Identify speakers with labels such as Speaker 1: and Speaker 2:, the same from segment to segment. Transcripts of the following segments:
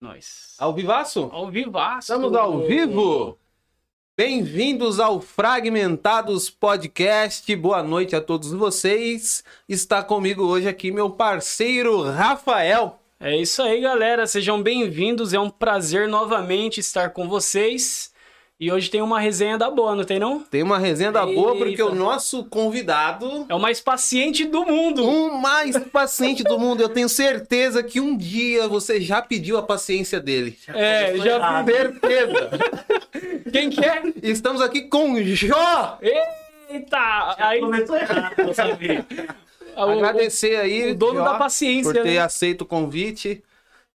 Speaker 1: Nós.
Speaker 2: Ao vivaço?
Speaker 1: Ao vivaço.
Speaker 2: Estamos ao vivo? Bem-vindos ao Fragmentados Podcast. Boa noite a todos vocês. Está comigo hoje aqui meu parceiro Rafael.
Speaker 1: É isso aí, galera. Sejam bem-vindos. É um prazer novamente estar com vocês. E hoje tem uma resenha da boa, não tem não?
Speaker 2: Tem uma resenha da boa porque
Speaker 1: Eita.
Speaker 2: o nosso convidado, é
Speaker 1: É o mais paciente do mundo.
Speaker 2: o mais paciente do mundo, eu tenho certeza que um dia você já pediu a paciência dele.
Speaker 1: É, já
Speaker 3: errado.
Speaker 2: Certeza.
Speaker 1: Quem que é?
Speaker 2: Estamos aqui com Jó.
Speaker 1: Eita! Aí,
Speaker 3: Começou errado, eu sabia.
Speaker 1: o,
Speaker 2: Agradecer aí
Speaker 1: o dono
Speaker 2: Jó,
Speaker 1: da
Speaker 2: por
Speaker 1: paciência,
Speaker 2: ter
Speaker 1: né?
Speaker 2: aceito o convite.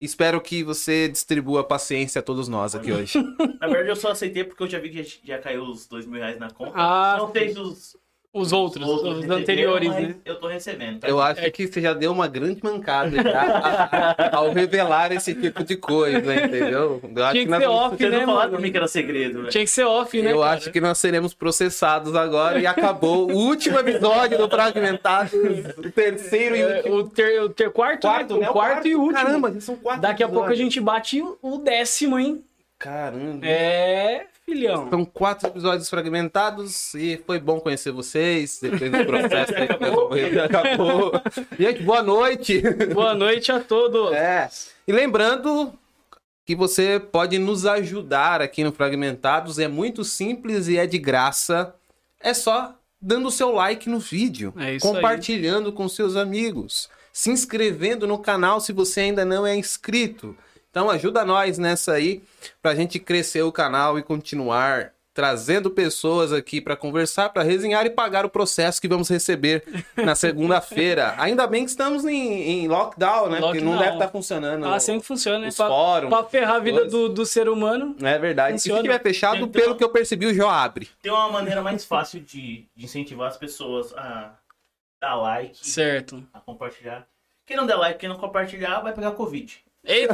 Speaker 2: Espero que você distribua a paciência a todos nós aqui hoje.
Speaker 3: Na verdade, eu só aceitei porque eu já vi que já, já caiu os dois mil reais na conta.
Speaker 1: Ah,
Speaker 3: não sei se os
Speaker 1: Os outros,
Speaker 3: outros
Speaker 1: os
Speaker 3: receberam,
Speaker 1: anteriores,
Speaker 3: mas
Speaker 1: né?
Speaker 3: Eu tô recebendo. tá?
Speaker 2: Eu acho
Speaker 1: É
Speaker 2: que você já deu uma grande mancada já, a- a- ao revelar esse tipo de coisa, entendeu? Eu acho
Speaker 1: Tinha que
Speaker 2: nós
Speaker 1: ser
Speaker 2: vamos-
Speaker 1: off,
Speaker 3: Vocês
Speaker 1: né,
Speaker 3: não falaram
Speaker 1: mano?
Speaker 3: pra mim que era segredo, velho.
Speaker 1: Tinha que ser off, né?
Speaker 2: Eu
Speaker 1: cara?
Speaker 2: acho que nós seremos processados agora e acabou o último episódio do Fragmentado, o terceiro e
Speaker 1: É,
Speaker 2: último.
Speaker 1: o ter, o ter quarto, né? o
Speaker 2: né?
Speaker 1: quarto, e último.
Speaker 2: Caramba, são quatro
Speaker 1: Daqui a
Speaker 2: episódios.
Speaker 1: pouco a gente bate o décimo, hein?
Speaker 2: Caramba.
Speaker 1: É, filhão.
Speaker 2: São quatro episódios fragmentados e foi bom conhecer vocês. Depois do processo aí que nós vamos correr, acabou. Gente, boa noite.
Speaker 1: Boa noite a todos.
Speaker 2: É. E lembrando que você pode nos ajudar aqui no Fragmentados. É muito simples e é de graça. É só dando o seu like no vídeo,
Speaker 1: É isso aí.
Speaker 2: compartilhando com seus amigos, se inscrevendo no canal se você ainda não é inscrito. Então ajuda nós nessa aí pra gente crescer o canal e continuar trazendo pessoas aqui pra conversar, pra resenhar e pagar o processo que vamos receber na segunda-feira. Ainda bem que estamos em, em lockdown, né? Porque não
Speaker 1: Lockdown.
Speaker 2: deve estar funcionando
Speaker 1: Ah, sempre funciona, né?
Speaker 2: os
Speaker 1: Pra,
Speaker 2: fóruns.
Speaker 1: pra ferrar a vida
Speaker 2: coisas.
Speaker 1: do, do ser humano.
Speaker 2: É verdade. E
Speaker 1: Funciona.
Speaker 2: Se tiver fechado,
Speaker 3: Então-
Speaker 2: pelo que eu percebi, o Jó abre.
Speaker 3: Tem uma maneira mais fácil de, de incentivar as pessoas a dar like,
Speaker 1: Certo.
Speaker 3: a compartilhar. Quem não der like, quem não compartilhar, vai pegar Covid. É
Speaker 1: Eita,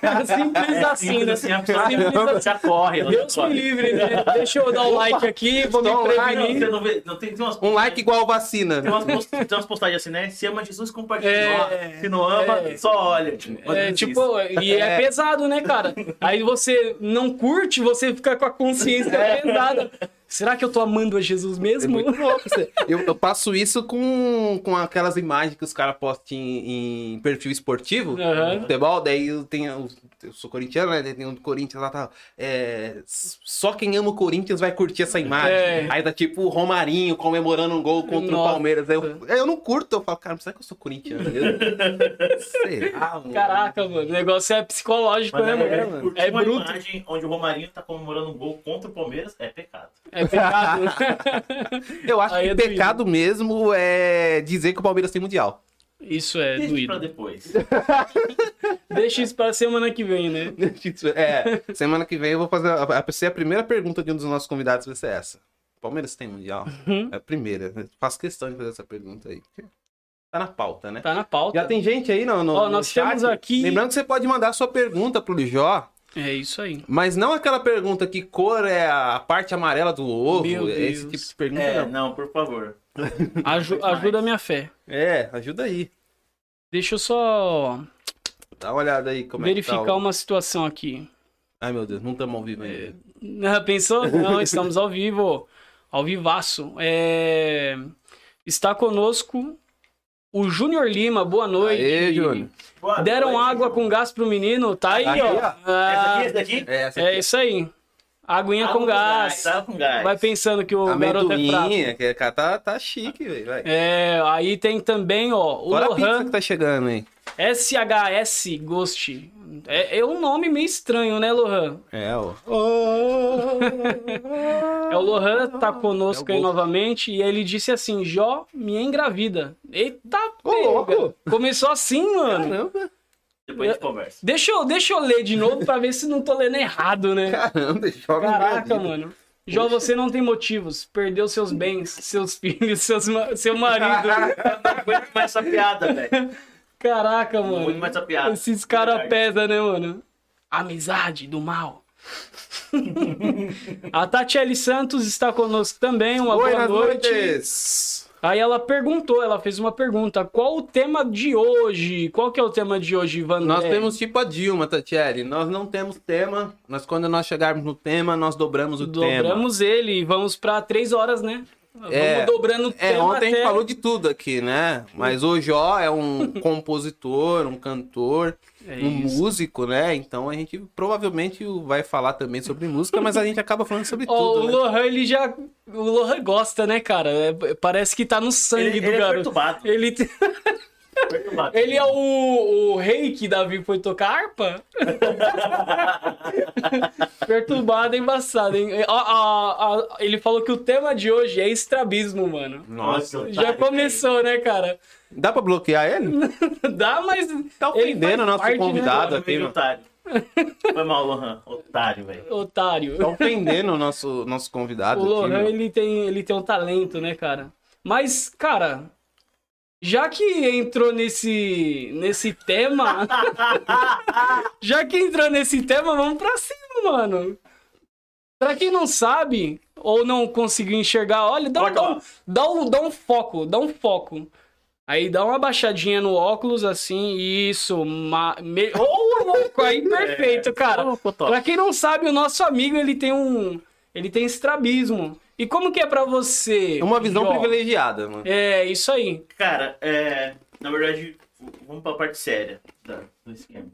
Speaker 1: pega. simples assim, né?
Speaker 3: a pessoa
Speaker 1: Simples assim.
Speaker 3: já corre. ela já
Speaker 1: Deus me
Speaker 3: corre.
Speaker 1: livre, né? Deixa eu dar o like aqui, vou me
Speaker 2: Dá um
Speaker 3: Ah,
Speaker 2: like,
Speaker 3: não,
Speaker 1: prevenir.
Speaker 3: você não vê- não tem, tem umas
Speaker 2: Um like igual vacina. né?
Speaker 3: Tem umas, post- tem umas postagens assim, né? Se ama Jesus, compartilha.
Speaker 1: É,
Speaker 3: Se não ama,
Speaker 1: é.
Speaker 3: só olha. Tipo, mais ou
Speaker 1: É,
Speaker 3: menos isso.
Speaker 1: tipo, e é,
Speaker 2: É.
Speaker 1: pesado, né, cara? Aí você não curte, você fica com a consciência pesada. Será que eu tô amando a Jesus
Speaker 2: É
Speaker 1: mesmo?
Speaker 2: muito louco. isso. Eu, eu passo isso com, com aquelas imagens que os caras postam em, em perfil esportivo,
Speaker 1: Aham.
Speaker 2: de futebol, daí eu tenho. os- Eu sou corintiano, né? Daí Tem um do Corinthians lá, tá. é, s- só quem ama o Corinthians vai curtir essa imagem.
Speaker 1: É.
Speaker 2: Aí tá tipo o Romarinho comemorando um gol contra
Speaker 1: Nossa.
Speaker 2: o Palmeiras. Aí eu, eu não curto, eu falo, cara, será que eu sou corintiano mesmo? Será, mano?
Speaker 1: Caraca, mano, o negócio é psicológico,
Speaker 3: Mas
Speaker 1: né,
Speaker 3: na
Speaker 1: mano?
Speaker 3: verdade,
Speaker 2: mano?
Speaker 3: curtir
Speaker 1: É
Speaker 3: uma
Speaker 1: bruto.
Speaker 3: imagem onde o Romarinho tá comemorando um gol contra o Palmeiras é pecado.
Speaker 1: É pecado.
Speaker 2: Eu acho
Speaker 1: Aí
Speaker 2: que
Speaker 1: é doído.
Speaker 2: pecado mesmo é dizer que o Palmeiras tem mundial.
Speaker 1: Isso é
Speaker 3: Deixa pra
Speaker 1: doído.
Speaker 3: depois.
Speaker 1: Deixa isso pra semana que vem, né?
Speaker 2: é, semana que vem eu vou fazer. A, a, ser a primeira pergunta de um dos nossos convidados vai ser essa. Palmeiras tem mundial?
Speaker 1: Uhum.
Speaker 2: É a primeira. né? Faço questão de fazer essa pergunta aí. porque Tá na pauta, né?
Speaker 1: Tá na pauta.
Speaker 2: Já tem gente aí no, no,
Speaker 1: Ó,
Speaker 2: no
Speaker 1: nós
Speaker 2: chat?
Speaker 1: temos aqui-
Speaker 2: Lembrando que você pode mandar sua pergunta pro Lijó,
Speaker 1: É isso aí.
Speaker 2: mas não aquela pergunta que cor é a parte amarela do ovo,
Speaker 1: Meu
Speaker 2: esse
Speaker 1: Deus.
Speaker 2: tipo de pergunta
Speaker 3: é,
Speaker 2: não.
Speaker 3: não, por favor.
Speaker 1: Aju- ajuda a minha fé.
Speaker 2: É, ajuda aí.
Speaker 1: Deixa eu só
Speaker 2: Dá uma olhada aí como é
Speaker 1: verificar um-
Speaker 2: que é tá o-
Speaker 1: uma situação aqui.
Speaker 2: Ai meu Deus, não estamos ao vivo ainda.
Speaker 1: Ah, Pensou? Não, estamos ao vivo. Ao vivaço. É, Está conosco o Júnior Lima. Boa noite.
Speaker 2: Aê, Júnior.
Speaker 3: Boa
Speaker 1: Deram
Speaker 3: noite,
Speaker 1: água
Speaker 3: Ju.
Speaker 1: com gás pro menino. Tá aí,
Speaker 2: Aqui, é
Speaker 1: ó.
Speaker 2: ó.
Speaker 1: Ah,
Speaker 3: Essa aqui, essa aqui?
Speaker 2: É, essa
Speaker 1: é isso aí. Aguinha
Speaker 3: Água
Speaker 1: com gás.
Speaker 3: Água com gás.
Speaker 1: Vai pensando que o garoto é fraco.
Speaker 2: Amendoim, que cara tá, tá chique, velho. vai.
Speaker 1: É, aí tem também, ó, o
Speaker 2: Olha a pizza
Speaker 1: Lohan,
Speaker 2: que tá chegando, hein?
Speaker 1: SHS Ghost. É, é um nome meio estranho, né, Lohan?
Speaker 2: É, ó.
Speaker 1: É o Lohan, tá conosco
Speaker 2: É o
Speaker 1: aí
Speaker 2: Ghost.
Speaker 1: novamente, e ele disse assim, Jó, me engravida. Eita,
Speaker 2: Ô,
Speaker 1: pega.
Speaker 2: louco!
Speaker 1: Começou assim, mano.
Speaker 2: Caramba,
Speaker 3: Depois a gente conversa.
Speaker 1: Deixa eu, deixa eu ler de novo pra ver se não tô lendo errado, né?
Speaker 2: caramba, jovem
Speaker 1: Caraca,
Speaker 2: Brasil.
Speaker 1: mano. Jó, você não tem motivos. Perdeu seus bens, seus filhos, seus ma- seu marido.
Speaker 3: Eu não aguento mais essa piada, velho.
Speaker 1: Caraca,
Speaker 3: Não
Speaker 1: mano.
Speaker 3: aguento mais essa piada.
Speaker 1: Esses caras
Speaker 3: Verdade.
Speaker 1: pesam, né, mano? Amizade do mal. a Tatiele Santos está conosco também. Uma
Speaker 2: Oi,
Speaker 1: boa
Speaker 2: boas
Speaker 1: noite.
Speaker 2: noites.
Speaker 1: Aí ela perguntou, ela fez uma pergunta: qual o tema de hoje? Qual que é o tema de hoje, Ivan? É,
Speaker 2: Nós
Speaker 1: Ney?
Speaker 2: temos tipo a Dilma, Tatiele. Nós não temos tema, mas quando nós chegarmos no tema, nós dobramos o tema.
Speaker 1: Dobramos ele e vamos pra três horas, né?
Speaker 2: É,
Speaker 1: vamos dobrando o
Speaker 2: É,
Speaker 1: tema
Speaker 2: ontem a gente
Speaker 1: até-
Speaker 2: falou de tudo aqui, né? Mas o Jó é um compositor, um cantor,
Speaker 1: É
Speaker 2: um
Speaker 1: isso.
Speaker 2: músico, né? Então a gente provavelmente vai falar também sobre música, mas a gente acaba falando sobre
Speaker 1: Ó,
Speaker 2: tudo.
Speaker 1: o
Speaker 2: né?
Speaker 1: Lohan, ele já. O Lohan gosta, né, cara? É, parece que tá no sangue
Speaker 3: Ele,
Speaker 1: do
Speaker 3: ele é
Speaker 1: garoto.
Speaker 3: perturbado.
Speaker 1: Ele, tem-
Speaker 3: perturbado.
Speaker 1: ele é o, o rei que Davi foi tocar harpa? Perturbado, embaçado, hein? Ó, ó, ó, ele falou que o tema de hoje é estrabismo, mano.
Speaker 2: Nossa.
Speaker 3: Nossa,
Speaker 1: Já
Speaker 3: otário,
Speaker 1: começou, né, cara?
Speaker 2: Dá pra bloquear ele?
Speaker 1: Dá, mas.
Speaker 2: Tá
Speaker 1: ele
Speaker 2: ofendendo
Speaker 1: faz
Speaker 2: o nosso
Speaker 1: parte, né?
Speaker 2: convidado.
Speaker 3: velho. Meio otário. Foi mal, Lohan. Otário, velho.
Speaker 1: Né, otário.
Speaker 2: Tá ofendendo o nosso, nosso convidado
Speaker 1: O
Speaker 2: aqui,
Speaker 1: Lohan,
Speaker 2: meu.
Speaker 1: né, ele tem, ele tem um talento, né, cara? Mas, cara, já que entrou nesse, nesse tema. já que entrou nesse tema, vamos pra cima, mano. Pra quem não sabe, ou não conseguiu enxergar, olha, dá, um-
Speaker 3: Olha
Speaker 1: dá
Speaker 3: lá.
Speaker 1: um, dá, um, dá um foco, dá um foco. Aí dá uma baixadinha no óculos, assim, isso. Ma... Me... Ô, louco, aí perfeito, cara.
Speaker 3: Ô, ficou top.
Speaker 1: Pra quem não sabe, o nosso amigo, ele tem um... Ele tem estrabismo. E como que é pra você?
Speaker 2: É Uma visão
Speaker 1: Jó?
Speaker 2: privilegiada, mano.
Speaker 1: É, isso aí.
Speaker 3: Cara, é, na verdade, v- vamos pra parte séria da- do esquema.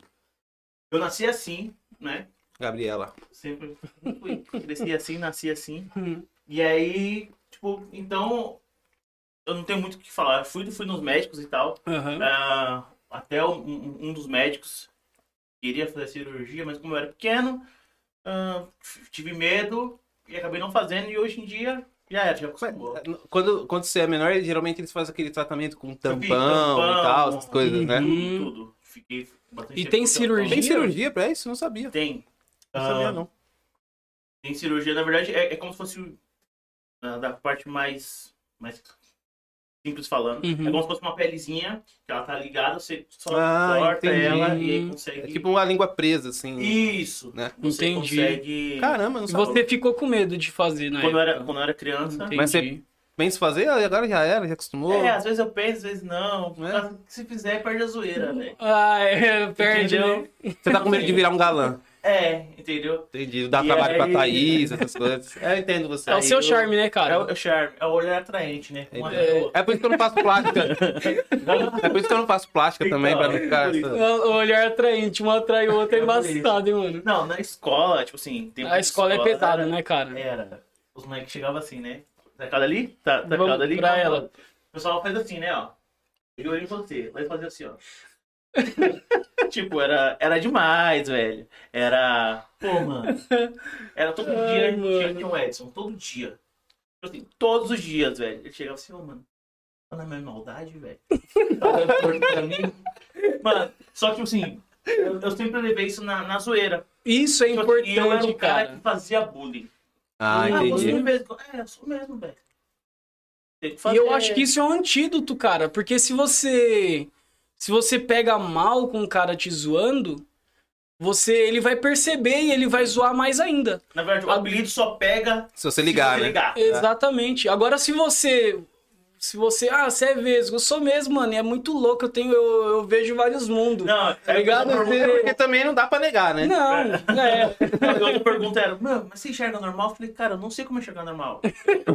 Speaker 3: Eu nasci assim, né?
Speaker 2: Gabriela.
Speaker 3: Sempre fui, cresci assim, nasci assim.
Speaker 1: Hum.
Speaker 3: E aí, tipo, então, eu não tenho muito o que falar. Eu fui, fui nos médicos e tal.
Speaker 1: Aham.
Speaker 3: Ah, até um, um- um dos médicos queria fazer cirurgia, mas como eu era pequeno, ah, f- tive medo e acabei não fazendo. E hoje em dia, já era, já acostumou.
Speaker 2: Quando, quando você é menor, ele- geralmente eles fazem aquele tratamento com tampão,
Speaker 3: fiz tampão.
Speaker 2: e tal, essas coisas, né?
Speaker 1: Uhum.
Speaker 3: Tudo, tudo. Fiquei bastante
Speaker 1: E
Speaker 3: tempo
Speaker 1: tem
Speaker 3: com
Speaker 1: cirurgia?
Speaker 2: Tem
Speaker 3: tampão.
Speaker 2: cirurgia pra isso? Não sabia.
Speaker 3: Tem.
Speaker 2: Não
Speaker 3: Ah,
Speaker 2: sabia, não.
Speaker 3: Tem cirurgia, na verdade, é, é como se fosse o- na- da parte mais, mais simples falando.
Speaker 1: Uhum.
Speaker 3: É como se fosse uma pelezinha, que ela tá ligada, você só
Speaker 2: Ah,
Speaker 3: corta
Speaker 2: entendi.
Speaker 3: ela e aí consegue.
Speaker 2: É tipo uma língua presa, assim.
Speaker 3: Isso!
Speaker 2: Né?
Speaker 3: Você
Speaker 1: Entendi.
Speaker 3: consegue.
Speaker 2: Caramba, não
Speaker 1: E
Speaker 2: sabia.
Speaker 1: você ficou com medo de fazer na
Speaker 3: quando, eu era,
Speaker 1: época.
Speaker 3: quando eu era criança.
Speaker 1: é. Entendi.
Speaker 2: Mas você- Pensa fazer, ah, agora já era, já acostumou.
Speaker 3: É, às vezes eu penso, às vezes não.
Speaker 2: É.
Speaker 3: Mas Se fizer, perde a zoeira, né? velho.
Speaker 1: Ah, é, perde,
Speaker 3: Entendeu?
Speaker 1: né?
Speaker 2: Você tá com medo de virar um galã.
Speaker 3: É, entendeu?
Speaker 2: Entendi. Dá
Speaker 3: E
Speaker 2: trabalho pra
Speaker 3: aí?
Speaker 2: Thaís, essas coisas. É, eu entendo você.
Speaker 1: É o
Speaker 2: Aí
Speaker 1: seu
Speaker 2: eu-
Speaker 1: charme, né,
Speaker 3: É o,
Speaker 1: cara?
Speaker 3: é o charme, é o olhar atraente, né? Uma
Speaker 2: É. É por isso que eu não faço plástica. É por isso que eu não faço plástica também, pra não ficar. essa-
Speaker 1: É O olhar atraente, um atrai o outro é embaçado, hein, mano?
Speaker 3: Não, na escola, tipo assim. tempo
Speaker 1: A
Speaker 3: de
Speaker 1: escola é pesada, né, cara?
Speaker 3: Era. Os moleques chegavam assim, né? Tacada ali? Tá, tacada
Speaker 1: Vamos
Speaker 3: ali?
Speaker 1: pra
Speaker 3: Não,
Speaker 1: ela.
Speaker 3: não. O pessoal faz assim, né, ó. Ele olhou em você, vai fazer assim, ó. tipo, era, era demais, velho. Era. Pô, mano. Era todo
Speaker 1: Ai,
Speaker 3: dia
Speaker 1: mano.
Speaker 3: tinha tinha um Edson, todo dia. Tipo assim, todos os dias, velho. Ele chegava assim, ô, mano. Tá na minha maldade, velho. Tá dando torto pra mim. Mano, só que, tipo assim, eu, eu sempre levei isso na, na zoeira.
Speaker 1: Isso é
Speaker 3: Só que Tipo, eu era
Speaker 1: importante,
Speaker 3: o cara
Speaker 1: cara.
Speaker 3: que fazia bullying.
Speaker 2: Ah,
Speaker 1: Ah,
Speaker 3: você
Speaker 2: entendi.
Speaker 3: me fez- É, eu sou mesmo, velho. Tem que
Speaker 1: E
Speaker 3: fazer.
Speaker 1: eu acho que isso é um antídoto, cara, porque se você se você pega mal com o cara te zoando, você ele vai perceber e ele vai zoar mais ainda.
Speaker 3: Na verdade, o apelido só pega
Speaker 2: Se você ligar,
Speaker 3: se você
Speaker 2: né?
Speaker 3: ligar.
Speaker 1: É. Exatamente. Agora se você se você, ah, você é vesgo, eu sou mesmo, mano, e é muito louco, eu tenho eu, eu vejo vários mundos.
Speaker 3: Não, é
Speaker 1: ligado?
Speaker 3: a pergunta-
Speaker 2: É Porque também não dá pra negar, né?
Speaker 1: Não, é.
Speaker 3: A outra pergunta era, mano, mas você enxerga normal? Eu falei, cara, eu não sei como enxergar normal.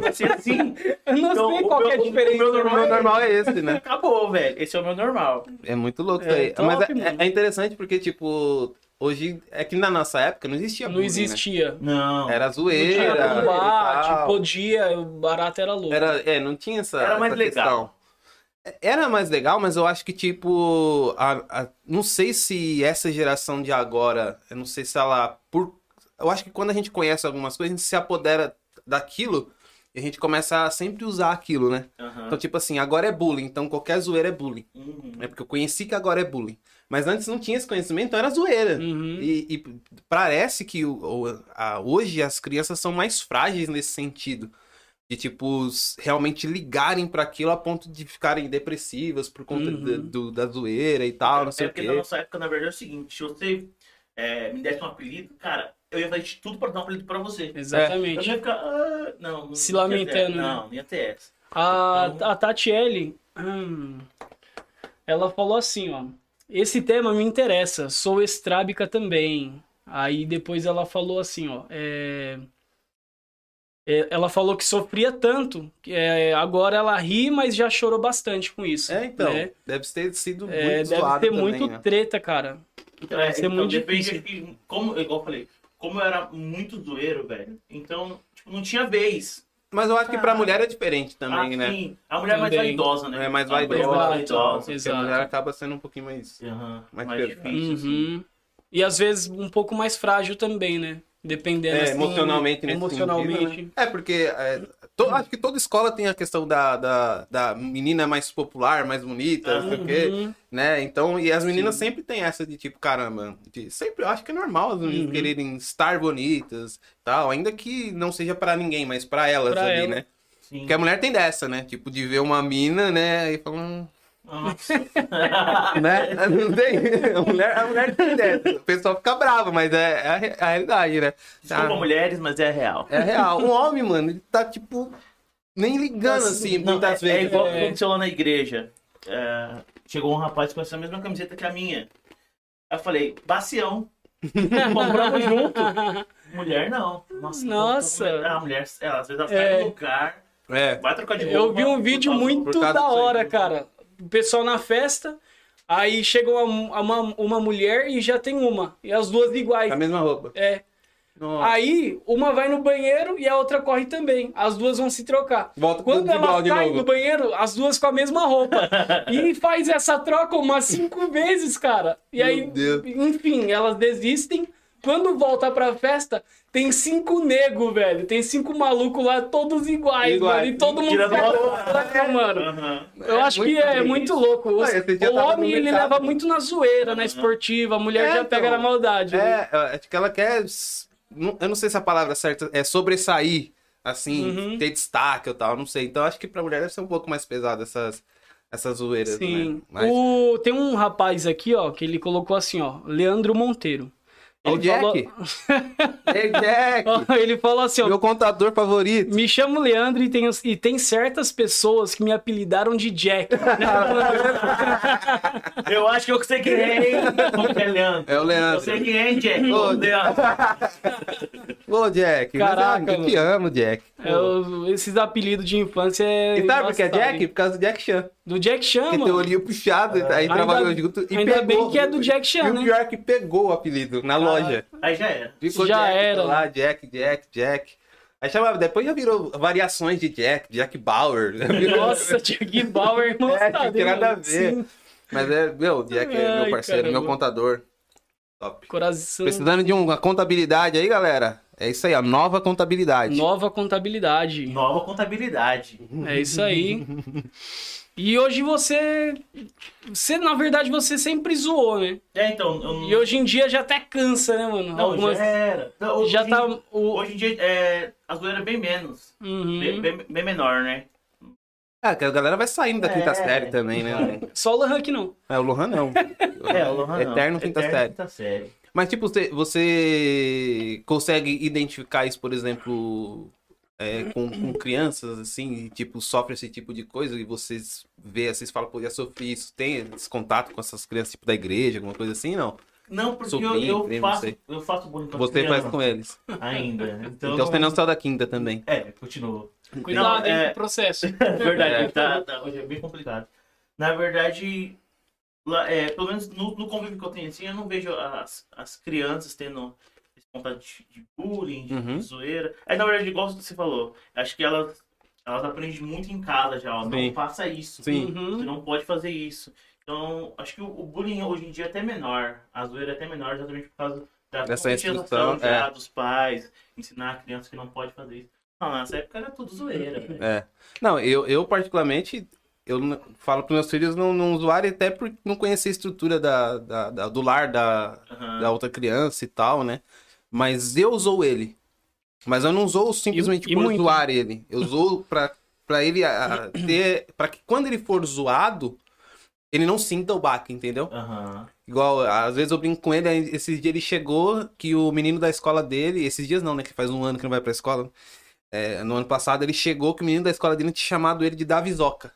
Speaker 3: Vai ser assim.
Speaker 1: Eu não
Speaker 3: Então,
Speaker 1: sei
Speaker 3: o
Speaker 1: qual que é a
Speaker 3: meu- o
Speaker 1: diferença.
Speaker 3: meu
Speaker 2: O meu normal é esse, né?
Speaker 3: Acabou, velho. Esse é o meu normal.
Speaker 2: É muito louco
Speaker 1: É,
Speaker 2: isso aí.
Speaker 1: top,
Speaker 2: Mas é- é,
Speaker 1: mano.
Speaker 2: é interessante porque, tipo, hoje. É que na nossa época não existia
Speaker 1: Não
Speaker 2: bullying, né?
Speaker 1: existia.
Speaker 3: Não.
Speaker 2: Era
Speaker 1: Podia
Speaker 2: zoeira. e
Speaker 1: combate, tipo,
Speaker 2: tal.
Speaker 1: podia, o barato era louco.
Speaker 2: Era, é, não tinha essa.
Speaker 3: Era mais
Speaker 2: essa
Speaker 3: legal.
Speaker 2: questão. É, Era mais legal, mas eu acho que, tipo, a, a- não sei se essa geração de agora, eu não sei se ela. Por, eu acho que quando a gente conhece algumas coisas, a gente se apodera daquilo e a gente começa a sempre usar aquilo, né?
Speaker 3: Aham.
Speaker 2: Então, tipo assim, agora é bullying, então qualquer zoeira é bullying.
Speaker 3: Uhum.
Speaker 2: É porque eu conheci que agora é bullying. Mas antes não tinha esse conhecimento, então era zoeira.
Speaker 1: Uhum.
Speaker 2: E, e parece que o- o- a- hoje as crianças são mais frágeis nesse sentido. De, tipo, s- realmente ligarem pra aquilo a ponto de ficarem depressivas por conta
Speaker 1: Uhum.
Speaker 2: da- do- da zoeira e tal, não
Speaker 3: é
Speaker 2: sei o
Speaker 3: porque na
Speaker 2: quê.
Speaker 3: nossa época, na verdade, é o seguinte: se você é, me desse um apelido, cara, eu ia fazer de tudo pra dar um apelido pra você. Eu
Speaker 1: Exatamente.
Speaker 3: não ia ficar, ah, não, não
Speaker 1: Se
Speaker 3: não ia ter-
Speaker 1: lamentando, né?
Speaker 3: Não, não ia ter essa.
Speaker 1: A,
Speaker 2: Então-
Speaker 1: a Tati L, hum, ela falou assim, ó. Esse tema me interessa, sou estrábica também. Aí depois ela falou assim, ó. é, é, ela falou que sofria tanto, que é, agora ela ri, mas já chorou bastante com isso.
Speaker 2: É, então.
Speaker 1: né?
Speaker 2: Deve ter sido
Speaker 1: É,
Speaker 2: muito
Speaker 1: deve
Speaker 2: zoado
Speaker 1: ter
Speaker 2: também,
Speaker 1: muito
Speaker 2: né?
Speaker 1: treta, cara.
Speaker 3: Então,
Speaker 1: Vai ser muito
Speaker 3: depende de como, igual eu falei, como eu era muito zoeiro, velho, então, tipo, não tinha vez.
Speaker 2: Mas eu acho que pra
Speaker 3: Ah.
Speaker 2: mulher é diferente também,
Speaker 1: Ah,
Speaker 2: né?
Speaker 3: Assim, A mulher é mais
Speaker 1: Também.
Speaker 3: vaidosa, né?
Speaker 2: É mais
Speaker 3: A mulher
Speaker 2: vaidosa.
Speaker 1: Exato,
Speaker 2: Porque a
Speaker 1: exato.
Speaker 2: mulher acaba sendo um pouquinho mais.
Speaker 3: Aham,
Speaker 2: Mais
Speaker 3: mais,
Speaker 2: perfeito.
Speaker 3: difícil, assim.
Speaker 1: Uhum. E às vezes um pouco mais frágil também, né? Dependendo
Speaker 2: É,
Speaker 1: assim,
Speaker 2: emocionalmente nesse
Speaker 1: emocionalmente.
Speaker 2: sentido, né? É, porque é, to- acho que toda escola tem a questão da, da, da menina mais popular, mais bonita, não sei o quê,
Speaker 1: Uhum.
Speaker 2: né? Então, e as meninas sempre têm essa de tipo, caramba, de- sempre eu acho que é normal as meninas
Speaker 1: Uhum.
Speaker 2: quererem estar bonitas tal, ainda que não seja pra ninguém, mas pra elas
Speaker 1: Pra
Speaker 2: ali,
Speaker 1: ela.
Speaker 2: né?
Speaker 3: Sim.
Speaker 2: Porque a mulher tem dessa, né? Tipo, de ver uma mina, né? E falar, "Hum,
Speaker 3: Nossa.
Speaker 2: né? Não tem. A mulher, a mulher tem dessa. O pessoal fica bravo, mas é, é a re- a realidade, né?
Speaker 3: Desculpa,
Speaker 2: Ah.
Speaker 3: mulheres, mas é real.
Speaker 2: É real. Um homem, mano, ele tá, tipo, nem ligando, assim,
Speaker 3: Não,
Speaker 2: muitas
Speaker 3: é,
Speaker 2: vezes.
Speaker 3: É igual
Speaker 1: Tá É.
Speaker 3: aconteceu lá na igreja. É, chegou um rapaz com essa mesma camiseta que a minha. Eu falei, bacião. Compramos junto. Mulher não. Nossa.
Speaker 1: Nossa.
Speaker 3: como- como- ah, A mulher, ela, às vezes ela sai
Speaker 1: É.
Speaker 3: do lugar,
Speaker 2: É.
Speaker 3: vai trocar de roupa.
Speaker 1: Eu vi um vídeo
Speaker 3: por causa-
Speaker 1: muito
Speaker 2: por causa
Speaker 1: da
Speaker 2: disso aí,
Speaker 1: hora,
Speaker 2: né?
Speaker 1: cara. O pessoal na festa, aí chega uma, uma, uma mulher e já tem uma. E as duas iguais.
Speaker 2: Com a mesma roupa.
Speaker 1: É.
Speaker 2: Nossa.
Speaker 1: Aí uma vai no banheiro e a outra corre também. As duas vão se trocar.
Speaker 2: Volta tudo
Speaker 1: Quando
Speaker 2: igual
Speaker 1: ela
Speaker 2: de
Speaker 1: sai
Speaker 2: novo.
Speaker 1: do banheiro, as duas com a mesma roupa. e faz essa troca umas cinco vezes, cara. E
Speaker 2: Meu
Speaker 1: aí,
Speaker 2: Deus.
Speaker 1: enfim, elas desistem. Quando volta pra festa, tem cinco nego, velho. Tem cinco malucos lá, todos iguais,
Speaker 2: Iguais.
Speaker 1: mano. E todo mundo
Speaker 3: Tirando
Speaker 1: fica
Speaker 3: a
Speaker 1: louco, mano.
Speaker 3: Aham.
Speaker 1: Eu
Speaker 2: É
Speaker 1: acho que
Speaker 2: muito
Speaker 1: é
Speaker 2: isso.
Speaker 1: muito louco. Os-
Speaker 2: Ah, esse dia
Speaker 1: o
Speaker 2: eu tava no
Speaker 1: homem, ele
Speaker 2: mercado.
Speaker 1: leva muito na zoeira, na esportiva. A mulher
Speaker 2: É,
Speaker 1: já pega
Speaker 2: então.
Speaker 1: na maldade. né?
Speaker 2: É, eu acho que ela quer. s- não- Eu não sei se a palavra certa é sobressair, assim,
Speaker 1: Uhum.
Speaker 2: ter destaque ou tal, não sei. Então acho que pra mulher deve ser um pouco mais pesado essas, essas zoeiras, né?
Speaker 1: Sim.
Speaker 2: Mas.
Speaker 1: O... Tem um rapaz aqui, ó, que ele colocou assim, ó. Leandro Monteiro.
Speaker 2: Ó, o
Speaker 1: Ele falou-
Speaker 2: Jack! Ei, Jack!
Speaker 1: Ó, ele falou assim, ó.
Speaker 2: Meu contador favorito.
Speaker 1: Me chamo Leandro e tem, e tem certas pessoas que me apelidaram de Jack.
Speaker 3: Eu acho que eu sei quem é, hein? Como que é Leandro?
Speaker 2: É o Leandro.
Speaker 3: Eu sei quem é, hein, Jack.
Speaker 2: Ô,
Speaker 3: Ô, Leandro.
Speaker 2: Ô, Jack, mas,
Speaker 1: Caraca,
Speaker 2: ah, eu te amo, Jack.
Speaker 1: É, o- esses apelidos de infância é.
Speaker 2: E sabe por que é
Speaker 1: embaçado,
Speaker 2: Jack?
Speaker 1: hein?
Speaker 2: Por causa do Jack Chan.
Speaker 1: Do Jack Chan,
Speaker 2: Que tem o
Speaker 1: Ah, mano.
Speaker 2: olhinho puxado, aí
Speaker 1: Ainda-
Speaker 2: trabalhou junto e
Speaker 1: ainda
Speaker 2: pegou.
Speaker 1: bem que é do Jack Chan,
Speaker 2: E o
Speaker 1: né? Ah,
Speaker 2: pior que pegou o apelido na loja.
Speaker 3: Aí já era.
Speaker 2: Ficou
Speaker 1: Já
Speaker 2: Jack
Speaker 1: era. né?
Speaker 2: lá, Jack, Jack, Jack. Aí chamava, depois já virou variações de Jack, Jack Bauer. já virou-
Speaker 1: Nossa, Jack Bauer, irmão.
Speaker 2: É,
Speaker 1: tá,
Speaker 2: não tem
Speaker 1: né,
Speaker 2: nada a
Speaker 1: mano?
Speaker 2: ver.
Speaker 1: Sim,
Speaker 2: Mas é, meu, Jack é
Speaker 1: Ai,
Speaker 2: meu parceiro,
Speaker 1: caramba.
Speaker 2: meu contador. Top.
Speaker 1: coração.
Speaker 2: Precisando de uma contabilidade aí, galera? É isso aí, a nova contabilidade.
Speaker 1: Nova contabilidade.
Speaker 3: Nova contabilidade.
Speaker 1: É isso aí. E hoje você. Você, na verdade, você sempre zoou, né?
Speaker 3: É, então. Eu...
Speaker 1: E hoje em dia já até cansa, né, mano?
Speaker 3: Não,
Speaker 1: Algumas-
Speaker 3: já é. era. Não, hoje
Speaker 1: já
Speaker 3: em-
Speaker 1: tá. O...
Speaker 3: Hoje em dia, é, a zoeira é bem menos.
Speaker 1: Uhum.
Speaker 3: Bem, bem- bem menor, né?
Speaker 2: Ah, que a galera vai saindo da quinta
Speaker 3: É.
Speaker 2: série também, né?
Speaker 1: Só o Lohan que não.
Speaker 2: É, o Lohan não.
Speaker 3: É, o Lohan não.
Speaker 2: Eterno quinta
Speaker 3: Eterno
Speaker 2: série.
Speaker 3: Quinta série.
Speaker 2: Mas, tipo, você, você consegue identificar isso, por exemplo, é, com, com crianças, assim, e, tipo, sofre esse tipo de coisa e vocês vê, vocês falam, pô, já sofri isso. Tem esse contato com essas crianças, tipo, da igreja, alguma coisa assim? Não.
Speaker 3: Não, porque
Speaker 2: Sobrinho,
Speaker 3: eu, eu
Speaker 2: primo,
Speaker 3: faço,
Speaker 2: sei.
Speaker 3: eu faço bullying com as
Speaker 2: Você faz
Speaker 3: crianças
Speaker 2: com eles.
Speaker 3: ainda. Então,
Speaker 2: Então você não saiu da quinta também.
Speaker 3: É, continua.
Speaker 1: Cuidado,
Speaker 3: Não,
Speaker 1: hein,
Speaker 3: é-
Speaker 1: com o processo.
Speaker 3: É verdade,
Speaker 2: É.
Speaker 3: Tá, tá, hoje é bem complicado. Na verdade, lá, é, pelo menos no, no convívio que eu tenho assim, eu não vejo as, as crianças tendo esse contato de, de bullying, de,
Speaker 2: Uhum.
Speaker 3: de zoeira. É, na verdade, igual você falou, acho que elas, elas aprendem muito em casa já, ó,
Speaker 2: Sim.
Speaker 3: não faça isso.
Speaker 2: Sim.
Speaker 1: Uhum.
Speaker 3: Você não pode fazer isso. Então, acho que o, o bullying hoje em dia é até menor. A zoeira é até menor exatamente por causa da
Speaker 2: Dessa
Speaker 3: conscientização
Speaker 2: instrução, é.
Speaker 3: já dos pais, ensinar a criança que não pode fazer isso. Não, nessa época era tudo zoeira, velho.
Speaker 2: É. Não, eu, eu particularmente, eu n- falo para meus filhos não, não zoarem até porque não conhecer a estrutura da, da- da- do lar da,
Speaker 3: Aham.
Speaker 2: da outra criança e tal, né? Mas eu usou ele. Mas eu não usou simplesmente
Speaker 1: E- e
Speaker 2: por
Speaker 1: muito.
Speaker 2: zoar ele. Eu usou pra, pra ele a- a ter. pra que quando ele for zoado, ele não sinta o baque, entendeu?
Speaker 3: Aham.
Speaker 2: Igual, às vezes eu brinco com ele, aí esses dias ele chegou que o menino da escola dele, esses dias não, né? Que faz um ano que não vai pra escola. é, no ano passado ele chegou que o menino da escola dele tinha chamado ele de Davizoca.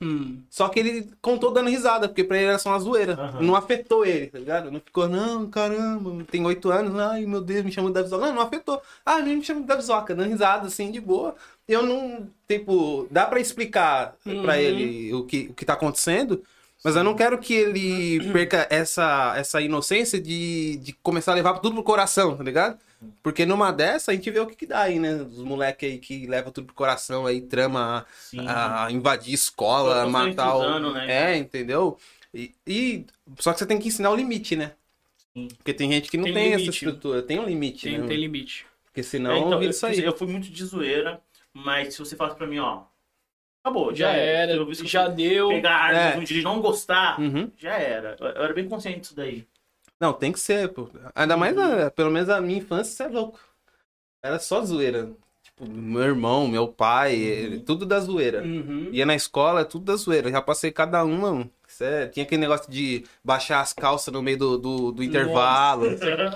Speaker 1: Hum.
Speaker 2: Só que ele contou dando risada, porque pra ele era só uma zoeira.
Speaker 3: Aham.
Speaker 2: Não afetou ele, tá ligado? Não ficou, não, caramba, tem oito anos, ai meu Deus, me chamam de Davizoca. Não, não afetou. Ah, ele me chama de Davizoca, dando risada assim, de boa. Eu não, tipo, dá pra explicar
Speaker 1: Uhum.
Speaker 2: pra ele o que, o que tá acontecendo, mas eu não quero que ele perca essa, essa inocência de, de começar a levar tudo pro coração, tá ligado? Porque numa dessa a gente vê o que, que dá aí, né? Os moleques aí que levam tudo pro coração aí, trama
Speaker 3: Sim.
Speaker 2: a invadir escola,
Speaker 3: Tô
Speaker 2: matar o...
Speaker 3: conscientizando, né?
Speaker 2: É, entendeu? E, e- Só que você tem que ensinar o limite, né?
Speaker 3: Sim. né?
Speaker 2: Porque tem gente que não
Speaker 1: Tem
Speaker 2: tem,
Speaker 1: limite.
Speaker 2: essa estrutura. Tem um limite,
Speaker 1: Tem,
Speaker 2: né?
Speaker 1: tem limite.
Speaker 2: Porque senão
Speaker 3: É, então,
Speaker 2: vira
Speaker 3: eu,
Speaker 2: isso aí.
Speaker 3: eu fui muito de zoeira, mas se você falasse pra mim, ó, acabou, já,
Speaker 1: Já era,
Speaker 3: Se é, eu ouvisse que
Speaker 1: já
Speaker 3: eu
Speaker 1: deu.
Speaker 3: pegar a
Speaker 2: É.
Speaker 3: arma de não gostar,
Speaker 2: Uhum.
Speaker 3: já era. Eu, eu era bem consciente disso daí.
Speaker 2: Não, tem que ser, pô. Ainda mais,
Speaker 3: Uhum.
Speaker 2: na- pelo menos a minha infância, você é louco. Era só zoeira. Tipo, meu irmão, meu pai, eh,
Speaker 3: Uhum.
Speaker 2: ele- tudo da zoeira.
Speaker 1: Uhum.
Speaker 2: Ia na escola, é tudo da zoeira. Já passei cada uma, mano. Isso é- Tinha aquele negócio de baixar as calças no meio do, do, do intervalo.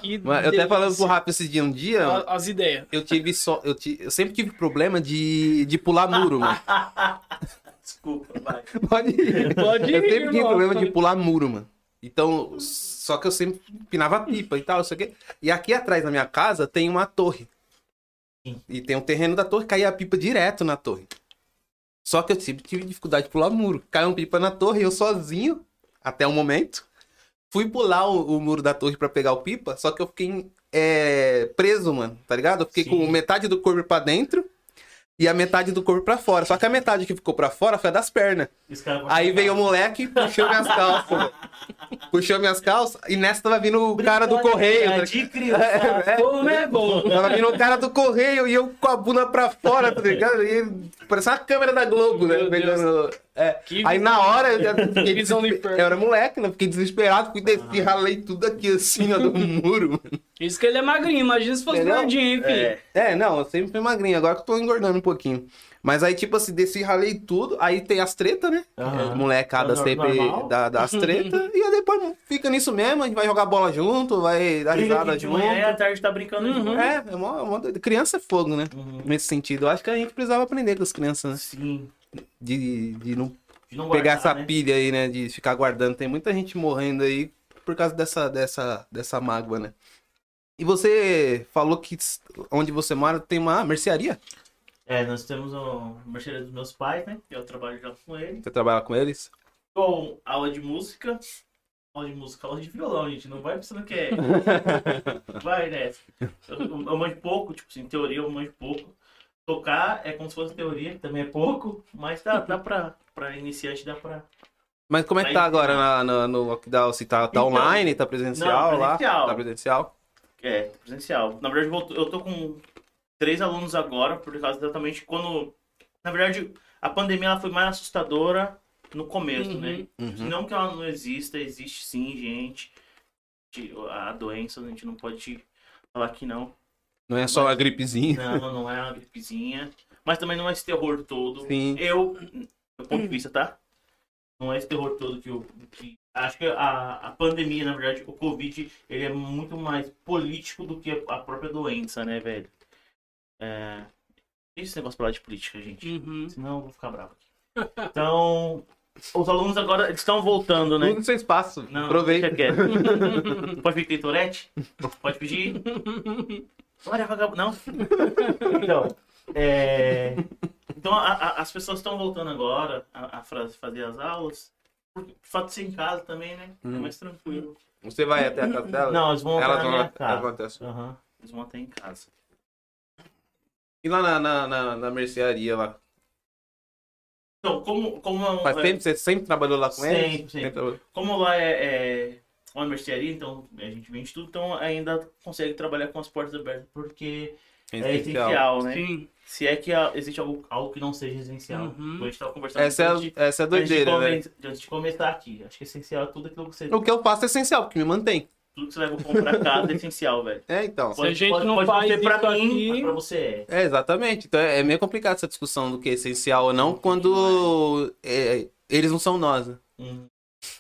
Speaker 1: Que
Speaker 2: Mano, eu até
Speaker 1: delícia.
Speaker 2: falando pro Rafa esse dia, um dia,
Speaker 1: A- As ideias.
Speaker 2: eu tive só. Eu, ti- eu sempre tive problema de, de pular muro, mano.
Speaker 3: Desculpa, vai.
Speaker 2: Pode ir.
Speaker 1: Pode
Speaker 2: Eu
Speaker 1: ir,
Speaker 2: sempre tive
Speaker 1: irmão.
Speaker 2: problema de pular muro, mano. Então, só que eu sempre pinava pipa e tal, não sei o quê. E aqui atrás da minha casa tem uma torre. E tem um terreno da torre, caía a pipa direto na torre. Só que eu sempre tive dificuldade de pular muro. Caiu uma pipa na torre, eu sozinho, até o momento. Fui pular o, o muro da torre pra pegar o pipa, só que eu fiquei é, preso, mano, tá ligado? Eu fiquei
Speaker 3: Sim.
Speaker 2: com metade do corpo pra dentro e a metade do corpo pra fora. Só que a metade que ficou pra fora foi a das pernas.
Speaker 3: Esse cara vai
Speaker 2: Aí
Speaker 3: ficar-
Speaker 2: veio o moleque e puxou minhas calças. mano. puxou minhas calças e nessa tava vindo o cara do correio. tá
Speaker 3: Brincadeira é De
Speaker 2: ligado?
Speaker 3: criança.
Speaker 2: É,
Speaker 1: Como é bom.
Speaker 2: é. Tava vindo o cara do correio e eu com a bunda pra fora, tá ligado? E ele- parecia uma câmera da Globo, né?
Speaker 1: Meu Deus.
Speaker 2: Pegando- é.
Speaker 1: Que
Speaker 2: Aí na hora eu já
Speaker 1: Que
Speaker 2: fiquei
Speaker 1: visão de
Speaker 2: desesper...
Speaker 1: inferno. Ah.
Speaker 2: Eu era moleque, né? Fiquei desesperado, fui descer e ralei tudo aqui assim, ó, do muro. mano.
Speaker 1: Isso que ele é magrinho, imagina se fosse
Speaker 2: Entendeu?
Speaker 1: gordinho, hein, filho?
Speaker 3: É.
Speaker 2: É, não, eu sempre fui magrinho, agora que eu tô engordando um pouquinho. Mas aí, tipo assim, desci, ralei tudo, aí tem as tretas, né?
Speaker 3: Aham.
Speaker 2: molecada
Speaker 3: É nor-
Speaker 2: sempre
Speaker 3: normal.
Speaker 2: dá, dá as tretas. e aí depois fica nisso mesmo, a gente vai jogar bola junto, vai dar
Speaker 3: Briga
Speaker 2: risada
Speaker 3: de manhã e
Speaker 2: junto.
Speaker 3: à tarde tá brincando de novo.
Speaker 2: É, é mó, mó doido. Criança é fogo, né?
Speaker 3: Uhum.
Speaker 2: Nesse sentido, eu acho que a gente precisava aprender com as crianças, né?
Speaker 3: Sim.
Speaker 2: De, de não
Speaker 3: De não
Speaker 2: pegar
Speaker 3: guardar,
Speaker 2: essa
Speaker 3: né?
Speaker 2: pilha aí, né? De ficar guardando. Tem muita gente morrendo aí por causa dessa, dessa, dessa mágoa, né? E você falou que s- onde você mora tem uma mercearia?
Speaker 3: É, nós temos o mercearia dos meus pais, né? Eu trabalho já com ele.
Speaker 2: Você trabalha com eles?
Speaker 3: Com aula de música. Aula de música, aula de violão, gente. Não vai pensando que é. Vai, né? Eu, eu manjo pouco, tipo assim, teoria eu manjo pouco. Tocar é como se fosse teoria, que também é pouco, mas dá, dá pra, pra iniciante, dá pra.
Speaker 2: Mas como é que
Speaker 3: Aí
Speaker 2: tá
Speaker 3: tem
Speaker 2: agora na, na- no lockdown? Se tá, tá
Speaker 3: Então,
Speaker 2: online, tá presencial,
Speaker 3: não, presencial.
Speaker 2: lá? Tá presencial?
Speaker 3: É, presencial. Na verdade, eu vou- eu tô com três alunos agora, por causa exatamente quando. Na verdade, a pandemia ela foi mais assustadora no começo,
Speaker 1: Uhum.
Speaker 3: né?
Speaker 2: Uhum.
Speaker 3: Não que ela não exista, existe sim, gente. Gente, A doença, a gente não pode falar que não.
Speaker 2: Não é só uma gripezinha.
Speaker 3: Não, não é uma gripezinha. Mas também não é esse terror todo.
Speaker 2: Sim. Hum.
Speaker 3: Eu, do ponto de vista, tá? Não é esse terror todo que eu. Que... Acho que a, a pandemia, na verdade, o Covid, ele é muito mais político do que a, a própria doença, né, velho? É. Deixa esse negócio pra lá de política,
Speaker 2: Hum.
Speaker 3: gente.
Speaker 1: Uhum.
Speaker 3: Senão eu vou ficar bravo aqui. Então. Os alunos agora eles estão voltando, né?
Speaker 2: Tudo no seu espaço.
Speaker 3: Não,
Speaker 2: Aproveita.
Speaker 3: deixa quieto. Pode pedir tem Tourette? Pode pedir? Olha, vagabundo. Não. Então, é... então a- a- as pessoas estão voltando agora a, a fra- fazer as aulas. Por o fato de ser em casa também, né? É
Speaker 2: Hum.
Speaker 3: mais tranquilo.
Speaker 2: Você vai até a casa dela?
Speaker 3: Não, eles vão
Speaker 2: Elas
Speaker 3: até na
Speaker 2: vão
Speaker 3: minha
Speaker 2: lá- elas vão
Speaker 3: casa.
Speaker 2: até a sua.
Speaker 3: Aham, Eles vão até em casa.
Speaker 2: E lá na, na, na, na mercearia lá?
Speaker 3: Então, como, como, é um-
Speaker 2: Faz
Speaker 3: é-
Speaker 2: tempo? Você sempre trabalhou lá com
Speaker 3: Sempre,
Speaker 2: eles?
Speaker 3: sempre.
Speaker 2: trabalhou.
Speaker 3: como lá é, é uma mercearia, então a gente vende tudo, então ainda consegue trabalhar com as portas abertas, porque
Speaker 2: É
Speaker 3: é
Speaker 2: essencial.
Speaker 3: essencial, né?
Speaker 1: Sim.
Speaker 3: Se é que a- existe algo, algo que não seja essencial.
Speaker 1: Uhum.
Speaker 3: Então, A gente tava conversando
Speaker 2: Essa é,
Speaker 3: antes de-
Speaker 2: a- essa é a
Speaker 3: antes de
Speaker 2: doideira, né?
Speaker 3: comen- Antes de começar aqui. Acho que essencial é tudo aquilo que você.
Speaker 2: O que eu faço é essencial, porque me mantém.
Speaker 3: Tudo que você leva pra casa é essencial, velho.
Speaker 2: É, então.
Speaker 1: a gente não faz
Speaker 3: ser pra
Speaker 1: isso
Speaker 3: mim,
Speaker 1: aqui-
Speaker 3: mas pra você é.
Speaker 2: É, exatamente. Então é é meio complicado essa discussão do que é essencial ou não, quando é, eles não são nós, né?
Speaker 3: Hum.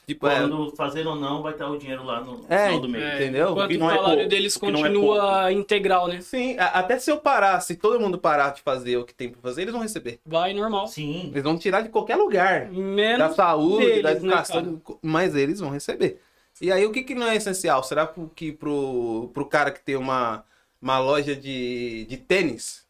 Speaker 2: Tipo, é,
Speaker 3: Quando fazer ou não, vai estar o dinheiro lá no
Speaker 2: É,
Speaker 3: final do mês.
Speaker 1: É,
Speaker 2: Entendeu?
Speaker 1: Enquanto
Speaker 3: O que
Speaker 1: o
Speaker 3: não é
Speaker 1: salário
Speaker 3: pouco,
Speaker 1: deles
Speaker 3: o que não é
Speaker 1: continua integral, né?
Speaker 2: sim, a- até se eu parar, se todo mundo parar de fazer o que tem pra fazer, eles vão receber.
Speaker 1: Vai normal.
Speaker 3: Sim.
Speaker 2: Eles vão tirar de qualquer lugar. da
Speaker 1: Menos.
Speaker 2: saúde, da
Speaker 1: deles, né,
Speaker 2: educação,
Speaker 1: cara?
Speaker 2: co- mas eles vão receber. E aí, o que, que não é essencial? Será pro- que pro, pro cara que tem uma, uma loja de, de tênis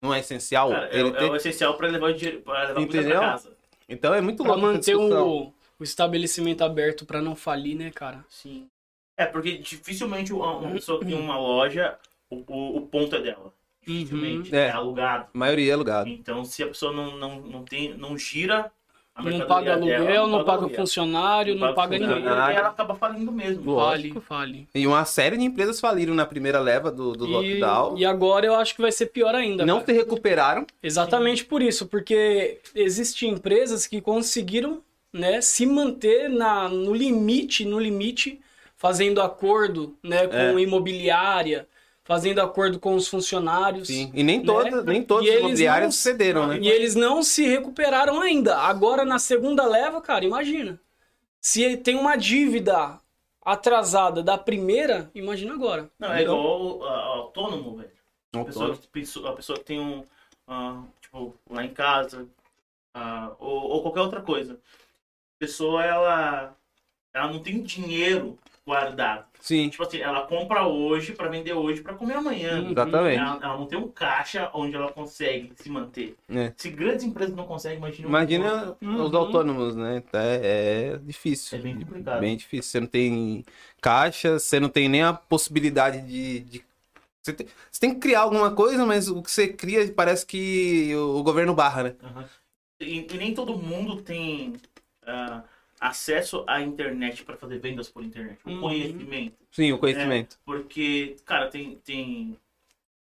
Speaker 2: não é essencial?
Speaker 3: Cara, é,
Speaker 2: ele
Speaker 3: é
Speaker 2: ter-
Speaker 3: o essencial pra levar o dinheiro, pra levar a comida
Speaker 2: Entendeu?
Speaker 3: pra casa.
Speaker 2: Então é muito
Speaker 1: Pra
Speaker 2: louco. essa
Speaker 1: manter
Speaker 2: discussão.
Speaker 1: o, o estabelecimento aberto pra não falir, né, cara?
Speaker 3: Sim. É, porque dificilmente uma, uma pessoa que tem uma loja, o, o, o ponto é
Speaker 1: Uhum.
Speaker 3: dela. Dificilmente.
Speaker 2: Uhum.
Speaker 3: É.
Speaker 2: É.
Speaker 3: alugado.
Speaker 2: A maioria é alugado.
Speaker 3: Então, se a pessoa não, não, não, tem, não gira a mercadoria é
Speaker 1: Não paga
Speaker 3: dela,
Speaker 1: aluguel, não paga
Speaker 3: aluguel.
Speaker 1: funcionário, não paga
Speaker 3: funcionário,
Speaker 1: ninguém.
Speaker 2: funcionário.
Speaker 3: E ela acaba falindo mesmo.
Speaker 1: Fale, fale.
Speaker 2: E uma série de empresas faliram na primeira leva do, do
Speaker 1: E,
Speaker 2: lockdown.
Speaker 1: e agora eu acho que vai ser pior ainda.
Speaker 2: não
Speaker 1: cara.
Speaker 2: se recuperaram.
Speaker 1: Exatamente por isso, porque existem empresas que conseguiram né, se manter na, no limite, no limite, fazendo acordo né, com
Speaker 2: É.
Speaker 1: imobiliária, fazendo acordo com os funcionários.
Speaker 2: Sim. E nem todas, nem todas
Speaker 1: Né? E
Speaker 2: as
Speaker 1: eles
Speaker 2: imobiliárias
Speaker 1: não-
Speaker 2: cederam, né?
Speaker 1: E eles não se recuperaram ainda. Agora, na segunda leva, cara, imagina. Se ele tem uma dívida atrasada da primeira, imagina agora.
Speaker 3: Não, é
Speaker 2: Então-
Speaker 3: igual a- a autônomo, velho. A pessoa,
Speaker 2: Autônomo.
Speaker 3: que- pessoa- a pessoa que tem um. ah, tipo, lá em casa. ah, ou, ou qualquer outra coisa. A pessoa, ela. Ela não tem dinheiro guardado.
Speaker 2: Sim,
Speaker 3: Tipo assim, ela compra hoje pra vender hoje pra comer amanhã.
Speaker 1: Uhum.
Speaker 2: exatamente.
Speaker 3: Ela, ela não tem um caixa onde ela consegue se manter.
Speaker 2: É.
Speaker 3: Se grandes empresas não conseguem, imagina. um-
Speaker 2: Imagina
Speaker 1: Uhum.
Speaker 2: os autônomos, né? Tá, É, é difícil.
Speaker 3: É bem complicado.
Speaker 2: Bem difícil. Você não tem caixa, você não tem nem a possibilidade de. de- Você, tem, você tem que criar alguma coisa, mas o que você cria parece que o, o governo barra, né?
Speaker 3: Aham. E, e nem todo mundo tem ah, acesso à internet pra fazer vendas por internet. O
Speaker 1: Uhum.
Speaker 3: conhecimento.
Speaker 2: Sim, o conhecimento.
Speaker 3: Porque, cara, tem, tem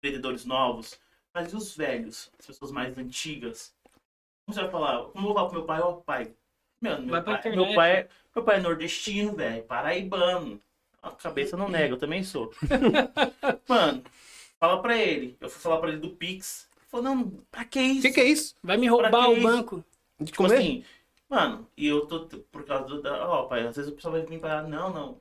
Speaker 3: vendedores novos, mas e os velhos? As pessoas mais antigas? Como você vai falar? Como eu vou falar pro meu pai? Ó, pai. Meu, meu,
Speaker 1: Vai pra
Speaker 3: pai,
Speaker 1: internet.
Speaker 3: meu, pai é, meu pai é nordestino, velho. Paraibano. A cabeça não nega, eu também sou. Mano, fala pra ele. Eu fui falar pra ele do Pix. Ele falou, não, pra que
Speaker 2: O
Speaker 3: isso?
Speaker 2: que, que é isso?
Speaker 1: Vai me
Speaker 3: Pra
Speaker 1: roubar
Speaker 3: que
Speaker 1: o
Speaker 3: isso?
Speaker 1: banco.
Speaker 2: De
Speaker 3: Tipo
Speaker 2: comer?
Speaker 3: assim, mano, e eu tô t- por causa do. da- Ó, pai, às vezes o pessoal vai vir parar, não, não.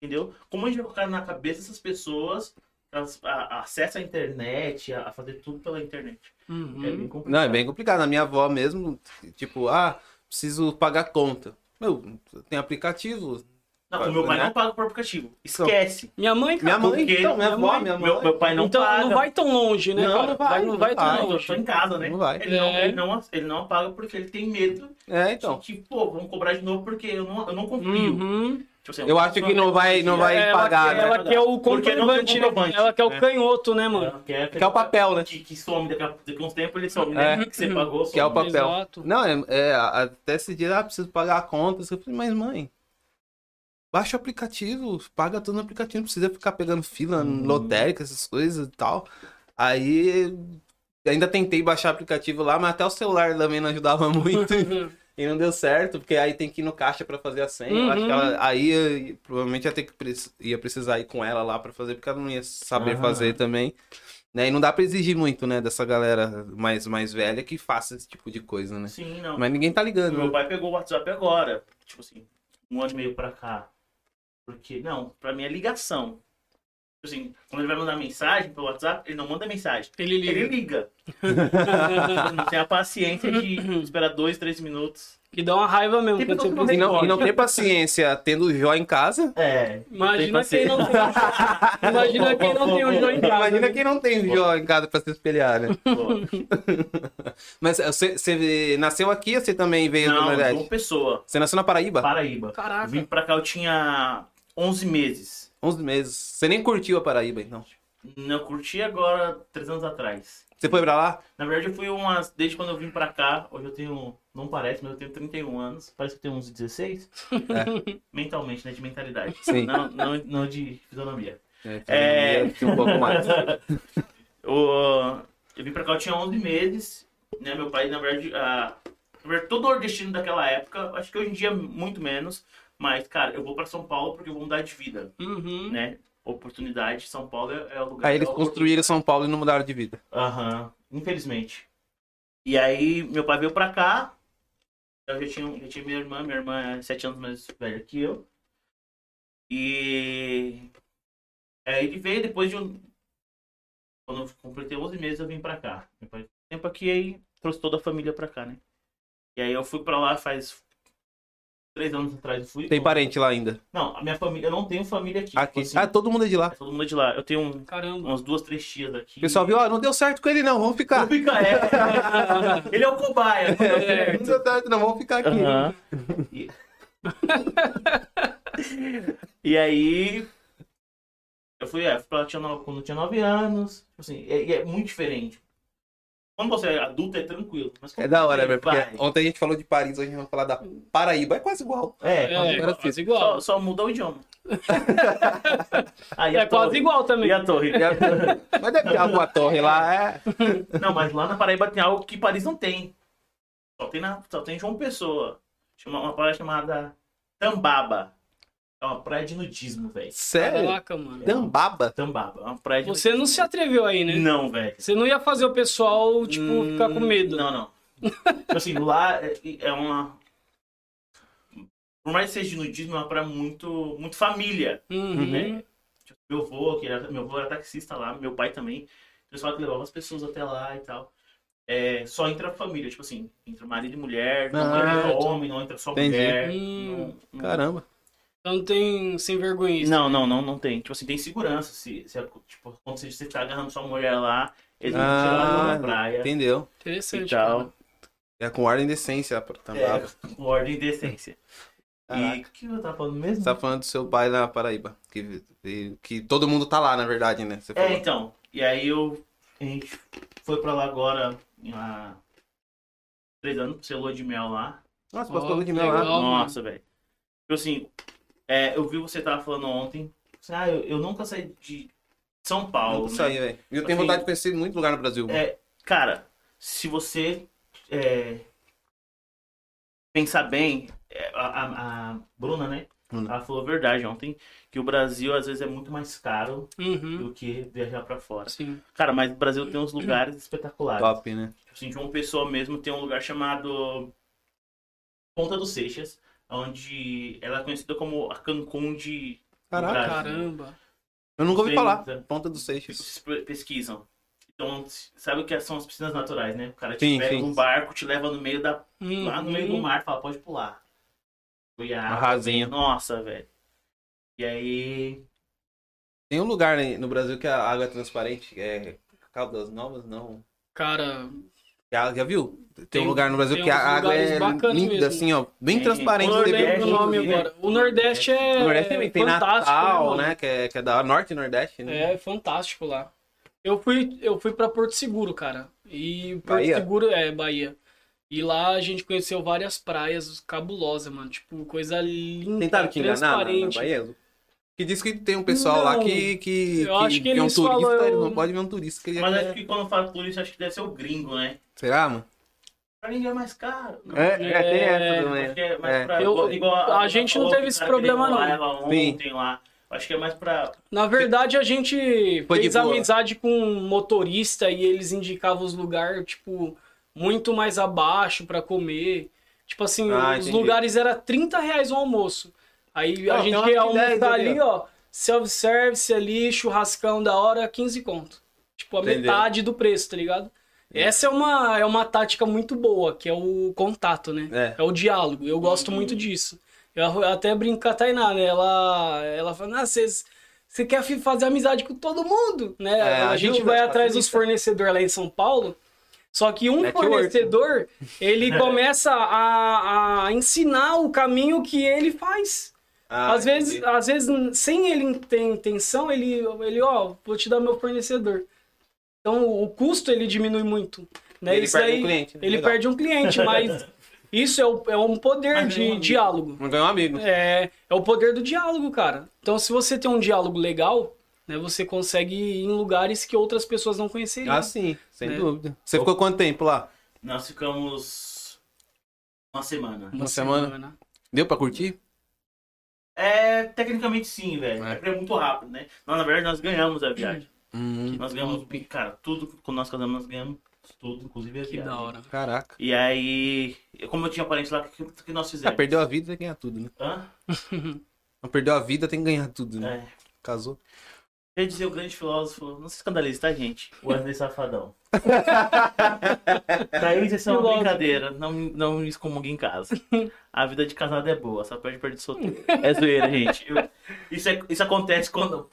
Speaker 3: Entendeu? Como a gente vai colocar na cabeça dessas pessoas elas, a, a- acesso à internet, a, a fazer tudo pela internet? É
Speaker 1: Uhum.
Speaker 3: bem complicado.
Speaker 2: Não, é bem complicado. Na minha avó mesmo, tipo, ah, preciso pagar conta. Meu, tem aplicativo.
Speaker 3: Não, o meu pai
Speaker 2: né?
Speaker 3: não paga por aplicativo. Esquece.
Speaker 1: Minha mãe, cara.
Speaker 2: Minha Então, mãe,
Speaker 3: porque
Speaker 2: então, minha
Speaker 1: minha
Speaker 2: avó,
Speaker 1: mãe-
Speaker 2: minha mãe.
Speaker 3: Meu, meu pai não
Speaker 1: então
Speaker 3: paga.
Speaker 1: não vai tão longe, né,
Speaker 2: Não,
Speaker 1: cara?
Speaker 2: não vai,
Speaker 1: não
Speaker 2: não
Speaker 1: vai tão
Speaker 2: vai.
Speaker 3: eu
Speaker 1: longe.
Speaker 3: tô em casa, né?
Speaker 2: Não vai.
Speaker 3: Ele, não,
Speaker 1: É.
Speaker 3: ele, não, ele não paga porque ele tem medo
Speaker 2: É, então.
Speaker 3: de, tipo, pô, vamos cobrar de novo porque eu não, eu não confio.
Speaker 1: Uhum.
Speaker 3: Tipo assim,
Speaker 2: Eu acho que não vai, não vai
Speaker 1: É, ela
Speaker 2: pagar,
Speaker 1: quer-
Speaker 2: né?
Speaker 1: Ela quer o
Speaker 3: Porque não tem
Speaker 1: comprovante, né?
Speaker 3: comprovante.
Speaker 1: Ela quer o
Speaker 2: É.
Speaker 1: canhoto, né, mano?
Speaker 3: Ela quer-
Speaker 2: Quer o papel, né?
Speaker 3: que, que some daqui a, daqui a uns tempos, ele some,
Speaker 2: É.
Speaker 3: né? Que você pagou, some.
Speaker 2: Que é o papel.
Speaker 1: Exato.
Speaker 2: Não, é, é, a- até esse dia, ah, preciso pagar a conta. Eu falei, mas mãe, baixa o aplicativo, paga tudo no aplicativo, não precisa ficar pegando fila
Speaker 3: Uhum.
Speaker 2: lotérica, essas coisas e tal. Aí ainda tentei baixar o aplicativo lá, mas até o celular também não ajudava muito e não deu certo, porque aí tem que ir no caixa pra fazer a senha. Eu acho que ela- aí eu- provavelmente ia, ter que, pre- ia precisar ir com ela lá pra fazer, porque ela não ia saber
Speaker 3: Ah.
Speaker 2: fazer também. Né? E não dá pra exigir muito, né, dessa galera mais, mais velha que faça esse tipo de coisa, né?
Speaker 3: Sim, não.
Speaker 2: Mas ninguém tá ligando.
Speaker 3: Meu pai pegou o WhatsApp agora, tipo assim, um ano e meio pra cá. Porque, não, pra mim é ligação. Tipo assim, quando ele vai mandar mensagem pelo WhatsApp, ele não manda mensagem.
Speaker 1: Ele
Speaker 3: Ele
Speaker 1: liga.
Speaker 3: liga. Tipo, Ele não tem a paciência de esperar dois, três minutos.
Speaker 1: Que dá uma raiva mesmo.
Speaker 3: Tem
Speaker 1: quando
Speaker 3: pessoa
Speaker 1: você
Speaker 3: que não
Speaker 2: E
Speaker 1: pensa-
Speaker 2: não, e não ter paciência tendo o Jó em casa.
Speaker 3: É.
Speaker 1: Imagina
Speaker 3: tem
Speaker 1: quem não tem. Imagina quem não tem um Jó em casa.
Speaker 2: Imagina
Speaker 1: né?
Speaker 2: quem não tem o Jó em casa pra se espelhar, né? Mas eh, você, você nasceu aqui ou você também veio do
Speaker 3: Não,
Speaker 2: Nordeste?
Speaker 3: João Pessoa,
Speaker 2: Você nasceu na Paraíba?
Speaker 3: Paraíba. Eu
Speaker 1: Caraca.
Speaker 3: vim pra cá, eu tinha 11 meses.
Speaker 2: 11 meses. Você nem curtiu a Paraíba, então.
Speaker 3: Não, curti agora, três anos atrás.
Speaker 2: Você foi pra lá?
Speaker 3: Na verdade, eu fui umas. Desde quando eu vim pra cá, hoje eu tenho. Não parece, mas eu tenho 31 anos. Parece que eu tenho uns 16. Mentalmente, né? De mentalidade.
Speaker 2: É. Sim.
Speaker 3: Não, não, não de fisionomia. É.
Speaker 2: É, é... um pouco mais.
Speaker 3: Eu, eu vim pra cá, eu tinha 11 meses. Né? Meu pai, na verdade. ah, na verdade, todo nordestino daquela época, acho que hoje em dia muito menos. Mas, cara, eu vou pra São Paulo porque eu vou mudar de vida,
Speaker 1: Uhum.
Speaker 3: né? Oportunidade, São Paulo é, é o lugar.
Speaker 2: Hum. Aí eles
Speaker 3: é a
Speaker 2: construíram São Paulo e não mudaram de vida.
Speaker 3: Aham, infelizmente. E aí, meu pai veio pra cá, Eu já tinha, já tinha minha irmã, minha irmã é sete anos mais velha que eu. E é, ele veio depois de um. Quando eu completei 11 meses, eu vim pra cá. Meu pai ficou um tempo aqui aí trouxe toda a família pra cá, né? E aí eu fui pra lá faz três anos atrás. eu Fui,
Speaker 2: Tem parente lá ainda.
Speaker 3: Não, a minha família, eu não tenho família aqui.
Speaker 2: Aqui.
Speaker 3: Assim,
Speaker 2: Ah, todo mundo é de lá.
Speaker 3: é todo mundo de lá. Eu tenho um-
Speaker 1: Caramba.
Speaker 3: umas duas, três tias aqui.
Speaker 2: O pessoal viu, ó, não deu certo com ele não, vamos
Speaker 3: Não
Speaker 2: ficar.
Speaker 3: fica, é. Ele é o cobaia. quando eu
Speaker 1: É.
Speaker 2: Não deu certo não, vamos ficar aqui.
Speaker 3: Aham. E... E aí. Eu fui, é, fui pra lá tinha nove- quando eu tinha 9 anos. Tipo Assim, é, e é muito diferente. Quando você é adulto, é tranquilo. Mas quando
Speaker 2: É da hora,
Speaker 3: você
Speaker 2: velho, porque
Speaker 3: vai-
Speaker 2: ontem a gente falou de Paris, hoje a gente vai falar da Paraíba, é quase igual.
Speaker 3: É,
Speaker 1: É, é
Speaker 3: quase igual.
Speaker 2: agora
Speaker 1: quase
Speaker 3: Só,
Speaker 1: igual.
Speaker 3: só muda o idioma. Aí
Speaker 1: É quase igual também.
Speaker 3: E a torre?
Speaker 2: E a- Mas deve ter alguma torre lá, é.
Speaker 3: Não, mas lá na Paraíba tem algo que Paris não tem. Só tem, na, só tem João Pessoa. Chama, uma praia chamada Tambaba. É uma praia de nudismo, velho.
Speaker 2: Sério?
Speaker 1: Caraca, mano.
Speaker 2: Dambaba.
Speaker 3: Tambaba. É uma praia de
Speaker 1: Você não se atreveu aí, né?
Speaker 3: Não, velho. Hum,
Speaker 1: Você não ia fazer o pessoal, tipo, ficar com medo.
Speaker 3: Não, não. Tipo assim, lá é, é uma. Por mais que seja de nudismo, é uma praia muito, muito família.
Speaker 1: Uhum.
Speaker 3: Tipo, meu avô, que era, meu avô era taxista lá, meu pai também. O pessoal que levava as pessoas até lá e tal. É, só entra a família, tipo assim, entra marido e mulher, não
Speaker 2: Ah,
Speaker 3: entra homem, não entra só
Speaker 2: entendi.
Speaker 3: mulher.
Speaker 1: Hum.
Speaker 3: não- não-
Speaker 2: Caramba.
Speaker 1: Então não tem sem vergonha.
Speaker 3: Não, não, não, não tem. Tipo assim, tem segurança. Se, se, tipo, quando você, você tá agarrando sua mulher lá, eles vão te levar
Speaker 2: Ah,
Speaker 3: na praia.
Speaker 2: entendeu.
Speaker 1: Interessante.
Speaker 3: E tchau.
Speaker 2: É com ordem de essência pra Dambaba.
Speaker 3: É, com ordem e decência.
Speaker 2: Tá Caraca.
Speaker 3: É, E o que eu tava falando mesmo?
Speaker 2: Você tá falando do seu pai na Paraíba. Que, que, que todo mundo tá lá, na verdade, né? Você
Speaker 3: É,
Speaker 2: falou.
Speaker 3: então. E aí eu. A gente foi pra lá agora há três anos, pra ser lua de mel lá.
Speaker 2: Nossa,
Speaker 1: Ó,
Speaker 2: passou tudo de
Speaker 1: que
Speaker 2: mel lá.
Speaker 1: legal. mano.
Speaker 3: Nossa, velho. Tipo assim, é, eu vi você tava falando ontem. assim, Ah, eu, eu nunca saí de São Paulo.
Speaker 2: Nunca
Speaker 3: né?
Speaker 2: saí, velho. E eu tenho
Speaker 3: Assim,
Speaker 2: vontade de conhecer muito lugar no Brasil. mano.
Speaker 3: É, cara, se você é, pensar bem, é, a, a- a Bruna, né?
Speaker 2: Bruna.
Speaker 3: Ela falou a verdade ontem, que o Brasil às vezes é muito mais caro
Speaker 1: Uhum.
Speaker 3: do que viajar pra fora.
Speaker 1: Sim.
Speaker 3: Cara, mas o Brasil tem uns lugares espetaculares.
Speaker 2: Top, né?
Speaker 3: Tipo assim, João Pessoa mesmo tem um lugar chamado Ponta dos Seixas, onde ela é conhecida como a Cancún de...
Speaker 2: Caraca.
Speaker 3: Brasil.
Speaker 1: Caramba.
Speaker 2: Eu nunca ouvi
Speaker 3: Tem-
Speaker 2: falar. Ponta dos Seixas.
Speaker 3: Vocês pe- Tipo, pesquisam. Então, sabe o que são as piscinas naturais, né? O cara te
Speaker 2: Sim,
Speaker 3: pega
Speaker 2: sim.
Speaker 3: um barco, te leva no meio da lá no
Speaker 1: Uhum.
Speaker 3: meio do mar, fala, pode pular. E a-
Speaker 2: Arrasinho.
Speaker 3: Nossa, velho. E aí.
Speaker 2: Tem um lugar né, no Brasil que a água é transparente. É Caldas Novas, não.
Speaker 1: Cara,
Speaker 2: Já, já viu? Tem, um
Speaker 1: Tem-
Speaker 2: lugar no Brasil
Speaker 1: tem
Speaker 2: que a
Speaker 1: uns
Speaker 2: água
Speaker 1: lugares
Speaker 2: é
Speaker 1: bacanas
Speaker 2: límpida,
Speaker 1: mesmo.
Speaker 2: assim, ó. Bem
Speaker 3: Tem.
Speaker 2: transparente.
Speaker 1: eu não
Speaker 2: você vê
Speaker 1: lembro o
Speaker 2: bem-
Speaker 1: nome
Speaker 3: inclusive, né?
Speaker 1: agora. O Nordeste é.
Speaker 2: No Nordeste também tem
Speaker 1: fantástico,
Speaker 2: Natal,
Speaker 1: mano?
Speaker 2: né? Que é, que é da hora. Norte e Nordeste, né?
Speaker 1: É fantástico lá. Eu fui, eu fui para Porto Seguro, cara. E Porto
Speaker 2: Bahia?
Speaker 1: Seguro é Bahia. E lá a gente conheceu várias praias cabulosas, mano. Tipo, coisa linda,
Speaker 2: Tentaram te enganar na, na
Speaker 1: é transparente.
Speaker 2: Bahia? Que diz que tem um pessoal lá
Speaker 1: Não.
Speaker 2: que, que,
Speaker 1: Eu acho que
Speaker 2: vê um
Speaker 1: eles
Speaker 2: turista,
Speaker 1: falam-
Speaker 2: ele não pode ver um turista. Que ele
Speaker 3: Mas
Speaker 2: quer-
Speaker 3: acho que quando fala turista, acho que deve ser o gringo, né?
Speaker 2: Será, mano?
Speaker 3: Pra ninguém é mais caro. Não,
Speaker 1: é, tem essa
Speaker 3: Acho que é mais
Speaker 2: É.
Speaker 3: pra.
Speaker 1: Eu- a
Speaker 3: Bruna
Speaker 1: gente
Speaker 3: falou
Speaker 1: não teve
Speaker 3: que o
Speaker 1: esse
Speaker 3: cara queria
Speaker 1: problema,
Speaker 3: rolar
Speaker 1: não.
Speaker 3: Ela
Speaker 2: Sim.
Speaker 3: ontem lá. Acho que é mais pra.
Speaker 1: Na verdade, a gente
Speaker 2: Foi de
Speaker 1: fez
Speaker 2: boa.
Speaker 1: amizade com um motorista e eles indicavam os lugares, tipo, muito mais abaixo pra comer. Tipo assim,
Speaker 2: Ah,
Speaker 1: os
Speaker 2: entendi.
Speaker 1: lugares era 30 reais o almoço. Aí
Speaker 2: Ó,
Speaker 1: a
Speaker 2: tem
Speaker 1: gente
Speaker 2: uma
Speaker 1: queria
Speaker 2: F10
Speaker 1: almoçar
Speaker 2: ali,
Speaker 1: ali, ó. Self-service ali, churrascão da hora, 15 conto. Tipo, a
Speaker 2: Entendeu.
Speaker 1: metade do preço, tá ligado? Essa é uma, é uma tática muito boa, que é o contato, né?
Speaker 2: É.
Speaker 1: É o diálogo. Eu gosto
Speaker 3: Uhum.
Speaker 1: muito disso. Eu até brinco com a Tainá, né? Ela, ela fala, ah, vocês. Você quer fi- fazer amizade com todo mundo, né?
Speaker 2: É,
Speaker 1: a
Speaker 2: ajuda,
Speaker 1: gente vai atrás dos
Speaker 2: facilita.
Speaker 1: fornecedores lá em São Paulo. Só que um
Speaker 2: Network. É.
Speaker 1: fornecedor, ele começa a, a ensinar o caminho que ele faz.
Speaker 2: Ah,
Speaker 1: às, vezes, às vezes, sem ele ter intenção, ele, ele, ó, vou te dar meu fornecedor. Então, o custo, ele diminui muito. Né?
Speaker 2: Ele
Speaker 1: Isso
Speaker 2: perde
Speaker 1: aí-
Speaker 2: um cliente.
Speaker 1: Ele
Speaker 2: Legal.
Speaker 1: perde um cliente, mas isso é, o- é um poder
Speaker 3: Mas ganhou um
Speaker 1: de
Speaker 3: amigo.
Speaker 1: diálogo.
Speaker 2: Não ganhou um amigo.
Speaker 1: É, é o poder do diálogo, cara. Então, se você tem um diálogo legal, né, você consegue ir em lugares que outras pessoas não conheceriam.
Speaker 2: Ah, sim, sem
Speaker 1: É.
Speaker 2: dúvida. Você ficou quanto tempo lá?
Speaker 3: Nós ficamos. Uma semana.
Speaker 2: uma semana. Deu pra curtir?
Speaker 3: É, tecnicamente sim, velho.
Speaker 2: É.
Speaker 3: É. porque é muito rápido, né? Nós, na verdade, nós ganhamos a viagem.
Speaker 2: Hum.
Speaker 3: Nós ganhamos, cara, tudo que- quando nós casamos, nós ganhamos pratos, tudo, inclusive a
Speaker 1: Que
Speaker 3: viagem.
Speaker 1: da hora.
Speaker 2: Caraca.
Speaker 3: E aí, eu- como eu tinha parente lá, o que, o que nós
Speaker 2: Ah,
Speaker 3: fizemos?
Speaker 2: perdeu a vida, tem que ganhar tudo, né?
Speaker 3: Hã?
Speaker 2: Não perdeu a vida, tem que ganhar tudo, né?
Speaker 3: É.
Speaker 2: Casou.
Speaker 3: Quer dizer, o grande filósofo, não se escandalize, tá, gente? O Wesley Safadão. Daí isso é uma
Speaker 1: Filósofo.
Speaker 3: brincadeira, não, não me excomungue em casa. A vida de casado é boa, só perde perder solteiro. É zoeira, gente. Eu- isso, é- isso acontece quando...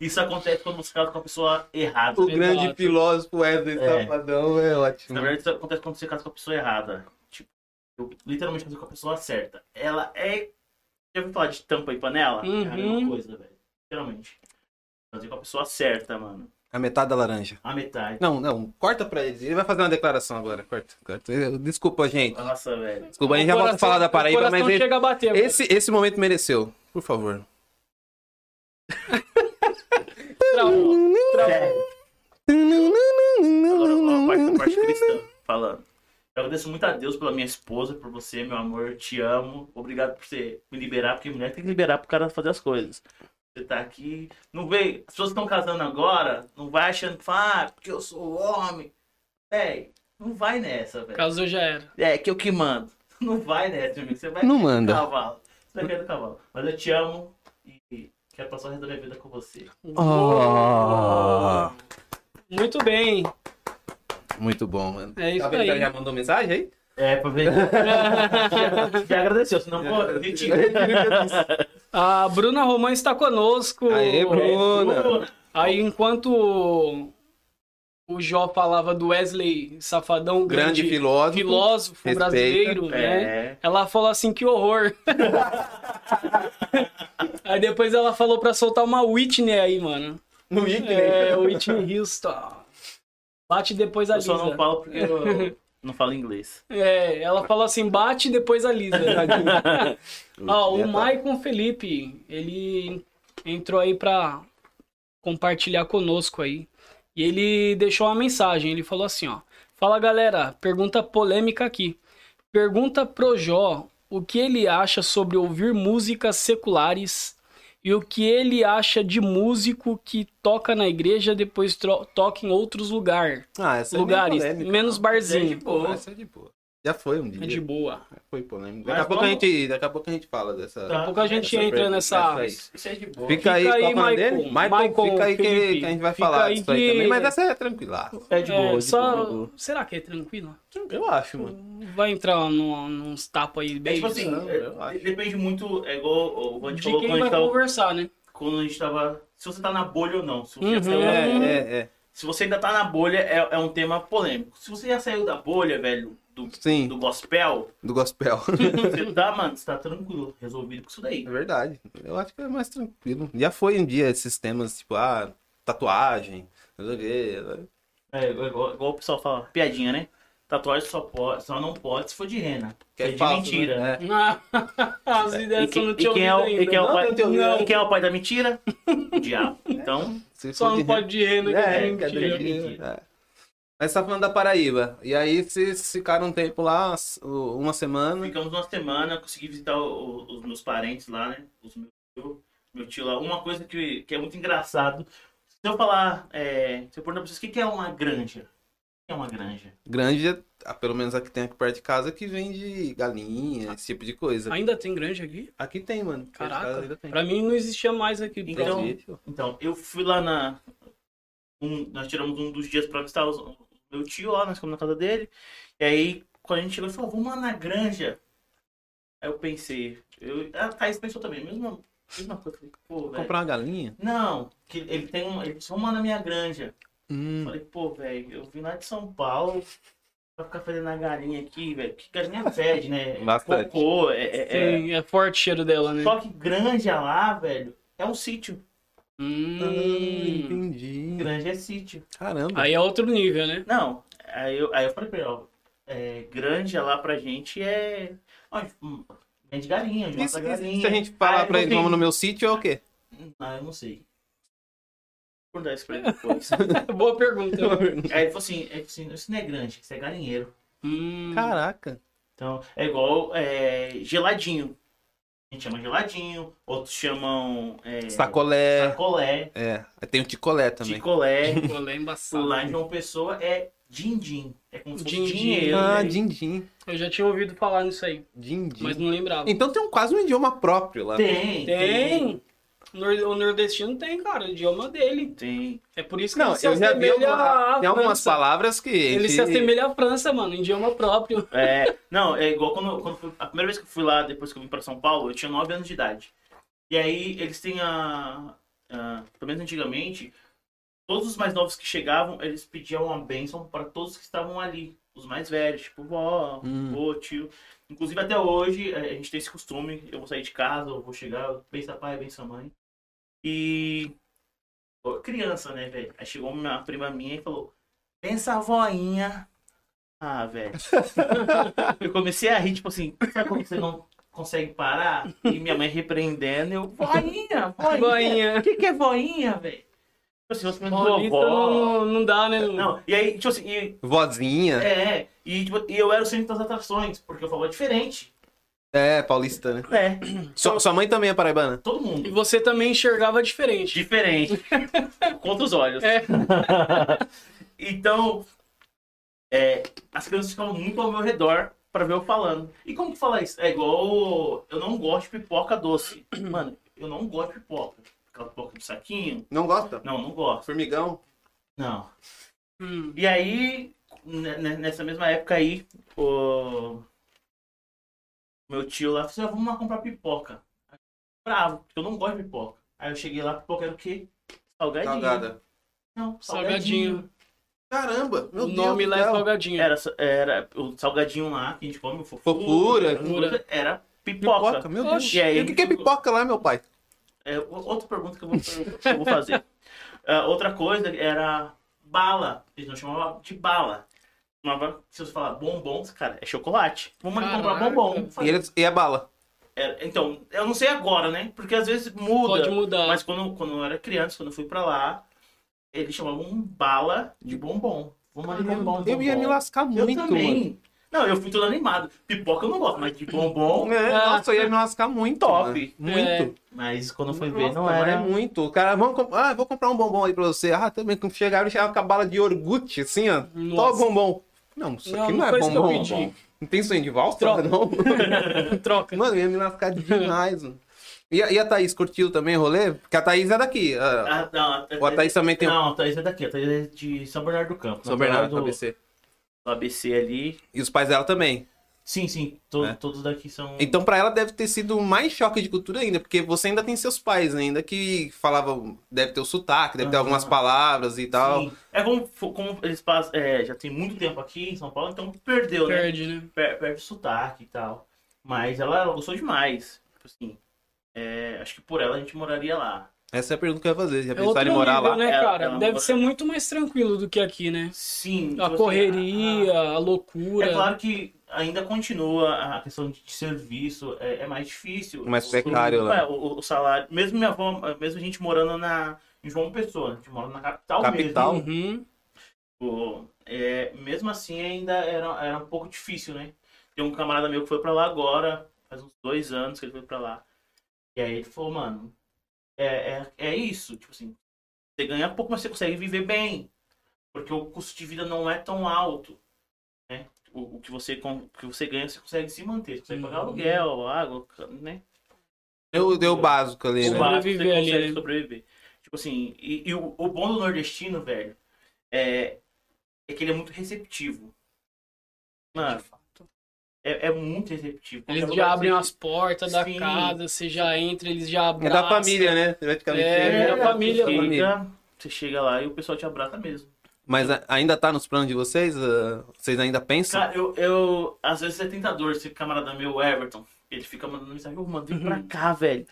Speaker 3: isso acontece quando você casa com a pessoa
Speaker 1: É
Speaker 3: errada.
Speaker 2: O grande filósofo Wesley
Speaker 3: É.
Speaker 2: Safadão é ótimo.
Speaker 3: Na verdade, isso acontece quando você casa com a pessoa errada. Tipo, eu literalmente casei com a pessoa certa. Ela é. Já ouviu falar de tampa e panela? É a
Speaker 1: Uhum.
Speaker 3: mesma coisa, velho. Literalmente. Casei com a pessoa certa, mano.
Speaker 2: A metade da laranja.
Speaker 3: A metade.
Speaker 2: Não, não, corta pra ele. Ele vai fazer uma declaração agora. Corta, corta. Eu- Desculpa, gente.
Speaker 3: Nossa, velho.
Speaker 2: Desculpa, a gente já
Speaker 1: O
Speaker 2: volta a
Speaker 1: coração-
Speaker 2: falar da
Speaker 1: o
Speaker 2: Paraíba,
Speaker 1: coração
Speaker 2: mas ele-
Speaker 1: chega a bater agora.
Speaker 2: esse, esse momento mereceu. Por favor.
Speaker 1: Travou.
Speaker 3: Sério. Agora a parte, a parte cristã falando. Eu agradeço muito a Deus pela minha esposa, por você, meu amor. Te amo. Obrigado por você me liberar, porque mulher tem que liberar pro cara fazer as coisas. Você tá aqui. Não vem. As pessoas que estão casando agora, não vai achando que fala, ah, porque eu sou homem. Véi, não vai nessa, velho.
Speaker 1: Casou já era.
Speaker 3: É, que eu que mando. Não vai nessa, meu amigo. Você vai
Speaker 2: Não manda.
Speaker 3: cavalo. Você vai cair do cavalo. Mas eu te amo e quero passar o resto da minha vida com você.
Speaker 2: Oh,
Speaker 1: Muito bem.
Speaker 2: muito bom, mano.
Speaker 1: É isso
Speaker 2: Tá vendo que
Speaker 1: aí.
Speaker 2: ela já mandou mensagem aí?
Speaker 3: É, pra ver. já, já agradeceu, senão pô, eu retiro.
Speaker 1: A Bruna Romã está conosco.
Speaker 2: Aê, Bruna.
Speaker 3: Bruna.
Speaker 1: Aí, enquanto o- o Jó falava do Wesley Safadão, o
Speaker 2: Grande filósofo.
Speaker 1: filósofo
Speaker 2: Respeita.
Speaker 1: brasileiro, né?
Speaker 3: É.
Speaker 1: Ela falou assim, que horror. aí depois ela falou pra soltar uma Whitney aí, mano.
Speaker 2: No Whitney.
Speaker 1: É, Whitney Houston. Bate depois a
Speaker 3: Eu só não
Speaker 1: Lisa.
Speaker 3: falo porque eu não falo inglês.
Speaker 1: É, ela falou assim, bate depois a Lisa. Ó,
Speaker 2: tá.
Speaker 1: o Maicon Felipe, ele entrou aí pra compartilhar conosco aí. E ele deixou uma mensagem, ele falou assim, ó. Fala galera, pergunta polêmica aqui. Pergunta pro Jó o que ele acha sobre ouvir músicas seculares e o que ele acha de músico que toca na igreja depois tro- toca em outros lugar,
Speaker 2: Ah, essa
Speaker 1: lugares,
Speaker 2: é meio polêmica.
Speaker 1: menos barzinho.
Speaker 2: Ah, Essa é de boa. Já foi um dia.
Speaker 1: É de boa.
Speaker 2: Foi polêmico.
Speaker 3: Mas
Speaker 2: Daqui a, pouco a
Speaker 3: vamos-
Speaker 2: gente, daqui a pouco a gente fala dessa.
Speaker 3: Tá.
Speaker 1: Daqui a pouco a gente
Speaker 2: Essa
Speaker 1: entra
Speaker 2: break-
Speaker 1: nessa...
Speaker 2: essa aí.
Speaker 3: Isso é de boa.
Speaker 2: Fica aí,
Speaker 1: Fica aí,
Speaker 2: qual é o nome
Speaker 1: Maicon.
Speaker 2: dele? Maicon,
Speaker 1: Maicon
Speaker 2: fica aí que,
Speaker 1: Felipe.
Speaker 2: que a gente vai
Speaker 1: Fica
Speaker 2: falar
Speaker 1: aí
Speaker 2: disso aí
Speaker 1: que-
Speaker 2: também. Mas essa é tranquila.
Speaker 3: É de boa,
Speaker 1: É,
Speaker 3: de boa, de
Speaker 1: só...
Speaker 3: boa.
Speaker 1: Será que é tranquilo?
Speaker 2: Eu acho, mano.
Speaker 1: Vai entrar num, uns tapas aí
Speaker 3: É
Speaker 1: bem.
Speaker 3: tipo assim,
Speaker 2: Não, eu
Speaker 3: é-
Speaker 2: acho.
Speaker 3: depende muito, é igual o Vante
Speaker 1: de
Speaker 3: falou
Speaker 1: quem
Speaker 3: quando a
Speaker 1: vai
Speaker 3: gente tava.
Speaker 1: conversar, né?
Speaker 3: Quando a gente tava. Se você tá na bolha ou não. Se você,
Speaker 1: Uhum.
Speaker 3: já saiu da bolha.
Speaker 2: É, é, é.
Speaker 3: Se você ainda tá na bolha, é, é um tema polêmico. Se você já saiu da bolha, velho, do,
Speaker 2: Sim,
Speaker 3: do gospel,
Speaker 2: do gospel.
Speaker 3: você tá, mano, você tá tranquilo, resolvido com isso daí.
Speaker 2: É verdade. Eu acho que é mais tranquilo. Já foi um dia esses temas, tipo, ah, tatuagem, não sei o quê.
Speaker 3: É, igual, igual o pessoal fala, piadinha, né? Tatuagem só, pode, só não pode se for de rena. Que é de
Speaker 2: falso,
Speaker 3: mentira.
Speaker 2: né? É.
Speaker 1: As ideias
Speaker 3: E quem,
Speaker 1: não
Speaker 3: e
Speaker 1: tinha
Speaker 3: quem é o,
Speaker 1: ouvido
Speaker 3: e quem é o
Speaker 1: ainda.
Speaker 2: Não,
Speaker 3: pai,
Speaker 2: eu não tinha ouvido. É.
Speaker 3: e quem é o pai da mentira? O diabo. Então,
Speaker 2: Se
Speaker 1: Só
Speaker 2: for de
Speaker 1: não pode de renda que
Speaker 2: É,
Speaker 1: é,
Speaker 2: é,
Speaker 1: mentira.
Speaker 2: é,
Speaker 3: de- mentira.
Speaker 2: é. Mas tá falando da Paraíba. E aí vocês ficaram um tempo lá, s- o- uma semana.
Speaker 3: ficamos uma semana, consegui visitar o- o- os meus parentes lá, né? Os meu, tio- meu tio lá. Uma coisa que, que é muito engraçado. Se eu falar, é, se eu perguntar pra vocês, o que que é uma granja? O que é uma granja?
Speaker 2: Grande, ah, pelo menos aqui tem aqui perto de casa, que vende galinha, esse tipo de coisa.
Speaker 1: Ainda tem grande aqui?
Speaker 2: Aqui tem, mano. Perto de casa
Speaker 1: Caraca.
Speaker 2: ainda tem.
Speaker 1: Pra mim não existia mais aqui.
Speaker 3: Então,
Speaker 1: Brasil.
Speaker 2: Inclusive,
Speaker 3: Então, eu fui lá na. um- nós tiramos um dos dias pra visitar os- o meu tio lá, nós ficamos na casa dele. E aí, quando a gente chegou, ele falou, vamos lá na granja. Aí eu pensei, eu, a Thaís pensou também, mesma, mesma coisa. Eu Falei, pô, velho.
Speaker 2: comprar uma galinha?
Speaker 3: Não, que ele tem um. Ele disse, vamos lá na minha granja. Eu
Speaker 2: Hum.
Speaker 3: Falei, pô, velho, eu vim lá de São Paulo pra ficar fazendo a galinha aqui, velho. Que galinha fede, né?
Speaker 2: Bastante.
Speaker 3: Cocô, é- é- é.
Speaker 1: Sim, é forte o cheiro dela, né?
Speaker 3: Só que granja lá, velho, é um sítio.
Speaker 1: Hum.
Speaker 2: Ah, entendi.
Speaker 3: Granja é sítio.
Speaker 2: Caramba.
Speaker 1: Aí é outro nível, né?
Speaker 3: Não, aí eu, aí eu falei pra ele, ó, é, granja lá pra gente é. ó, hum, Vende galinha,
Speaker 2: E se,
Speaker 3: mata
Speaker 2: e
Speaker 3: galinha.
Speaker 2: se a gente falar
Speaker 3: Aí
Speaker 2: pra
Speaker 3: eu
Speaker 2: eles,
Speaker 3: falei,
Speaker 2: vamos no meu sítio, é o quê?
Speaker 3: Ah, eu não sei. Vou perguntar isso pra ele depois.
Speaker 1: Boa pergunta.
Speaker 3: aí ele falou assim, ele falou assim, isso não é granja, isso é galinheiro.
Speaker 1: Hum.
Speaker 2: Caraca.
Speaker 3: Então, é igual é, geladinho. A gente chama geladinho, outros chamam é,
Speaker 2: Sacolé.
Speaker 3: sacolé,
Speaker 2: É. Aí Tem o ticolé também.
Speaker 3: ticolé.
Speaker 1: Pô, lá é embaçado.
Speaker 3: Lá em João Pessoa é din-din. É como se fosse
Speaker 1: Din-din.
Speaker 3: dinheiro.
Speaker 2: ah,
Speaker 3: né?
Speaker 2: din-din.
Speaker 1: Eu já tinha ouvido falar nisso aí,
Speaker 2: Din-din.
Speaker 1: mas não lembrava.
Speaker 2: Então tem um, quase um idioma próprio lá.
Speaker 3: Tem,
Speaker 1: Tem! Nor- O nordestino tem, cara, o idioma dele.
Speaker 3: Tem.
Speaker 1: É por isso que
Speaker 2: Não,
Speaker 1: ele se
Speaker 2: eu já vi
Speaker 1: assemelha
Speaker 2: alguma-
Speaker 1: à
Speaker 2: tem algumas
Speaker 1: França.
Speaker 2: palavras que...
Speaker 1: Ele se assemelha à França, mano, em idioma próprio.
Speaker 3: É, não, é igual quando, quando fui- a primeira vez que eu fui lá, depois que eu vim pra São Paulo, eu tinha 9 anos de idade. E aí eles têm a, a- Pelo menos antigamente, todos os mais novos que chegavam, eles pediam uma bênção para todos que estavam ali. Os mais velhos, tipo vó,
Speaker 2: Hum.
Speaker 3: vô, tio. Inclusive até hoje, é, a a gente tem esse costume, eu vou sair de casa, eu vou chegar, bença pai, bença mãe. E. Pô, Criança, né, velho? Aí chegou uma prima minha e falou: Bença a voinha. Ah, velho. Eu comecei a rir, tipo assim, sabe quando você não consegue parar? E minha mãe repreendendo, eu, voinha, voinha.
Speaker 1: Banha.
Speaker 3: O que, que é voinha, velho? Tipo assim, você falando,
Speaker 1: Paulista
Speaker 3: vovó.
Speaker 1: não, não dá, né?
Speaker 3: Não, e aí, tipo assim, e,
Speaker 2: Vozinha.
Speaker 3: é, e, tipo, e eu era o centro das atrações, porque eu falava diferente.
Speaker 2: É, paulista, né?
Speaker 3: É,
Speaker 2: Sua, sua mãe também é paraibana?
Speaker 3: todo
Speaker 1: E
Speaker 3: mundo.
Speaker 1: você também enxergava diferente.
Speaker 3: Diferente. Contra os olhos.
Speaker 1: É.
Speaker 3: então, é, as crianças ficavam muito ao meu redor pra ver eu falando. E como que fala isso? É igual eu não gosto de pipoca doce. Mano, eu não gosto de pipoca. Aquela pipoca de saquinho?
Speaker 2: Não gosta?
Speaker 3: Não, não gosto.
Speaker 2: Formigão?
Speaker 3: Não.
Speaker 1: Hum.
Speaker 3: E aí, ne- ne- nessa mesma época aí, o meu tio lá falou assim, "Ah, vamos lá comprar pipoca. Bravo, porque eu não gosto de pipoca. Aí eu cheguei lá, pipoca era o quê?
Speaker 1: É
Speaker 3: Salgadinho.
Speaker 2: Salgada.
Speaker 3: Não, salgadinho.
Speaker 1: Salgadinho.
Speaker 2: Caramba, meu
Speaker 1: o
Speaker 2: Deus
Speaker 1: nome
Speaker 2: do
Speaker 1: lá é
Speaker 2: céu.
Speaker 1: Salgadinho.
Speaker 3: Era, era o salgadinho lá que a gente come, o fofura.
Speaker 2: Fofura.
Speaker 3: essas coisas, Era pipoca.
Speaker 2: Pipoca, meu Deus.
Speaker 1: Oxe,
Speaker 3: e aí?
Speaker 2: E o que que é pipoca lá, meu pai?
Speaker 3: É, o- outra pergunta que eu vou, que eu vou fazer. Ah, outra coisa era bala. Eles não chamavam de bala. Chamava, se você falar bombons, cara, é chocolate. Vamos ali comprar
Speaker 1: Caraca.
Speaker 3: bombom.
Speaker 2: E, eles- e a bala?
Speaker 3: Era- então, eu não sei agora, né? Porque às vezes muda.
Speaker 1: Pode mudar.
Speaker 3: Mas quando, quando eu era criança, quando eu fui pra lá, eles chamavam um bala de bombom. Vamos
Speaker 1: é
Speaker 3: ali bombom, bombom.
Speaker 2: eu ia me lascar
Speaker 3: Eu
Speaker 2: muito,
Speaker 3: também.
Speaker 2: mano.
Speaker 3: Não, eu fui todo animado. Pipoca eu não gosto, mas de bombom.
Speaker 2: É,
Speaker 1: Ah.
Speaker 2: Nossa, eu ia me lascar muito.
Speaker 3: Top.
Speaker 2: mano.
Speaker 1: É.
Speaker 2: Muito.
Speaker 3: Mas quando foi
Speaker 2: Nossa,
Speaker 3: ver, não
Speaker 2: mas
Speaker 3: era.
Speaker 2: é muito. O cara, vamos comp- ah, vou comprar um bombom aí pra você. Ah, também. Quando chegaram, chegava com a bala de iogurte, assim, ó. Tó
Speaker 1: Nossa.
Speaker 2: bombom. Não, isso
Speaker 1: Não,
Speaker 2: aqui não,
Speaker 1: não
Speaker 2: é
Speaker 1: foi isso que eu
Speaker 2: bombom.
Speaker 1: pedi.
Speaker 2: Não tem sonho de valsa,
Speaker 1: Troca.
Speaker 2: não?
Speaker 1: Troca.
Speaker 2: Mano, eu ia me lascar demais, mano. E a, e a Thaís curtiu também o rolê? Porque a Thaís é daqui. A,
Speaker 3: Ah, não,
Speaker 2: ou a Thaís também tem um
Speaker 3: Não, a Thaís é daqui, a Thaís é de São Bernardo do Campo.
Speaker 2: São
Speaker 3: na
Speaker 2: Bernardo
Speaker 3: praia
Speaker 2: do
Speaker 3: do,
Speaker 2: ABC.
Speaker 3: do ABC ali. Né?
Speaker 2: E os pais dela também.
Speaker 3: Sim, sim, to-
Speaker 2: É.
Speaker 3: todos daqui são.
Speaker 2: Então pra ela deve ter sido mais choque de cultura ainda, porque você ainda tem seus pais né? ainda que falavam, deve ter o sotaque, deve ter
Speaker 3: Aham.
Speaker 2: algumas palavras e tal.
Speaker 3: Sim. É como, fo- como eles passam. é, já tem muito tempo aqui em São Paulo, então perdeu, né?
Speaker 1: Perde, né?
Speaker 3: Per- perde o sotaque e tal. Mas ela, ela gostou demais. Tipo assim. é, acho que por ela a gente moraria lá.
Speaker 2: Essa é a pergunta que eu ia fazer. Já
Speaker 1: É
Speaker 2: pensaram
Speaker 1: outro
Speaker 2: em morar
Speaker 1: nível,
Speaker 2: lá?
Speaker 1: né,
Speaker 3: É,
Speaker 1: cara?
Speaker 3: é uma
Speaker 1: Deve
Speaker 3: boa-
Speaker 1: ser muito mais tranquilo do que aqui, né?
Speaker 3: Sim. tipo
Speaker 1: A
Speaker 3: assim,
Speaker 1: correria,
Speaker 3: a-
Speaker 1: a loucura.
Speaker 3: É claro que ainda continua a questão de serviço, é, é mais difícil.
Speaker 2: Mais
Speaker 3: O-
Speaker 2: precário né?
Speaker 3: o,
Speaker 2: lá.
Speaker 3: é, o, o salário. Mesmo minha avó, mesmo a gente morando na, em João Pessoa, a gente mora na capital,
Speaker 2: Capital.
Speaker 3: mesmo.
Speaker 1: Uhum.
Speaker 3: Tipo, é, mesmo assim ainda era, era um pouco difícil, né? Tem um camarada meu que foi pra lá agora, faz uns dois anos que ele foi pra lá. E aí ele falou, mano, é, é, é isso, tipo assim, você ganha pouco, mas você consegue viver bem. Porque o custo de vida não é tão alto. Né? O, o que você, com- o que você ganha, você consegue se manter. Você consegue pagar
Speaker 1: Uhum.
Speaker 3: aluguel, água, né?
Speaker 2: Deu, deu o básico ali,
Speaker 3: O
Speaker 2: né?
Speaker 1: Oba.
Speaker 3: básico, você
Speaker 1: Sobreviver ali,
Speaker 3: consegue
Speaker 1: né?
Speaker 3: sobreviver. Tipo assim, e, e o, o bom do nordestino, velho, é, é que ele é muito receptivo. Mano, é, é muito receptivo.
Speaker 1: Eles já
Speaker 3: Qualquer lugar
Speaker 1: abrem
Speaker 3: que
Speaker 1: as portas da
Speaker 3: Sim.
Speaker 1: casa, você já entra, eles já
Speaker 2: É
Speaker 1: abraçam.
Speaker 2: da família, né?
Speaker 1: É,
Speaker 2: Praticamente.
Speaker 1: é
Speaker 3: você
Speaker 1: da família.
Speaker 3: chega,
Speaker 1: mano.
Speaker 3: Você chega lá e o pessoal te abraça mesmo.
Speaker 2: Mas a- ainda tá nos planos de vocês? Ah, Vocês ainda pensam?
Speaker 3: Cara, eu, eu. Às vezes é tentador esse camarada meu, Everton. Ele fica mandando mensagem, eu mandei pra cá, velho.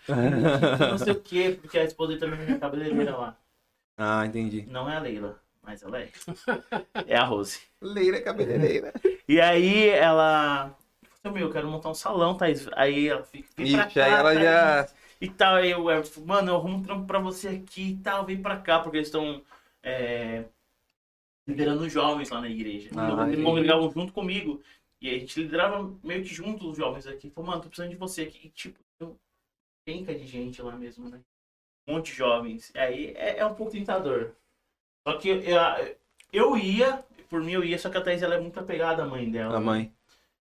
Speaker 3: Não sei o quê, porque a esposa dele também é cabeleireira lá.
Speaker 2: ah, entendi.
Speaker 3: Não é a Leila, mas ela é. É a Rose.
Speaker 2: Leira cabeleireira.
Speaker 3: E aí ela. Falei, Meu, eu quero montar um salão, Thaís. Aí ela fica. "Vem pra
Speaker 2: Ixi,
Speaker 3: cá,
Speaker 2: aí ela
Speaker 3: Thaís."
Speaker 2: já.
Speaker 3: E tal, aí o Everton falou, mano, eu arrumo um trampo pra você aqui e tal, vem pra cá, porque eles estão é, liderando os jovens lá na igreja.
Speaker 2: Ah,
Speaker 3: então, eles
Speaker 2: entendi.
Speaker 3: congregavam junto comigo. E a gente liderava meio que junto os jovens aqui. Falou, mano, tô precisando de você aqui. E, tipo, eu penca de gente lá mesmo, né? Um monte de jovens. Aí é, é um pouco tentador. Só que eu, eu, eu ia, por mim eu ia, só que a Thaís ela é muito apegada à mãe dela.
Speaker 2: A é mãe.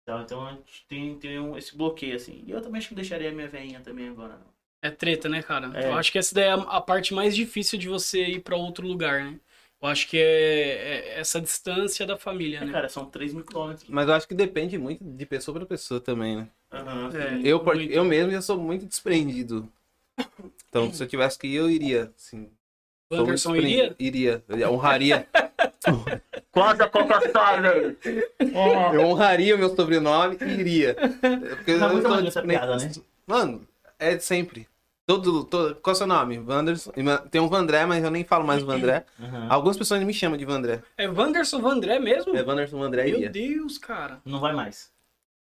Speaker 3: Tá? Então a gente tem, tem um- esse bloqueio, assim. E eu também acho que não deixaria a minha veinha também agora, não.
Speaker 1: É treta, né, cara?
Speaker 3: É.
Speaker 1: Eu acho que essa daí é a- a parte mais difícil de você ir pra outro lugar, né? Eu acho que é, é essa distância da família,
Speaker 3: É,
Speaker 1: né?
Speaker 3: cara, são 3 mil quilômetros.
Speaker 2: Mas eu acho que depende muito de pessoa pra pessoa também, né?
Speaker 3: Aham,
Speaker 1: É.
Speaker 3: sim.
Speaker 2: Eu, part-
Speaker 1: Muito.
Speaker 2: eu mesmo já sou muito desprendido. Então, se eu tivesse que ir, eu iria. Sim.
Speaker 1: O
Speaker 2: Sou muito
Speaker 1: Anderson
Speaker 2: desprendido.
Speaker 1: iria?
Speaker 2: Iria. Eu honraria.
Speaker 3: Quase a Coca-Cola!
Speaker 2: eu honraria o meu sobrenome e iria. É Porque
Speaker 3: Tá
Speaker 2: eu
Speaker 3: muito
Speaker 2: sou
Speaker 3: maneiro essa
Speaker 2: despre-
Speaker 3: piada, né?
Speaker 2: Mano, é sempre. Todo, todo... Qual é o seu nome? Wanderson. Tem um Vandré, mas eu nem falo mais Vandré.
Speaker 3: Aham.
Speaker 2: Algumas pessoas me chamam de Vandré.
Speaker 1: É Wanderson Vandré mesmo?
Speaker 2: É Wanderson Vandré
Speaker 1: Meu
Speaker 2: iria.
Speaker 1: Deus, cara.
Speaker 3: Não vai mais.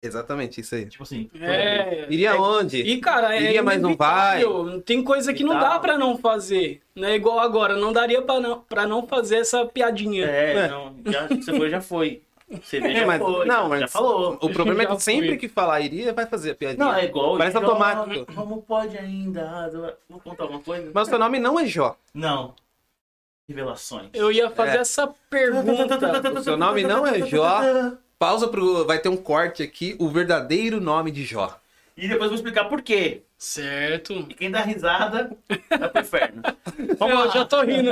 Speaker 2: Exatamente, isso aí.
Speaker 3: Tipo assim.
Speaker 1: É.
Speaker 2: Iria onde?
Speaker 1: E, cara, é
Speaker 2: Iria, mas não vai.
Speaker 1: inevitável. Tem coisa que não dá
Speaker 3: Inevitável.
Speaker 1: pra não fazer. Né? Igual agora, não daria pra não, pra não fazer essa piadinha.
Speaker 3: É,
Speaker 2: É.
Speaker 3: não. Já, você foi, já foi. Você veio,
Speaker 2: É,
Speaker 3: já
Speaker 2: mas-
Speaker 3: foi.
Speaker 2: não, mas-
Speaker 3: Já falou.
Speaker 2: O problema é
Speaker 1: Já
Speaker 2: que sempre
Speaker 1: fui.
Speaker 2: que falar iria, vai fazer a piadinha.
Speaker 3: Não, é igual.
Speaker 2: Parece
Speaker 3: Jó,
Speaker 2: automático.
Speaker 3: Como pode ainda? Adora- Vou contar uma coisa?
Speaker 2: Mas o seu nome não é Jó.
Speaker 3: Não. Revelações.
Speaker 1: Eu ia
Speaker 2: É.
Speaker 1: fazer essa pergunta.
Speaker 2: O seu nome não é Jó. Pausa pro. Vai ter um corte aqui. O verdadeiro nome de Jó.
Speaker 3: E depois eu vou explicar por quê.
Speaker 1: certo.
Speaker 3: E quem dá risada vai pro inferno.
Speaker 1: eu já tô rindo.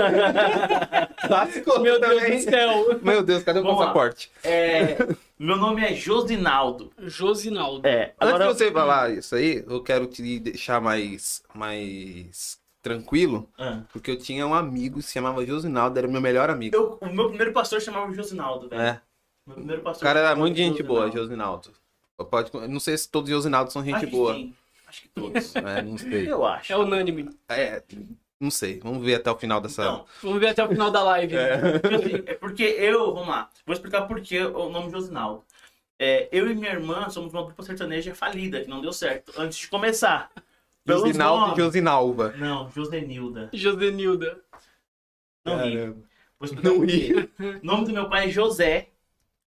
Speaker 2: Clássico
Speaker 1: Meu Deus
Speaker 2: também.
Speaker 1: do céu.
Speaker 2: Meu Deus, cadê o
Speaker 3: Vamos lá.
Speaker 2: passaporte?
Speaker 3: É, meu nome é Josinaldo.
Speaker 1: Josinaldo.
Speaker 2: Antes
Speaker 3: É, agora.
Speaker 2: de você falar isso aí, eu quero te deixar mais, mais tranquilo,
Speaker 3: Ah,
Speaker 2: porque eu tinha um amigo que se chamava Josinaldo, era meu melhor amigo.
Speaker 3: eu- o meu primeiro pastor chamava Josinaldo, velho.
Speaker 2: É,
Speaker 3: Meu primeiro
Speaker 2: o
Speaker 3: pastor.
Speaker 2: cara era
Speaker 3: chamava
Speaker 2: muito gente boa,
Speaker 3: Josinaldo.
Speaker 2: Josinaldo. Eu pode- eu não sei se todos os Josinaldos são gente
Speaker 3: Acho que
Speaker 2: boa.
Speaker 3: sim. Acho que todos.
Speaker 2: É, não sei.
Speaker 3: Eu acho.
Speaker 1: É unânime.
Speaker 2: É, não sei. Vamos ver até o final dessa.
Speaker 3: Então,
Speaker 1: Vamos ver até o final da live.
Speaker 3: é porque eu, vamos lá, vou explicar por que o nome Josinaldo. É, eu e minha irmã somos uma dupla sertaneja falida, que não deu certo, antes de começar. Pelos
Speaker 2: Josinaldo e
Speaker 3: nomes-
Speaker 2: Josinalva.
Speaker 3: Não, Josenilda.
Speaker 1: Josenilda.
Speaker 3: Não ri.
Speaker 2: Caramba.
Speaker 3: Vou explicar
Speaker 2: Não
Speaker 3: por quê.
Speaker 2: ri.
Speaker 3: tá O nome do meu pai é José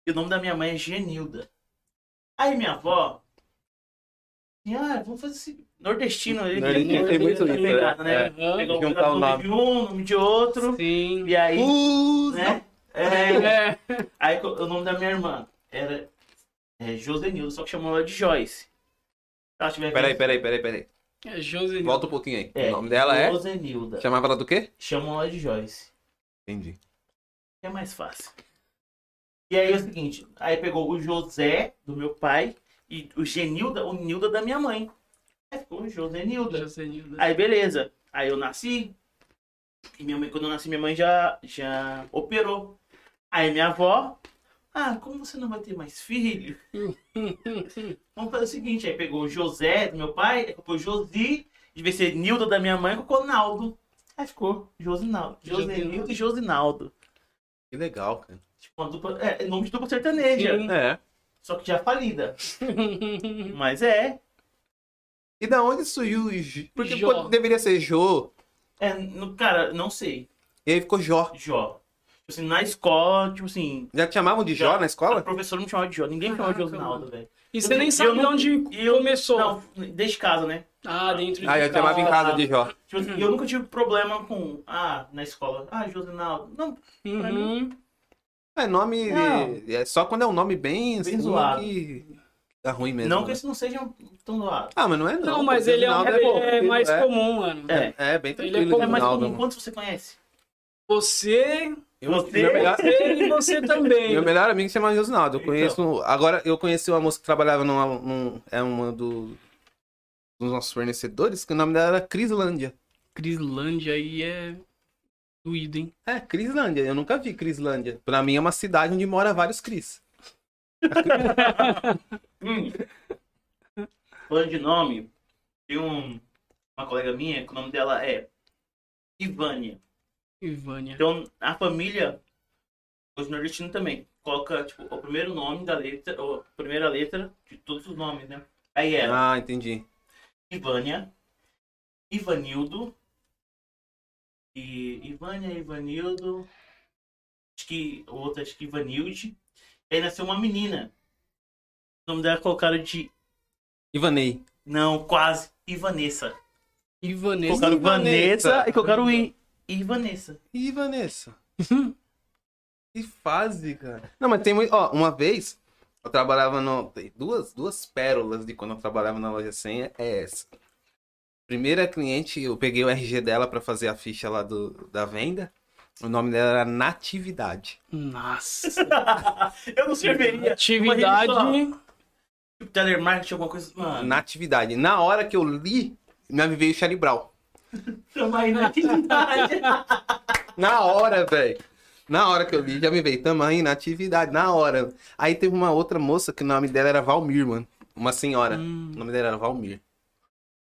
Speaker 3: e o nome da minha mãe é Genilda. Aí minha avó. assim, Ah, vamos fazer esse nordestino aí.
Speaker 2: Nordestino tem muito isso, né?
Speaker 3: pegada, né?
Speaker 2: É.
Speaker 1: Aham.
Speaker 3: Pegar o
Speaker 2: Juntar
Speaker 3: pedaço
Speaker 2: o
Speaker 3: do nome de um, nome de outro.
Speaker 1: Sim.
Speaker 3: E aí.
Speaker 2: Uh,
Speaker 3: né? É,
Speaker 1: É.
Speaker 3: Aí co- o nome da minha irmã era é, Josenilda, só que chamou ela de Joyce. Ela tiver
Speaker 2: Peraí, peraí, peraí, peraí.
Speaker 1: É Josenilda.
Speaker 2: Volta um pouquinho aí.
Speaker 3: É,
Speaker 2: O nome dela é.
Speaker 3: Josenilda.
Speaker 2: Chamava ela do quê?
Speaker 3: Chamam ela de Joyce.
Speaker 2: Entendi.
Speaker 3: que É mais fácil. E aí é o seguinte, aí pegou o José do meu pai e o Genilda, o Nilda da minha mãe. Aí ficou o Josenilda.
Speaker 1: Josenilda.
Speaker 3: Aí beleza. Aí eu nasci. E minha mãe, quando eu nasci, minha mãe já, já operou. Aí minha avó. Ah, como você não vai ter mais filho? Vamos fazer o seguinte, aí pegou o José do meu pai, aí colocou Josi, devia ser Nilda da minha mãe, colocou Naldo. Aí ficou Josinaldo. José
Speaker 1: Josinaldo.
Speaker 3: Nilda e Josinaldo.
Speaker 2: Que legal, cara.
Speaker 3: Tipo, uma dupla. É, é nome de dupla sertaneja.
Speaker 1: Sim.
Speaker 2: É.
Speaker 3: Só que já falida. Mas é.
Speaker 2: E da onde surgiu o J- Porque
Speaker 1: Jó.
Speaker 2: pô- deveria ser Jô.
Speaker 3: é no, cara, não sei.
Speaker 2: E aí ficou Jó.
Speaker 3: Jó. Tipo assim, na escola, tipo assim,
Speaker 2: Já te chamavam de
Speaker 3: Já.
Speaker 2: Jó na
Speaker 3: O
Speaker 2: escola?
Speaker 3: professor me chamava de Jó. Ninguém me chamava de
Speaker 1: Caraca,
Speaker 3: Josinaldo,
Speaker 1: mano.
Speaker 3: velho.
Speaker 1: E você
Speaker 3: Eu-
Speaker 1: nem
Speaker 3: eu
Speaker 1: sabe de
Speaker 3: não-
Speaker 1: onde
Speaker 3: eu-
Speaker 1: começou.
Speaker 3: Não, desde casa, né?
Speaker 1: Ah, dentro de
Speaker 2: Ah, eu
Speaker 1: casa.
Speaker 2: chamava em casa de Jó.
Speaker 3: Tipo
Speaker 1: Uhum.
Speaker 3: assim, eu nunca tive problema com. Ah, na escola. Ah, Josinaldo. Não,
Speaker 1: Uhum.
Speaker 2: É nome.
Speaker 3: Não.
Speaker 2: É só quando é um nome bem. assim,
Speaker 3: zoado.
Speaker 2: que Tá ruim mesmo.
Speaker 3: não que
Speaker 2: né?
Speaker 3: esse não seja um- tão doado.
Speaker 2: Ah, mas não é não.
Speaker 1: Não,
Speaker 2: pô,
Speaker 1: mas ele é, um-
Speaker 2: Josinaldo
Speaker 1: ele
Speaker 2: bom,
Speaker 1: é mais
Speaker 2: é.
Speaker 1: comum, mano.
Speaker 3: É.
Speaker 2: É, é bem
Speaker 1: Ele é
Speaker 2: tranquilo.
Speaker 1: comum.
Speaker 3: É mais
Speaker 2: Josinaldo,
Speaker 3: comum.
Speaker 2: mano.
Speaker 3: Quantos você conhece?
Speaker 1: Você,
Speaker 2: Eu-
Speaker 3: Você-
Speaker 2: meu É melhor-
Speaker 1: você e você também.
Speaker 2: Meu melhor amigo se chama Josinaldo. Eu
Speaker 3: Então.
Speaker 2: conheço. um, Agora, eu conheci uma moça que trabalhava numa. num- é uma do- dos nossos fornecedores, que o nome dela era Crislândia.
Speaker 1: Crislândia aí é doído, hein?
Speaker 2: É, Crislândia. Eu nunca vi Crislândia. Pra mim é uma cidade onde mora vários Cris.
Speaker 3: Hum. Falando de nome, tem um, uma colega minha que o nome dela é Ivânia.
Speaker 1: Ivânia.
Speaker 3: Então, a família, os nordestinos também, coloca tipo, o primeiro nome da letra, ou a primeira letra de todos os nomes, né? Aí é
Speaker 2: Ah, entendi.
Speaker 3: Ivânia, Ivanildo e Ivânia, Ivanildo, acho que outra, acho que Ivanilde. E aí nasceu uma menina. O nome dela colocaram é de.
Speaker 2: Ivanei.
Speaker 3: Não, quase. e Vanessa.
Speaker 1: E Vanessa.
Speaker 3: Colocaram
Speaker 2: Vanessa.
Speaker 3: Vanessa e colocaram o I. E Vanessa.
Speaker 2: E Vanessa? que fase, cara. Não, mas tem muito. Ó, uma vez eu trabalhava no. tem Duas, duas pérolas de quando eu trabalhava na loja senha é essa. Primeira cliente, eu peguei o RG dela pra fazer a ficha lá do, da venda. O nome dela era Natividade.
Speaker 1: Nossa.
Speaker 3: Eu não serviria.
Speaker 1: Atividade. Hum,
Speaker 3: Uma rede é Tipo, telemarketing, alguma coisa. Mano,
Speaker 2: Natividade. Na hora que eu li, me veio o Charlie Brown.
Speaker 3: tamo aí é na atividade.
Speaker 2: Na hora, velho. Na hora que eu li, já me veio tamanho, na atividade, na hora. Aí teve uma outra moça que o nome dela era Valmir, mano. Uma senhora.
Speaker 1: Hum.
Speaker 2: O nome dela era Valmir.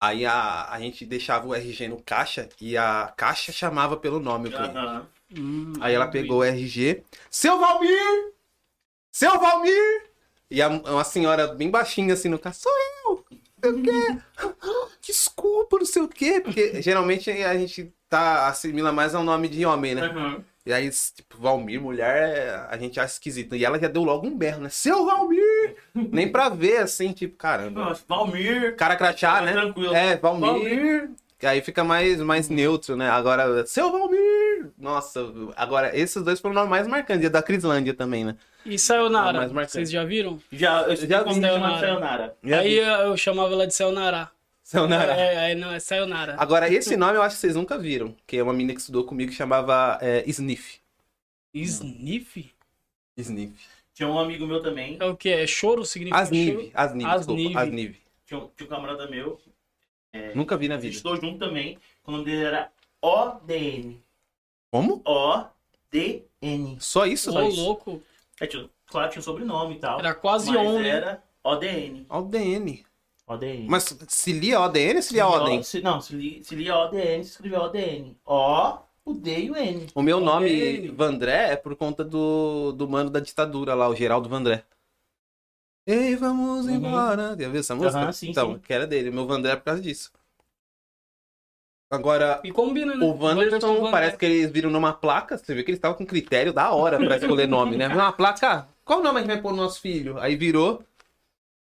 Speaker 2: Aí a, a gente deixava o RG no caixa e a caixa chamava pelo nome. o cliente.
Speaker 3: Aham.
Speaker 1: Hum,
Speaker 2: Aí ela pegou o RG. Seu Valmir! Seu Valmir! E a, uma senhora bem baixinha assim no caixa. Sou eu! Eu quê? Desculpa, não sei o quê. Porque geralmente a gente tá, assimila mais ao nome de homem, né?
Speaker 3: Aham.
Speaker 2: E aí, tipo, Valmir, mulher, é- a gente acha esquisito. E ela já deu logo um berro, né? Seu Valmir! Nem pra ver, assim, tipo, caramba.
Speaker 3: Nossa, Valmir.
Speaker 2: Cara crachá, né?
Speaker 3: Tranquilo.
Speaker 2: É, Valmir.
Speaker 3: Valmir.
Speaker 2: Que aí fica mais, mais neutro, né? Agora, seu Valmir! Nossa, agora, esses dois foram os mais marcantes. E a da Crislândia também, né?
Speaker 1: E Sayonara.
Speaker 2: Ah, mas marcante.
Speaker 1: Vocês já viram?
Speaker 3: Já, eu já
Speaker 2: Já
Speaker 3: vi
Speaker 2: vi.
Speaker 3: Sayonara. Sayonara.
Speaker 2: Já
Speaker 1: Aí
Speaker 2: vi.
Speaker 1: eu chamava ela de Sayonara.
Speaker 2: Seu Nara.
Speaker 1: É, é, não, é Sayonara.
Speaker 2: Agora, esse nome eu acho que vocês nunca viram. Que é uma menina que estudou comigo que chamava é, Sniff.
Speaker 1: Sniff?
Speaker 2: Sniff.
Speaker 3: Tinha um amigo meu também.
Speaker 1: É o que? É choro? Significa choro?
Speaker 2: Asnive. Asnive,
Speaker 1: Asnive.
Speaker 2: desculpa. Asnive.
Speaker 3: Tinha um, tinha um camarada meu.
Speaker 2: Nunca vi na
Speaker 3: A gente
Speaker 2: vida.
Speaker 3: estudou junto também. O nome dele era ODN.
Speaker 2: Como?
Speaker 3: O-D-N.
Speaker 2: Só isso?
Speaker 1: Ô, louco.
Speaker 3: É, tinha- claro, tinha um sobrenome e tal.
Speaker 1: Era quase né?
Speaker 3: mas
Speaker 1: homem.
Speaker 3: era ODN.
Speaker 2: Olha o DN.
Speaker 3: ODN.
Speaker 2: Mas se lia ODN ou se lia Odem?
Speaker 3: Se, não, se, li, se lia ODN, se escrevia ODN. O, o D e o N.
Speaker 2: O meu
Speaker 1: ODN.
Speaker 2: nome, Vandré, é por conta do, do mano da ditadura lá, o Geraldo Vandré. Ei, vamos
Speaker 3: Uhum.
Speaker 2: embora. Já viu essa música?
Speaker 3: Aham, sim,
Speaker 2: então,
Speaker 3: sim.
Speaker 2: que era dele. Meu Vandré é por causa disso. Agora,
Speaker 1: E combina, né?
Speaker 2: o
Speaker 1: Wanderson
Speaker 2: Wanderson,
Speaker 1: Wander-
Speaker 2: parece que eles viram numa placa. Você vê que eles estavam com critério da hora pra escolher nome, né? Uma placa, ah, qual nome a gente vai pôr no nosso filho? Aí virou. O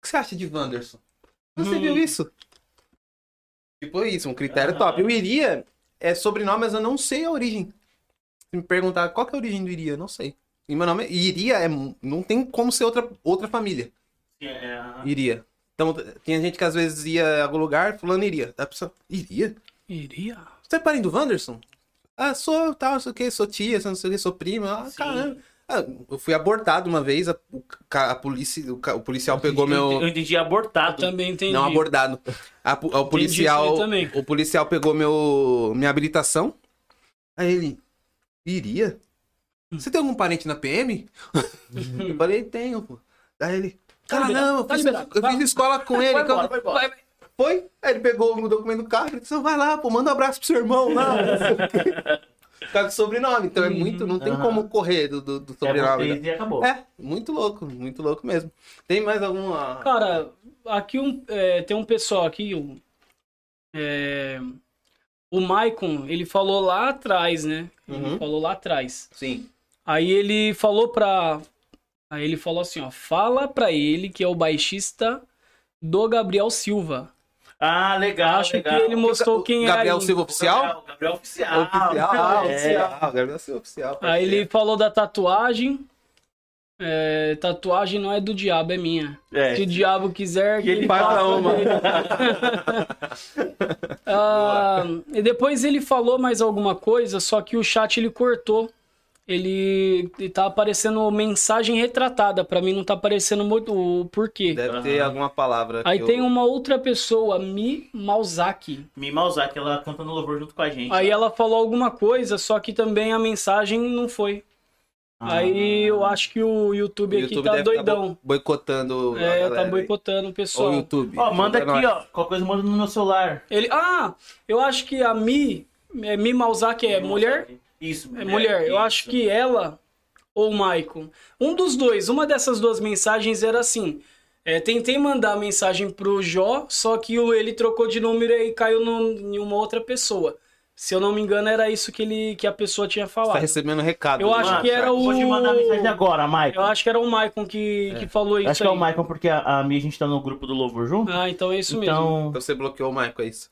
Speaker 2: que você acha de Wanderson? Você
Speaker 1: Hum.
Speaker 2: viu isso? Tipo isso, um critério
Speaker 3: Aham.
Speaker 2: top. Eu iria é sobrenome, mas eu não sei a origem. Se me perguntar qual que é a origem do Iria, eu não sei. E meu nome é Iria, é, não tem como ser outra, outra família.
Speaker 3: É, é, aham.
Speaker 2: Iria. Então, tinha gente que às vezes ia a algum lugar, fulano iria. A pessoa, iria?
Speaker 1: Iria.
Speaker 2: Você é parente do Wanderson? Ah, sou tal, não sei o que, sou tia, sou não sei o que, sou prima. Ah,
Speaker 3: Sim.
Speaker 2: caramba. Ah, eu fui abortado uma vez, a, o ca- a polícia, o, ca- o policial pegou meu.
Speaker 3: Eu entendi abortado.
Speaker 1: Também entendi.
Speaker 2: Não abordado. A po- o
Speaker 1: isso
Speaker 2: policial,
Speaker 1: aí também.
Speaker 2: o policial pegou meu minha habilitação. Aí ele iria.
Speaker 1: Hum.
Speaker 2: Você tem algum parente na PM? eu falei, tenho, pô. Aí ele,
Speaker 1: Tá liberado,
Speaker 2: caramba,
Speaker 1: tá
Speaker 2: eu fiz,
Speaker 1: liberado,
Speaker 2: eu
Speaker 1: vai.
Speaker 2: fiz escola com ele.
Speaker 3: Vai
Speaker 2: que eu-
Speaker 3: embora, vai embora.
Speaker 1: Vai, vai.
Speaker 2: Foi? Aí ele pegou o documento do carro, ele disse, vai lá, pô, manda um abraço pro seu irmão lá. não sei o quê. Por causa do sobrenome, então é muito, não tem
Speaker 3: Aham.
Speaker 2: como correr do, do, do
Speaker 3: É
Speaker 2: sobrenome. né?
Speaker 3: vocês e acabou.
Speaker 2: É, muito louco, muito louco mesmo. Tem mais alguma...
Speaker 1: Cara, aqui um, é, tem um pessoal aqui, o, é, o Maicon, ele falou lá atrás, né? Ele
Speaker 2: Uhum.
Speaker 1: falou lá atrás.
Speaker 2: Sim.
Speaker 1: Aí ele falou pra. Aí ele falou assim, ó, fala pra ele que é o baixista do Gabriel Silva.
Speaker 3: Ah, legal,
Speaker 1: Acho
Speaker 3: legal.
Speaker 1: que ele mostrou
Speaker 2: O
Speaker 1: quem é.
Speaker 2: Gabriel
Speaker 1: aí.
Speaker 2: Silva oficial?
Speaker 3: Gabriel, Gabriel oficial.
Speaker 2: oficial, ah,
Speaker 3: É.
Speaker 2: oficial. Gabriel Silva oficial.
Speaker 1: Aí ele falou da tatuagem. É, tatuagem não é do diabo, é minha.
Speaker 3: É.
Speaker 1: Se o diabo quiser,
Speaker 3: Que ele
Speaker 2: Faz
Speaker 3: faça
Speaker 2: pra uma.
Speaker 3: dele.
Speaker 1: Ah, e depois ele falou mais alguma coisa, só que o chat ele cortou. Ele, ele tá aparecendo mensagem retratada, pra mim não tá aparecendo muito o porquê.
Speaker 2: Deve ter
Speaker 3: Aham.
Speaker 2: alguma palavra.
Speaker 1: Aí
Speaker 2: que eu-
Speaker 1: tem um uma outra pessoa, Mi Malzaki.
Speaker 3: Mi Malzac, ela cantando louvor junto com a gente.
Speaker 1: Aí ela falou alguma coisa, só que também a mensagem não foi.
Speaker 3: Ah.
Speaker 1: Aí eu acho que o YouTube,
Speaker 2: O YouTube
Speaker 1: aqui tá
Speaker 2: deve tá
Speaker 1: doidão.
Speaker 2: bo- boicotando. a
Speaker 1: é, tá
Speaker 2: galera aí.
Speaker 1: boicotando o
Speaker 2: Ou
Speaker 1: pessoal.
Speaker 2: o YouTube.
Speaker 3: Ó, manda
Speaker 2: Ajuda
Speaker 3: aqui,
Speaker 2: nós.
Speaker 3: ó. Qualquer coisa manda no meu celular.
Speaker 1: Ele, ah, eu acho que a Mi, é, Mi Malzaki é mulher?
Speaker 3: Isso,
Speaker 1: É mulher, eu
Speaker 3: isso.
Speaker 1: acho que ela ou o Maicon. Um dos dois, uma dessas duas mensagens era assim. é, tentei mandar a mensagem pro Jó, só que o, ele trocou de número e caiu no- em uma outra pessoa. Se eu não me engano, era isso que, ele, que a pessoa tinha
Speaker 2: Você tá
Speaker 1: falado.
Speaker 2: recebendo recado.
Speaker 1: Eu
Speaker 2: do
Speaker 1: acho
Speaker 2: Mano,
Speaker 1: que era
Speaker 2: cara.
Speaker 1: o-
Speaker 3: Vou te mandar mensagem agora, Maicon.
Speaker 1: Eu acho que era o Maicon que, que falou isso
Speaker 3: Acho que é o
Speaker 1: aí.
Speaker 3: Maicon, porque a, a minha gente tá no grupo do Louvor junto.
Speaker 1: Ah, então é isso mesmo.
Speaker 3: então.
Speaker 2: Então você bloqueou o Michael, é isso.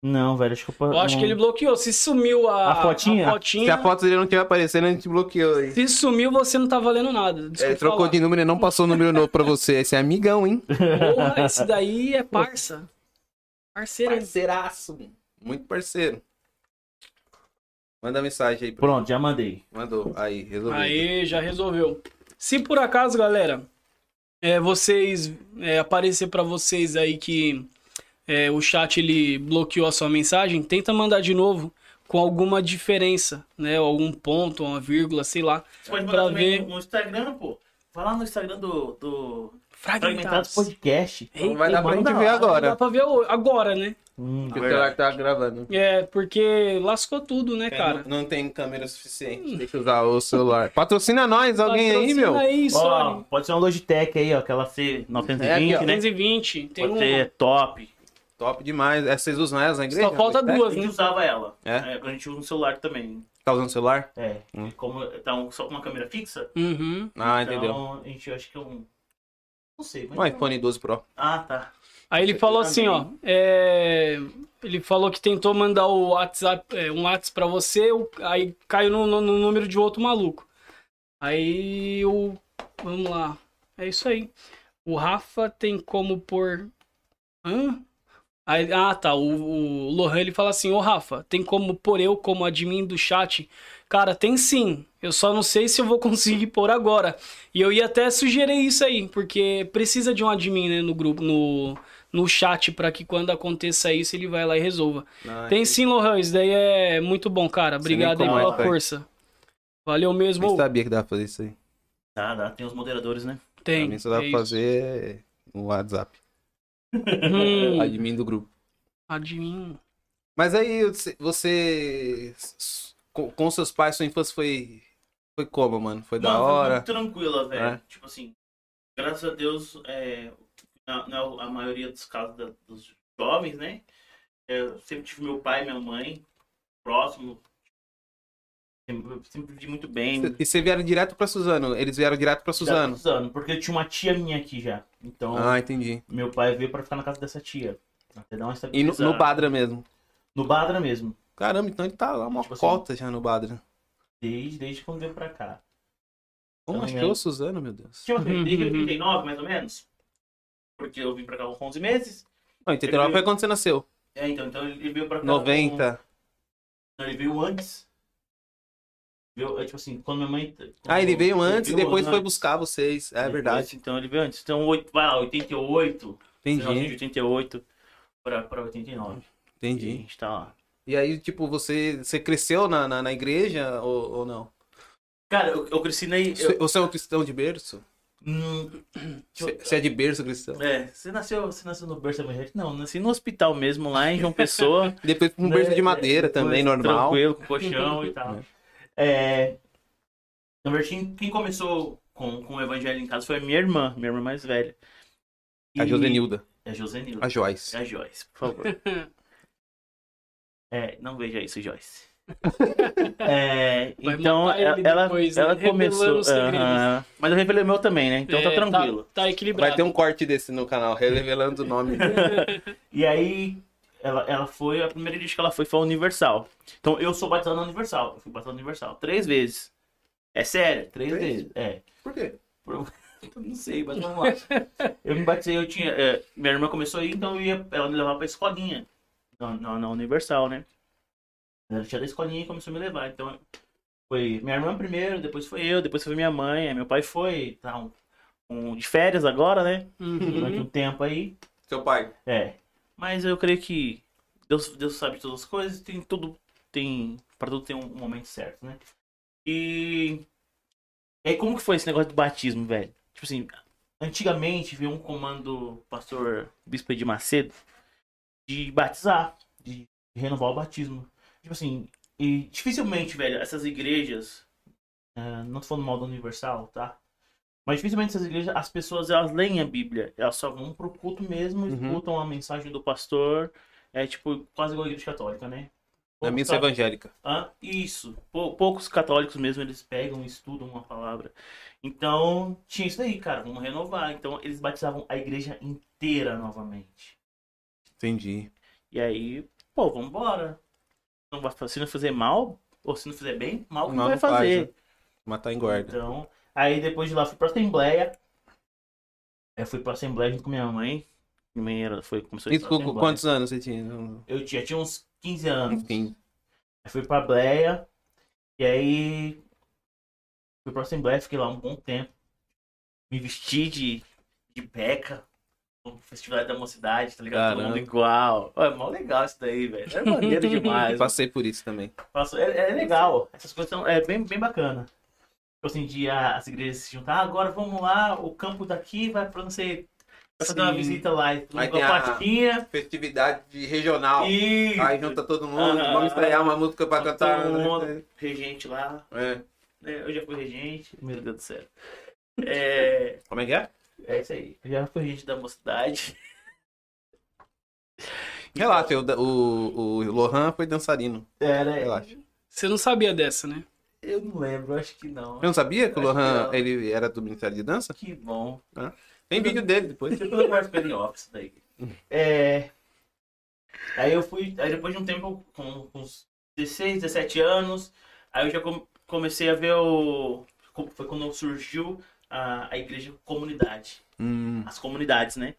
Speaker 3: Não, velho, acho que eu.
Speaker 1: Eu acho que ele bloqueou. Se sumiu a,
Speaker 3: A fotinha?
Speaker 1: fotinha,
Speaker 2: Se a foto dele não estiver aparecendo, a gente bloqueou, hein?
Speaker 1: se sumiu, você não tá valendo nada. Desculpa
Speaker 2: Ele É, trocou
Speaker 1: falar.
Speaker 2: de número e não passou o número novo pra você. Esse é amigão, hein?
Speaker 1: Porra, esse daí é parça. Parceiro. hein?
Speaker 2: Parceiraço. Muito parceiro. Manda mensagem aí. Pro...
Speaker 3: Pronto, já mandei.
Speaker 2: Mandou. Aí, resolveu.
Speaker 1: Aí, já resolveu. Se por acaso, galera, é, vocês é, aparecer pra vocês aí que é, o chat ele bloqueou a sua mensagem, tenta mandar de novo com alguma diferença, né? Algum ponto, uma vírgula, sei lá.
Speaker 3: Você pode
Speaker 1: Pra
Speaker 3: mandar também um
Speaker 1: ver.
Speaker 3: no Instagram, pô. Vai lá no Instagram do, do
Speaker 1: Fragmentados.
Speaker 3: Fragmentados Podcast.
Speaker 1: Ei,
Speaker 2: Vai dar pra
Speaker 3: manda
Speaker 2: gente ver
Speaker 3: lá.
Speaker 1: Dá
Speaker 2: agora.
Speaker 1: pra ver o- agora, né?
Speaker 3: Hum,
Speaker 2: Porque ela tá gravando.
Speaker 1: É, porque lascou tudo, né, cara?
Speaker 2: É, Não, não tem câmera suficiente. Tem que usar o celular. Patrocina nós, alguém aí,
Speaker 1: Patrocina
Speaker 2: meu.
Speaker 1: Aí,
Speaker 3: Ó,
Speaker 1: Sony.
Speaker 3: pode ser uma Logitech aí, ó, aquela C920,
Speaker 2: É, aqui, ó.
Speaker 3: né?
Speaker 1: 320. Tem
Speaker 3: Pode
Speaker 1: um.
Speaker 3: ser top.
Speaker 2: Top demais. É, vocês usam essa na igreja?
Speaker 1: Só falta
Speaker 2: Logitech?
Speaker 3: A
Speaker 1: duas, né?
Speaker 3: gente usava ela.
Speaker 2: É?
Speaker 3: a gente usa no celular também.
Speaker 2: Tá usando celular?
Speaker 3: É.
Speaker 2: Hum.
Speaker 3: E Como tá um- só com uma câmera fixa,
Speaker 1: Uhum.
Speaker 2: Ah, entendeu.
Speaker 3: então a gente acho que é um. Não sei, mas. é
Speaker 2: Um iPhone 12 Pro.
Speaker 3: Ah, tá.
Speaker 1: Aí ele falou assim, ó. é, Ele falou que tentou mandar o WhatsApp, é, um WhatsApp pra você, o- aí caiu no, no- no número de outro maluco. Aí o. Vamos lá. É isso aí. O Rafa tem como pôr. Hã? Aí- ah, tá. O, o Lohan ele fala assim: Ô Rafa, tem como pôr eu como admin do chat? Cara, tem sim. Eu só não sei se eu vou conseguir pôr agora. E eu ia até sugerir isso aí, porque precisa de um admin né, no grupo, no, no chat, pra que quando aconteça isso ele vai lá e resolva.
Speaker 2: Ah,
Speaker 1: Tem sim, Lohan, isso daí é muito bom, cara.
Speaker 2: Sei nem
Speaker 1: Obrigado aí
Speaker 2: como é,
Speaker 1: pela
Speaker 2: pai.
Speaker 1: força. Valeu mesmo.
Speaker 2: Nem sabia que dava pra fazer isso aí.
Speaker 3: Tá, dá. Tem os moderadores, né?
Speaker 2: Pra
Speaker 1: Tem.
Speaker 2: mim só dá
Speaker 1: é
Speaker 2: pra
Speaker 1: isso.
Speaker 2: fazer no WhatsApp.
Speaker 1: Hum,
Speaker 2: Admin do grupo.
Speaker 1: admin.
Speaker 2: Mas aí você- você. Com, com seus pais, sua infância foi. Foi como, mano? Foi da
Speaker 3: Mano, foi
Speaker 2: hora.
Speaker 3: muito tranquila, velho.
Speaker 2: É.
Speaker 3: Tipo assim, graças a Deus, é, na, na- a maioria dos casos da- dos jovens, né? Eu sempre tive meu pai e minha mãe próximo. Sempre, sempre vivi muito bem.
Speaker 2: E você vieram direto pra Suzano? Eles vieram direto pra
Speaker 3: Da
Speaker 2: Suzano.
Speaker 3: Suzano, porque eu tinha uma tia minha aqui já. Então,
Speaker 2: Ah, entendi.
Speaker 3: meu pai veio pra ficar na casa dessa tia. Até dar uma
Speaker 2: E no, no
Speaker 3: estabilizada.
Speaker 2: Badra mesmo.
Speaker 3: No Badra mesmo.
Speaker 2: Caramba, então ele tá lá uma
Speaker 3: Tipo assim.
Speaker 2: cota já no Badra.
Speaker 3: Desde, desde quando veio pra cá.
Speaker 2: Como
Speaker 3: Então,
Speaker 2: achou
Speaker 3: né?
Speaker 2: o Suzano, meu Deus?
Speaker 3: Tinha uma
Speaker 1: Uhum,
Speaker 3: desde
Speaker 1: uhum.
Speaker 3: 89, mais ou menos. Porque eu vim pra cá com 11 meses.
Speaker 2: Não, 89
Speaker 3: Ele-
Speaker 2: foi quando você nasceu.
Speaker 3: É, então, então ele veio pra cá. com-
Speaker 2: 90.
Speaker 3: Não, ele veio antes. Veio, é, tipo assim, quando minha mãe. quando-
Speaker 2: Ah, ele veio antes e depois
Speaker 3: antes.
Speaker 2: foi buscar vocês. É
Speaker 3: Depois,
Speaker 2: verdade.
Speaker 3: Então ele veio antes. Então, oito, vai lá, 88. finalzinho de
Speaker 2: Entendi,
Speaker 3: 88 pra, pra 89. E a
Speaker 2: entendi.
Speaker 3: gente tá lá.
Speaker 2: E aí, tipo, você, você cresceu na, na, na igreja ou, ou não?
Speaker 3: Cara, eu, eu cresci na.
Speaker 2: Você-
Speaker 3: Eu,
Speaker 2: Você é um cristão de berço?
Speaker 3: Hum,
Speaker 2: Você você é de berço cristão?
Speaker 3: é, você nasceu, você nasceu no berço evangélico? Não, nasci no hospital mesmo, lá em João Pessoa.
Speaker 2: Depois um
Speaker 3: né?
Speaker 2: berço
Speaker 1: É,
Speaker 2: de madeira
Speaker 3: Depois,
Speaker 2: também, normal.
Speaker 3: Tranquilo, com colchão e tal. É, na verdade, quem- quem começou com, com o evangelho em casa foi a minha irmã, minha irmã mais velha.
Speaker 2: A Josenilda,
Speaker 3: É a Josenilda.
Speaker 2: a Joyce.
Speaker 3: É a Joyce, por favor. É, não veja isso, Joyce. É,
Speaker 1: Vai
Speaker 3: então,
Speaker 1: matar ele
Speaker 3: ela, ela,
Speaker 1: depois, né?
Speaker 3: ela
Speaker 1: Revelando
Speaker 3: começou.
Speaker 1: os segredos.
Speaker 3: aham. mas eu revelei o meu também, né? Então tá
Speaker 1: É,
Speaker 3: tranquilo.
Speaker 1: Tá, equilibrado.
Speaker 2: Vai ter um corte desse no canal, revelando o nome.
Speaker 3: E aí, ela, ela foi, a primeira igreja que ela foi foi a Universal. Então, eu sou batizado na Universal. Eu fui batizado na Universal três vezes. É sério, três,
Speaker 2: Três?
Speaker 3: vezes. É.
Speaker 2: Por quê?
Speaker 3: Eu não sei, mas vamos lá. eu me batizei, eu tinha. é, minha irmã começou a ir, então eu ia, ela me levava pra escolinha. Na, na, na Universal, né? Ela tinha da escolinha e começou a me levar. Então, foi minha irmã primeiro, depois foi eu, depois foi minha mãe, aí meu pai foi, tá, um, um- de férias agora, né? Durante
Speaker 1: Uhum.
Speaker 3: um tempo aí.
Speaker 2: Seu pai.
Speaker 3: É. Mas eu creio que Deus, Deus sabe todas as coisas, tem tudo. Tem. Pra tudo tem um momento certo, né? E. E aí, como que foi esse negócio do batismo, velho? Tipo assim, antigamente veio um comando pastor Bispo de Macedo de batizar, de renovar o batismo. Tipo assim, e dificilmente, velho, essas igrejas. ah, não tô falando mal da Universal, tá? Mas dificilmente essas igrejas, as pessoas elas leem a Bíblia. Elas só vão pro culto mesmo,
Speaker 2: Uhum.
Speaker 3: escutam a mensagem do pastor. É tipo quase igual a igreja católica, né?
Speaker 2: Na missa evangélica.
Speaker 3: Hã? Isso. Pou- poucos católicos mesmo, eles pegam e estudam uma palavra. Então, tinha isso aí, cara. Vamos renovar. Então, eles batizavam a igreja inteira novamente.
Speaker 2: Entendi.
Speaker 3: E aí, pô, vambora. Não vai, fa- se não fizer mal, ou se não fizer bem, mal que
Speaker 2: Mal
Speaker 3: vai
Speaker 2: não faz,
Speaker 3: fazer.
Speaker 2: né? Matar engorda.
Speaker 3: Então, aí depois de lá fui pra Assembleia. Eu fui pra Assembleia junto com minha mãe. Minha mãe era, foi, começou a
Speaker 2: Isso
Speaker 3: estudar
Speaker 2: com, com
Speaker 3: Assembleia.
Speaker 2: quantos anos você tinha? Não-
Speaker 3: Eu tinha, tinha uns 15 anos.
Speaker 2: Enfim.
Speaker 3: Aí fui pra Bleia. E aí. Fui pra Assembleia, fiquei lá um bom tempo. Me vesti de, de beca. no Festival da Mocidade, tá ligado? Todo
Speaker 2: Caramba.
Speaker 3: mundo igual. Ó, É mó legal isso daí, velho. É maneiro demais. mano.
Speaker 2: Passei por isso também.
Speaker 3: Faço- é, é legal. Essas coisas são é bem, bem bacana. Tipo assim, de a- as igrejas se juntar, "Ah, agora vamos lá, o campo daqui vai pra não sei. Vai fazer uma
Speaker 2: Sim.
Speaker 3: visita lá, e
Speaker 2: Aí
Speaker 3: uma
Speaker 2: tem a-
Speaker 3: parquinha.
Speaker 2: Festividade regional.
Speaker 3: E.
Speaker 2: Aí junta todo mundo,
Speaker 3: mundo, Aham.
Speaker 2: vamos estrear uma música pra
Speaker 3: Ah, Todo
Speaker 2: cantar. É.
Speaker 3: mundo. Regente lá. né? Eu já fui regente. Meu Deus do céu. É,
Speaker 2: Como é que é?
Speaker 3: é isso aí. Eu já fui regente da mocidade.
Speaker 2: Relaxa, o, o, o Lohan foi dançarino.
Speaker 3: Era.
Speaker 2: Relaxa.
Speaker 1: Você não sabia dessa, né?
Speaker 3: Eu não lembro, acho que não.
Speaker 2: Eu não sabia que o
Speaker 3: Acho que
Speaker 2: Lohan
Speaker 3: não.
Speaker 2: ele era do Ministério de Dança?
Speaker 3: Que bom.
Speaker 2: Tem vídeo dele depois.
Speaker 3: Depois eu guardo pelo office daí. É. Aí eu fui. Aí depois de um tempo, com, com uns 16, 17 anos, aí eu já com- comecei a ver o. co- Foi quando surgiu a, a igreja comunidade.
Speaker 2: Hum,
Speaker 3: As comunidades, né?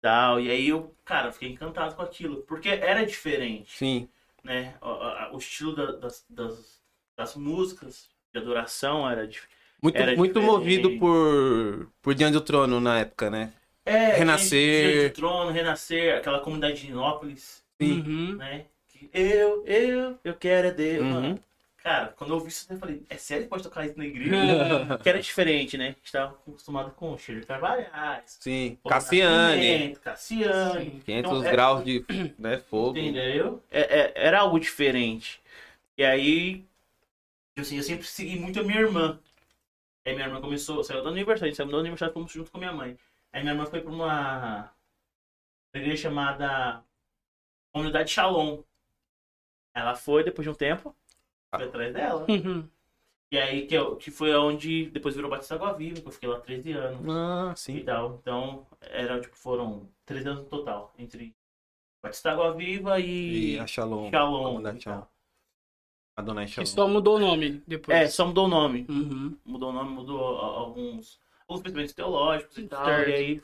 Speaker 3: Tal, e aí eu, cara, fiquei encantado com aquilo. Porque era diferente
Speaker 2: sim.
Speaker 3: né? O, a- o estilo da- das, das, das músicas de adoração era de
Speaker 2: Muito,
Speaker 3: Era
Speaker 2: muito
Speaker 3: diferente.
Speaker 2: movido por, por Diante do Trono na época, né?
Speaker 3: é,
Speaker 2: Renascer.
Speaker 3: Diante do Trono, Renascer, aquela comunidade de Inópolis,
Speaker 2: Sim.
Speaker 1: Uhum.
Speaker 3: né? Que eu, eu, eu quero é Deus.
Speaker 2: Uhum.
Speaker 3: mano. Cara, quando eu ouvi isso, eu falei, é sério que pode tocar isso na igreja? que era diferente, né? A gente tava acostumado com Cheiro de Carvalhais,
Speaker 2: Sim.
Speaker 3: Paulo
Speaker 2: Cassiane.
Speaker 3: Nascimento, Cassiane.
Speaker 1: Sim.
Speaker 2: 500
Speaker 3: É. Então, é-
Speaker 2: graus de né, fogo.
Speaker 3: Entendeu? É- é- era algo diferente. E aí, assim, eu sempre segui muito a minha irmã. Aí minha irmã começou, saiu da universidade, a gente saiu da universidade fomos junto com minha mãe. Aí minha irmã foi pra uma igreja chamada Comunidade Shalom. Ela foi depois de um tempo, foi atrás dela.
Speaker 1: Uhum.
Speaker 3: E aí que, eu- que foi onde depois virou Batista Água Viva, que eu fiquei lá 13 anos
Speaker 2: Ah,
Speaker 3: e
Speaker 2: sim.
Speaker 3: tal. Então, era, tipo, foram 13 anos no total, entre Batista Água Viva
Speaker 2: E
Speaker 3: e,
Speaker 2: a Shalom.
Speaker 3: Shalom. então.
Speaker 2: Adonai Shalom. Adonai
Speaker 1: Que
Speaker 2: Shalom.
Speaker 1: só mudou o nome depois.
Speaker 3: É, só mudou o nome.
Speaker 1: Uhum.
Speaker 3: Mudou o nome, mudou a- alguns, alguns pensamentos teológicos e tal.
Speaker 1: Certo.
Speaker 3: E aí,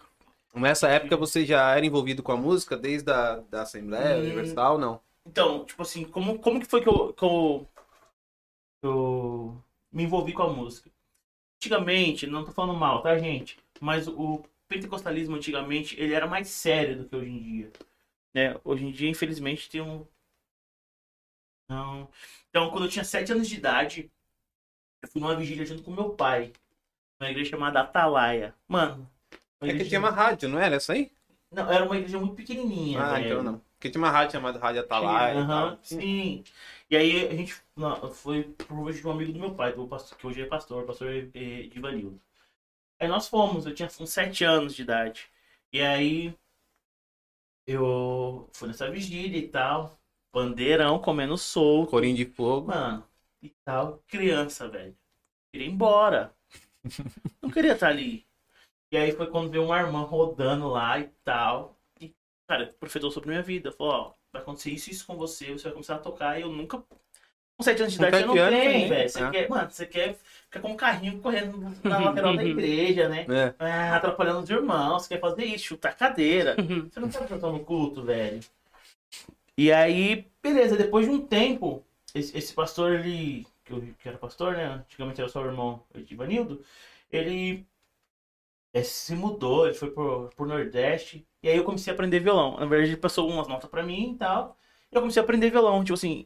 Speaker 2: Nessa época você já era envolvido com a música desde a da Assembleia
Speaker 3: Hum.
Speaker 2: Universal, não?
Speaker 3: então, tipo assim, como, como que foi que eu, que, eu, que eu me envolvi com a música? Antigamente, não tô falando mal, tá, gente? Mas o pentecostalismo antigamente, ele era mais sério do que hoje em dia. Né? Hoje em dia, infelizmente, tem um... Não... Então, quando eu tinha sete anos de idade, eu fui numa vigília junto com meu pai. Numa igreja chamada Atalaia. Mano... uma
Speaker 2: É que
Speaker 3: igreja-
Speaker 2: tinha uma rádio, não era essa aí?
Speaker 3: Não, era uma igreja muito pequenininha.
Speaker 2: Ah,
Speaker 3: velho.
Speaker 2: então não. Porque tinha uma rádio chamada Rádio Atalaia. e
Speaker 3: Aham,
Speaker 2: tal. assim.
Speaker 3: sim. E aí a gente não, foi pro hoje de um amigo do meu pai, do pastor, que hoje é pastor, pastor eh, Divanildo. Aí nós fomos, eu tinha uns sete anos de idade. E aí eu fui nessa vigília e tal, bandeirão comendo solto.
Speaker 2: Corinho de Fogo.
Speaker 3: Mano, e tal, criança, velho. Queria ir embora. Não queria estar ali. E aí foi quando veio uma irmã rodando lá e tal. E, cara, profetou sobre minha vida. Falou, ó, vai acontecer isso e isso com você, você vai começar a tocar. E eu nunca. Com 7 anos de
Speaker 2: Com
Speaker 3: idade você não
Speaker 2: sete anos
Speaker 3: tem,
Speaker 2: também,
Speaker 3: velho. Você
Speaker 2: tá.
Speaker 3: quer, mano, você quer ficar com um carrinho correndo na lateral da igreja, né?
Speaker 2: É.
Speaker 3: Ah, atrapalhando os irmãos, você quer fazer isso, chutar a cadeira.
Speaker 1: Uhum.
Speaker 3: Você não quer cantar no culto, velho. E aí, beleza, depois de um tempo, esse, esse pastor, ele. Que, eu, que era pastor, né? Antigamente era só o irmão Edivanildo. Ele eh, se mudou, ele foi pro, pro Nordeste. E aí eu comecei a aprender violão. Na verdade, ele passou umas notas pra mim e tal. E eu comecei a aprender violão. Tipo assim,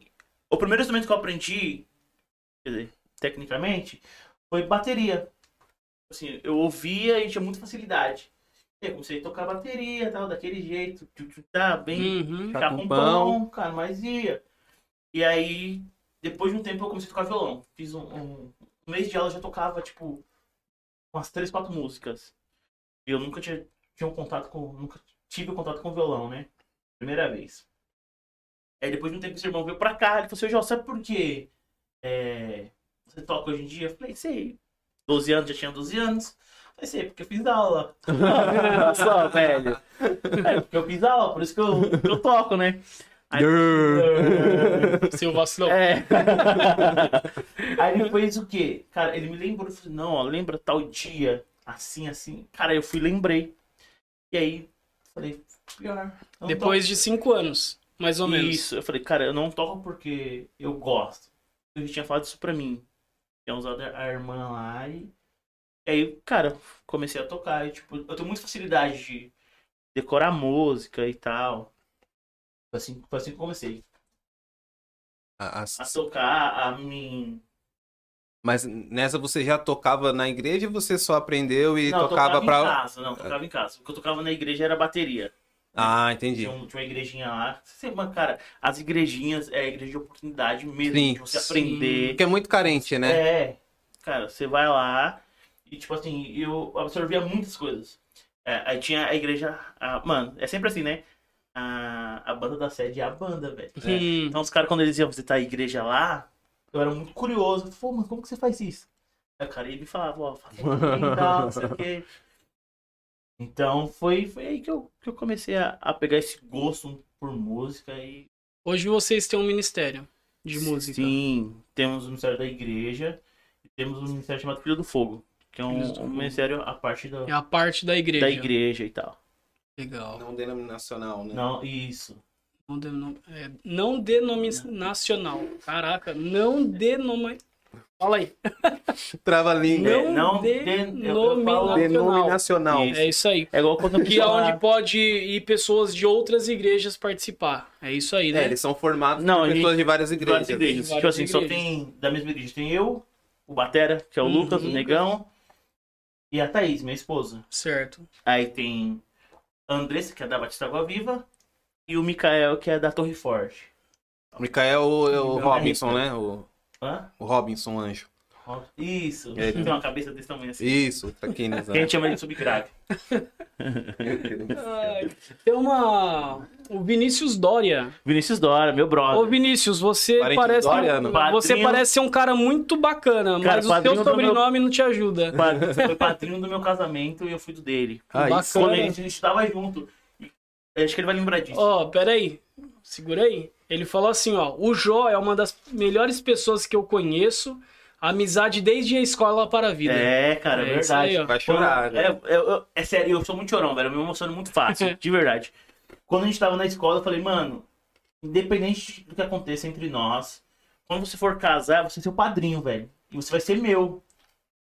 Speaker 3: o primeiro instrumento que eu aprendi, quer dizer, tecnicamente, foi bateria. Assim, eu ouvia e tinha muita facilidade. E aí comecei a tocar bateria tal, daquele jeito. tchu, tchu, Tá bem
Speaker 1: Uhum.
Speaker 2: Tá
Speaker 3: tá
Speaker 2: com
Speaker 3: com
Speaker 2: pão.
Speaker 3: pão, cara, mas ia. E aí, depois de um tempo, eu comecei a tocar violão. Fiz um, um, um mês de aula, eu já tocava, tipo, umas três, quatro músicas. E eu nunca tinha, tinha um contato com. Nunca tive um contato com violão, né? Primeira vez. Aí depois de um tempo, seu irmão veio pra cá. Ele falou assim: Jô, sabe por que é, você toca hoje em dia? Eu falei: sei. 12 anos, já tinha 12 anos. Eu falei: sei, porque eu fiz aula. Olha só, velho. É, porque eu fiz aula, por isso que eu, que eu toco, né? Aí,
Speaker 1: Seu vacilão.
Speaker 3: é. Aí ele fez o quê? Cara, ele me lembrou, falou, assim, não, ó, lembra tal dia, assim, assim. Cara, eu fui, lembrei. E aí, falei, pior. eu não
Speaker 1: Depois de cinco anos, mais ou
Speaker 3: toco.
Speaker 1: menos.
Speaker 3: então tá. Isso, eu falei, cara, eu não toco porque eu gosto. Eu já tinha falado isso pra mim. Tinha usado a irmã lá e... E aí, cara, comecei a tocar e, tipo, eu tenho muita facilidade de decorar música e tal. Foi assim, foi assim que eu comecei.
Speaker 2: A- as-
Speaker 3: A tocar, a me...
Speaker 2: Mas nessa você já tocava na igreja ou você só aprendeu e
Speaker 3: não, eu
Speaker 2: tocava
Speaker 3: em
Speaker 2: pra.
Speaker 3: casa, não, eu tocava em casa. O que eu tocava na igreja era bateria.
Speaker 2: Ah, entendi.
Speaker 3: Tinha, um- tinha uma igrejinha lá. Você, mas, cara, as igrejinhas é a igreja de oportunidade mesmo
Speaker 2: Sim,
Speaker 3: de você
Speaker 2: sim.
Speaker 3: aprender.
Speaker 2: Porque é muito carente, né?
Speaker 3: É. Cara, você vai lá e, tipo assim, eu absorvia muitas coisas. É, aí tinha a igreja. a- mano, é sempre assim, né? A, a banda da sede é a banda, velho.
Speaker 1: Hum.
Speaker 3: Então os caras, quando eles iam visitar a igreja lá, eu era muito curioso. Eu falei, Pô, mano, como que você faz isso? Aí o cara ele me falava, ó, faz assim, tal, não sei o quê. Então foi, foi aí que eu, que eu comecei a, a pegar esse gosto por música e.
Speaker 1: Hoje vocês têm um ministério de música.
Speaker 3: Sim, temos o Ministério da Igreja e temos um ministério chamado Filho do Fogo, que é
Speaker 1: Filhos do
Speaker 3: um, um
Speaker 1: Fogo.
Speaker 3: ministério a parte da,
Speaker 1: É a parte da igreja.
Speaker 3: da igreja e tal.
Speaker 1: Legal.
Speaker 2: Não denominacional, né?
Speaker 3: Não, isso.
Speaker 1: Não, denom... é, não denominacional. Caraca, não denoma... Fala aí.
Speaker 2: Trava-língua.
Speaker 3: É,
Speaker 1: Não,
Speaker 3: não de- eu- eu
Speaker 1: denominacional.
Speaker 3: falo-
Speaker 2: né? Denominacional.
Speaker 3: Isso.
Speaker 1: É isso aí.
Speaker 3: É igual quando
Speaker 1: Que é onde pode ir pessoas de outras igrejas participar. É isso aí,
Speaker 2: É,
Speaker 1: né?
Speaker 2: eles são formados
Speaker 3: Não,
Speaker 2: por
Speaker 3: a gente-
Speaker 2: pessoas de várias
Speaker 3: de
Speaker 2: igrejas.
Speaker 3: várias igrejas.
Speaker 1: De várias
Speaker 3: tipo assim, só
Speaker 1: igrejas.
Speaker 3: tem da mesma igreja. Tem eu, o Batera, que é o
Speaker 1: Uhum.
Speaker 3: Lucas, o Negão, e a Thaís, minha esposa.
Speaker 1: Certo.
Speaker 3: Aí tem a Andressa, que é da Batista Água Viva, e o Mikael, que é da Torre Forte.
Speaker 2: O Micael o, é o
Speaker 3: Não,
Speaker 2: Robinson, né? O,
Speaker 3: Hã?
Speaker 2: o Robinson Anjo.
Speaker 3: Isso.
Speaker 2: É,
Speaker 3: tem uma cabeça desse tamanho assim.
Speaker 2: Isso, traquinas.
Speaker 3: Que a gente chama ele de subgrave.
Speaker 1: Ai, Tem uma... O Vinícius Dória.
Speaker 3: Vinícius Dora, meu brother.
Speaker 1: Ô Vinícius, você
Speaker 2: Parente
Speaker 1: parece,
Speaker 2: Doriano.
Speaker 1: você
Speaker 3: Padrinho.
Speaker 1: parece ser um cara muito bacana,
Speaker 3: Cara,
Speaker 1: mas o
Speaker 3: padrinho
Speaker 1: seu
Speaker 3: do
Speaker 1: sobrenome não te ajuda.
Speaker 3: Padrinho- Você foi padrinho do meu casamento e eu fui do dele.
Speaker 2: Ah,
Speaker 1: Bacana.
Speaker 2: isso.
Speaker 3: Quando a gente estava junto. E- é, Acho que ele vai lembrar disso.
Speaker 1: Ó, peraí. Segura aí. Ele falou assim, ó. O Jó é uma das melhores pessoas que eu conheço. Amizade desde a escola para a vida.
Speaker 3: é, cara, é
Speaker 1: É isso
Speaker 3: verdade.
Speaker 1: aí, ó.
Speaker 2: Vai chorar,
Speaker 3: É,
Speaker 2: né?
Speaker 3: eu- eu- é sério, eu sou muito chorão, velho. Eu me emociono muito fácil, de verdade. Quando a gente tava na escola, eu falei, mano, independente do que aconteça entre nós, quando você for casar, você é seu padrinho, velho. E você vai ser meu.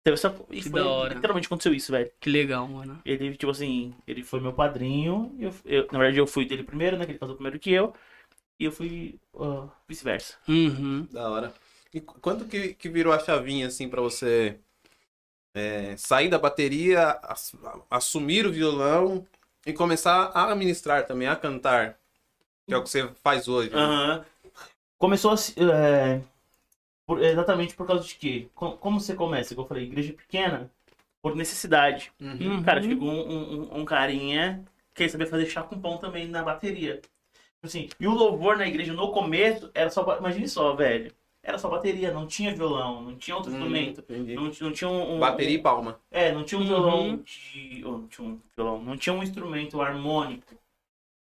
Speaker 3: Teve essa... E
Speaker 1: Que
Speaker 3: foi-
Speaker 1: da hora.
Speaker 3: Literalmente aconteceu isso, velho.
Speaker 1: Que legal, mano.
Speaker 3: Ele, tipo assim, ele foi meu padrinho. Eu, eu- na verdade, eu fui dele primeiro, né? Que ele casou primeiro que eu. E eu fui ó, vice-versa.
Speaker 1: Uhum.
Speaker 2: Da hora. E qu- quando que, que virou a chavinha, assim, pra você é, sair da bateria, ass- assumir o violão e começar a ministrar também, a cantar? Que é o que você faz hoje. né?
Speaker 3: Aham. Começou a se- é, por- exatamente por causa de quê? Co- Como, você começa? Como eu falei, igreja pequena, por necessidade.
Speaker 2: Uhum.
Speaker 3: Cara, chegou um, um- um carinha que ele sabia fazer chá com pão também na bateria. Tipo Assim, e o louvor na igreja no começo era só. ba- Imagine só, velho. Era só bateria, não tinha violão, não tinha outro instrumento.
Speaker 2: Hum, entendi.
Speaker 3: Não, ti- não tinha um, um-
Speaker 2: Bateria e palma.
Speaker 3: é, não tinha um
Speaker 1: Uhum.
Speaker 3: violão de. ou não tinha um violão. Não tinha um instrumento harmônico.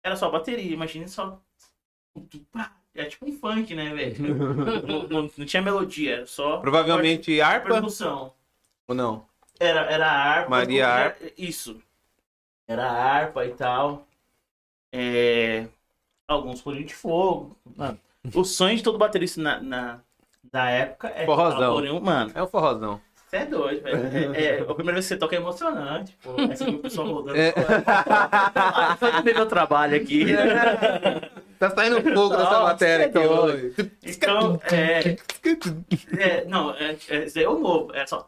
Speaker 3: Era só bateria, imagina só. É tipo um funk, né, velho? não, não- não tinha melodia, era só.
Speaker 2: Provavelmente harpa
Speaker 3: Percussão.
Speaker 2: ou não?
Speaker 3: Era, era a harpa.
Speaker 2: Maria
Speaker 3: era-
Speaker 2: Harpa.
Speaker 3: Isso. Era a harpa e tal. É, Alguns corinhos de fogo. Mano, o sonho de todo baterista na, na, da época é.
Speaker 2: Forrozão.
Speaker 3: tocar corinho- Mano,
Speaker 2: É o forrozão.
Speaker 3: você é doido, velho. É, é, a primeira vez que você toca é emocionante. Pô. Aí você vê o pessoal rodando.
Speaker 2: É.
Speaker 3: Ah, Fazendo meu trabalho aqui.
Speaker 2: Tá saindo fogo dessa
Speaker 3: Nossa,
Speaker 2: matéria
Speaker 3: é
Speaker 2: aqui hoje.
Speaker 3: doido. Então, é, é, não, é, é, isso aí é o novo. É só.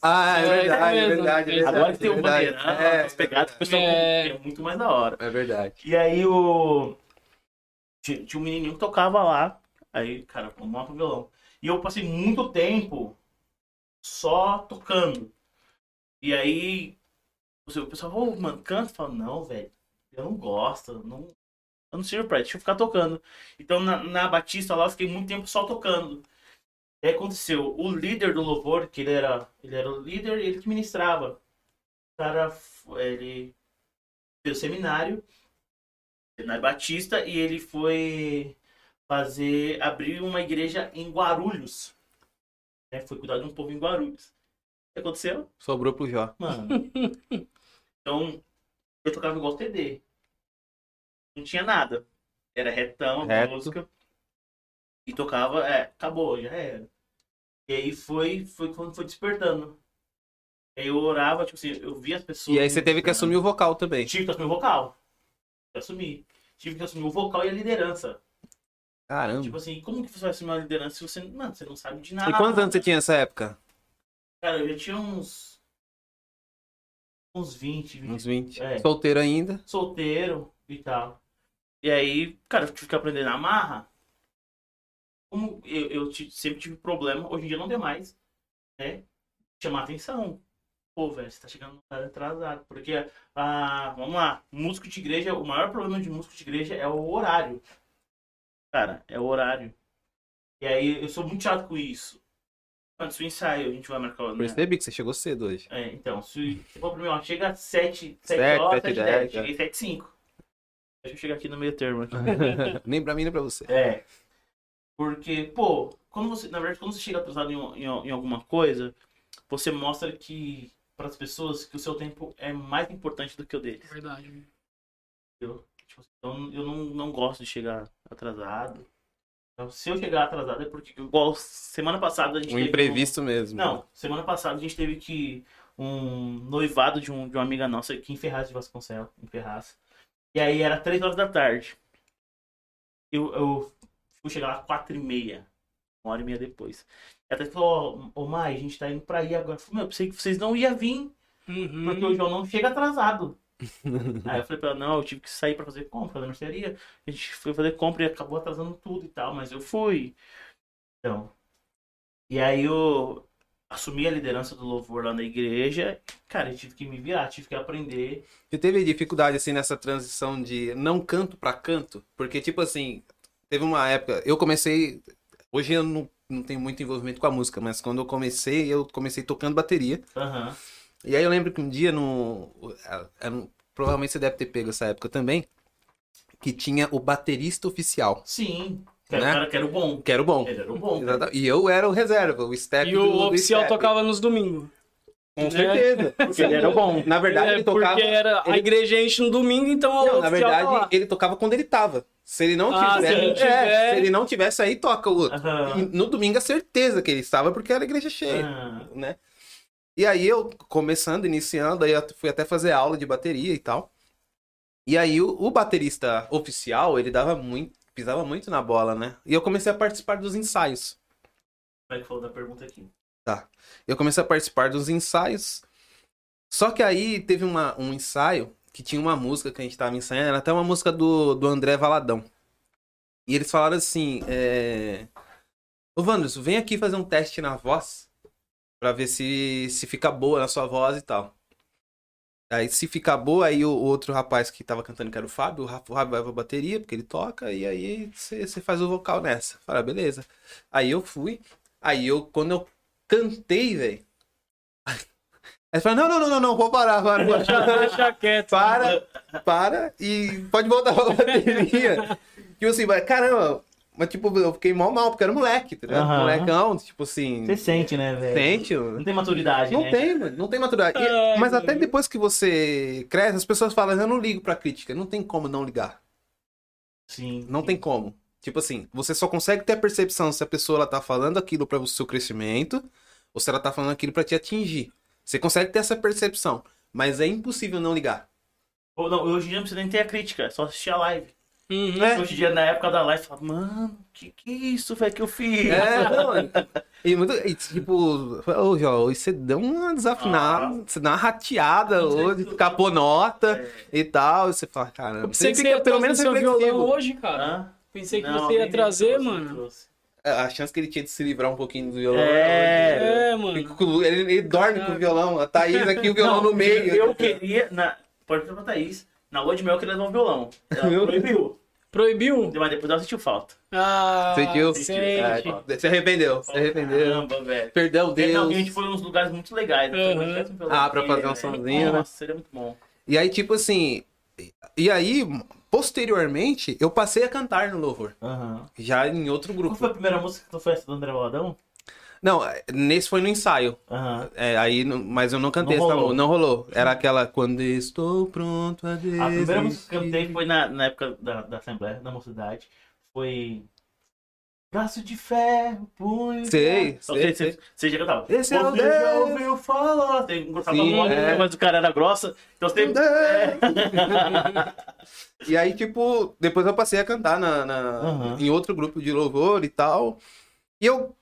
Speaker 2: Ah, é
Speaker 1: É,
Speaker 2: verdade, é
Speaker 1: é mesmo.
Speaker 2: verdade, é verdade.
Speaker 3: Agora que tem
Speaker 2: é
Speaker 3: um
Speaker 2: verdade.
Speaker 3: bandeirão,
Speaker 2: É,
Speaker 3: as pegadas, o pessoal
Speaker 1: É.
Speaker 3: é muito mais da hora.
Speaker 2: É verdade.
Speaker 3: E aí o. Tinha tinha um menininho que tocava lá. Aí, cara, pô, mó pro violão. E eu passei muito tempo só tocando. E aí. O seu- o pessoal, ô, mano, canta? Eu falo, não, velho. Eu não gosto. eu Não... Eu não sirvo pra isso, deixa eu ficar tocando. Então na, na Batista lá eu fiquei muito tempo só tocando. E aí aconteceu, o líder do louvor, que ele era, ele era o líder e ele que ministrava. O cara, f- ele fez o seminário, na é Batista, e ele foi fazer, abrir uma igreja em Guarulhos. né? Foi cuidar de um povo em Guarulhos. O que aconteceu?
Speaker 2: Sobrou pro Jó.
Speaker 3: Mano. então, eu tocava igual TD. Não tinha nada. Era retão, a
Speaker 2: Reto.
Speaker 3: música. E tocava, é, acabou, já era. E aí foi, foi quando foi despertando. Aí eu orava, tipo assim, eu via as pessoas.
Speaker 2: E aí você teve que assumir o vocal também.
Speaker 3: Tive que assumir o vocal. Eu assumi. Tive que assumir o vocal e a liderança.
Speaker 2: Caramba.
Speaker 3: Tipo assim, como que você vai assumir a liderança se você, mano, você não sabe de nada?
Speaker 2: Hum. E quantos anos você tinha nessa época?
Speaker 3: Cara, eu já tinha uns. Uns 20, 20
Speaker 2: Uns 20.
Speaker 3: É.
Speaker 2: Solteiro ainda.
Speaker 3: solteiro e tal. E aí, cara, eu tive que aprender na marra. Como eu, eu ti- sempre tive problema, hoje em dia não tem mais, né? Chamar atenção. Pô, velho, você tá chegando no cara atrasado. Porque, ah, vamos lá, músico de igreja, o maior problema de músico de igreja é o horário. Cara, é o horário. E aí, eu sou muito chato com isso. Antes do ensaio, a gente vai marcar o. né?
Speaker 2: Percebi que você chegou cedo hoje.
Speaker 3: É, então, se se for pra mim, ó, chega às 7, 7
Speaker 2: Sete,
Speaker 3: horas,
Speaker 2: sete e
Speaker 3: 7 10,
Speaker 2: dez, é.
Speaker 3: cheguei 7 5. Deixa eu chegar aqui no meio termo. Aqui.
Speaker 2: nem pra mim, nem pra você.
Speaker 3: é. Porque, pô, quando você, na verdade, quando você chega atrasado em, um- em um- em alguma coisa, você mostra que, para as pessoas, que o seu tempo é mais importante do que o deles.
Speaker 1: Verdade.
Speaker 3: entendeu? Tipo assim, Então, eu não, não gosto de chegar atrasado. Então, se eu chegar atrasado é porque, igual semana passada, a gente
Speaker 2: Um
Speaker 3: teve
Speaker 2: imprevisto mesmo.
Speaker 3: não, semana passada a gente teve que um noivado de, um, de uma amiga nossa aqui em Ferraz de Vasconcelos, em Ferraz. E aí era três horas da tarde. Eu, eu fui chegar lá quatro e meia, uma hora e meia depois. Ela até falou, ô, ô Mai, a gente tá indo pra aí agora. Eu falei, meu, eu pensei que vocês não iam vir,
Speaker 1: Uhum.
Speaker 3: porque o João não chega atrasado. aí eu falei pra ela, não, eu tive que sair pra fazer compra na mercearia. A gente foi fazer compra e acabou atrasando tudo e tal, mas eu fui. Então. E aí eu assumi a liderança do louvor lá na igreja. Cara, eu tive que me virar, tive que aprender.
Speaker 2: Eu teve dificuldade, assim, nessa transição de não canto pra canto, porque, tipo assim, teve uma época. Eu comecei. Hoje eu não, não tenho muito envolvimento com a música, mas quando eu comecei, eu comecei tocando bateria.
Speaker 3: Aham.
Speaker 2: E aí eu lembro que um dia no. ah, era um- provavelmente você deve ter pego essa época também. Que tinha o baterista oficial.
Speaker 3: Sim. Que era
Speaker 2: Né?
Speaker 3: o cara que era o bom.
Speaker 2: Que era o bom.
Speaker 3: Ele era o bom.
Speaker 2: Exata- E eu era o reserva, o step
Speaker 1: E
Speaker 2: é do,
Speaker 1: o
Speaker 2: do
Speaker 1: oficial
Speaker 2: step.
Speaker 1: tocava nos domingos.
Speaker 2: Com certeza. Porque ele era o bom. Na verdade,
Speaker 1: É,
Speaker 2: ele tocava.
Speaker 1: Porque era a
Speaker 2: ele-
Speaker 1: igreja enche no domingo, então o
Speaker 2: Não, na
Speaker 1: oficial
Speaker 2: verdade,
Speaker 1: tá lá.
Speaker 2: ele tocava quando ele tava. Se ele não
Speaker 1: Ah,
Speaker 2: tivesse.
Speaker 1: se ele não
Speaker 2: é,
Speaker 1: tiver-
Speaker 2: se ele não tivesse, aí toca o outro.
Speaker 3: Aham. Ah,
Speaker 2: E no domingo, a certeza que ele estava, porque era a igreja cheia.
Speaker 1: Ah.
Speaker 3: Aham.
Speaker 2: né? E aí eu, começando, iniciando, aí eu fui até fazer aula de bateria e tal. E aí o, o baterista oficial, ele dava muito, pisava muito na bola, né? E eu comecei a participar dos ensaios.
Speaker 3: Como é que falou da pergunta aqui?
Speaker 2: Eu comecei a participar dos ensaios. Só que aí teve uma, um ensaio que tinha uma música que a gente tava ensaiando, era até uma música do, do André Valadão. E eles falaram assim, é... Ô Wanderson, vem aqui fazer um teste na voz pra ver se, se fica boa na sua voz e tal. Aí se ficar boa, aí o, o outro rapaz que tava cantando, que era o Fábio, o Ra- o Fábio vai pra bateria, porque ele toca, e aí você você faz o vocal nessa. Fala, beleza. Aí eu fui, aí eu, quando eu cantei, velho. Aí falaram, não, não, não, não, não, vou parar, para, para,
Speaker 1: Deixa quieto.
Speaker 2: para, para e pode voltar pra bateria. tipo assim, mas, caramba, mas tipo, eu fiquei mal mal, porque era moleque, tá ligado?
Speaker 3: Aham.
Speaker 2: Molecão, tipo assim,
Speaker 3: Você sente, né, velho?
Speaker 2: sente,
Speaker 3: Não
Speaker 2: mano.
Speaker 3: tem maturidade,
Speaker 2: Não
Speaker 3: né?
Speaker 2: tem, mano, não tem maturidade. E-
Speaker 1: Ai,
Speaker 2: mas
Speaker 1: mano.
Speaker 2: até depois que você cresce, as pessoas falam, eu não ligo pra crítica, não tem como não ligar.
Speaker 3: Sim.
Speaker 2: Não tem como. Tipo assim, você só consegue ter a percepção se a pessoa ela tá falando aquilo para o seu crescimento ou se ela tá falando aquilo para te atingir. Você consegue ter essa percepção, mas é impossível não ligar.
Speaker 3: Ou não, hoje em dia não precisa nem ter a crítica, é só assistir a live.
Speaker 1: Uhum.
Speaker 2: É,
Speaker 3: Hoje em dia, na época da live, fala, mano, que que é isso, velho, que eu fiz?
Speaker 2: é não, é- e, muito, e tipo, ô Jó, hoje você deu uma desafinada, você dá uma rateada hoje, capô nota
Speaker 3: É.
Speaker 2: e tal, e você fala, caramba,
Speaker 1: Pensei que você ia pelo menos seu
Speaker 2: reflexivo.
Speaker 1: violão hoje, cara.
Speaker 3: Hã?
Speaker 1: Pensei que
Speaker 3: Não,
Speaker 1: você ia
Speaker 3: nem
Speaker 1: trazer,
Speaker 3: trouxe, nem
Speaker 1: mano.
Speaker 3: trouxe.
Speaker 2: É, A chance que ele tinha de se livrar um pouquinho do violão. né?
Speaker 3: É.
Speaker 1: É,
Speaker 2: Ele,
Speaker 1: mano.
Speaker 2: ele dorme com o violão, a Thaís aqui, o violão
Speaker 3: Não,
Speaker 2: no meio.
Speaker 3: Eu queria, na... pode perguntar pra Thaís, na lua de mel eu queria levar um violão. Ela
Speaker 2: Meu
Speaker 3: proibiu.
Speaker 1: Proibiu?
Speaker 3: Mas depois ela sentiu falta.
Speaker 1: Ah,
Speaker 2: Sentiu?
Speaker 1: sente.
Speaker 3: Sentiu.
Speaker 2: Se É, arrependeu, se arrependeu.
Speaker 3: Caramba, velho.
Speaker 2: Perdão,
Speaker 3: É, não, a gente
Speaker 2: Deus.
Speaker 3: foi em uns lugares muito legais. né?
Speaker 1: Uhum.
Speaker 3: Foi no Festival
Speaker 2: Ah, pra fazer um
Speaker 3: velho.
Speaker 2: somzinho, né?
Speaker 3: Nossa, seria muito bom.
Speaker 2: E aí, tipo assim. E aí, posteriormente, eu passei a cantar no louvor. Já em outro
Speaker 3: Qual
Speaker 2: grupo.
Speaker 3: foi a primeira música que tu foi essa do André Valadão?
Speaker 2: Não, é, nesse foi no ensaio.
Speaker 3: Aham.
Speaker 2: É, aí, não- mas eu não cantei
Speaker 3: Não
Speaker 2: essa
Speaker 3: rolou.
Speaker 2: música. Não rolou. Era aquela quando estou pronto a desistir.
Speaker 3: A primeira música que eu cantei foi na, na época da, da Assembleia, na mocidade. Foi. Braço de ferro, punho. de
Speaker 2: Sei,
Speaker 3: ferro. Só
Speaker 2: sei,
Speaker 3: sei, sei. Você já cantava.
Speaker 2: Esse
Speaker 3: Você
Speaker 2: é o
Speaker 3: já
Speaker 2: Deus.
Speaker 3: ouviu falar. Tem um gostava
Speaker 2: Sim,
Speaker 3: muito,
Speaker 2: é.
Speaker 3: mas o cara era grossa. Então você tem.
Speaker 2: E aí, tipo, depois eu passei a cantar na, na-
Speaker 3: Aham.
Speaker 2: em outro grupo de louvor e tal. E eu.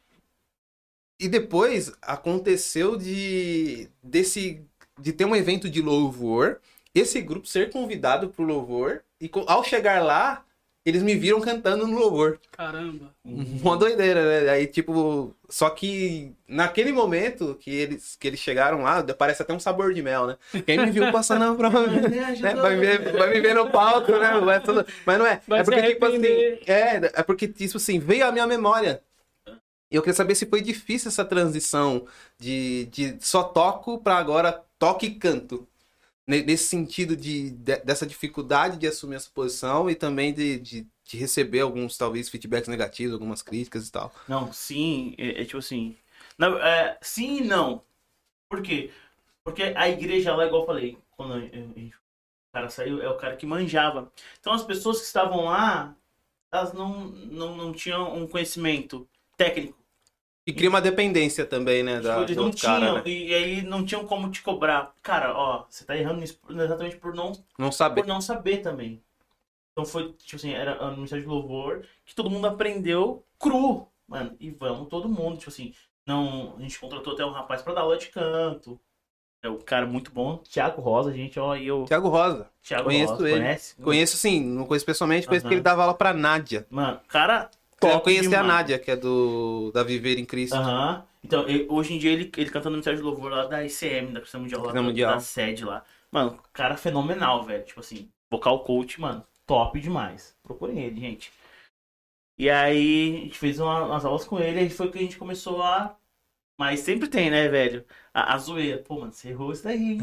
Speaker 2: E depois aconteceu de. desse. de ter um evento de louvor, esse grupo ser convidado pro louvor, e co- ao chegar lá, eles me viram cantando no louvor.
Speaker 1: Caramba.
Speaker 2: Uma doideira, né? Aí, tipo, só que naquele momento que eles, que eles chegaram lá, parece até um sabor de mel, né? Quem me viu passando na prova, né? vai, me ver, vai me ver no palco, né? Vai tudo- Mas não é.
Speaker 1: Vai
Speaker 2: é
Speaker 1: se
Speaker 2: porque, tipo assim,
Speaker 1: arrepender.
Speaker 2: é, é porque, tipo assim, veio à minha memória. E eu queria saber se foi difícil essa transição de, de só toco pra agora toque e canto. Ne- Nesse sentido de, de- dessa dificuldade de assumir essa posição e também de, de, de receber alguns, talvez, feedbacks negativos, algumas críticas e tal.
Speaker 3: Não, sim, é, é tipo assim. Não, é, sim e não. Por quê? Porque a igreja lá, igual eu falei, quando eu- eu- eu- o cara saiu, é o cara que manjava. Então as pessoas que estavam lá, elas não, não, não tinham um conhecimento técnico. Tipo,
Speaker 2: E cria uma dependência também, né? Da,
Speaker 3: Eles
Speaker 2: do
Speaker 3: não
Speaker 2: outro cara,
Speaker 3: tinham,
Speaker 2: né?
Speaker 3: e aí não tinham como te cobrar. Cara, ó, você tá errando nisso exatamente por não
Speaker 2: Não saber.
Speaker 3: por não saber também. Então foi, tipo assim, era a mensagem de louvor que todo mundo aprendeu cru, mano. E vamos todo mundo, tipo assim, não, a gente contratou até um rapaz pra dar aula de canto. É um cara muito bom, Thiago Rosa, gente, ó, e eu,
Speaker 2: Tiago Rosa.
Speaker 3: Thiago
Speaker 2: conheço
Speaker 3: Rosa,
Speaker 2: ele.
Speaker 3: conhece?
Speaker 2: Conheço, sim, não conheço pessoalmente, conheço
Speaker 3: Aham.
Speaker 2: que ele dava aula pra Nádia.
Speaker 3: Mano, cara,
Speaker 2: Eu
Speaker 3: top
Speaker 2: conheci a
Speaker 3: demais.
Speaker 2: Nádia, que é do da Viver em Cristo.
Speaker 3: Aham. Então, ele- hoje em dia ele, ele canta no Ministério de Louvor lá da ICM, da Cristã Mundial, lá
Speaker 2: Cristã
Speaker 3: da,
Speaker 2: Mundial.
Speaker 3: da sede lá. Mano, cara fenomenal, velho. Tipo assim, vocal coach, mano, top demais. Procurem ele, gente. E aí, a gente fez uma- umas aulas com ele, aí foi que a gente começou a. Mas sempre tem, né, velho? A, a zoeira. Pô, mano, você errou isso daí, hein?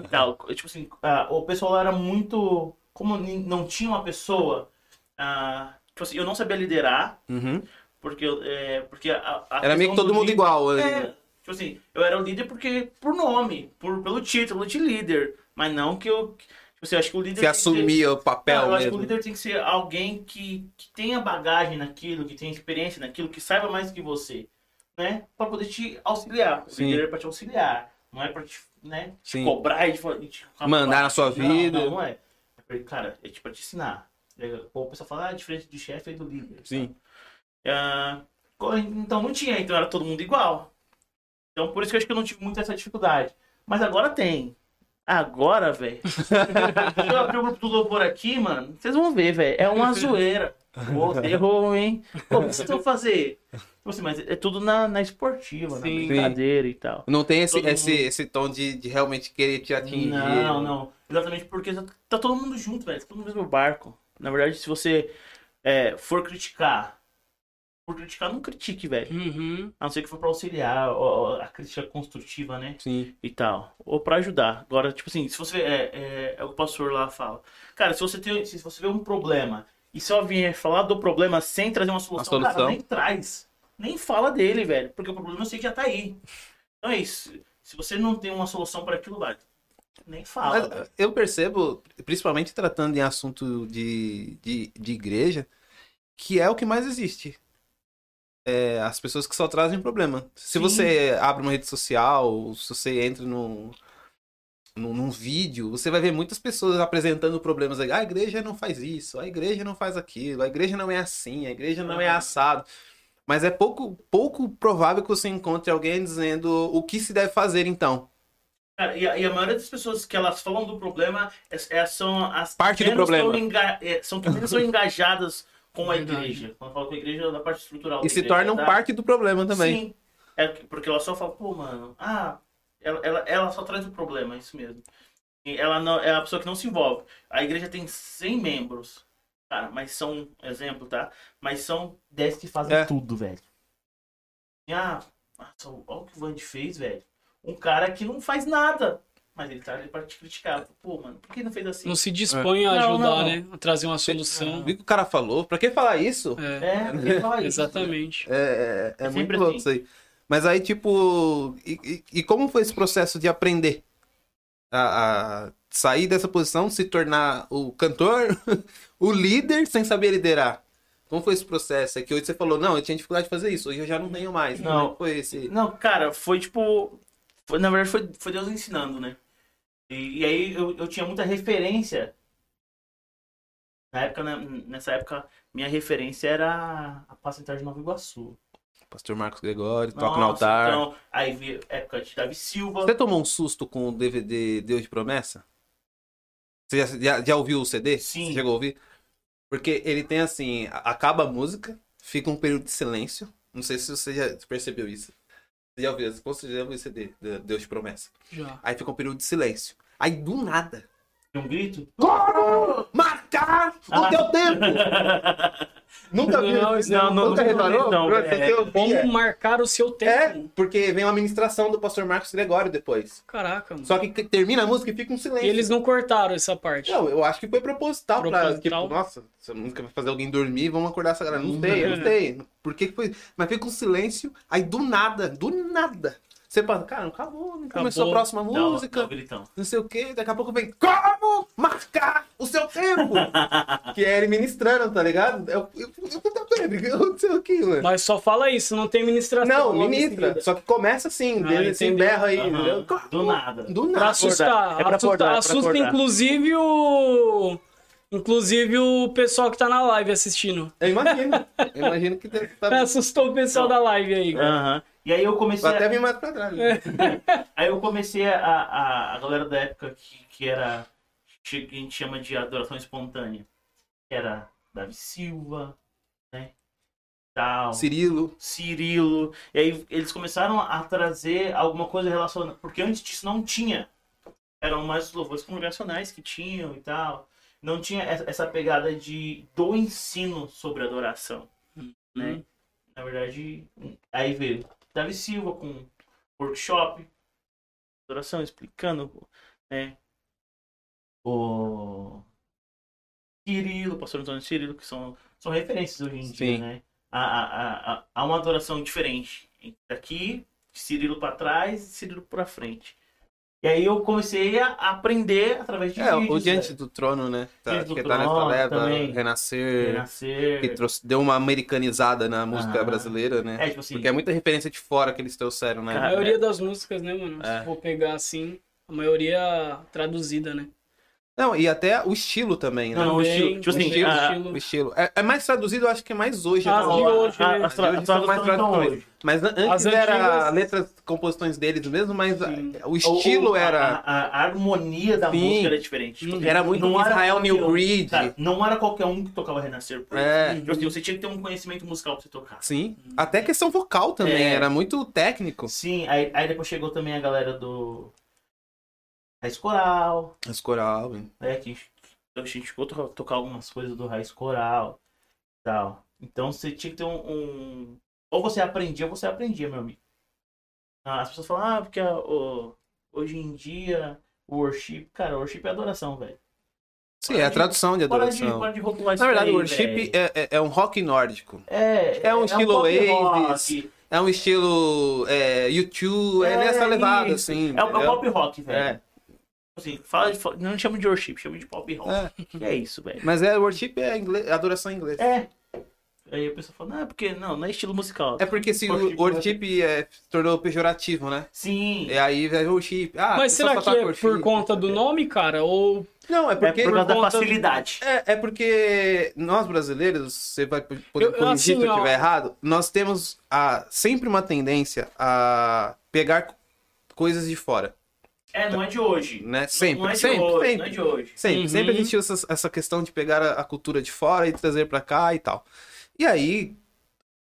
Speaker 1: Hum,
Speaker 3: tal. Tipo assim, ah, o pessoal lá era muito. Como nin- não tinha uma pessoa. ah, tipo assim, eu não sabia liderar,
Speaker 2: Uhum.
Speaker 3: porque, eu- é, porque a, a
Speaker 2: Era meio
Speaker 3: questão
Speaker 2: que todo
Speaker 3: do
Speaker 2: mundo
Speaker 3: líder-
Speaker 2: igual. ali,
Speaker 3: é,
Speaker 2: né?
Speaker 3: tipo assim, eu era o líder porque por nome, por, pelo título de líder, mas não que eu. Tipo assim, eu acho que o líder.
Speaker 2: Se
Speaker 3: tem que ser-
Speaker 2: assumia o
Speaker 3: Não,
Speaker 2: papel
Speaker 3: eu acho que o
Speaker 2: mesmo.
Speaker 3: líder tem que ser alguém que, que tenha bagagem naquilo, que tenha experiência naquilo, que saiba mais que você, né? Pra poder te auxiliar. O
Speaker 2: Sim.
Speaker 3: líder é pra te auxiliar, não é pra te, né, te
Speaker 2: Sim.
Speaker 3: cobrar e te, fa- e te
Speaker 2: Mandar na sua vida.
Speaker 3: Não, não é. É pra- Cara, é tipo pra te ensinar. É, O pessoal fala, ah, a diferença de chefe é do líder.
Speaker 2: Sim.
Speaker 3: Ah, co- então não tinha, então era todo mundo igual. Então por isso que eu acho que eu não tive muito essa dificuldade. Mas agora tem. Agora, velho. Se eu abrir o grupo do louvor aqui, mano, vocês vão ver, velho. É uma zoeira. Pô, errou, hein? Pô, o que vocês vão fazer? Tipo assim, mas é tudo na, na esportiva, na
Speaker 1: Sim.
Speaker 3: brincadeira e tal.
Speaker 2: Não tem esse,
Speaker 3: Todo
Speaker 2: esse,
Speaker 3: mundo.
Speaker 2: esse tom de, de realmente querer te atingir.
Speaker 3: Não, não. Exatamente porque tá, tá todo mundo junto, velho. Tá todo no mesmo barco. Na verdade, se você é, for criticar, por criticar, não critique, velho.
Speaker 1: uhum.
Speaker 3: A não ser que for pra auxiliar ó, ó, a crítica construtiva, né?
Speaker 2: Sim.
Speaker 3: E tal. Ou pra ajudar. Agora, tipo assim, se você. É, é, é o que o pastor lá fala. Cara, se você, tem, se você vê um problema e só vier falar do problema sem trazer uma solução,
Speaker 2: Uma solução.
Speaker 3: cara, nem traz. Nem fala dele, velho. Porque o problema eu sei que já tá aí. Então é isso. Se você não tem uma solução pra aquilo lá, nem fala. velho.
Speaker 2: Mas eh, eu percebo, principalmente tratando em assunto de, de, de igreja, que é o que mais existe. É, as pessoas que só trazem problema. Se
Speaker 3: Sim.
Speaker 2: você abre uma rede social, se você entra num, num, num vídeo, você vai ver muitas pessoas apresentando problemas. aí. "Ah, A igreja não faz isso, a igreja não faz aquilo, a igreja não é assim, a igreja não é
Speaker 3: Aham.
Speaker 2: assado. Mas é pouco, pouco provável que você encontre alguém dizendo o que se deve fazer então.
Speaker 3: Cara, e, a, e a maioria das pessoas que elas falam do problema é, é- são as
Speaker 2: Parte
Speaker 3: que
Speaker 2: do
Speaker 3: menos
Speaker 2: problema.
Speaker 3: são enga- é, são que menos são engajadas com a
Speaker 1: Verdade.
Speaker 3: igreja. Quando eu falo com a igreja, é da parte estrutural.
Speaker 2: E
Speaker 3: da
Speaker 2: se
Speaker 3: igreja, é
Speaker 2: tornam
Speaker 3: da-
Speaker 2: parte do problema também.
Speaker 3: Sim. É que- porque ela só fala, pô, mano, ah, ela, ela, ela só traz o problema, é isso mesmo. E ela não, é a pessoa que não se envolve. A igreja tem 100 membros. Cara, mas são, exemplo, tá? Mas são 10 que fazem
Speaker 2: É.
Speaker 3: tudo, velho. E, ah, nossa, olha o que o Vand fez, velho. Um cara que não faz nada. Mas ele tá ali pra te criticar. Pô, mano, por que não fez assim?
Speaker 1: Não se dispõe a
Speaker 3: Não,
Speaker 1: ajudar,
Speaker 3: não, não.
Speaker 1: né? A trazer uma solução.
Speaker 2: Viu o que o cara falou? Pra que falar isso?
Speaker 1: É,
Speaker 3: É, ele fala isso,
Speaker 1: exatamente.
Speaker 2: É, é, é
Speaker 3: É
Speaker 2: muito
Speaker 3: sempre
Speaker 2: louco
Speaker 3: assim.
Speaker 2: isso aí. Mas aí, tipo, e, e- e como foi esse processo de aprender? A, a sair dessa posição, se tornar o cantor, o líder sem saber liderar? Como foi esse processo? É que hoje você falou, não, eu tinha dificuldade de fazer isso, hoje eu já não tenho mais.
Speaker 3: Não.
Speaker 2: Como é que foi esse.
Speaker 3: Não, cara, foi tipo. foi- na verdade, foi, foi Deus ensinando, né? E, e aí eu, eu tinha muita referência. Na época, né, nessa época, minha referência era a Passa Entrar de Nova Iguaçu.
Speaker 2: Pastor Marcos Gregório, toca no
Speaker 3: Nossa,
Speaker 2: altar.
Speaker 3: Então, aí veio a época de Davi Silva.
Speaker 2: Você tomou um susto com o DVD Deus de Promessa? Você já, já- já ouviu o CD?
Speaker 3: Sim.
Speaker 2: Você chegou a ouvir? Porque ele tem assim: a- acaba a música, fica um período de silêncio. Não sei se você já percebeu isso. Você já ouviu, com certeza já ouviu o CD de- Deus de Promessa.
Speaker 1: Já.
Speaker 3: é.
Speaker 2: Aí fica um período de silêncio. Aí do nada.
Speaker 3: Um grito.
Speaker 2: Matar o
Speaker 3: Ah.
Speaker 2: teu tempo! Nunca viu?
Speaker 1: Não, isso
Speaker 3: não, não,
Speaker 2: Nunca
Speaker 3: não,
Speaker 2: reparou?
Speaker 3: não,
Speaker 2: Você
Speaker 3: é.
Speaker 2: tem o-
Speaker 1: Como marcar o seu
Speaker 2: É,
Speaker 1: tempo?
Speaker 2: porque vem uma ministração do pastor Marcos Gregório depois.
Speaker 1: Caraca, mano.
Speaker 2: Só que que termina a música e fica um
Speaker 1: E
Speaker 2: silêncio.
Speaker 1: eles não cortaram essa parte.
Speaker 2: Não, eu acho que foi proposital, pra,
Speaker 1: Proposital.
Speaker 2: tipo, nossa, essa música vai fazer alguém dormir, vamos acordar essa galera. Não sei, eu não sei. Por que que foi? Mas fica um silêncio, aí do nada, do nada, você passa, cara, acabou, não começou a
Speaker 1: Acabou.
Speaker 2: próxima
Speaker 3: Dá o-
Speaker 2: música,
Speaker 3: um dá o gritão.
Speaker 2: não sei o quê, daqui a pouco vem, como marcar o seu tempo? que é ele ministrando, tá ligado? Eu, eu, eu, eu, eu não sei o que, mano.
Speaker 1: Mas só fala isso, não tem ministração.
Speaker 2: Não,
Speaker 1: logo em
Speaker 2: ministra,
Speaker 1: seguida.
Speaker 2: só que começa assim,
Speaker 1: Ah,
Speaker 2: ele assim,
Speaker 1: entendi.
Speaker 2: berra aí,
Speaker 3: Aham,
Speaker 2: entendeu?
Speaker 3: Do nada.
Speaker 2: Do
Speaker 1: Pra
Speaker 2: nada.
Speaker 1: assustar.
Speaker 3: É
Speaker 1: assusta,
Speaker 3: pra acordar, é pra
Speaker 1: assusta,
Speaker 3: acordar.
Speaker 1: inclusive o. Inclusive o pessoal que tá na live assistindo.
Speaker 2: Eu imagino, eu imagino que deve tá estar...
Speaker 1: Assustou o pessoal da live aí.
Speaker 3: Aham. E aí eu comecei.
Speaker 2: Vai
Speaker 3: a-
Speaker 2: até vir mais pra trás. né?
Speaker 3: Aí eu comecei a, a, a galera da época que, que era que a gente chama de adoração espontânea. Que era Davi Silva, né? Tal,
Speaker 2: Cirilo.
Speaker 3: Cirilo. E aí eles começaram a trazer alguma coisa relacionada. Porque antes disso não tinha. Eram mais os louvores congregacionais que tinham e tal. Não tinha essa essa pegada de do ensino sobre adoração. Né? Na verdade, aí veio Davi Silva com workshop, adoração, explicando, né? O Cirilo, pastor Antônio Cirilo, que são, são referências hoje em
Speaker 2: Sim.
Speaker 3: dia, né? A, a, a- a, a uma adoração diferente. Daqui, Cirilo para trás e Cirilo para frente. E aí eu comecei a aprender através de
Speaker 2: É, o
Speaker 3: vídeos,
Speaker 2: Diante
Speaker 3: né?
Speaker 2: do Trono, né? Tá-
Speaker 3: Diante do
Speaker 2: que tá nessa
Speaker 3: Trono
Speaker 2: leva,
Speaker 3: também.
Speaker 2: Renascer,
Speaker 3: Renascer.
Speaker 2: que trouxe, deu uma americanizada na música
Speaker 3: Ah.
Speaker 2: brasileira, né?
Speaker 3: É, tipo assim,
Speaker 2: Porque é muita referência de fora que eles trouxeram, né?
Speaker 1: A
Speaker 3: Cara,
Speaker 1: maioria das músicas, né, mano?
Speaker 2: É.
Speaker 1: Se for pegar assim, a maioria traduzida, né?
Speaker 2: Não, e até o estilo também, né?
Speaker 3: Não, o
Speaker 1: Também,
Speaker 3: estilo- tipo assim,
Speaker 1: também o
Speaker 3: a-
Speaker 1: estilo.
Speaker 2: O estilo. É, é mais traduzido, eu acho que é mais hoje.
Speaker 1: Ah,
Speaker 2: né?
Speaker 1: sim. hoje, né?
Speaker 3: as tra-
Speaker 2: Hoje
Speaker 3: as
Speaker 2: são mais
Speaker 3: traduções estão
Speaker 2: traduções.
Speaker 3: hoje.
Speaker 2: Mas an-
Speaker 1: As
Speaker 2: antes era
Speaker 1: antigas-
Speaker 2: letras, composições deles mesmo, mas a-
Speaker 1: Sim.
Speaker 2: o estilo
Speaker 3: Ou- ou a-
Speaker 2: era.
Speaker 3: A, a harmonia da
Speaker 2: Sim.
Speaker 3: música era diferente. Tipo,
Speaker 2: Era muito
Speaker 3: não era
Speaker 2: Israel
Speaker 3: qualquer
Speaker 2: New
Speaker 3: um.
Speaker 2: Breed.
Speaker 3: Cara, não era qualquer um que tocava Renascer. Por exemplo.
Speaker 2: É.
Speaker 3: Tipo assim, você tinha que ter um conhecimento musical pra você tocar.
Speaker 2: Sim. Até questão vocal também,
Speaker 3: É.
Speaker 2: era muito técnico.
Speaker 3: Sim, aí, aí depois chegou também a galera do. Raiz Coral,
Speaker 2: As coral. hein?
Speaker 3: né? Que a gente ficou to- tocar algumas coisas do Raiz Coral e tal. Então você tinha que ter um. um- Ou você aprendia, ou você aprendia, meu amigo. Ah, As pessoas falam, ah, porque ah, o- hoje em dia o worship. Cara, o worship é adoração, velho.
Speaker 2: Sim, é a tradução de
Speaker 3: Para de,
Speaker 2: adoração.
Speaker 3: para de rotular isso
Speaker 2: Na verdade,
Speaker 3: aí,
Speaker 2: o worship
Speaker 3: velho.
Speaker 2: é, é- é um rock nórdico.
Speaker 3: é,
Speaker 2: é um estilo
Speaker 3: pop rock,
Speaker 2: Oasis, É um estilo é, YouTube, é,
Speaker 3: É,
Speaker 2: nessa levada,
Speaker 3: isso.
Speaker 2: assim.
Speaker 3: É, o- é o
Speaker 2: entendeu?
Speaker 3: pop rock, velho.
Speaker 2: É.
Speaker 3: Assim, fala de, fo- não chama de worship, chama de pop rock.
Speaker 2: É.
Speaker 3: Que é isso, velho.
Speaker 2: Mas é, worship é inglês, é adoração em inglês. É.
Speaker 3: É. Aí a pessoa fala, não, é porque não, não é estilo musical.
Speaker 2: porque se
Speaker 3: Worship,
Speaker 2: o worship é, se tornou pejorativo, né?
Speaker 3: Sim.
Speaker 2: E aí é worship. Ah,
Speaker 1: Mas
Speaker 2: tu
Speaker 1: será
Speaker 2: só
Speaker 1: que
Speaker 2: toca
Speaker 1: é por
Speaker 2: worship.
Speaker 3: né?
Speaker 1: conta do nome, cara? Ou
Speaker 2: Não, é
Speaker 3: É
Speaker 2: porque.
Speaker 3: por causa da
Speaker 1: por conta-
Speaker 3: facilidade.
Speaker 2: É, é porque nós brasileiros, você vai p- poder
Speaker 1: Eu- eu,
Speaker 2: corrigir se
Speaker 1: assim,
Speaker 2: eu
Speaker 1: ó.
Speaker 2: estiver errado, nós temos a, sempre uma tendência a pegar co- coisas de fora,
Speaker 3: É, não é de hoje.
Speaker 2: né?
Speaker 3: não
Speaker 2: Sempre,
Speaker 3: é de
Speaker 2: sempre,
Speaker 3: hoje,
Speaker 2: sempre.
Speaker 3: Não é de hoje.
Speaker 2: Sempre,
Speaker 1: Uhum.
Speaker 2: sempre existiu essa, essa questão de pegar a, a cultura de fora e trazer pra cá e tal. E aí,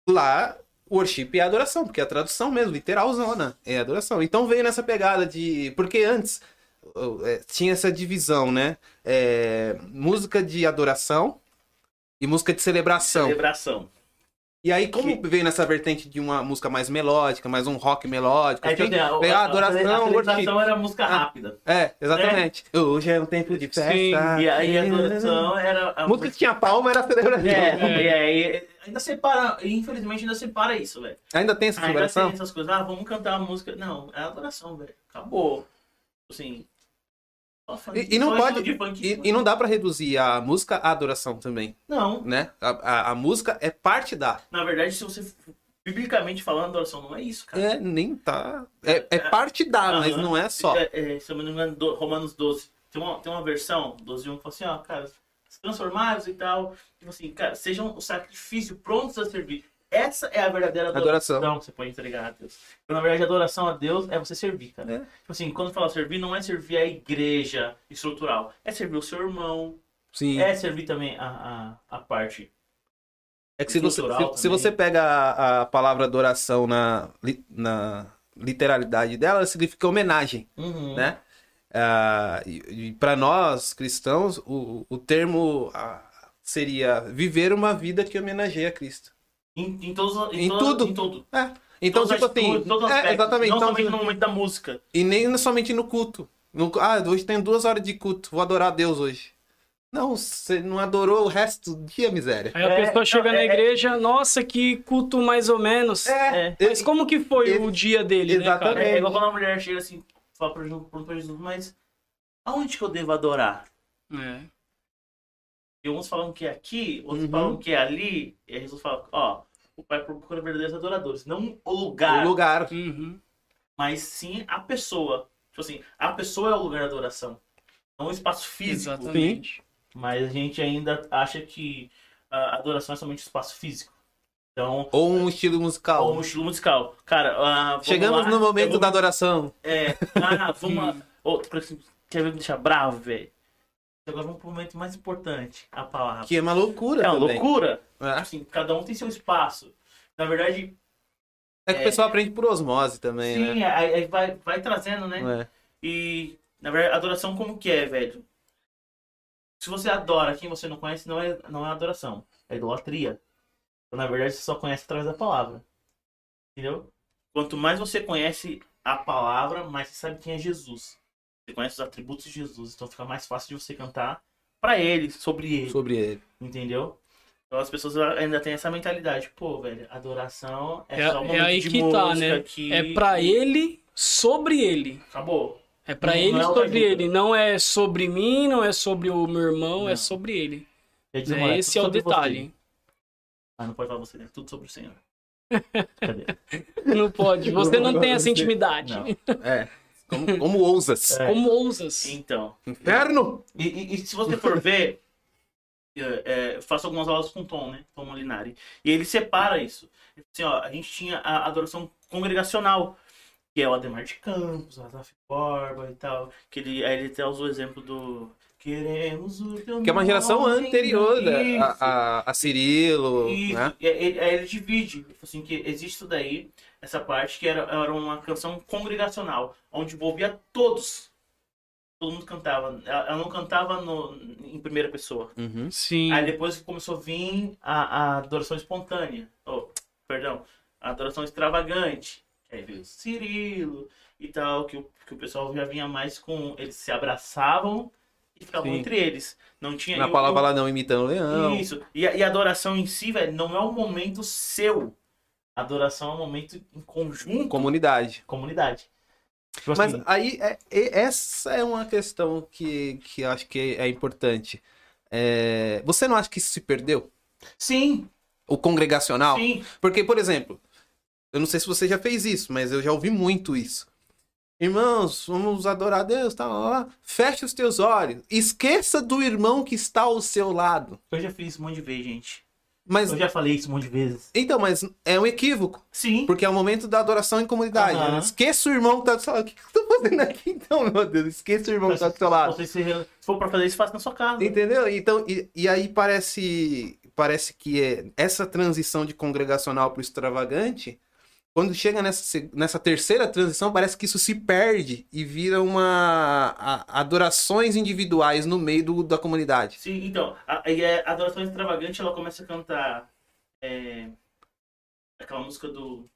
Speaker 2: lá, o worship é adoração, porque é a tradução mesmo, literal zona, é adoração. Então veio nessa pegada de. Porque antes oh, é, tinha essa divisão, né? É, música de adoração E música de celebração.
Speaker 3: Celebração.
Speaker 2: E aí, como veio nessa vertente de uma música mais melódica, mais um rock melódico?
Speaker 3: É que eu
Speaker 2: assim,
Speaker 3: tenho a,
Speaker 2: veio a
Speaker 3: a- a-
Speaker 2: adoração,
Speaker 3: a
Speaker 2: worship.
Speaker 3: celebração era música
Speaker 2: Ah.
Speaker 3: rápida.
Speaker 2: É, exatamente. Hoje é um tempo de festa.
Speaker 1: Sim,
Speaker 3: né? E aí a adoração era. A
Speaker 2: A Ah. música que tinha palma era a celebração.
Speaker 3: É, e aí ainda separa, infelizmente ainda separa isso, velho.
Speaker 2: Ainda tem essa
Speaker 3: Ainda tem
Speaker 2: celebração?
Speaker 3: essas coisas, ah, vamos cantar a música. Não, é adoração, velho. Acabou. Assim. só funk,
Speaker 2: E- e não
Speaker 3: só
Speaker 2: pode-
Speaker 3: estilo de funk.
Speaker 2: E, e não dá pra reduzir a música à adoração também,
Speaker 3: Não,
Speaker 2: né? A, a- a música é parte da.
Speaker 3: na verdade, se você. Biblicamente falando, adoração não é isso, cara.
Speaker 2: É, nem tá. É, é parte da, mas
Speaker 3: Aham.
Speaker 2: não é só.
Speaker 3: É, é, se eu não me engano, do- Romanos 12. Tem uma, tem uma versão, 12 1, que fala assim, ó, cara, se transformados e tal. Tipo assim, cara, sejam o sacrifício prontos a servir. Essa é a verdadeira adoração,
Speaker 2: Adoração.
Speaker 3: que você pode entregar a Deus. Então, na verdade, a adoração a Deus é você servir, cara.
Speaker 2: É.
Speaker 3: Tipo assim, quando fala servir, não é servir a igreja estrutural. É servir o seu irmão.
Speaker 2: Sim.
Speaker 3: É servir também a, a, a parte.
Speaker 2: É que se você,
Speaker 3: cultural
Speaker 2: se, se
Speaker 3: também.
Speaker 2: você pega a, a palavra adoração na, li- na literalidade dela, ela significa homenagem,
Speaker 3: Uhum.
Speaker 2: né? Ah, e e para nós cristãos, o, o termo ah, seria viver uma vida que homenageia a Cristo.
Speaker 3: Em, em, todos,
Speaker 2: Em
Speaker 3: todas-
Speaker 2: tudo.
Speaker 3: Em tudo.
Speaker 2: É. Então,
Speaker 3: Todas
Speaker 2: tipo
Speaker 3: as-
Speaker 2: assim,
Speaker 3: todos os
Speaker 2: é,
Speaker 3: aspectos,
Speaker 2: exatamente.
Speaker 3: Não
Speaker 2: então,
Speaker 3: somente no momento da música.
Speaker 2: E nem somente no culto. No- ah, hoje tem duas horas de culto, vou adorar a Deus hoje. Não, você não adorou o resto do dia, miséria.
Speaker 1: Aí a
Speaker 3: É,
Speaker 1: pessoa chega
Speaker 3: não,
Speaker 1: na
Speaker 3: é-
Speaker 1: igreja, nossa, que culto mais ou menos.
Speaker 3: É.
Speaker 2: eu-
Speaker 1: Mas como que foi
Speaker 2: esse-
Speaker 1: o dia dele, né,
Speaker 2: Exatamente.
Speaker 1: cara?
Speaker 3: É, é igual quando uma mulher chega assim, fala pra Jesus, pergunta pra Jesus, mas aonde que eu devo adorar?
Speaker 1: É.
Speaker 3: E uns falam que é aqui, outros
Speaker 2: Uhum.
Speaker 3: falam que é ali, e aí Jesus fala, ó, o pai procura verdadeiros adoradores, não o lugar,
Speaker 2: o um lugar.
Speaker 1: Uhum.
Speaker 3: mas sim a pessoa. Tipo assim, a pessoa é o lugar da adoração, não o espaço físico.
Speaker 1: Exatamente.
Speaker 3: Mas a gente ainda acha que a adoração é somente espaço físico. Então,
Speaker 2: Ou um estilo musical.
Speaker 3: ou um estilo musical. Cara, ah, vamos
Speaker 2: Chegamos
Speaker 3: lá,
Speaker 2: no
Speaker 3: eu
Speaker 2: momento
Speaker 3: vou
Speaker 2: da adoração.
Speaker 3: É, ah,
Speaker 1: Uhum.
Speaker 3: vamos. Ô, por exemplo, quer ver me deixar bravo, velho? Agora vamos pro momento mais importante, a palavra.
Speaker 2: Que é uma loucura
Speaker 3: é uma
Speaker 2: também.
Speaker 3: loucura.
Speaker 2: É.
Speaker 3: Assim, cada um tem seu espaço. Na verdade,
Speaker 2: É que
Speaker 3: É.
Speaker 2: o pessoal aprende por osmose também, né?
Speaker 3: sim, aí, aí vai, vai trazendo, né?
Speaker 2: Não é?
Speaker 3: E, na verdade, adoração como que é, velho? Se você adora quem você não conhece, não é, não é adoração. É idolatria. Então, na verdade, você só conhece através da palavra. Entendeu? Quanto mais você conhece a palavra, mais você sabe quem é Jesus. Você conhece os atributos de Jesus. Então fica mais fácil de você cantar pra ele, sobre ele.
Speaker 2: Sobre ele.
Speaker 3: Entendeu? Então as pessoas ainda têm essa mentalidade. Pô, velho, adoração é,
Speaker 1: É-
Speaker 3: só um
Speaker 1: é
Speaker 3: momento
Speaker 1: aí
Speaker 3: de
Speaker 1: que
Speaker 3: música
Speaker 1: tá, né?
Speaker 3: que...
Speaker 1: É pra ele, sobre ele.
Speaker 3: Acabou.
Speaker 1: É pra
Speaker 3: Não
Speaker 1: ele,
Speaker 3: é
Speaker 1: sobre
Speaker 3: autoajuda.
Speaker 1: ele. Não é sobre mim, não é sobre o meu irmão, é
Speaker 3: Não.
Speaker 1: sobre ele. É,
Speaker 3: Já diz, "Mano,
Speaker 1: esse é
Speaker 3: tudo
Speaker 1: o
Speaker 3: sobre você."
Speaker 1: detalhe.
Speaker 3: Ah, não pode falar você, né? Tudo sobre o Senhor. Cadê?
Speaker 1: Não pode. Você
Speaker 2: Não
Speaker 1: não tem essa
Speaker 2: pode.
Speaker 1: intimidade.
Speaker 3: Não.
Speaker 2: É. Como, como ousas?
Speaker 3: É.
Speaker 1: Como ousas.
Speaker 3: Então,
Speaker 2: Inferno!
Speaker 3: e, e- e se você for ver, é, é, eu faço algumas aulas com o Tom, né? Tom Molinari. E ele separa isso. Assim, ó, a gente tinha a adoração congregacional, que é o Ademar de Campos, o Azaf Borba e tal. Que ele, aí ele até usou o exemplo do Queremos o teu
Speaker 2: Que é uma geração
Speaker 3: nome".
Speaker 2: anterior né?
Speaker 3: Isso.
Speaker 2: a, a, a Cirilo,
Speaker 3: Isso,
Speaker 2: né?
Speaker 3: e aí ele, aí ele divide, assim, que existe isso daí, essa parte que era, era uma canção congregacional, onde envolvia todos. Todo mundo cantava. Ela, ela não cantava no, em primeira pessoa.
Speaker 2: Uhum.
Speaker 1: Sim.
Speaker 3: Aí depois começou a vir a, a adoração espontânea. Oh, perdão, a adoração extravagante. que Aí veio o Cirilo e tal, que o, que o pessoal já vinha mais com. Eles se abraçavam e ficavam
Speaker 1: Sim.
Speaker 3: entre eles. Não tinha.
Speaker 2: Na
Speaker 3: eu-
Speaker 2: palavra
Speaker 3: eu-
Speaker 2: lá não imitando o leão.
Speaker 3: isso. E a, e a adoração em si, velho, não é um momento seu. A adoração é um momento em conjunto com
Speaker 2: Comunidade.
Speaker 3: a comunidade. Tipo
Speaker 2: Mas
Speaker 3: assim,
Speaker 2: aí, é- e- essa é uma questão que, que eu acho que é importante. É, você não acha que isso se perdeu?
Speaker 3: sim,
Speaker 2: O congregacional?
Speaker 3: sim.
Speaker 2: Porque, por exemplo, eu não sei se você já fez isso, mas eu já ouvi muito isso. Irmãos, vamos adorar a Deus, tá lá, lá, lá. Feche os teus olhos. Esqueça do irmão que está ao seu lado.
Speaker 3: Eu já fiz isso um monte de vezes, gente.
Speaker 2: Mas
Speaker 3: Eu já falei isso um monte de vezes.
Speaker 2: então, mas é um equívoco,
Speaker 3: Sim.
Speaker 2: porque é o momento da adoração em comunidade.
Speaker 3: Aham.
Speaker 2: Esqueça o irmão que está do seu lado. O que que eu tô fazendo aqui então, meu Deus? Esqueça o irmão que está do seu lado.
Speaker 3: Você se, se for pra fazer isso, faça na sua casa.
Speaker 2: Entendeu? Então, e, e aí parece parece que é- essa transição de congregacional para o extravagante Quando chega nessa, se- nessa terceira transição, parece que isso se perde e vira uma a- adorações individuais no meio do- da comunidade.
Speaker 3: Sim, então, a, e a Adoração é Extravagante, ela começa a cantar é, aquela música do...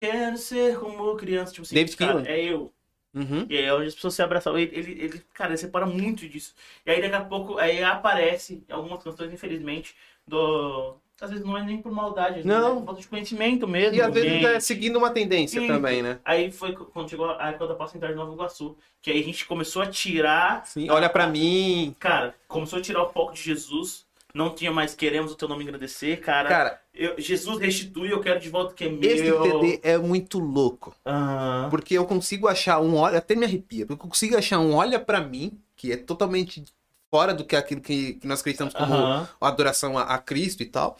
Speaker 3: Quero ser como criança, tipo assim,
Speaker 2: David
Speaker 3: cara,
Speaker 2: Keelan.
Speaker 3: é eu.
Speaker 2: Uhum.
Speaker 3: E aí é onde as pessoas se abraçam. Ele, ele, ele, cara, ele separa muito disso. E aí daqui a pouco aí aparece algumas canções, infelizmente, do. Às vezes não é nem por maldade, às vezes
Speaker 2: Não.
Speaker 3: é por falta de conhecimento mesmo.
Speaker 2: E às vezes
Speaker 3: gente.
Speaker 2: é seguindo uma tendência
Speaker 3: Sim.
Speaker 2: também, né?
Speaker 3: Aí foi quando chegou a época da Passa Entrar de Nova Iguaçu. Que aí a gente começou a tirar.
Speaker 2: Sim, olha pra mim.
Speaker 3: Cara, começou a tirar o foco de Jesus. Não tinha mais queremos o teu nome agradecer, cara.
Speaker 2: Cara,
Speaker 3: Eu- Jesus restitui, eu quero de volta o que é meu.
Speaker 2: esse TD é muito louco.
Speaker 3: Ah,
Speaker 2: Porque eu consigo achar um olha, até me arrepia, porque eu consigo achar um olha pra mim, que é totalmente fora do que aquilo que, que nós acreditamos como
Speaker 3: aham.
Speaker 2: adoração a, a Cristo e tal.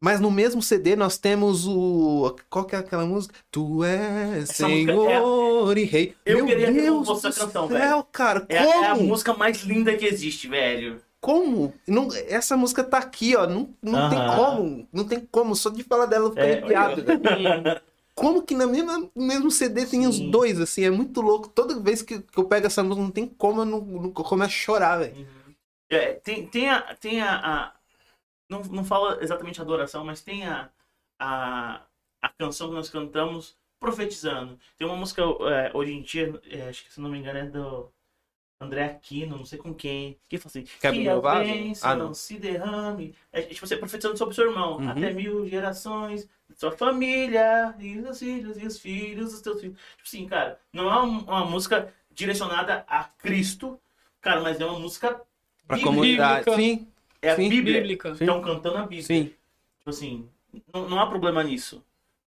Speaker 2: Mas no mesmo CD nós temos o. Qual que é aquela música? Tu és
Speaker 3: Essa música é
Speaker 2: Senhor e Rei.
Speaker 3: Eu
Speaker 2: Meu
Speaker 3: queria ter como
Speaker 2: Deus
Speaker 3: fosse
Speaker 2: do
Speaker 3: a canção,
Speaker 2: céu,
Speaker 3: velho.
Speaker 2: cara.
Speaker 3: É, a- é a
Speaker 2: como?
Speaker 3: música mais linda que existe, velho.
Speaker 2: Como? Não- essa música tá aqui, ó. Não, não tem
Speaker 3: Aham.
Speaker 2: como. Não tem como. Só de falar dela eu fico
Speaker 3: É,
Speaker 2: arrepiado. velho. Como que na mesma, no mesmo CD tem os
Speaker 3: Sim.
Speaker 2: dois, assim? É muito louco. Toda vez que, que eu pego essa música, não tem como eu não, não eu começo a chorar, velho.
Speaker 3: É, tem, tem a. Tem a, a- não, não fala exatamente adoração, mas tem a, a, a canção que nós cantamos profetizando. Tem uma música é, hoje em dia, é, acho que se não me engano é do André Aquino, não sei com quem, que fala assim:
Speaker 2: Quebra
Speaker 3: Que
Speaker 2: meu
Speaker 3: a
Speaker 2: vaso?
Speaker 3: bênção
Speaker 2: Ah, não.
Speaker 3: se derrame. É, é, tipo, você profetizando sobre o seu irmão,
Speaker 2: Uhum.
Speaker 3: até mil gerações, sua família, e os seus filhos, e os filhos dos teus filhos. Tipo assim, cara, não é um- uma música direcionada a Cristo, cara, mas é uma música
Speaker 2: Pra
Speaker 3: bíblica.
Speaker 2: comunidade.
Speaker 1: Bíblica.
Speaker 2: Sim,
Speaker 3: É a
Speaker 2: Sim.
Speaker 3: Bíblia.
Speaker 1: Bíblica.
Speaker 2: Sim.
Speaker 3: Estão cantando a Bíblia.
Speaker 2: sim.
Speaker 3: Tipo assim, não, não há problema nisso.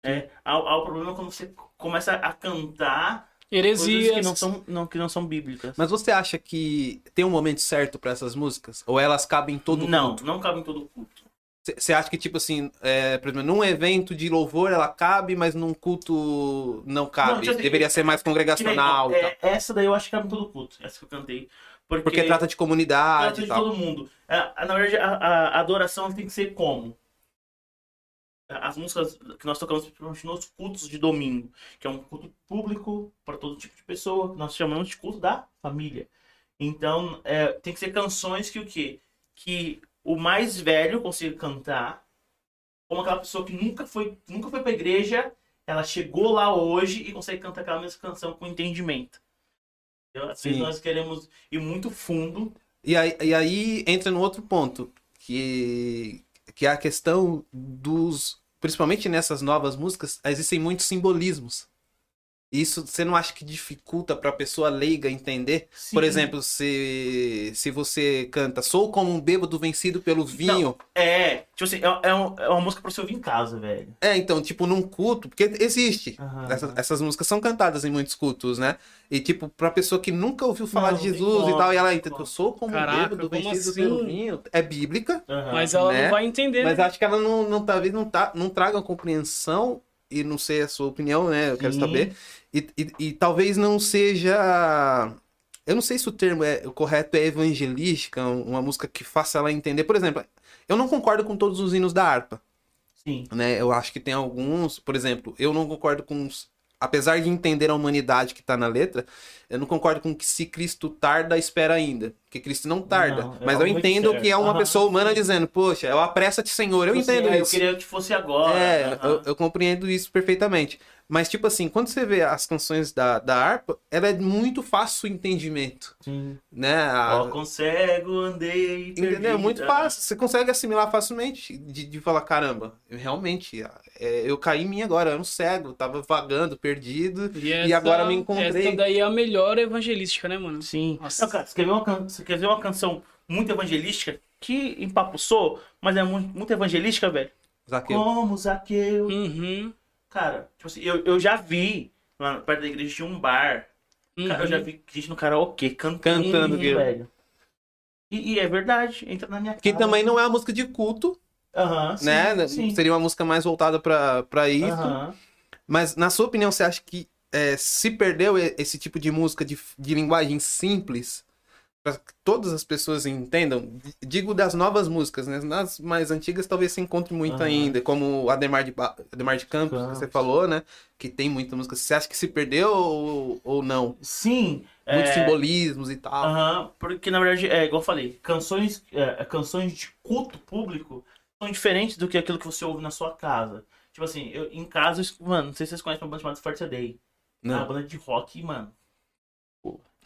Speaker 3: É, há, há o problema quando você começa a cantar coisas que
Speaker 1: Heresias.
Speaker 3: não são, não, que não são bíblicas.
Speaker 2: Mas você acha que tem um momento certo pra essas músicas? Ou elas cabem em todo
Speaker 3: não,
Speaker 2: culto?
Speaker 3: não cabe em todo culto.
Speaker 2: C- Você acha que, tipo assim, é, por exemplo, num evento de louvor ela cabe, mas num culto não
Speaker 3: Não,
Speaker 2: cabe?
Speaker 3: tipo assim,
Speaker 2: Deveria ser mais
Speaker 3: Que nem,
Speaker 2: congregacional e
Speaker 3: é,
Speaker 2: tal.
Speaker 3: essa daí eu acho que cabe em todo culto. Essa que eu cantei. Porque,
Speaker 2: Porque trata de
Speaker 3: trata
Speaker 2: comunidade
Speaker 3: de
Speaker 2: e tal.
Speaker 3: todo mundo. É, a- na verdade, a, a- a adoração tem que ser como? As músicas que nós tocamos principalmente nos cultos de domingo, que é um culto público para todo tipo de pessoa, que nós chamamos de culto da família. Então, é, tem que ser canções que o quê? Que o mais velho consiga cantar, como aquela pessoa que nunca foi, nunca foi para igreja, ela chegou lá hoje e consegue cantar aquela mesma canção com entendimento. Então, às vezes
Speaker 2: Sim.
Speaker 3: nós queremos ir muito fundo
Speaker 2: E aí, e aí entra num outro ponto, que, que é a questão dos. Principalmente nessas novas músicas, existem muitos simbolismos. Isso você não acha que dificulta pra pessoa leiga entender?
Speaker 3: Sim.
Speaker 2: Por exemplo, se, se você canta Sou como um bêbado vencido pelo
Speaker 1: Então.
Speaker 2: vinho.
Speaker 3: É, tipo assim, é, é um- é uma música pra você ouvir em casa, velho.
Speaker 2: É, então, tipo, num culto, porque existe. Essas, essas músicas são cantadas em muitos cultos, né? E, tipo, pra pessoa que nunca ouviu falar
Speaker 3: Não,
Speaker 2: de
Speaker 3: não tem
Speaker 2: Jesus e
Speaker 3: como,
Speaker 2: tal, e ela
Speaker 3: tem
Speaker 2: entende,
Speaker 3: como.
Speaker 2: sou como um
Speaker 1: Caraca,
Speaker 2: bêbado
Speaker 1: como
Speaker 2: vencido
Speaker 1: assim?
Speaker 2: pelo vinho. É bíblica,
Speaker 3: Aham.
Speaker 1: Mas ela
Speaker 2: Né?
Speaker 1: não vai entender.
Speaker 2: mas
Speaker 1: né?
Speaker 2: acho que ela não, não talvez não, tá, não traga compreensão, e não sei a sua opinião, né? Eu quero
Speaker 3: Sim.
Speaker 2: saber. E, e, e talvez não seja. Eu não sei se o termo é o correto é evangelística, um- uma música que faça ela entender. Por exemplo, eu não concordo com todos os hinos da harpa,
Speaker 3: Sim.
Speaker 2: né? Eu acho que tem alguns, por exemplo, eu não concordo com os. Apesar de entender a humanidade que tá na letra, eu não concordo com que se Cristo tarda, espera ainda. Porque Cristo não tarda.
Speaker 3: Não, é
Speaker 2: mas eu
Speaker 3: algo muito
Speaker 2: entendo que é uma
Speaker 3: certo.
Speaker 2: pessoa humana
Speaker 3: Aham.
Speaker 2: dizendo, poxa, eu apressa-te, Senhor. Eu
Speaker 3: Tipo assim,
Speaker 2: entendo
Speaker 3: ah,
Speaker 2: isso.
Speaker 3: Eu queria que fosse agora.
Speaker 2: É,
Speaker 3: aham.
Speaker 2: eu, eu compreendo isso perfeitamente. Mas, tipo assim, quando você vê as canções da, da harpa, ela é muito fácil o entendimento,
Speaker 3: Sim.
Speaker 2: né? A-
Speaker 3: Ó, consigo, andei.
Speaker 2: entendeu? É
Speaker 3: perdido.
Speaker 2: muito fácil. Você consegue assimilar facilmente de, de falar, caramba, eu realmente, é, eu caí em mim agora, eu era um cego, eu tava vagando, perdido.
Speaker 1: essa-
Speaker 2: agora me encontrei.
Speaker 1: Essa daí é a melhor evangelística, né, mano?
Speaker 3: Sim.
Speaker 1: Nossa.
Speaker 3: Não, cara, você quer, ver uma can... você quer ver uma canção muito evangelística que empapuçou, mas é mu- muito, evangelística, velho?
Speaker 2: Zaqueu.
Speaker 3: Como Zaqueu.
Speaker 1: Uhum.
Speaker 3: Cara, tipo assim, eu, eu já vi lá perto da igreja de um bar.
Speaker 1: uhum.
Speaker 3: Cara, eu já vi gente no karaokê cantando.
Speaker 2: Cantando, Guilherme.
Speaker 3: velho. E, e é verdade, entra na minha cara.
Speaker 2: Que também não é uma música de culto,
Speaker 3: Aham, sim,
Speaker 2: né?
Speaker 3: sim.
Speaker 2: Seria uma música mais voltada pra pra isso.
Speaker 3: Aham.
Speaker 2: Mas, na sua opinião, você acha que é, se perdeu e- esse tipo de música de, de linguagem simples para que todas as pessoas entendam, digo das novas músicas, né? Nas mais antigas talvez se encontre muito
Speaker 3: Aham.
Speaker 2: ainda, como Ademar de, Ba- Ademar de Campos, que você
Speaker 3: Campos.
Speaker 2: falou, né? Que tem muita música. Você acha que se perdeu ou, ou não?
Speaker 3: Sim.
Speaker 2: Muitos
Speaker 3: é,
Speaker 2: simbolismos e tal.
Speaker 3: Aham, porque na verdade, é igual eu falei, canções, é, canções de culto público são diferentes do que aquilo que você ouve na sua casa. Tipo assim, eu, em casa, eu escu- mano, não sei se vocês conhecem uma banda chamada Forte Day. É uma
Speaker 2: Não,
Speaker 3: banda de rock, mano.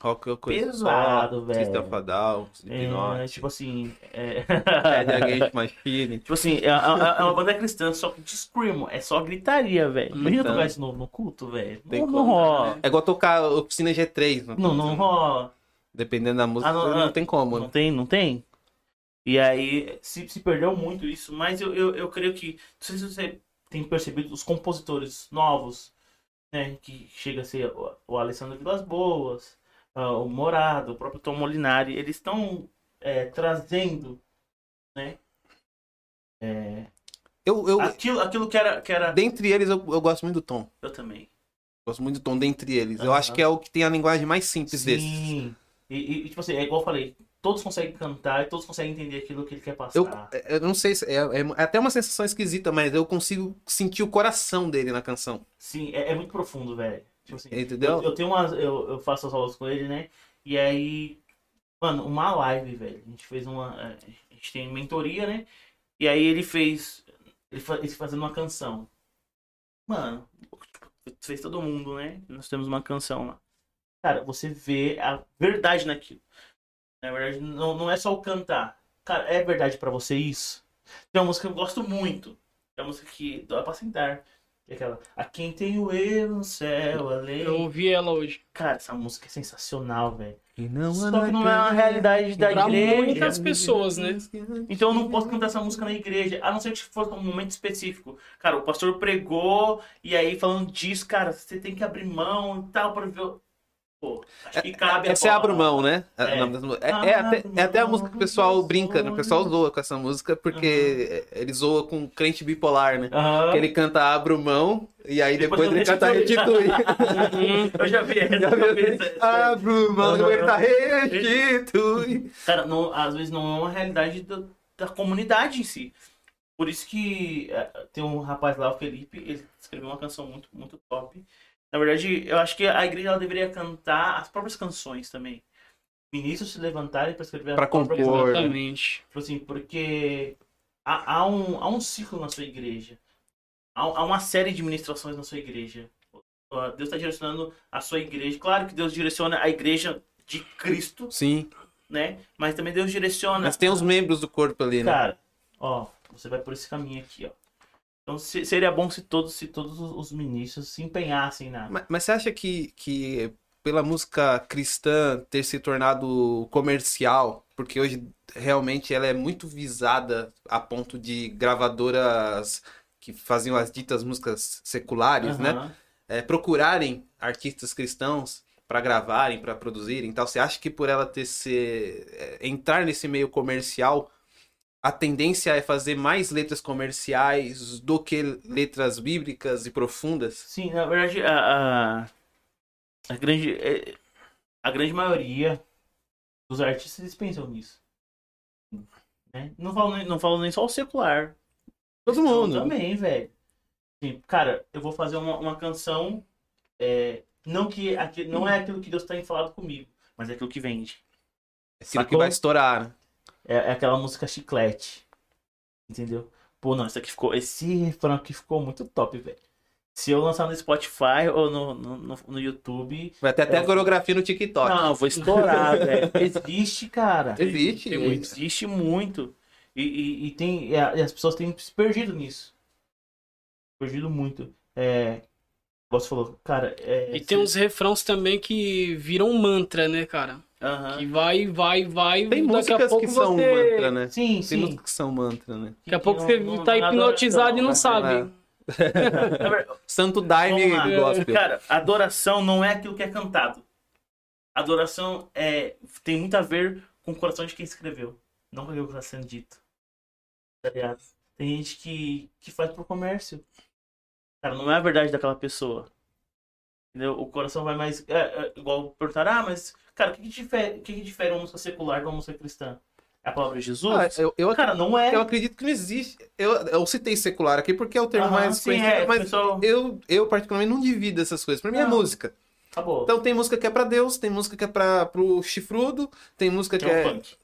Speaker 2: rock é eu conheço.
Speaker 3: pesado,
Speaker 2: só,
Speaker 3: velho.
Speaker 2: System of a Down,
Speaker 3: É,
Speaker 2: Slipknot,
Speaker 3: tipo assim. É...
Speaker 2: Dead Against Machine.
Speaker 3: tipo assim, é, é- é uma banda cristã, só que de screamo, é só gritaria, velho. Imagina
Speaker 2: Então.
Speaker 3: tocar isso no, no culto, velho.
Speaker 2: Tem
Speaker 3: Não, não
Speaker 2: como,
Speaker 3: rola.
Speaker 2: É igual tocar Oficina G3, né?
Speaker 3: Não, não rola.
Speaker 2: Dependendo da música,
Speaker 3: Ah, não,
Speaker 2: não,
Speaker 3: ah,
Speaker 2: tem como,
Speaker 3: Não
Speaker 2: né?
Speaker 3: tem, não tem? E aí se, se perdeu muito isso, mas eu, eu, eu creio que. Não sei se você tem percebido os compositores novos, né? Que chega a ser o, o Alessandro Vilas Boas, ah, o Morado, o próprio Tom Molinari, eles estão é, trazendo, né? é,
Speaker 2: Eu, eu,
Speaker 3: aquilo, aquilo que era. Que era...
Speaker 2: dentre eles, eu, eu gosto muito do Tom.
Speaker 3: Eu também.
Speaker 2: Gosto muito do Tom dentre eles. Eu
Speaker 3: Aham.
Speaker 2: acho que é o que tem a linguagem mais simples desses.
Speaker 3: Ah, tá. Sim. E, e, e, tipo assim, é igual eu falei, todos conseguem cantar e todos conseguem entender aquilo que ele quer passar.
Speaker 2: Eu, eu não sei se. É, é até uma sensação esquisita, mas eu consigo sentir o coração dele na canção.
Speaker 3: Sim, é, é muito profundo, velho. Tipo assim,
Speaker 2: Entendeu?
Speaker 3: Eu, eu tenho umas. Eu, eu faço as aulas com ele, né? E aí. Mano, uma live, velho. A gente fez uma. A gente tem mentoria, né? E aí ele fez. Ele, fa- ele fazendo uma canção. Mano, fez todo mundo, né? Nós temos uma canção lá. Cara, você vê a verdade naquilo. Na verdade, não, não é só o cantar. Cara, é verdade pra você isso? Tem uma música que eu gosto muito. É uma música que dá pra sentar. É aquela. A quem tem o eu no céu, além.
Speaker 1: Eu ouvi ela hoje.
Speaker 3: Cara, essa música é sensacional, velho.
Speaker 2: E não
Speaker 3: Só que não é uma realidade da
Speaker 1: Pra
Speaker 3: igreja.
Speaker 1: muitas pessoas, né?
Speaker 3: Então eu não posso cantar essa música na igreja, a não ser que fosse um momento específico. Cara, o pastor pregou, e aí falando disso, cara, você tem que abrir mão e tal, pra ver. Pô, acho que cabe a
Speaker 2: É, você abre
Speaker 3: bola.
Speaker 2: mão, né? É,
Speaker 3: É.
Speaker 2: o nome das músicas. É- é até, é até a música que o pessoal brinca, né? O pessoal zoa com essa música porque ele zoa com crente bipolar, né?
Speaker 3: Aham.
Speaker 2: Que ele canta Abro Mão e aí
Speaker 3: Depois
Speaker 2: depois ele
Speaker 3: eu
Speaker 2: canta Restitui.
Speaker 3: restitui. Uhum. Eu já vi essa.
Speaker 2: Já viu? Ah,
Speaker 3: eu vi essa-
Speaker 2: Abro mão,
Speaker 3: Aham.
Speaker 2: ele tá restitui.
Speaker 3: Cara, não- às vezes não é uma realidade da, da comunidade em si. Por isso que é, tem um rapaz lá, o Felipe, ele escreveu uma canção muito, muito top. Na verdade, eu acho que a igreja ela deveria cantar as próprias canções também. Ministros se levantarem para escrever
Speaker 2: Pra
Speaker 3: a própria
Speaker 2: compor.
Speaker 3: canção.
Speaker 1: Exatamente.
Speaker 3: Tipo assim, porque há, há um, há um ciclo na sua igreja. Há, há uma série de ministrações na sua igreja. Ah, Deus está direcionando a sua igreja. Claro que Deus direciona a igreja de Cristo
Speaker 2: Sim,
Speaker 3: né? Mas também Deus direciona.
Speaker 2: mas tem os membros do corpo ali, né?
Speaker 3: Cara, ó, você vai por esse caminho aqui, ó. Então se- seria bom se todos, se todos os os ministros se empenhassem na.
Speaker 2: Mas, mas você acha que, que pela música cristã ter se tornado comercial, porque hoje realmente ela é muito visada a ponto de gravadoras que faziam as ditas músicas seculares, né?
Speaker 3: Aham.
Speaker 2: É, procurarem artistas cristãos para gravarem, para produzirem e tal. Você acha que por ela ter se é, entrar nesse meio comercial, a tendência é fazer mais letras comerciais do que letras bíblicas e profundas?
Speaker 3: Sim, na verdade, a, a, a grande, é, a grande maioria dos artistas eles pensam nisso. Né? Não, falo nem, não falo nem só o secular.
Speaker 2: Todo
Speaker 3: Então,
Speaker 2: mundo.
Speaker 3: Também, velho. Assim, cara, eu vou fazer uma, uma canção. é, não, que, aqui, não é aquilo que Deus tem falado comigo, mas é aquilo que vende.
Speaker 2: Aquilo que
Speaker 3: Sacou?
Speaker 2: vai estourar. né?
Speaker 3: É, é aquela música chiclete. Entendeu? Pô, não, isso aqui ficou. Esse refrão aqui ficou muito top, velho. Se eu lançar no Spotify ou no, no, no- no YouTube.
Speaker 2: Vai ter até
Speaker 3: É.
Speaker 2: coreografia no TikTok.
Speaker 3: Não, eu vou estourar, velho. Existe, cara.
Speaker 2: Existe.
Speaker 1: Tem muito.
Speaker 3: Existe muito. E, e, e tem, e a- e as pessoas têm se perdido nisso. Perdido muito. É. Você falou, cara. É,
Speaker 1: E tem uns refrãos também que viram mantra, né, cara?
Speaker 3: Aham.
Speaker 1: Que vai, vai, vai.
Speaker 2: Ah.
Speaker 1: daqui a
Speaker 2: Tem músicas
Speaker 1: pouco
Speaker 2: que são
Speaker 1: você-
Speaker 2: mantra, né?
Speaker 3: Sim,
Speaker 2: Tem
Speaker 3: sim.
Speaker 2: músicas que são mantra, né?
Speaker 1: Daqui a pouco você
Speaker 3: Não- não-
Speaker 1: tá
Speaker 3: nada-
Speaker 1: hipnotizado e não
Speaker 3: não,
Speaker 1: sabe.
Speaker 3: Na verdade,
Speaker 2: É. Santo Daime
Speaker 3: Vamos lá.
Speaker 2: do gospel.
Speaker 3: Cara, adoração não é aquilo que é cantado. Adoração é, tem muito a ver com o coração de quem escreveu, não com aquilo que está sendo dito. Tá ligado? Tem gente que, que faz por comércio. Cara, não é a verdade daquela pessoa. Entendeu? O coração vai mais. É, é, igual perguntaram, ah, mas, cara, o que, que difere, o que, que difere uma música secular de uma música cristã? É a palavra de Jesus?
Speaker 2: Ah, eu, eu,
Speaker 3: cara, não é.
Speaker 2: eu acredito que não existe. Eu, eu citei secular aqui porque é o termo
Speaker 3: Aham,
Speaker 2: mais
Speaker 3: sim,
Speaker 2: conhecido,
Speaker 3: é,
Speaker 2: mas
Speaker 3: pessoal-
Speaker 2: eu, eu particularmente não divido essas coisas. Pra mim é
Speaker 3: Não.
Speaker 2: música.
Speaker 3: Acabou.
Speaker 2: Então tem música que é pra Deus, tem música que é pra, pro chifrudo, tem música que
Speaker 3: é o
Speaker 2: é.
Speaker 3: funk.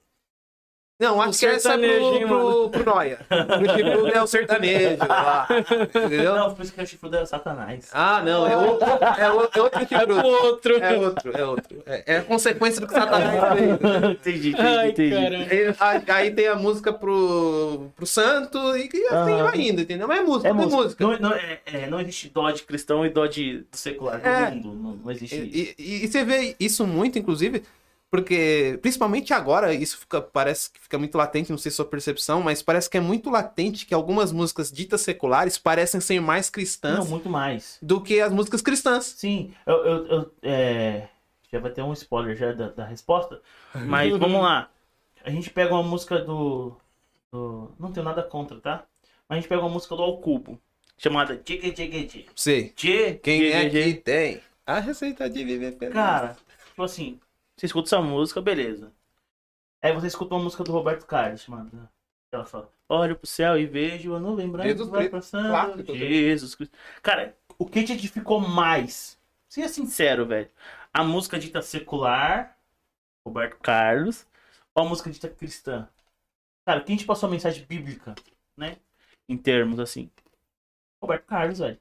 Speaker 2: Não, a
Speaker 1: O
Speaker 2: Kersa é
Speaker 1: sertanejo, hein,
Speaker 2: pro, pro, pro Noia. O chifrudo é o sertanejo lá. Entendeu?
Speaker 3: Não, por isso que o chifrudo era Satanás.
Speaker 2: Ah, não, é outro, é outro, é outro
Speaker 1: É pro
Speaker 2: chifrudo.
Speaker 1: outro.
Speaker 2: É outro, é outro. É, é a consequência do que Satanás fez. né?
Speaker 3: entendi, entendi,
Speaker 1: Ai,
Speaker 3: entendi.
Speaker 1: caramba.
Speaker 2: Aí- Aí, aí tem a música pro, pro santo e que assim
Speaker 3: Aham.
Speaker 2: vai indo, entendeu? Mas é música,
Speaker 3: É
Speaker 2: tudo é
Speaker 3: música.
Speaker 2: música.
Speaker 3: Não, não, é, é, não existe dó de cristão e dó de do secular do
Speaker 2: É.
Speaker 3: mundo. Não, não existe isso.
Speaker 2: E, e- e você vê isso muito, inclusive, porque principalmente agora, isso fica, parece que fica muito latente, não sei sua percepção, mas parece que é muito latente que algumas músicas ditas seculares parecem ser mais
Speaker 3: Não,
Speaker 2: cristãs
Speaker 3: muito mais.
Speaker 2: do que as músicas cristãs.
Speaker 3: Sim, eu. eu, eu- é, Já vai ter um spoiler já da, da resposta. Mas vamos lá. A gente pega uma música do, do- Não tenho nada contra, tá? Mas a gente pega uma música do Ao Cubo. Chamada Tchê Tchê Tchê
Speaker 2: Sei.
Speaker 3: Tchê.
Speaker 2: Quem
Speaker 3: Tchê,
Speaker 2: é
Speaker 3: Tchê, Tchê.
Speaker 2: que tem a receita de viver feliz.
Speaker 3: Cara, tipo assim, você escuta essa música, beleza. Aí você escuta uma música do Roberto Carlos, chamada. Ela fala, olho pro céu e vejo a nuvem branca
Speaker 2: Jesus
Speaker 3: que vai
Speaker 2: Cristo,
Speaker 3: passando.
Speaker 2: clássico.
Speaker 3: Jesus Cristo. Cara, o que te edificou mais? Seja sincero, velho. A música dita secular, Roberto Carlos, ou a música dita cristã? Cara, quem te passou a mensagem bíblica, né? Em termos assim. Roberto Carlos, velho.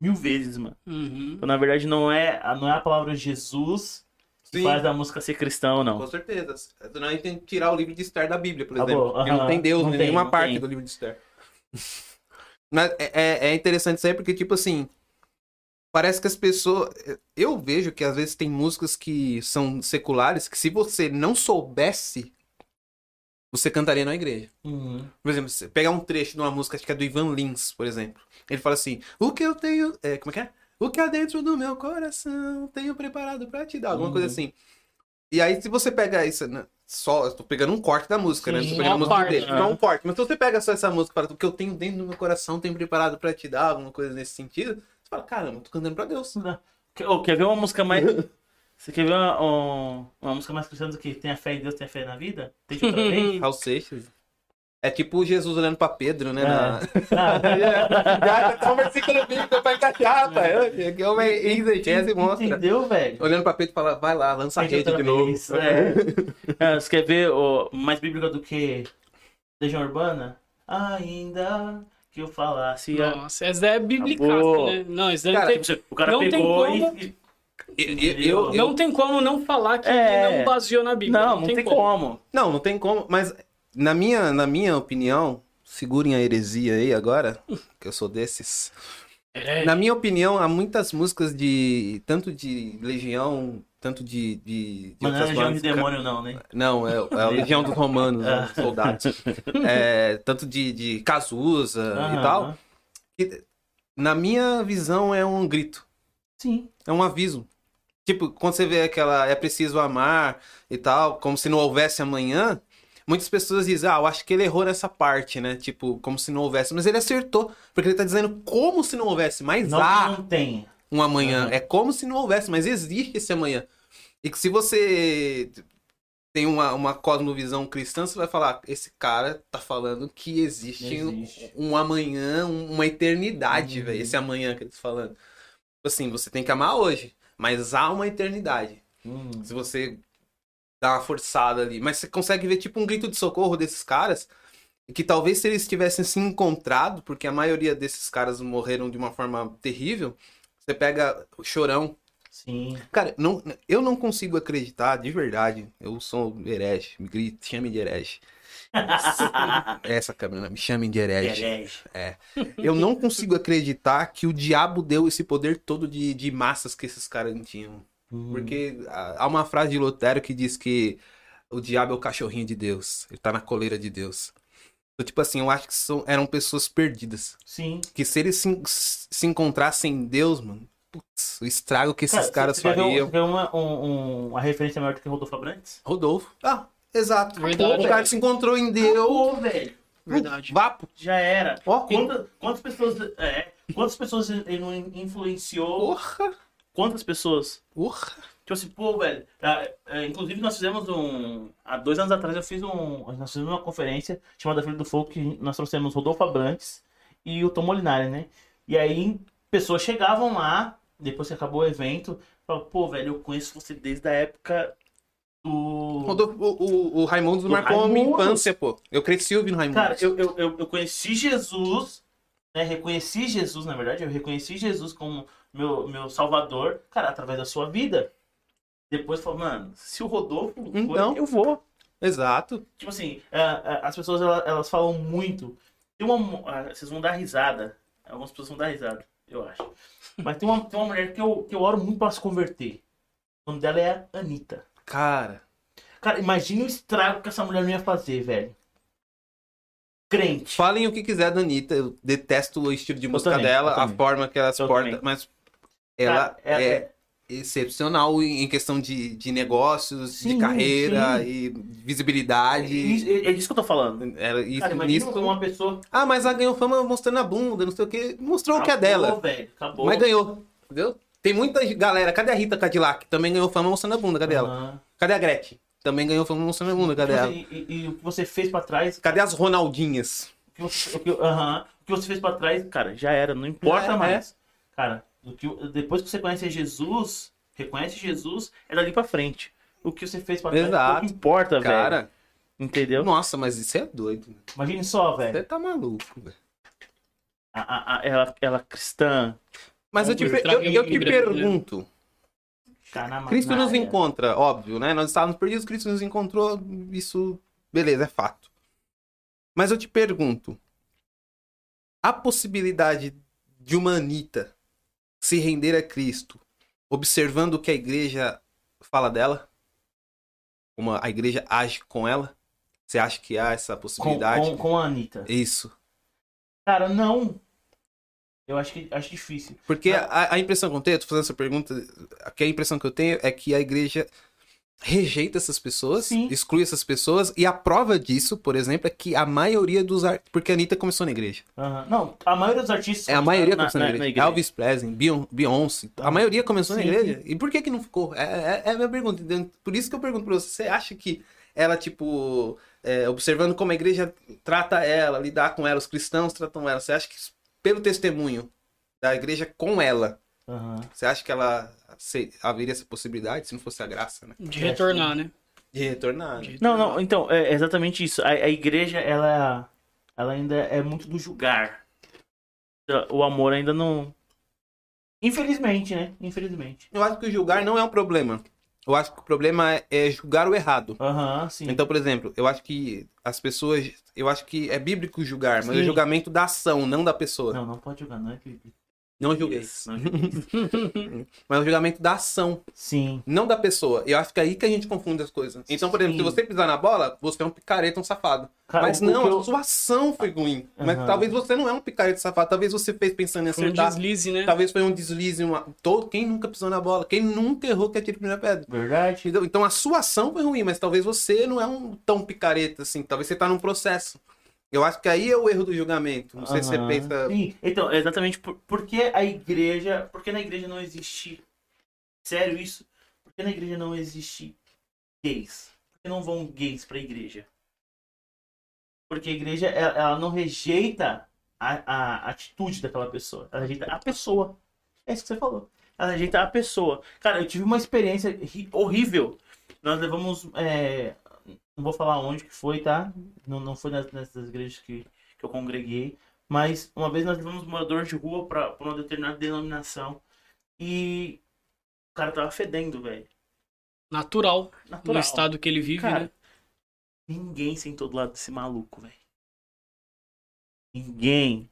Speaker 3: Mil vezes, mano.
Speaker 1: Uhum.
Speaker 3: Então, na verdade, não é, a- não é a palavra Jesus que
Speaker 2: Sim.
Speaker 3: faz da música ser cristão,
Speaker 2: Com
Speaker 3: não.
Speaker 2: certeza. Não, a gente tem que tirar o livro de Esther da Bíblia, por
Speaker 3: Tá
Speaker 2: exemplo.
Speaker 3: bom,
Speaker 2: porque
Speaker 3: aham,
Speaker 2: não tem Deus
Speaker 3: não
Speaker 2: em
Speaker 3: tem,
Speaker 2: nenhuma
Speaker 3: não
Speaker 2: parte
Speaker 3: tem.
Speaker 2: do livro de Esther. Mas é, é- é interessante isso aí, porque, tipo assim. Parece que as pessoas. Eu vejo que às vezes tem músicas que são seculares que se você não soubesse, você cantaria na igreja.
Speaker 3: Uhum.
Speaker 2: Por exemplo, você pegar um trecho de uma música, acho que é do Ivan Lins, por exemplo. Ele fala assim: O que eu tenho. é, como é que é? O que há dentro do meu coração, tenho preparado pra te dar. Alguma
Speaker 3: Uhum.
Speaker 2: coisa assim. E aí, se você pega isso. né, Só, eu tô pegando um corte da música, né?
Speaker 3: Sim,
Speaker 2: Tô pegando a
Speaker 1: uma
Speaker 2: música
Speaker 1: parte,
Speaker 2: dele.
Speaker 3: né?
Speaker 2: Não um corte. Mas se você pega só essa música e fala, o que eu tenho dentro do meu coração, tenho preparado pra te dar, alguma coisa nesse sentido, você fala, caramba, eu tô cantando pra Deus.
Speaker 3: Quer, ô, quer ver uma música mais. Você quer ver uma, um- uma música mais cristã do que tenha fé em Deus, tenha fé na vida? Tem outra vez?
Speaker 2: Raul Seixas. É tipo Jesus olhando pra Pedro, né?
Speaker 3: É.
Speaker 2: na- é um versículo bíblico pra encaixar, pai. É. Que homem exegese mostra.
Speaker 3: Entendeu, velho?
Speaker 2: Olhando pra Pedro e fala, vai lá, lança a
Speaker 3: Tem
Speaker 2: rede
Speaker 3: outra
Speaker 2: de novo.
Speaker 3: vez, é. É, você quer ver ô, mais bíblica do que Legião Urbana? Ainda que eu falasse. a-
Speaker 1: Nossa, essa é biblicaça,
Speaker 3: Acabou.
Speaker 1: né? Não, isso
Speaker 2: Cara,
Speaker 1: daí tem...
Speaker 3: Tipo, você- O cara
Speaker 1: Não tem
Speaker 3: pegou e-
Speaker 1: como.
Speaker 3: e.
Speaker 2: Eu- eu- eu-
Speaker 1: não tem como não falar que
Speaker 3: tipo, É.
Speaker 1: não baseou na Bíblia.
Speaker 3: Não, não tem como.
Speaker 2: Não, não tem como, mas na minha, na minha opinião, segurem a heresia aí agora, que eu sou desses.
Speaker 1: É.
Speaker 2: Na minha opinião, há muitas músicas de. tanto de Legião, tanto de. de, de
Speaker 3: Mas não é
Speaker 2: outras
Speaker 3: Legião de
Speaker 2: bandas.
Speaker 3: Demônio, Ah. não, né?
Speaker 2: Não, é, é a Legião dos Romanos, né, dos soldados. É, tanto de, de Cazuza É. e
Speaker 3: Aham.
Speaker 2: tal. Na minha visão, é um grito.
Speaker 3: Sim.
Speaker 2: É um aviso. Tipo, quando você vê aquela é preciso amar e tal, como se não houvesse amanhã, muitas pessoas dizem, ah, eu acho que ele errou nessa parte, né? Tipo, como se não houvesse. Mas ele acertou, porque ele tá dizendo como se não houvesse mais
Speaker 3: Não,
Speaker 2: há
Speaker 3: não tem.
Speaker 2: um amanhã.
Speaker 3: Uhum.
Speaker 2: É como se não houvesse, mas existe esse amanhã. E que se você tem uma, uma cosmovisão cristã, você vai falar, "Ah, esse cara tá falando que existe,
Speaker 3: Existe.
Speaker 2: Um, um amanhã, um- uma eternidade,
Speaker 3: Uhum.
Speaker 2: velho. Esse amanhã que eles falando. Tipo Assim, você tem que amar hoje, mas há uma eternidade.
Speaker 3: Hum.
Speaker 2: Se você dá uma forçada ali. Mas você consegue ver, tipo, um grito de socorro desses caras. Que talvez se eles tivessem se encontrado, porque a maioria desses caras morreram de uma forma terrível. Você pega o chorão.
Speaker 3: Sim.
Speaker 2: Cara, não, eu não consigo acreditar, de verdade. Eu sou herege, me grite, chame de herege. Essa câmera, me chamem de herege.
Speaker 3: Herege.
Speaker 2: Eu não consigo acreditar que o diabo deu esse poder todo de, de massas que esses caras não tinham.
Speaker 3: Hum.
Speaker 2: Porque ah, há uma frase de Lutero que diz que o diabo é o cachorrinho de Deus. Ele tá na coleira de Deus. Então, tipo assim, eu acho que são, eram pessoas perdidas.
Speaker 3: Sim.
Speaker 2: Que se eles se, en- se encontrassem em Deus, mano, putz, o estrago que esses
Speaker 3: Cara,
Speaker 2: caras
Speaker 3: você quer ver um-
Speaker 2: fariam.
Speaker 3: Você quer uma, um- um- uma referência maior do que Rodolfo Abrantes?
Speaker 2: Rodolfo. Ah, exato.
Speaker 1: Verdade.
Speaker 2: o cara que se encontrou em Deus.
Speaker 3: Acabou, velho.
Speaker 1: Verdade.
Speaker 2: Vapo.
Speaker 3: Já era.
Speaker 2: Ó,
Speaker 3: Quanta- quantas pessoas. É, quantas pessoas ele não influenciou
Speaker 2: porra.
Speaker 3: quantas pessoas.
Speaker 2: Urra.
Speaker 3: Tipo assim, pô, velho. ah, é, inclusive, nós fizemos um. Há dois anos atrás, eu fiz um. Nós fizemos uma conferência chamada Filho do Fogo, que nós trouxemos Rodolfo Abrantes e o Tom Molinari, né? E aí, pessoas chegavam lá, depois que acabou o evento, falavam, pô, velho, eu conheço você desde a época do.
Speaker 2: Rodolfo- O, o, o Raimundo
Speaker 3: Do
Speaker 2: marcou a minha
Speaker 3: Raimundo.
Speaker 2: infância, pô. Eu cresci ouvindo Raimundo.
Speaker 3: Cara, eu, eu, eu, eu conheci Jesus, né? Reconheci Jesus, na verdade, eu reconheci Jesus como meu, meu salvador, cara, através da sua vida. Depois falou, mano, se o Rodolfo foi,
Speaker 2: Então.
Speaker 3: eu vou.
Speaker 2: Exato.
Speaker 3: Tipo assim, é, é, as pessoas ela- elas, falam muito. Tem uma. mo- ah, Vocês vão dar risada. Algumas pessoas vão dar risada, eu acho. Mas tem uma, tem uma mulher que eu, que eu oro muito pra se converter. O nome dela é a Anitta.
Speaker 2: Cara,
Speaker 3: Cara, imagina o estrago que essa mulher não ia fazer, velho. Crente.
Speaker 2: falem o que quiser da Anitta. Eu detesto o estilo de
Speaker 3: Eu
Speaker 2: música
Speaker 3: também, eu
Speaker 2: dela, a
Speaker 3: também.
Speaker 2: forma que ela se
Speaker 3: Eu
Speaker 2: porta,
Speaker 3: também.
Speaker 2: mas ela
Speaker 3: Cara,
Speaker 2: é, excepcional em em questão de, de negócios,
Speaker 3: Sim,
Speaker 2: de carreira e visibilidade.
Speaker 3: Isso- É, é disso que eu tô falando.
Speaker 2: Ela, isso,
Speaker 3: Cara, imagina
Speaker 2: nisso-
Speaker 3: uma pessoa.
Speaker 2: Ah, mas ela ganhou fama mostrando a bunda, não sei o que. Mostrou o que é
Speaker 3: Acabou,
Speaker 2: dela.
Speaker 3: velho, acabou.
Speaker 2: Mas ganhou, entendeu? Tem muita galera. Cadê a Rita Cadillac? Também ganhou fama mostrando a bunda, cadê ela?
Speaker 3: Aham.
Speaker 2: Cadê a Gretchen? Também ganhou fama mostrando a bunda, cadê
Speaker 3: Tipo
Speaker 2: ela?
Speaker 3: assim, E, e- e o que você fez pra trás.
Speaker 2: Cadê as Ronaldinhas?
Speaker 3: O que você, o que- aham, o que você fez pra trás, cara, já era. Não importa
Speaker 2: Já é,
Speaker 3: mais. Cara, o que, depois que você conhece Jesus, reconhece Jesus, é dali pra frente. O que você fez pra trás
Speaker 2: Exato.
Speaker 3: pouco importa, velho.
Speaker 2: Cara,
Speaker 3: Entendeu?
Speaker 2: nossa, mas isso é doido. né?
Speaker 3: Imagine só, velho.
Speaker 2: Você tá maluco, velho.
Speaker 3: A- a- a- ela, ela cristã.
Speaker 2: Mas eu te, per- eu,
Speaker 1: Traga um
Speaker 2: eu te
Speaker 1: brasileiro.
Speaker 2: pergunto.
Speaker 3: Caramba,
Speaker 2: Cristo nos encontra, óbvio, né? Nós estávamos perdidos, Cristo nos encontrou, isso, beleza, é fato. Mas eu te pergunto, a possibilidade de uma Anitta se render a Cristo, observando o que a igreja fala dela? Como a igreja age com ela? Você acha que há essa
Speaker 3: Com,
Speaker 2: possibilidade?
Speaker 3: com, com a Anitta.
Speaker 2: Isso.
Speaker 3: Cara, não. Eu acho que acho difícil.
Speaker 2: Porque
Speaker 3: Não.
Speaker 2: a, a impressão que eu tenho, eu tô fazendo essa pergunta, a- que a impressão que eu tenho é que a igreja rejeita essas pessoas,
Speaker 3: Sim.
Speaker 2: exclui essas pessoas, e a prova disso, por exemplo, é que a maioria dos artistas. Porque a Anitta começou na igreja.
Speaker 3: Aham. Não, a maioria dos artistas.
Speaker 2: É a maioria
Speaker 3: na,
Speaker 2: começou na, igreja. Elvis Presley, Beyon- Beyoncé. A
Speaker 3: Ah.
Speaker 2: maioria começou na
Speaker 3: Sim,
Speaker 2: igreja. E por que que não ficou? É, é- é a minha pergunta. entendeu? Por isso que eu pergunto pra você, você acha que ela, tipo, é, observando como a igreja trata ela, lidar com ela, os cristãos tratam ela, você acha que pelo testemunho da igreja com ela.
Speaker 3: Aham.
Speaker 2: Você acha que ela se- haveria essa possibilidade se não fosse a graça, né?
Speaker 1: De retornar, né?
Speaker 2: De retornar.
Speaker 1: De
Speaker 3: Não,
Speaker 1: retornar.
Speaker 3: não, então, é exatamente isso. A, a igreja, ela, ela ainda é muito do julgar. O amor ainda não. Infelizmente, né? Infelizmente.
Speaker 2: Eu acho que o julgar não é um problema. Eu acho que o problema é, é julgar o errado.
Speaker 3: Aham, sim.
Speaker 2: Então, por exemplo, eu acho que as pessoas. Eu acho que é bíblico julgar, mas
Speaker 3: Sim.
Speaker 2: é julgamento da ação, não da pessoa.
Speaker 3: Não, não pode julgar, não é que.
Speaker 2: Não, julguei.
Speaker 3: Não julguei.
Speaker 2: Mas é o julgamento da ação,
Speaker 3: Sim.
Speaker 2: não da pessoa. Eu acho que é aí que a gente confunde as coisas. Então, por exemplo,
Speaker 3: Sim.
Speaker 2: se você pisar na bola, você é um picareta, um safado.
Speaker 3: Cara,
Speaker 2: mas
Speaker 3: o- o
Speaker 2: não,
Speaker 3: que
Speaker 2: a
Speaker 3: eu-
Speaker 2: sua ação foi ruim. Mas
Speaker 3: Aham.
Speaker 2: talvez você não é um picareta safado. Talvez você fez pensando em
Speaker 1: Foi um
Speaker 3: tá
Speaker 2: acertar.
Speaker 1: deslize, né?
Speaker 2: Talvez foi um deslize, uma... todo quem nunca pisou na bola, quem nunca errou que atira a primeira pedra.
Speaker 3: Verdade.
Speaker 2: Entendeu? Então a sua ação foi ruim, mas talvez você não é um tão picareta assim, talvez você tá num processo. Eu acho que aí é o erro do julgamento. Não sei se você
Speaker 3: Aham.
Speaker 2: pensa.
Speaker 3: Sim, então, é exatamente. Por, por que a igreja. Por que na igreja não existe. Sério isso? Por que na igreja não existe gays? Por que não vão gays pra igreja? Porque a igreja, ela, ela não rejeita a, a atitude daquela pessoa. Ela rejeita a pessoa. É isso que você falou. Ela rejeita a pessoa. Cara, eu tive uma experiência ri- horrível. Nós levamos. é, não vou falar onde que foi, tá? Não, não foi nas- nessas igrejas que, que eu congreguei. Mas uma vez nós levamos um morador de rua pra, pra uma determinada denominação e o cara tava fedendo, velho.
Speaker 1: Natural, no
Speaker 3: Natural.
Speaker 1: estado que ele vive,
Speaker 3: Cara,
Speaker 1: né?
Speaker 3: Ninguém sentou do lado desse maluco, velho. Ninguém.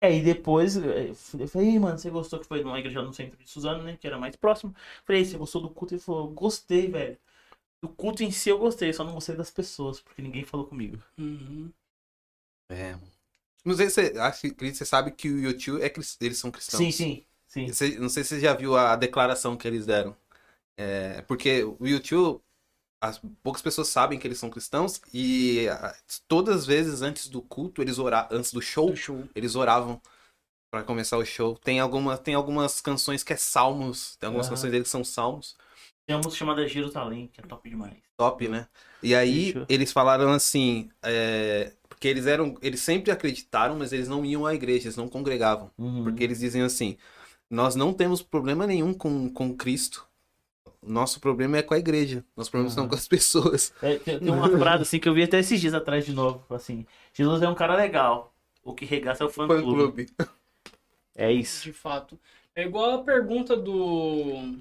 Speaker 3: É, e depois eh, eu falei, eu falei, "Ei, mano, você gostou que foi numa igreja no centro de Suzano, né? Que era mais próximo. Eu Falei, "Ei, você gostou do culto? Ele falou, gostei, velho. Do culto em si eu gostei, só não gostei das pessoas, porque ninguém falou comigo.
Speaker 1: Uhum.
Speaker 2: É. mano. Não sei se você. Acho que Cris, você sabe que o YouTube é cris- eles são cristãos.
Speaker 3: sim, sim, sim.
Speaker 2: Você- não sei se você já viu a declaração que eles deram. É, porque o YouTube, as poucas pessoas sabem que eles são cristãos e ah, todas as vezes antes do culto, eles oravam, antes do show,
Speaker 1: Show.
Speaker 2: eles oravam. Pra começar o show. Tem, alguma, tem algumas canções que é salmos. Tem algumas
Speaker 3: Aham.
Speaker 2: canções dele que são salmos.
Speaker 3: Tem uma música chamada Jerusalém, que é top demais.
Speaker 2: Top, né? E aí
Speaker 3: Fechou.
Speaker 2: eles falaram assim. é, Porque eles eram. Eles sempre acreditaram, mas eles não iam à igreja, eles não congregavam.
Speaker 3: Uhum.
Speaker 2: Porque eles dizem assim: nós não temos problema nenhum com, com Cristo. Nosso problema é com a igreja. Nossos problemas são
Speaker 3: Aham.
Speaker 2: com as pessoas.
Speaker 3: É, tem, tem uma frase assim que eu vi até esses dias atrás de novo. Assim, Jesus é um cara legal. O que regaça é o fã,
Speaker 2: Fã
Speaker 3: clube.
Speaker 2: clube.
Speaker 3: É isso.
Speaker 1: De fato. É igual a pergunta do.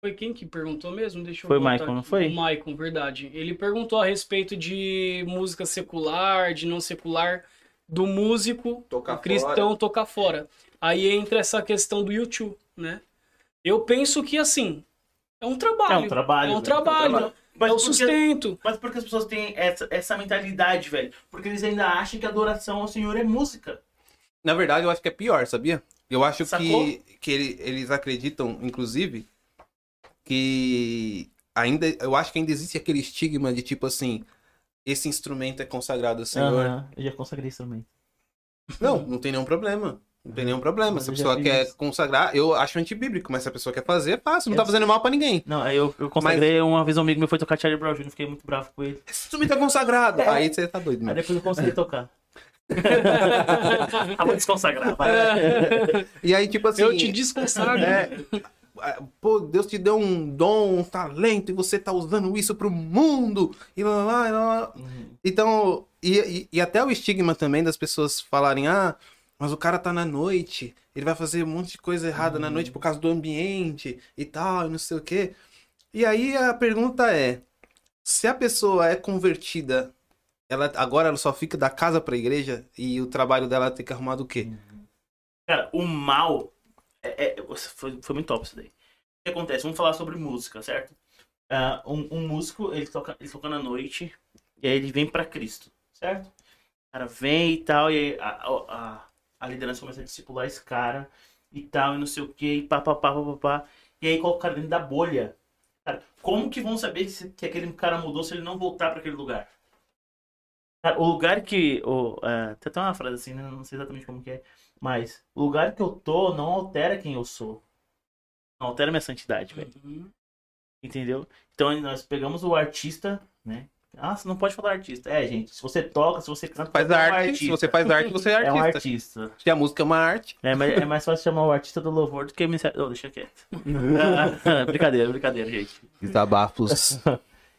Speaker 1: Foi quem que perguntou mesmo? Deixa eu
Speaker 3: Foi o
Speaker 1: botar
Speaker 3: Maicon, não
Speaker 1: aqui.
Speaker 3: foi?
Speaker 1: O Maicon, verdade. Ele perguntou a respeito de música secular, de não secular, do músico
Speaker 2: Tocar
Speaker 1: o cristão tocar fora. Aí entra essa questão do YouTube, né? Eu penso que assim, é um
Speaker 3: É
Speaker 1: trabalho.
Speaker 3: um trabalho.
Speaker 1: É um
Speaker 3: velho.
Speaker 1: trabalho,
Speaker 2: trabalho.
Speaker 1: é
Speaker 3: Mas,
Speaker 1: um
Speaker 3: por que-
Speaker 1: sustento.
Speaker 3: mas por que as pessoas têm essa, essa mentalidade, velho? Porque eles ainda acham que adoração ao Senhor é música.
Speaker 2: Na verdade, eu acho que é pior, sabia? Eu acho
Speaker 3: Sacou?
Speaker 2: que, que ele- eles acreditam, inclusive, que ainda. Eu acho que ainda existe aquele estigma de tipo assim. Esse instrumento é consagrado ao Senhor.
Speaker 3: Aham, eu já consagrei isso também.
Speaker 2: Não, não tem nenhum problema. Não tem nenhum problema.
Speaker 3: Mas
Speaker 2: Se a
Speaker 3: eu já
Speaker 2: pessoa
Speaker 3: fiz
Speaker 2: quer
Speaker 3: isso.
Speaker 2: consagrar, eu acho antibíblico, mas se a pessoa quer fazer, fácil. Não tá
Speaker 3: Eu-
Speaker 2: fazendo mal pra ninguém.
Speaker 3: Não, aí eu, eu consagrei uma vez um amigo meu foi tocar Charlie Brown Jr., eu fiquei muito bravo com ele.
Speaker 2: Esse instrumento é consagrado.
Speaker 3: É.
Speaker 2: Aí você tá doido,
Speaker 3: Aí
Speaker 2: mesmo.
Speaker 3: depois eu consegui tocar. ah, vou desconsagrar, vai.
Speaker 2: E aí, tipo assim.
Speaker 1: Eu te desconsagro.
Speaker 2: É, ah, pô, Deus te deu um dom, um talento, e você tá usando isso pro mundo. E lá, lá, lá, lá.
Speaker 3: Uhum.
Speaker 2: Então, e, e- e até o estigma também das pessoas falarem, ah, mas o cara tá na noite, ele vai fazer um monte de coisa errada na
Speaker 3: Uhum.
Speaker 2: noite por causa do ambiente e tal, e não sei o quê. E aí a pergunta é, se a pessoa é convertida, ela agora ela só fica da casa pra igreja e o trabalho dela tem que arrumar do quê?
Speaker 3: Cara, o mal. É, é- foi, foi muito top isso daí. O que acontece? Vamos falar sobre música, certo? Ah, um, um músico, ele toca, ele toca na noite, e aí ele vem pra Cristo, certo? O cara vem e tal, e aí a, a, a- a liderança começa a discipular esse cara e tal, e não sei o que, e pá, pá, pá, pá, pá, pá. E aí coloca o cara dentro da bolha. Cara, como que vão saber se, que aquele cara mudou se ele não voltar pra aquele lugar? Cara, o lugar que. O, ah, tem até uma frase assim, né? não sei exatamente como que é. Mas o lugar que eu tô não altera quem eu sou. Não altera minha santidade, velho.
Speaker 1: Uhum.
Speaker 3: Entendeu? Então aí nós pegamos o artista, né? Ah, você não pode falar artista. É, gente, se você toca, se você canta,
Speaker 2: Faz
Speaker 3: você é um
Speaker 2: arte, se
Speaker 3: artista.
Speaker 2: você faz arte, você é
Speaker 3: É um
Speaker 2: artista.
Speaker 3: artista.
Speaker 2: Se a música é uma arte,
Speaker 3: É, mas é mais fácil chamar o artista do louvor do que me. Oh, deixa quieto. brincadeira, brincadeira, gente.
Speaker 2: desabafos.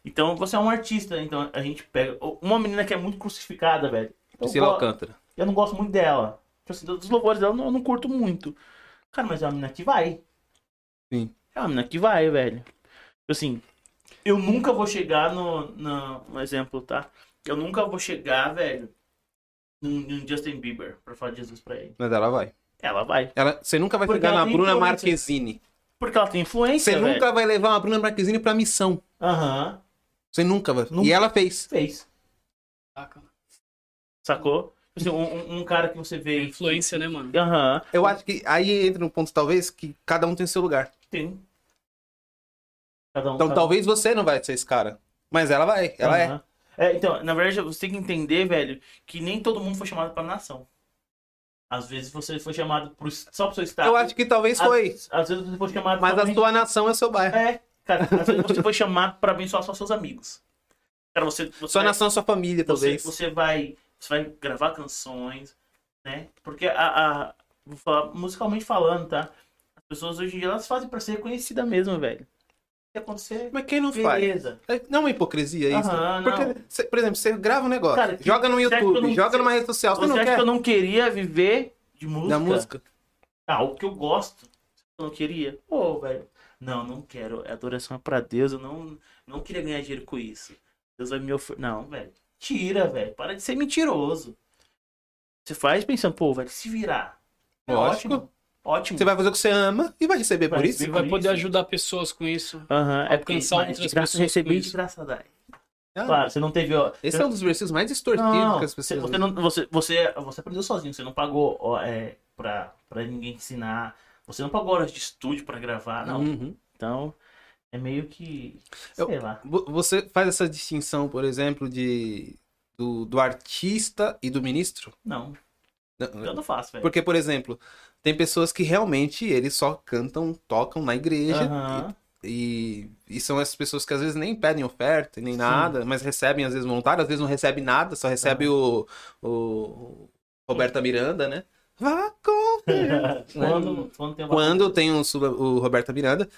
Speaker 3: Então você é um artista, então a gente pega. Uma menina que é muito crucificada, velho. Eu
Speaker 2: Priscila
Speaker 3: go-
Speaker 2: Alcântara.
Speaker 3: Eu não gosto muito dela. Tipo assim, dos louvores dela eu não, eu não curto muito. Cara, mas é uma mina que vai.
Speaker 2: Sim.
Speaker 3: É uma mina que vai, velho. Tipo assim, eu nunca vou chegar no, no. Um exemplo, tá? Eu nunca vou chegar, velho, num, num Justin Bieber pra falar de Jesus pra ele.
Speaker 2: Mas ela vai.
Speaker 3: Ela vai.
Speaker 2: Ela, você nunca vai
Speaker 3: Porque
Speaker 2: chegar
Speaker 3: ela
Speaker 2: na
Speaker 3: tem
Speaker 2: Bruna
Speaker 3: influência.
Speaker 2: Marquezine.
Speaker 3: Porque ela tem influência,
Speaker 2: Você
Speaker 3: velho.
Speaker 2: nunca vai levar uma Bruna Marquezine pra missão.
Speaker 3: Aham.
Speaker 2: Você nunca vai.
Speaker 3: Nunca.
Speaker 2: E ela fez.
Speaker 3: Fez.
Speaker 1: Saca.
Speaker 3: Sacou? Tipo assim, um, um- um cara que você vê.
Speaker 1: Influência, né, mano?
Speaker 3: Aham.
Speaker 2: Eu acho que aí entra um ponto, talvez, que cada um tem seu lugar.
Speaker 3: Tem. Cada um.
Speaker 2: Então,
Speaker 3: cada um.
Speaker 2: talvez você não vai ser esse cara. Mas ela vai. Ela é.
Speaker 3: Aham. É, então, na verdade, você tem que entender, velho, que nem todo mundo foi chamado pra nação. Às vezes você foi chamado pro, só pro seu estado.
Speaker 2: é. Eu acho que talvez
Speaker 3: Ah,
Speaker 2: foi.
Speaker 3: Às, às vezes você foi chamado
Speaker 2: Mas
Speaker 3: pra
Speaker 2: a sua nação é o seu bairro.
Speaker 3: É, cara, às vezes você foi chamado pra abençoar só seus amigos. Cara, você. você
Speaker 2: Sua
Speaker 3: vai-
Speaker 2: nação é sua família,
Speaker 3: você,
Speaker 2: talvez.
Speaker 3: você vai você vai gravar canções né porque a, a- vou falar musicalmente falando tá as pessoas hoje em dia elas fazem pra ser reconhecida mesmo velho se acontecer
Speaker 2: Mas quem não faz?
Speaker 3: beleza
Speaker 2: É- Não é uma hipocrisia isso.
Speaker 3: Aham, não.
Speaker 2: Porque, cê- por exemplo, você grava um negócio,
Speaker 3: Cara, que-
Speaker 2: joga no
Speaker 3: você acha que
Speaker 2: YouTube,
Speaker 3: eu não-
Speaker 2: joga numa rede social, você
Speaker 3: você
Speaker 2: não
Speaker 3: acha
Speaker 2: quer
Speaker 3: que eu não queria viver de música
Speaker 2: da música.
Speaker 3: ah o que eu gosto eu não queria pô velho não não quero é adoração é pra Deus eu não não queria ganhar dinheiro com isso Deus vai me oferecer não velho tira velho para de ser mentiroso você faz pensando pô velho se virar É
Speaker 2: Lógico.
Speaker 3: ótimo ótimo
Speaker 2: Você vai fazer o que você ama e vai receber
Speaker 3: Vai
Speaker 2: por isso.
Speaker 3: receber.
Speaker 1: Vai poder
Speaker 3: Isso.
Speaker 1: ajudar pessoas com isso.
Speaker 3: Aham, é porque
Speaker 1: Alcançar
Speaker 3: mas, de
Speaker 1: outras
Speaker 3: graça
Speaker 1: pessoas com
Speaker 3: recebi, de
Speaker 1: isso.
Speaker 3: graça dá.
Speaker 2: Ah,
Speaker 3: Claro, você não teve, ó.
Speaker 2: Esse
Speaker 3: você
Speaker 2: é um dos versículos mais distorcidos
Speaker 3: não,
Speaker 2: que as
Speaker 3: você,
Speaker 2: pessoas. né?
Speaker 3: você não, você, você, você aprendeu sozinho, você não pagou ó, é, pra, pra ninguém ensinar, você não pagou horas de estúdio pra gravar, não.
Speaker 2: Uhum.
Speaker 3: Então, é meio que.
Speaker 2: Eu-
Speaker 3: Sei lá.
Speaker 2: Vo- Você faz essa distinção, por exemplo, de do, do artista e do ministro?
Speaker 3: Não. Eu não faço, velho.
Speaker 2: Uhum. Porque, por exemplo, tem pessoas que realmente eles só cantam, tocam na igreja
Speaker 3: Aham.
Speaker 2: e, e são essas pessoas que às vezes nem pedem oferta, nem nada, mas recebem às vezes voluntário, às vezes não recebe nada, só recebe o, o Roberta Miranda, né? Vá com fé.
Speaker 3: quando, quando tem uma-
Speaker 2: né? é? Quando tem um, sub- o Roberta Miranda.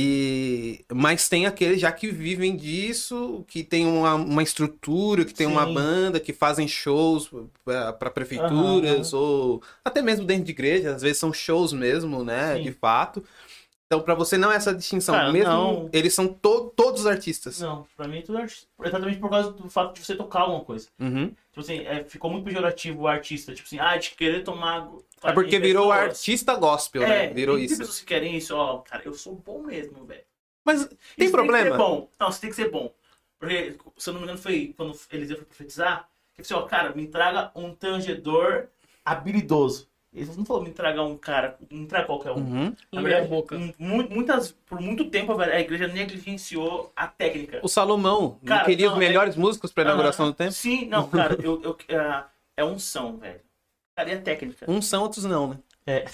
Speaker 2: E, mas tem aqueles já que vivem disso, que tem uma, uma estrutura, que tem uma
Speaker 3: Sim.
Speaker 2: banda, que fazem shows para prefeituras, ou até mesmo dentro de igreja, às vezes são shows mesmo, né?
Speaker 3: Sim.
Speaker 2: De fato. Então, para você não é essa distinção.
Speaker 3: Cara,
Speaker 2: mesmo
Speaker 3: não.
Speaker 2: eles são to- todos artistas.
Speaker 3: Não, pra mim é tudo arti- exatamente por causa do fato de você tocar alguma coisa.
Speaker 2: Uhum.
Speaker 3: Tipo assim, é, ficou muito pejorativo o artista. Tipo assim, ah, de querer tomar.
Speaker 2: É porque virou
Speaker 3: pessoas.
Speaker 2: artista gospel, né?
Speaker 3: É,
Speaker 2: Virou
Speaker 3: tem
Speaker 2: isso.
Speaker 3: pessoas que querem isso, ó, cara, eu sou bom mesmo, velho.
Speaker 2: Mas
Speaker 3: Isso
Speaker 2: tem
Speaker 3: Tem que ser
Speaker 2: problema?
Speaker 3: bom. Não, você tem que ser bom. Porque, se eu não me engano, foi quando Eliseu foi profetizar, ele disse, ó, cara, me traga um tangedor habilidoso. Ele não falou me traga um cara, não traga qualquer um.
Speaker 2: Uhum.
Speaker 3: Na verdade, um,
Speaker 1: Meia é boca.
Speaker 3: mu- muitas, por muito tempo a a igreja negligenciou a técnica.
Speaker 2: O Salomão não
Speaker 3: Cara,
Speaker 2: queria
Speaker 3: não, é
Speaker 2: os melhores músicos para inauguração
Speaker 3: Aham.
Speaker 2: do templo?
Speaker 3: Sim, não, cara, eu, eu, é, é unção, velho. Cadê a técnica?
Speaker 2: Uns são, outros não, né?
Speaker 3: É.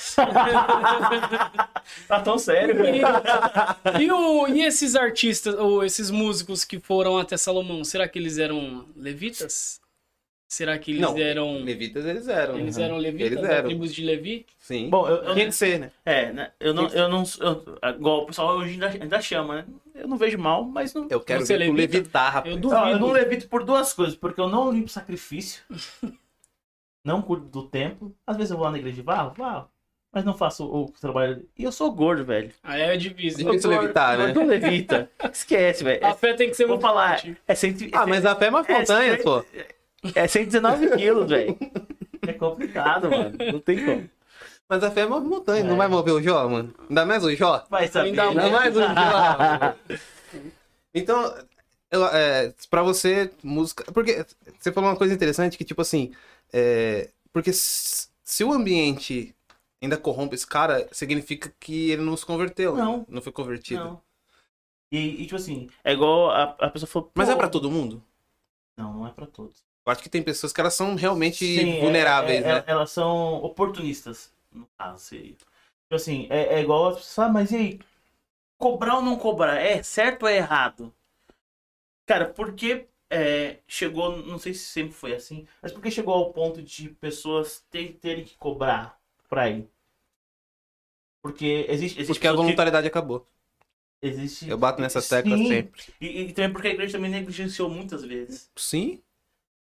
Speaker 3: tá tão sério, velho.
Speaker 1: E, e o- e esses artistas, ou esses músicos que foram até Salomão, será que eles eram levitas? Será que eles
Speaker 2: Não,
Speaker 1: eram.
Speaker 2: Levitas eles eram.
Speaker 1: Eles
Speaker 2: né?
Speaker 1: eram levitas,
Speaker 2: Eles
Speaker 1: da
Speaker 2: eram.
Speaker 1: tribos de Levi?
Speaker 2: Sim.
Speaker 3: Bom, eu, eu,
Speaker 2: tinha que ser, né?
Speaker 3: É, né? Eu não, eu não. eu- ah, igual o pessoal hoje ainda, ainda chama, né? Eu não vejo mal, mas não.
Speaker 2: Eu quero
Speaker 1: Você
Speaker 2: ver tu
Speaker 1: levita?
Speaker 2: levitar, rapaz.
Speaker 1: Eu
Speaker 3: Ó,
Speaker 1: duvido.
Speaker 3: eu não levito por duas coisas, porque eu não limpo sacrifício, não cuido do templo. Às vezes eu vou lá na igreja de barro, barro, mas não faço o trabalho. E eu sou gordo, velho.
Speaker 1: Aí é difícil.
Speaker 2: Difícil levitar, né?
Speaker 3: Gordo não levita. Esquece, velho.
Speaker 1: A
Speaker 3: É,
Speaker 1: fé tem que ser
Speaker 3: vou
Speaker 1: muito
Speaker 3: falar,
Speaker 1: forte.
Speaker 3: é, cento,
Speaker 2: Ah, mas a fé é uma montanha, pô.
Speaker 3: é 119 quilos, velho. É complicado, mano. Não tem como.
Speaker 2: Mas a fé é uma montanha,
Speaker 3: É.
Speaker 2: não vai mover o Jó, mano? Ainda mais o Jó?
Speaker 3: Vai saber.
Speaker 1: Ainda
Speaker 2: Ainda
Speaker 1: É.
Speaker 2: mais o Jó. mano. então, eu, é, pra você, música... Porque você falou uma coisa interessante que, tipo assim... é, porque s- se o ambiente ainda corrompe esse cara, significa que ele não se converteu.
Speaker 3: Não.
Speaker 2: né? Não foi convertido.
Speaker 3: Não. E, e, tipo assim, é igual a, a pessoa falou.
Speaker 2: Mas
Speaker 3: "Pô,
Speaker 2: é pra todo mundo?
Speaker 3: Não, não é pra todos.
Speaker 2: Eu acho que tem pessoas que elas são realmente
Speaker 3: Sim, é-
Speaker 2: vulneráveis,
Speaker 3: é-
Speaker 2: né?
Speaker 3: é- Elas são oportunistas, no caso, seria. Tipo assim, é, é igual as pessoas, ah, mas e aí? Cobrar ou não cobrar? É certo ou é errado? Cara, porque é, chegou, não sei se sempre foi assim, mas porque chegou ao ponto de pessoas ter- terem que cobrar pra ir? Porque existe. existe
Speaker 2: Porque a
Speaker 3: pessoas que-
Speaker 2: voluntariedade acabou.
Speaker 3: existe-
Speaker 2: Eu bato nessa tecla
Speaker 3: Sim,
Speaker 2: sempre.
Speaker 3: E, e também porque a igreja também negligenciou muitas vezes.
Speaker 2: Sim.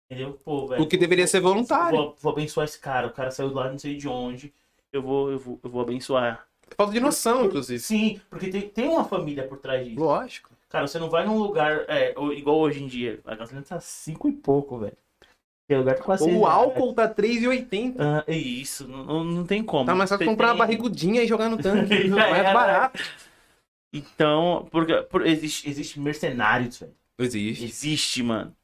Speaker 3: Entendeu? Pô, velho.
Speaker 2: O que deveria ser voluntário.
Speaker 3: Vou, vou abençoar esse cara. O cara saiu do lá não sei de onde. Eu vou, eu vou, eu vou abençoar.
Speaker 2: Falta de noção, inclusive.
Speaker 3: Sim, porque tem, tem uma família por trás disso.
Speaker 2: Lógico.
Speaker 3: Cara, você não vai num lugar é, ou- igual hoje em dia. A gasolina tá cinco e pouco, velho. Tem lugar que tá quase. seis
Speaker 2: O
Speaker 3: reais.
Speaker 2: álcool tá 3,80.
Speaker 3: Ah, é isso, não- não, não tem como.
Speaker 2: Tá, mas só
Speaker 3: Você
Speaker 2: comprar uma
Speaker 3: tem-
Speaker 2: barrigudinha e jogar no tanque.
Speaker 3: Já
Speaker 2: Não é
Speaker 3: era.
Speaker 2: barato.
Speaker 3: Então, porque por, existe, existe mercenários, velho.
Speaker 2: Existe.
Speaker 3: Existe, mano.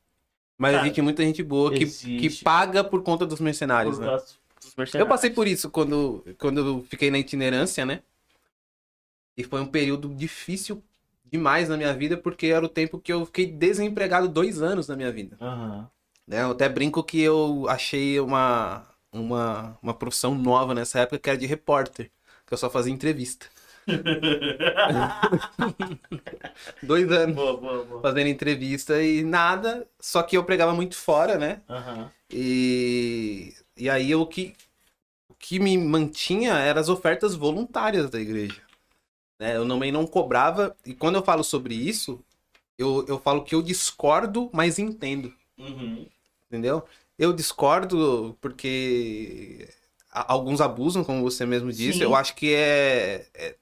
Speaker 2: Mas
Speaker 3: Cara,
Speaker 2: existe muita gente boa que,
Speaker 3: existe.
Speaker 2: que paga por conta dos
Speaker 3: Por
Speaker 2: mercenários, né?
Speaker 3: causa dos mercenários.
Speaker 2: Eu passei por isso quando, quando eu fiquei na itinerância, né? E foi um período difícil demais na minha vida, porque era o tempo que eu fiquei desempregado dois anos na minha vida.
Speaker 3: Aham.
Speaker 2: né? Eu até brinco que eu achei uma, uma, uma profissão nova nessa época, que era de repórter, que eu só fazia entrevista. Dois anos
Speaker 3: boa, boa, boa.
Speaker 2: fazendo entrevista e nada, só que eu pregava muito fora, né?
Speaker 3: Aham.
Speaker 2: E, e aí o que, o que me mantinha eram as ofertas voluntárias da igreja. Né? Eu também não cobrava, e quando eu falo sobre isso, eu, eu falo que eu discordo, mas entendo.
Speaker 3: Uhum.
Speaker 2: entendeu? Eu discordo porque a- alguns abusam, como você mesmo disse.
Speaker 3: Sim.
Speaker 2: Eu acho que é, é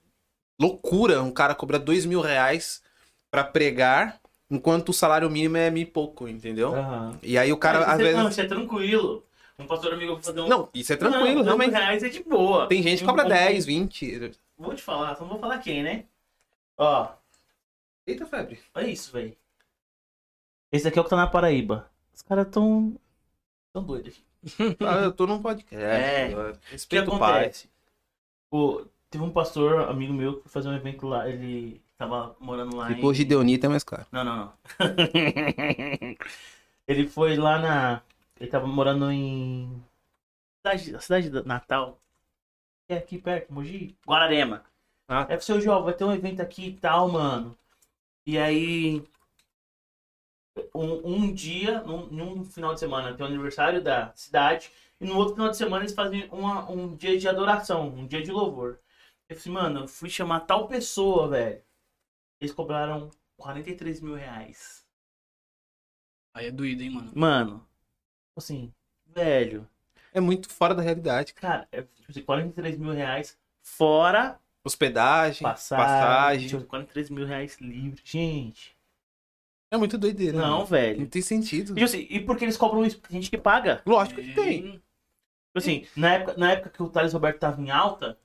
Speaker 2: loucura um cara cobrar dois mil reais pra pregar, enquanto o salário mínimo é mil e pouco, entendeu?
Speaker 3: Aham.
Speaker 2: E aí o cara, às
Speaker 3: você,
Speaker 2: vezes...
Speaker 3: Não, isso é tranquilo. Um pastor amigo fazer um.
Speaker 2: Não, isso é tranquilo,
Speaker 3: não,
Speaker 2: realmente.
Speaker 3: reais é de boa.
Speaker 2: Tem gente que cobra 10, 20...
Speaker 3: Vou te falar, só não vou falar quem, né? Ó,
Speaker 2: Eita, febre.
Speaker 3: olha isso, velho. Esse aqui é o que tá na Paraíba. Os caras tão. tão doidos.
Speaker 2: Ah, eu tô num podcast.
Speaker 3: É.
Speaker 2: eu
Speaker 3: O que
Speaker 2: Respeito o pai.
Speaker 3: acontece? O, teve um pastor, amigo meu, que foi fazer um evento lá. Ele tava morando lá
Speaker 2: Se
Speaker 3: em.
Speaker 2: for Gideonita é mais caro.
Speaker 3: Não, não, não. ele foi lá na. Ele tava morando em. cidade, a cidade da Natal, que é aqui perto, Mogi, Guararema.
Speaker 2: Ah.
Speaker 3: É pro seu João, vai ter um evento aqui e tal, mano. E aí. Um, um dia, num, num final de semana, tem o aniversário da cidade. E no outro final de semana eles fazem uma- um dia de adoração, um dia de louvor. Eu falei, assim, mano, eu fui chamar tal pessoa, velho. Eles cobraram 43 mil reais.
Speaker 1: Aí é doído, hein, mano.
Speaker 3: Mano, assim, velho,
Speaker 2: É muito fora da realidade.
Speaker 3: cara, é tipo assim, 43 mil reais fora
Speaker 2: Hospedagem,
Speaker 3: passagem.
Speaker 2: passagem.
Speaker 3: Tipo, 43 mil reais livre. Gente,
Speaker 2: É muito doideira.
Speaker 3: não,
Speaker 2: né? Não
Speaker 3: velho.
Speaker 2: tem sentido.
Speaker 3: E, assim, e por que eles cobram isso? Porque tem gente que paga.
Speaker 2: Lógico que tem.
Speaker 1: Hum,
Speaker 3: Tipo Assim, na época, na época que o Thales Roberto tava em alta,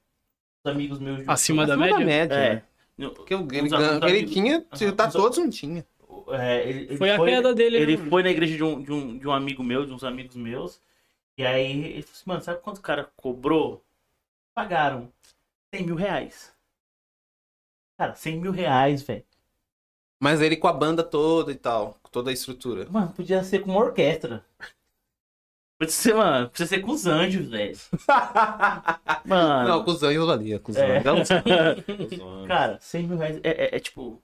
Speaker 3: os amigos meus.
Speaker 1: Acima da
Speaker 2: Acima
Speaker 1: média?
Speaker 3: É.
Speaker 2: né?
Speaker 3: no-
Speaker 2: Porque o- ele,
Speaker 3: Os amigos-
Speaker 2: ele tinha,
Speaker 3: Aham,
Speaker 2: tá
Speaker 3: os-
Speaker 2: todos, não tinha.
Speaker 3: é, ele- ele
Speaker 1: Foi a queda dele, né,
Speaker 3: Ele
Speaker 1: mano?
Speaker 3: foi na igreja de um, de, um, de um amigo meu, de uns amigos meus. E aí ele falou assim, mano, sabe quanto o cara cobrou? Pagaram 100 mil reais. Cara, 100 mil reais, velho.
Speaker 2: Mas ele com a banda toda e tal, com toda a estrutura.
Speaker 3: Mano, podia ser com uma orquestra. Podia ser, mano, podia ser com os anjos, velho. Mano,
Speaker 2: Não, com os anjos ali, é com os
Speaker 3: É.
Speaker 2: anjos. Dá uns- os anjos.
Speaker 3: cara, 100 mil reais é, é- é tipo...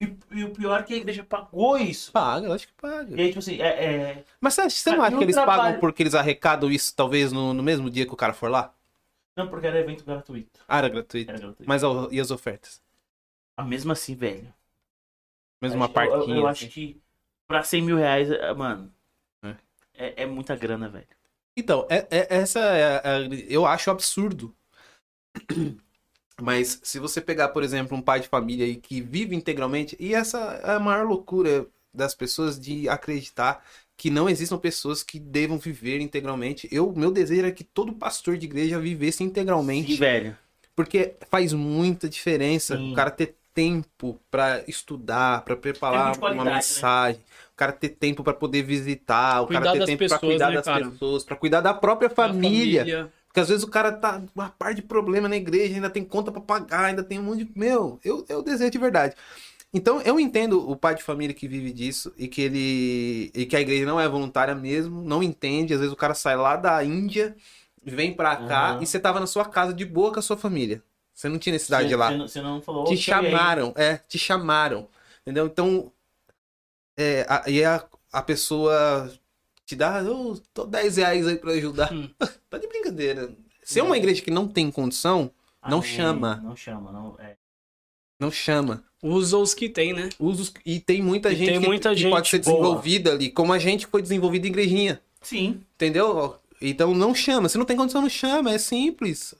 Speaker 3: E, e o pior é que a igreja pagou isso.
Speaker 2: Paga, lógico que paga.
Speaker 3: E aí, tipo assim, é... é-
Speaker 2: Mas você, acha- você
Speaker 3: Cara,
Speaker 2: não acha
Speaker 3: e
Speaker 2: que
Speaker 3: um
Speaker 2: eles
Speaker 3: trabalho-
Speaker 2: pagam porque eles arrecadam isso talvez no, no mesmo dia que o cara for lá?
Speaker 3: Não, porque era evento gratuito.
Speaker 2: Ah, era gratuito.
Speaker 3: Era gratuito.
Speaker 2: Mas ao- e as ofertas?
Speaker 3: Mas mesmo assim, velho...
Speaker 2: Mesmo
Speaker 3: Acho-
Speaker 2: uma
Speaker 3: eu-
Speaker 2: partinha.
Speaker 3: Eu, eu
Speaker 2: assim.
Speaker 3: acho que pra 100 mil reais, eh, mano, é, é muita grana, velho.
Speaker 2: Então, é- é- essa é, a- eu acho absurdo. Mas se você pegar, por exemplo, um pai de família aí que vive integralmente, e essa é a maior loucura das pessoas de acreditar que não existam pessoas que devam viver integralmente. Eu, meu desejo era que todo pastor de igreja vivesse integralmente.
Speaker 3: Sim, velho.
Speaker 2: Porque faz muita diferença
Speaker 3: Sim.
Speaker 2: o cara ter tempo pra estudar, pra preparar
Speaker 3: Tempo
Speaker 2: uma
Speaker 3: de qualidade, né?
Speaker 2: mensagem, o cara ter tempo pra poder visitar, o
Speaker 1: Cuidar
Speaker 2: cara ter
Speaker 1: das
Speaker 2: tempo pra
Speaker 1: pessoas,
Speaker 2: cuidar
Speaker 1: né,
Speaker 2: das
Speaker 1: cara?
Speaker 2: pessoas, pra cuidar da própria
Speaker 1: da
Speaker 2: família. Porque às vezes o cara tá com uma par de problema na igreja, ainda tem conta pra pagar, ainda tem um monte de. Meu, eu, eu desejo de verdade. Então eu entendo o pai de família que vive disso e que ele. e que a igreja não é voluntária mesmo, não entende. Às vezes o cara sai lá da Índia, vem pra cá
Speaker 3: Aham.
Speaker 2: e você tava na sua casa de boa com a sua família. Você não tinha necessidade de ir lá.
Speaker 3: Você não, você não falou.
Speaker 2: Te
Speaker 3: "Ô, cheguei".
Speaker 2: chamaram, é, te chamaram. Entendeu? Então, é, a, e a, a pessoa te dá, eu tô 10 reais aí pra ajudar.
Speaker 1: Hum.
Speaker 2: tá de brincadeira. Se é uma igreja que não tem condição,
Speaker 3: Ah,
Speaker 2: não
Speaker 3: é,
Speaker 2: chama.
Speaker 3: Não chama, não. É.
Speaker 2: não chama.
Speaker 1: Usa os que tem, né?
Speaker 2: Usa os- e tem muita
Speaker 1: E
Speaker 2: gente,
Speaker 1: tem
Speaker 2: que,
Speaker 1: muita
Speaker 2: que
Speaker 1: gente
Speaker 2: pode ser
Speaker 1: boa.
Speaker 2: desenvolvida ali, como a gente foi desenvolvida em igrejinha.
Speaker 3: Sim.
Speaker 2: Entendeu? Então não chama. Se não tem condição, não chama. É simples.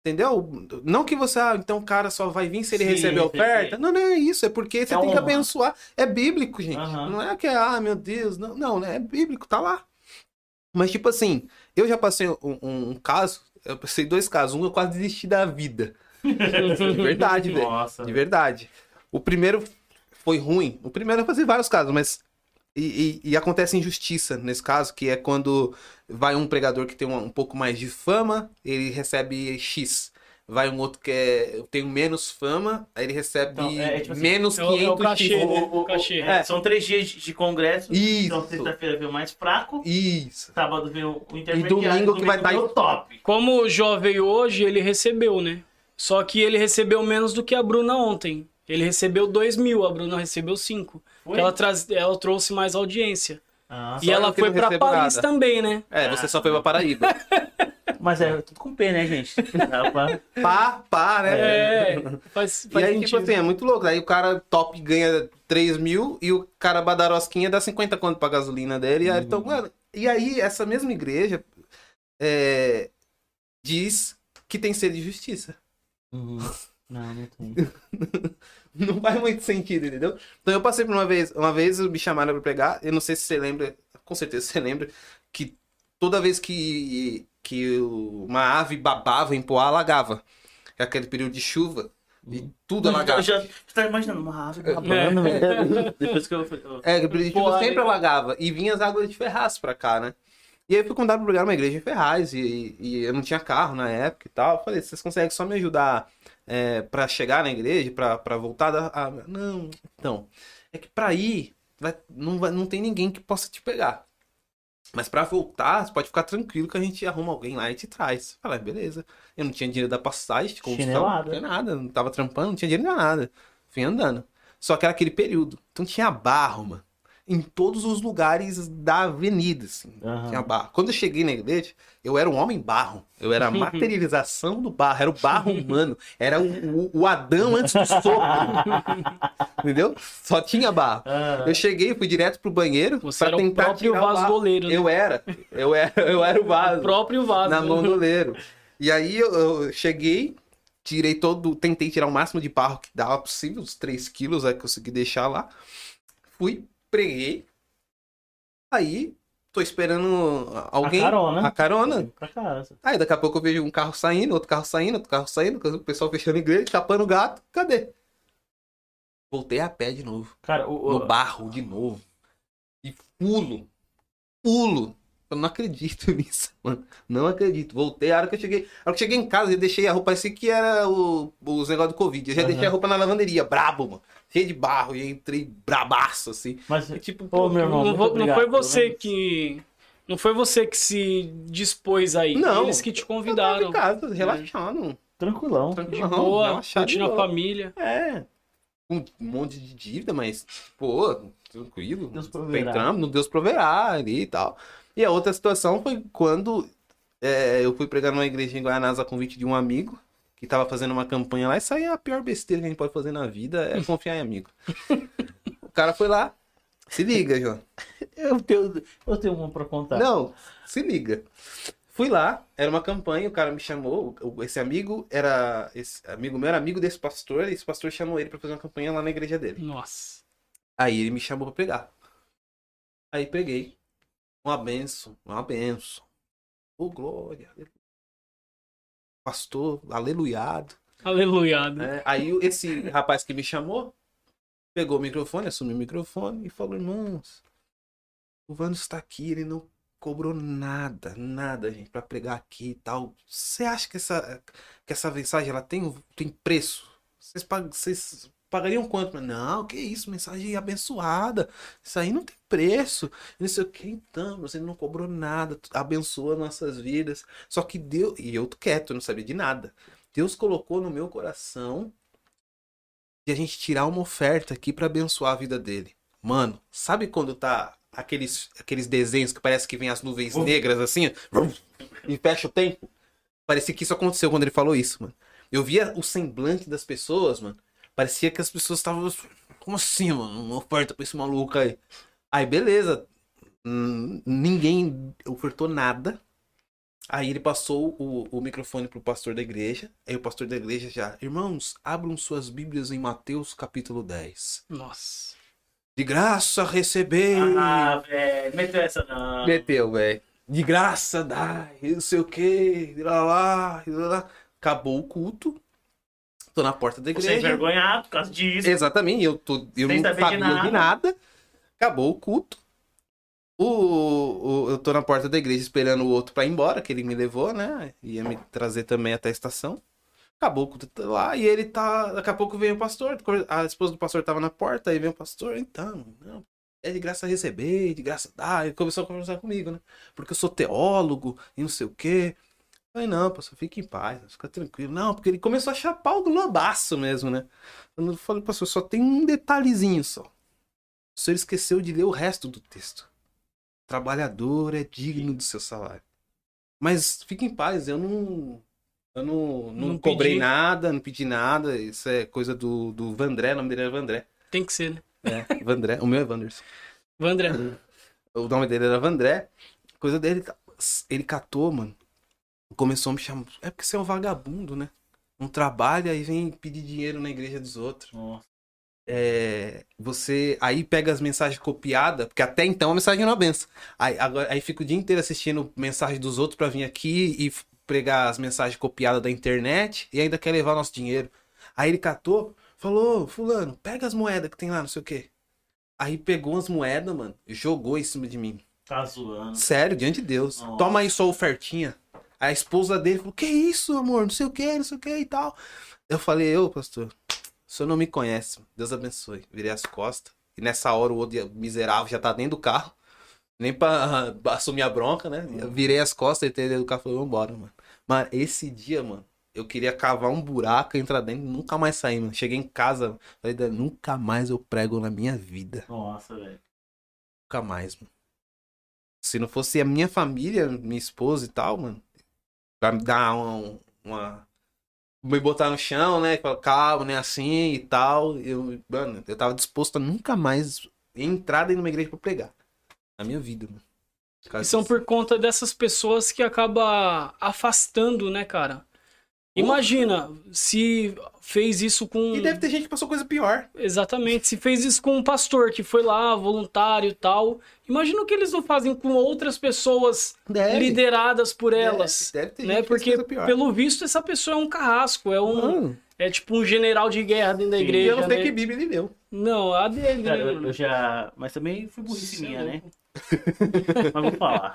Speaker 2: Entendeu? Não que você, ah, então o cara só vai vir se ele
Speaker 3: Sim,
Speaker 2: receber a
Speaker 3: sim,
Speaker 2: oferta.
Speaker 3: sim.
Speaker 2: Não, não é isso. É porque você
Speaker 3: É
Speaker 2: tem que
Speaker 3: honra.
Speaker 2: abençoar. É bíblico, gente.
Speaker 3: Aham.
Speaker 2: Não é que é, ah, meu Deus. Não, não, né? É bíblico, tá lá. Mas, tipo assim, eu já passei um, um- um caso, eu passei dois casos. Um, eu quase desisti da vida. De verdade, velho.
Speaker 3: Nossa.
Speaker 2: De verdade. O primeiro foi ruim. O primeiro eu passei vários casos, mas. E, e- e acontece injustiça nesse caso, que é quando vai um pregador que tem um, um pouco mais de fama, ele recebe X. Vai um outro que é, tem menos fama, aí ele recebe
Speaker 3: Então, é- é tipo assim,
Speaker 2: menos
Speaker 1: é o- é o
Speaker 2: 500
Speaker 1: cachê,
Speaker 2: X.
Speaker 1: né? Cachê.
Speaker 3: é, São três dias de, de congresso. Então,
Speaker 1: tá-
Speaker 2: Isso.
Speaker 3: sexta-feira vem o mais fraco.
Speaker 2: Isso.
Speaker 3: Sábado vem o o intermediário.
Speaker 2: domingo que vai tá
Speaker 3: vem
Speaker 2: dar-
Speaker 3: o top.
Speaker 1: Como o Jó veio hoje, ele recebeu, né? Só que ele recebeu menos do que a Bruna ontem. Ele recebeu 2 mil, a Bruna recebeu 5.
Speaker 3: Foi?
Speaker 1: Ela, traz... ela trouxe mais audiência.
Speaker 3: Ah,
Speaker 1: e
Speaker 2: só
Speaker 1: ela
Speaker 2: eu que
Speaker 1: foi
Speaker 2: não
Speaker 1: pra
Speaker 2: recebo
Speaker 1: Paris
Speaker 2: nada.
Speaker 1: também, né?
Speaker 2: É, você só foi pra Paraíba.
Speaker 3: Mas é tudo com P, né, gente? Dá pra-
Speaker 2: pá, pá, né?
Speaker 1: É, faz,
Speaker 2: E
Speaker 1: faz
Speaker 2: aí, tipo
Speaker 1: sentido.
Speaker 2: assim, é muito louco. Aí o cara top ganha 3 mil e o cara badarosquinha dá 50 conto pra gasolina dele. E aí, então, mano, e aí essa mesma igreja é, diz que tem sede de justiça.
Speaker 3: Uhum. Não, não tem.
Speaker 2: Não faz muito sentido, entendeu? Então eu passei por uma vez, uma vez me chamaram pra pregar, eu não sei se você lembra, com certeza você lembra, que toda vez que, que o- uma ave babava em Poá, alagava. É aquele período de chuva e tudo alagava.
Speaker 3: Eu já, você tá imaginando uma ave babando,
Speaker 1: É.
Speaker 3: velho. Depois que eu. eu-
Speaker 2: É, o Britney
Speaker 1: Porra,
Speaker 2: sempre
Speaker 1: né?
Speaker 2: alagava. E vinha as águas de Ferraz pra cá, né? E aí eu fui convidado pra pregar numa igreja em Ferraz. E, e eu não tinha carro na época e tal. Eu falei, vocês conseguem só me ajudar é, pra chegar na igreja, pra, pra voltar da. ah, não, então. É que pra ir, vai- não, vai- não tem ninguém que possa te pegar. Mas pra voltar, você pode ficar tranquilo que a gente arruma alguém lá e te traz. Fala, "Ah, beleza. Eu não tinha dinheiro da passagem, de condução,
Speaker 3: Chinelada.
Speaker 2: não tinha nada, não tava trampando, não tinha dinheiro pra nada. Fui andando. Só que era aquele período. Então tinha barro, mano. Em todos os lugares da avenida, assim.
Speaker 3: Aham.
Speaker 2: Tinha barro. Quando eu cheguei na igreja, eu era um homem barro. Eu era a materialização do barro. Era o barro humano. Era o, o- o Adão antes do soco. Entendeu? Só tinha barro.
Speaker 3: Ah.
Speaker 2: Eu cheguei, fui direto pro banheiro
Speaker 1: Você
Speaker 2: pra
Speaker 1: era o
Speaker 2: tentar
Speaker 1: próprio
Speaker 2: tirar o
Speaker 1: vaso
Speaker 2: barro.
Speaker 1: goleiro, né?
Speaker 2: Eu era. Eu era, eu era o
Speaker 1: O
Speaker 2: vaso.
Speaker 1: próprio vaso.
Speaker 2: Na mão do goleiro. E aí eu, eu cheguei, tirei todo, tentei tirar o máximo de barro que dava possível, os 3 quilos aí que eu consegui deixar lá. Fui, preguei. Aí, tô esperando alguém.
Speaker 3: A carona.
Speaker 2: A carona.
Speaker 3: né? Pra casa.
Speaker 2: Aí daqui a pouco eu vejo um carro saindo, outro carro saindo, outro carro saindo, o pessoal fechando a igreja, tapando o gato. Cadê? Voltei a pé de novo
Speaker 3: Cara, o,
Speaker 2: no
Speaker 3: o,
Speaker 2: barro de novo. E pulo. Pulo. Eu não acredito nisso, mano. Não acredito. Voltei, a hora que eu cheguei. A hora que eu cheguei em casa, eu deixei a roupa. Parecia que era o, os negócios do Covid. Eu já
Speaker 3: Aham.
Speaker 2: deixei a roupa na lavanderia, brabo, mano. Cheio de barro. E entrei brabaço, assim.
Speaker 3: mas
Speaker 2: E, tipo,
Speaker 3: Ô, meu
Speaker 1: Não,
Speaker 3: irmão, muito
Speaker 1: vo- não
Speaker 3: obrigado,
Speaker 1: foi
Speaker 3: pelo
Speaker 1: você
Speaker 3: menos.
Speaker 1: que. Não foi você que se dispôs aí.
Speaker 2: Não.
Speaker 1: Eles que te
Speaker 2: eu tava
Speaker 1: convidaram. É.
Speaker 2: em casa, relaxando.
Speaker 3: Tranquilão.
Speaker 1: De
Speaker 2: Tranquilão,
Speaker 1: boa,
Speaker 2: relaxado de
Speaker 1: curtindo a
Speaker 2: boa.
Speaker 1: família.
Speaker 2: É. Um monte de dívida, mas, pô, tranquilo.
Speaker 3: Deus proverá.
Speaker 2: Entramos, no Deus proverá ali e tal. E a outra situação foi quando é, eu fui pregar numa igreja em Guaianás a convite de um amigo que tava fazendo uma campanha lá. Isso aí é a pior besteira que a gente pode fazer na vida, é confiar em amigo. o cara foi lá. Se liga, João.
Speaker 3: Eu tenho, eu tenho uma pra contar.
Speaker 2: Não, se liga. Fui lá, era uma campanha, o cara me chamou, o- esse amigo era, esse amigo meu era amigo desse pastor, e esse pastor chamou ele pra fazer uma campanha lá na igreja dele.
Speaker 1: Nossa.
Speaker 2: Aí ele me chamou pra pegar. Aí peguei. Uma benção, uma benção. Ô glória. aleluia. Pastor, aleluiado.
Speaker 1: Aleluiado.
Speaker 2: né? Aí o- esse rapaz que me chamou pegou o microfone, assumiu o microfone e falou: irmãos, o Vano está aqui, ele não cobrou nada, nada, gente, pra pregar aqui e tal. Você acha que essa, que essa mensagem ela tem, tem preço? Vocês, pag- vocês pagariam quanto? Mas, Não, que isso, mensagem abençoada. Isso aí não tem preço. Não sei o que, então, mas ele não cobrou nada, abençoa nossas vidas. Só que Deus. E eu quieto, eu não sabia de nada. Deus colocou no meu coração de a gente tirar uma oferta aqui pra abençoar a vida dele. Mano, sabe quando tá aqueles, aqueles desenhos que parece que vem as nuvens
Speaker 3: Uf.
Speaker 2: negras assim? ó, E fecha o tempo? Parecia que isso aconteceu quando ele falou isso, mano. Eu via o semblante das pessoas, mano. Parecia que as pessoas estavam. assim, Como assim, mano? Uma oferta pra esse maluco aí. Aí, beleza. Hum, Ninguém ofertou nada. Aí ele passou o, o microfone pro pastor da igreja. Aí o pastor da igreja já, irmãos, abram suas Bíblias em Mateus capítulo 10.
Speaker 1: Nossa.
Speaker 2: De graça receber.
Speaker 3: Ah, velho, meteu essa não.
Speaker 2: Meteu, velho. De graça dá, e não sei o quê, e lá lá, e lá, lá. Acabou o culto. Tô na porta da
Speaker 3: Você é
Speaker 2: igreja.
Speaker 3: envergonhado por causa disso.
Speaker 2: Exatamente, eu, tô, eu
Speaker 3: Sem
Speaker 2: não
Speaker 3: saber de
Speaker 2: sabia de nada.
Speaker 3: nada.
Speaker 2: Acabou o culto. O, o- eu tô na porta da igreja esperando o outro pra ir embora, que ele me levou, né? Ia me trazer também até a estação. Acabou o culto tá lá e ele tá. Daqui a pouco vem o pastor. A esposa do pastor tava na porta, aí vem o pastor. Então, não, é de graça receber, de graça dar. E começou a conversar comigo, né? Porque eu sou teólogo e não sei o quê. Eu Falei, não, pastor, fique em paz, né? fica tranquilo. Não, porque ele começou a chapar o globaço mesmo, né? Eu falei, pastor, só tem um detalhezinho só. O senhor esqueceu de ler o resto do texto. Trabalhador é digno do seu salário. Mas fique em paz, eu não. Eu não, não,
Speaker 1: Não
Speaker 2: cobrei
Speaker 1: pedi.
Speaker 2: nada, não pedi nada. Isso é coisa do, do Vandré, o nome dele era Vandré.
Speaker 1: Tem que ser, né?
Speaker 2: É, Vandré. O meu é Wanderson.
Speaker 1: Vandré.
Speaker 2: O nome dele era Vandré. Coisa dele. Ele catou, mano. Começou a me chamar. É porque você é um vagabundo, né? Não trabalha e vem pedir dinheiro na igreja dos outros.
Speaker 3: Nossa.
Speaker 2: É, você aí pega as mensagens copiadas, porque até então a mensagem não é uma benção. Aí, agora, aí fica o dia inteiro assistindo mensagem dos outros pra vir aqui e f- pregar as mensagens copiadas da internet e ainda quer levar nosso dinheiro. Aí ele catou, falou: Fulano, pega as moedas que tem lá, não sei o quê. Aí pegou as moedas, mano, jogou em cima de mim.
Speaker 3: Tá zoando.
Speaker 2: Sério, diante de Deus.
Speaker 3: Nossa.
Speaker 2: Toma aí sua ofertinha. A esposa dele falou: Que isso, amor? Não sei o que, não sei o que e tal. Eu falei: Ô, pastor, o senhor não me conhece. Deus abençoe. Virei as costas. E nessa hora o outro miserável já tá dentro do carro. Nem pra ah, assumir a bronca, né? Eu virei as costas, entendeu? O cara falou, vambora, mano. Mano, esse dia, mano, eu queria cavar um buraco, entrar dentro e nunca mais sair, mano. Cheguei em casa, falei, "Dan, nunca mais eu prego na minha vida.
Speaker 3: Nossa, velho.
Speaker 2: Nunca mais, mano. Se não fosse a minha família, minha esposa e tal, mano, pra me dar uma. uma- me botar no chão, né? Falar, calma, né? Assim e tal. Eu, mano, eu tava disposto a nunca mais entrar dentro de uma igreja pra pregar. Na minha vida, mano. Por causa
Speaker 1: E são
Speaker 2: disso.
Speaker 1: por conta dessas pessoas que acaba afastando, né, cara? Imagina se fez isso com.
Speaker 2: E deve ter gente que passou coisa pior.
Speaker 1: Exatamente, se fez isso com um pastor que foi lá, voluntário e tal. Imagina o que eles não fazem com outras pessoas
Speaker 2: Deve.
Speaker 1: lideradas por elas.
Speaker 2: Deve, deve ter
Speaker 1: Né?
Speaker 2: gente que fez
Speaker 1: Porque,
Speaker 2: coisa pior.
Speaker 1: pelo visto, essa pessoa é um carrasco, é um.
Speaker 2: Mano,
Speaker 1: É tipo um general de guerra dentro da
Speaker 3: Sim.
Speaker 2: e
Speaker 1: igreja.
Speaker 2: eu não sei
Speaker 1: né?
Speaker 2: que Bíblia ele leu.
Speaker 1: Não, a dele.
Speaker 3: Cara,
Speaker 1: né,
Speaker 3: eu,
Speaker 1: mano?
Speaker 3: eu já. Mas também foi burrice
Speaker 1: Cê é
Speaker 3: minha, né?
Speaker 1: louco.
Speaker 3: Mas vou falar.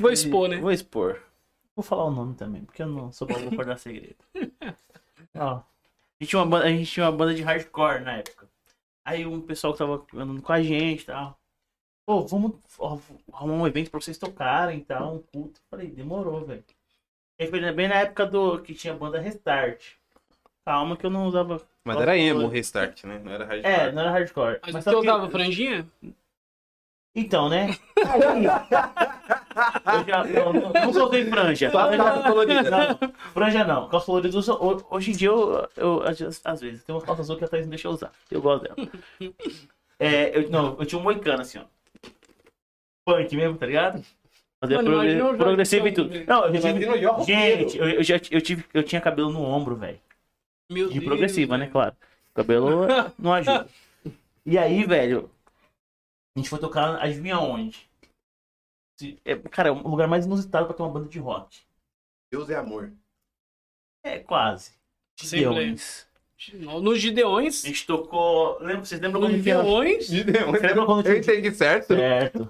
Speaker 1: Vou expor, né?
Speaker 3: Vou expor. Vou falar o nome também, porque eu não sou bom pra guardar segredo. Ó, a, gente tinha uma banda, a gente tinha uma banda de hardcore na época. Aí um pessoal que tava andando com a gente e tal. Pô, vamos ó, arrumar um evento pra vocês tocarem e tal, um culto. Falei, demorou, velho. E Aí foi na- bem na época do que tinha a banda Restart. Calma que eu não usava.
Speaker 2: Mas era emo o restart, né? Não era hardcore.
Speaker 3: É, não era hardcore.
Speaker 1: Mas,
Speaker 3: Mas
Speaker 1: tu
Speaker 3: só que-
Speaker 1: usava franjinha?
Speaker 3: Então, né? Aí, eu já eu nu- nunca usei franja.
Speaker 2: Só tá a calça
Speaker 3: tá
Speaker 2: colorida.
Speaker 3: Não, franja não. Calça colorida eu uso- ho- Hoje em dia, eu, eu- às vezes- às vezes, tem uma calça azul que a Thaís não deixa eu usar. Eu gosto dela. É, eu, não, eu tinha um moicano assim, ó. Punk mesmo, tá ligado? Fazia
Speaker 1: Mano,
Speaker 3: progre-
Speaker 1: imagina um o Jorge
Speaker 3: progressivo e tudo.
Speaker 1: São, velho.
Speaker 3: Não, eu já
Speaker 2: Imagina o
Speaker 3: tive...
Speaker 1: um
Speaker 2: Jorge
Speaker 3: Gente, eu, eu já eu, tive, eu tinha cabelo no ombro, velho.
Speaker 1: Meu
Speaker 3: De
Speaker 1: Deus,
Speaker 3: progressiva, né?
Speaker 1: velho.
Speaker 3: Claro. Cabelo não ajuda. E aí, velho, a gente foi tocar, adivinha onde? Se- É, cara, é o lugar mais inusitado pra ter uma banda de rock.
Speaker 2: Deus é amor.
Speaker 3: É, quase.
Speaker 1: Sempre é.
Speaker 3: Gideões.
Speaker 1: Nos Gideões.
Speaker 3: A gente tocou. Lembra, vocês lembram
Speaker 1: Nos
Speaker 3: quando tinha.
Speaker 1: Gideões.
Speaker 3: lembra quando
Speaker 2: um. Eu
Speaker 3: tinha-
Speaker 2: entendi certo.
Speaker 3: Certo.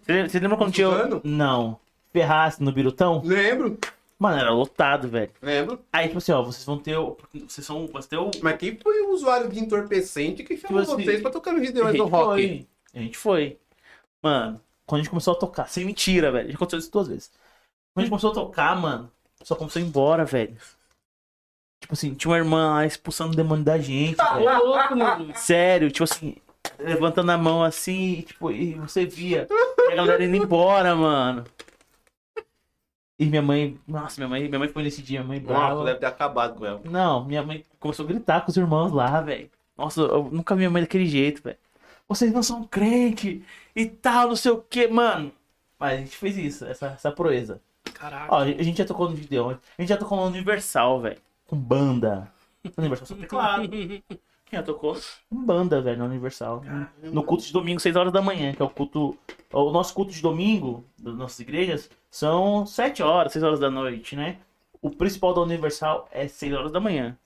Speaker 3: Vocês vocês lembram quando tinha.
Speaker 2: Suzano?
Speaker 3: Não. Ferrasse no Birutão?
Speaker 2: Lembro,
Speaker 3: Mano, era lotado, velho.
Speaker 2: lembro.
Speaker 3: Aí, tipo assim, ó, vocês vão ter. o- Vocês são. Vocês ter o.
Speaker 2: Mas quem foi o usuário de entorpecente que chamou
Speaker 3: Tipo assim,
Speaker 2: vocês pra tocar no
Speaker 3: A
Speaker 2: Gideões
Speaker 3: gente
Speaker 2: do um Rock?
Speaker 3: foi. A gente foi. Mano, quando a gente começou a tocar, sem mentira, velho. Já aconteceu isso duas vezes. Quando a gente começou a tocar, mano, só começou a ir embora, velho. Tipo assim, tinha uma irmã lá expulsando o demônio da gente,
Speaker 1: Ô,
Speaker 3: velho.
Speaker 1: Tá louco, mano.
Speaker 3: Sério, tipo assim, levantando a mão assim, e, tipo, e você via. E a galera indo embora, mano. E minha mãe. Nossa, minha mãe, minha mãe foi nesse dia, minha mãe brava.
Speaker 2: Nossa, deve ter acabado com ela.
Speaker 3: Não, minha mãe começou a gritar com os irmãos lá, velho. Nossa, eu nunca vi minha mãe daquele jeito, velho. Vocês não são crente e tal, não sei o que, mano. Mas a gente fez isso, essa, essa proeza.
Speaker 1: Caraca.
Speaker 3: Ó, a gente já tocou no Gideon, a gente já tocou no Universal, velho. Com banda. No Universal só teclado. Já tocou com Um banda, velho, no Universal. No culto de domingo, 6 horas da manhã, que é o culto. O nosso culto de domingo, das nossas igrejas, são 7 horas, 6 horas da noite, né? O principal da Universal é 6 horas da manhã.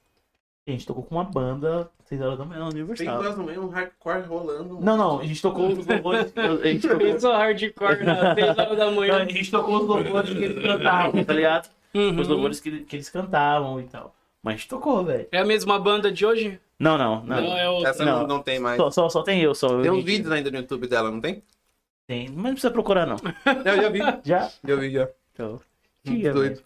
Speaker 3: E a gente tocou com uma banda 6 horas da manhã na
Speaker 2: Tem
Speaker 3: Universal.
Speaker 2: duas no meio, um hardcore rolando. um
Speaker 3: Não, não, a gente tocou os louvores. A gente tocou,
Speaker 1: Eu sou hardcore na 6 horas da
Speaker 3: a
Speaker 1: manhã.
Speaker 3: gente tocou os louvores que eles cantavam, tá ligado?
Speaker 1: Uhum.
Speaker 3: Os louvores que, que eles cantavam e tal. Mas a gente tocou, velho.
Speaker 1: É a mesma banda de hoje?
Speaker 3: Não, não, não.
Speaker 1: Não, é outra.
Speaker 2: Essa não,
Speaker 3: Não.
Speaker 2: não tem mais.
Speaker 3: Só, só, só tem eu, só eu.
Speaker 2: Tem um
Speaker 3: gente.
Speaker 2: vídeo ainda no YouTube dela, não tem?
Speaker 3: Tem, mas não precisa procurar, não.
Speaker 2: Eu já vi.
Speaker 3: Já?
Speaker 2: Já vi, já.
Speaker 3: Então.
Speaker 2: Muito
Speaker 3: Tia,
Speaker 2: doido.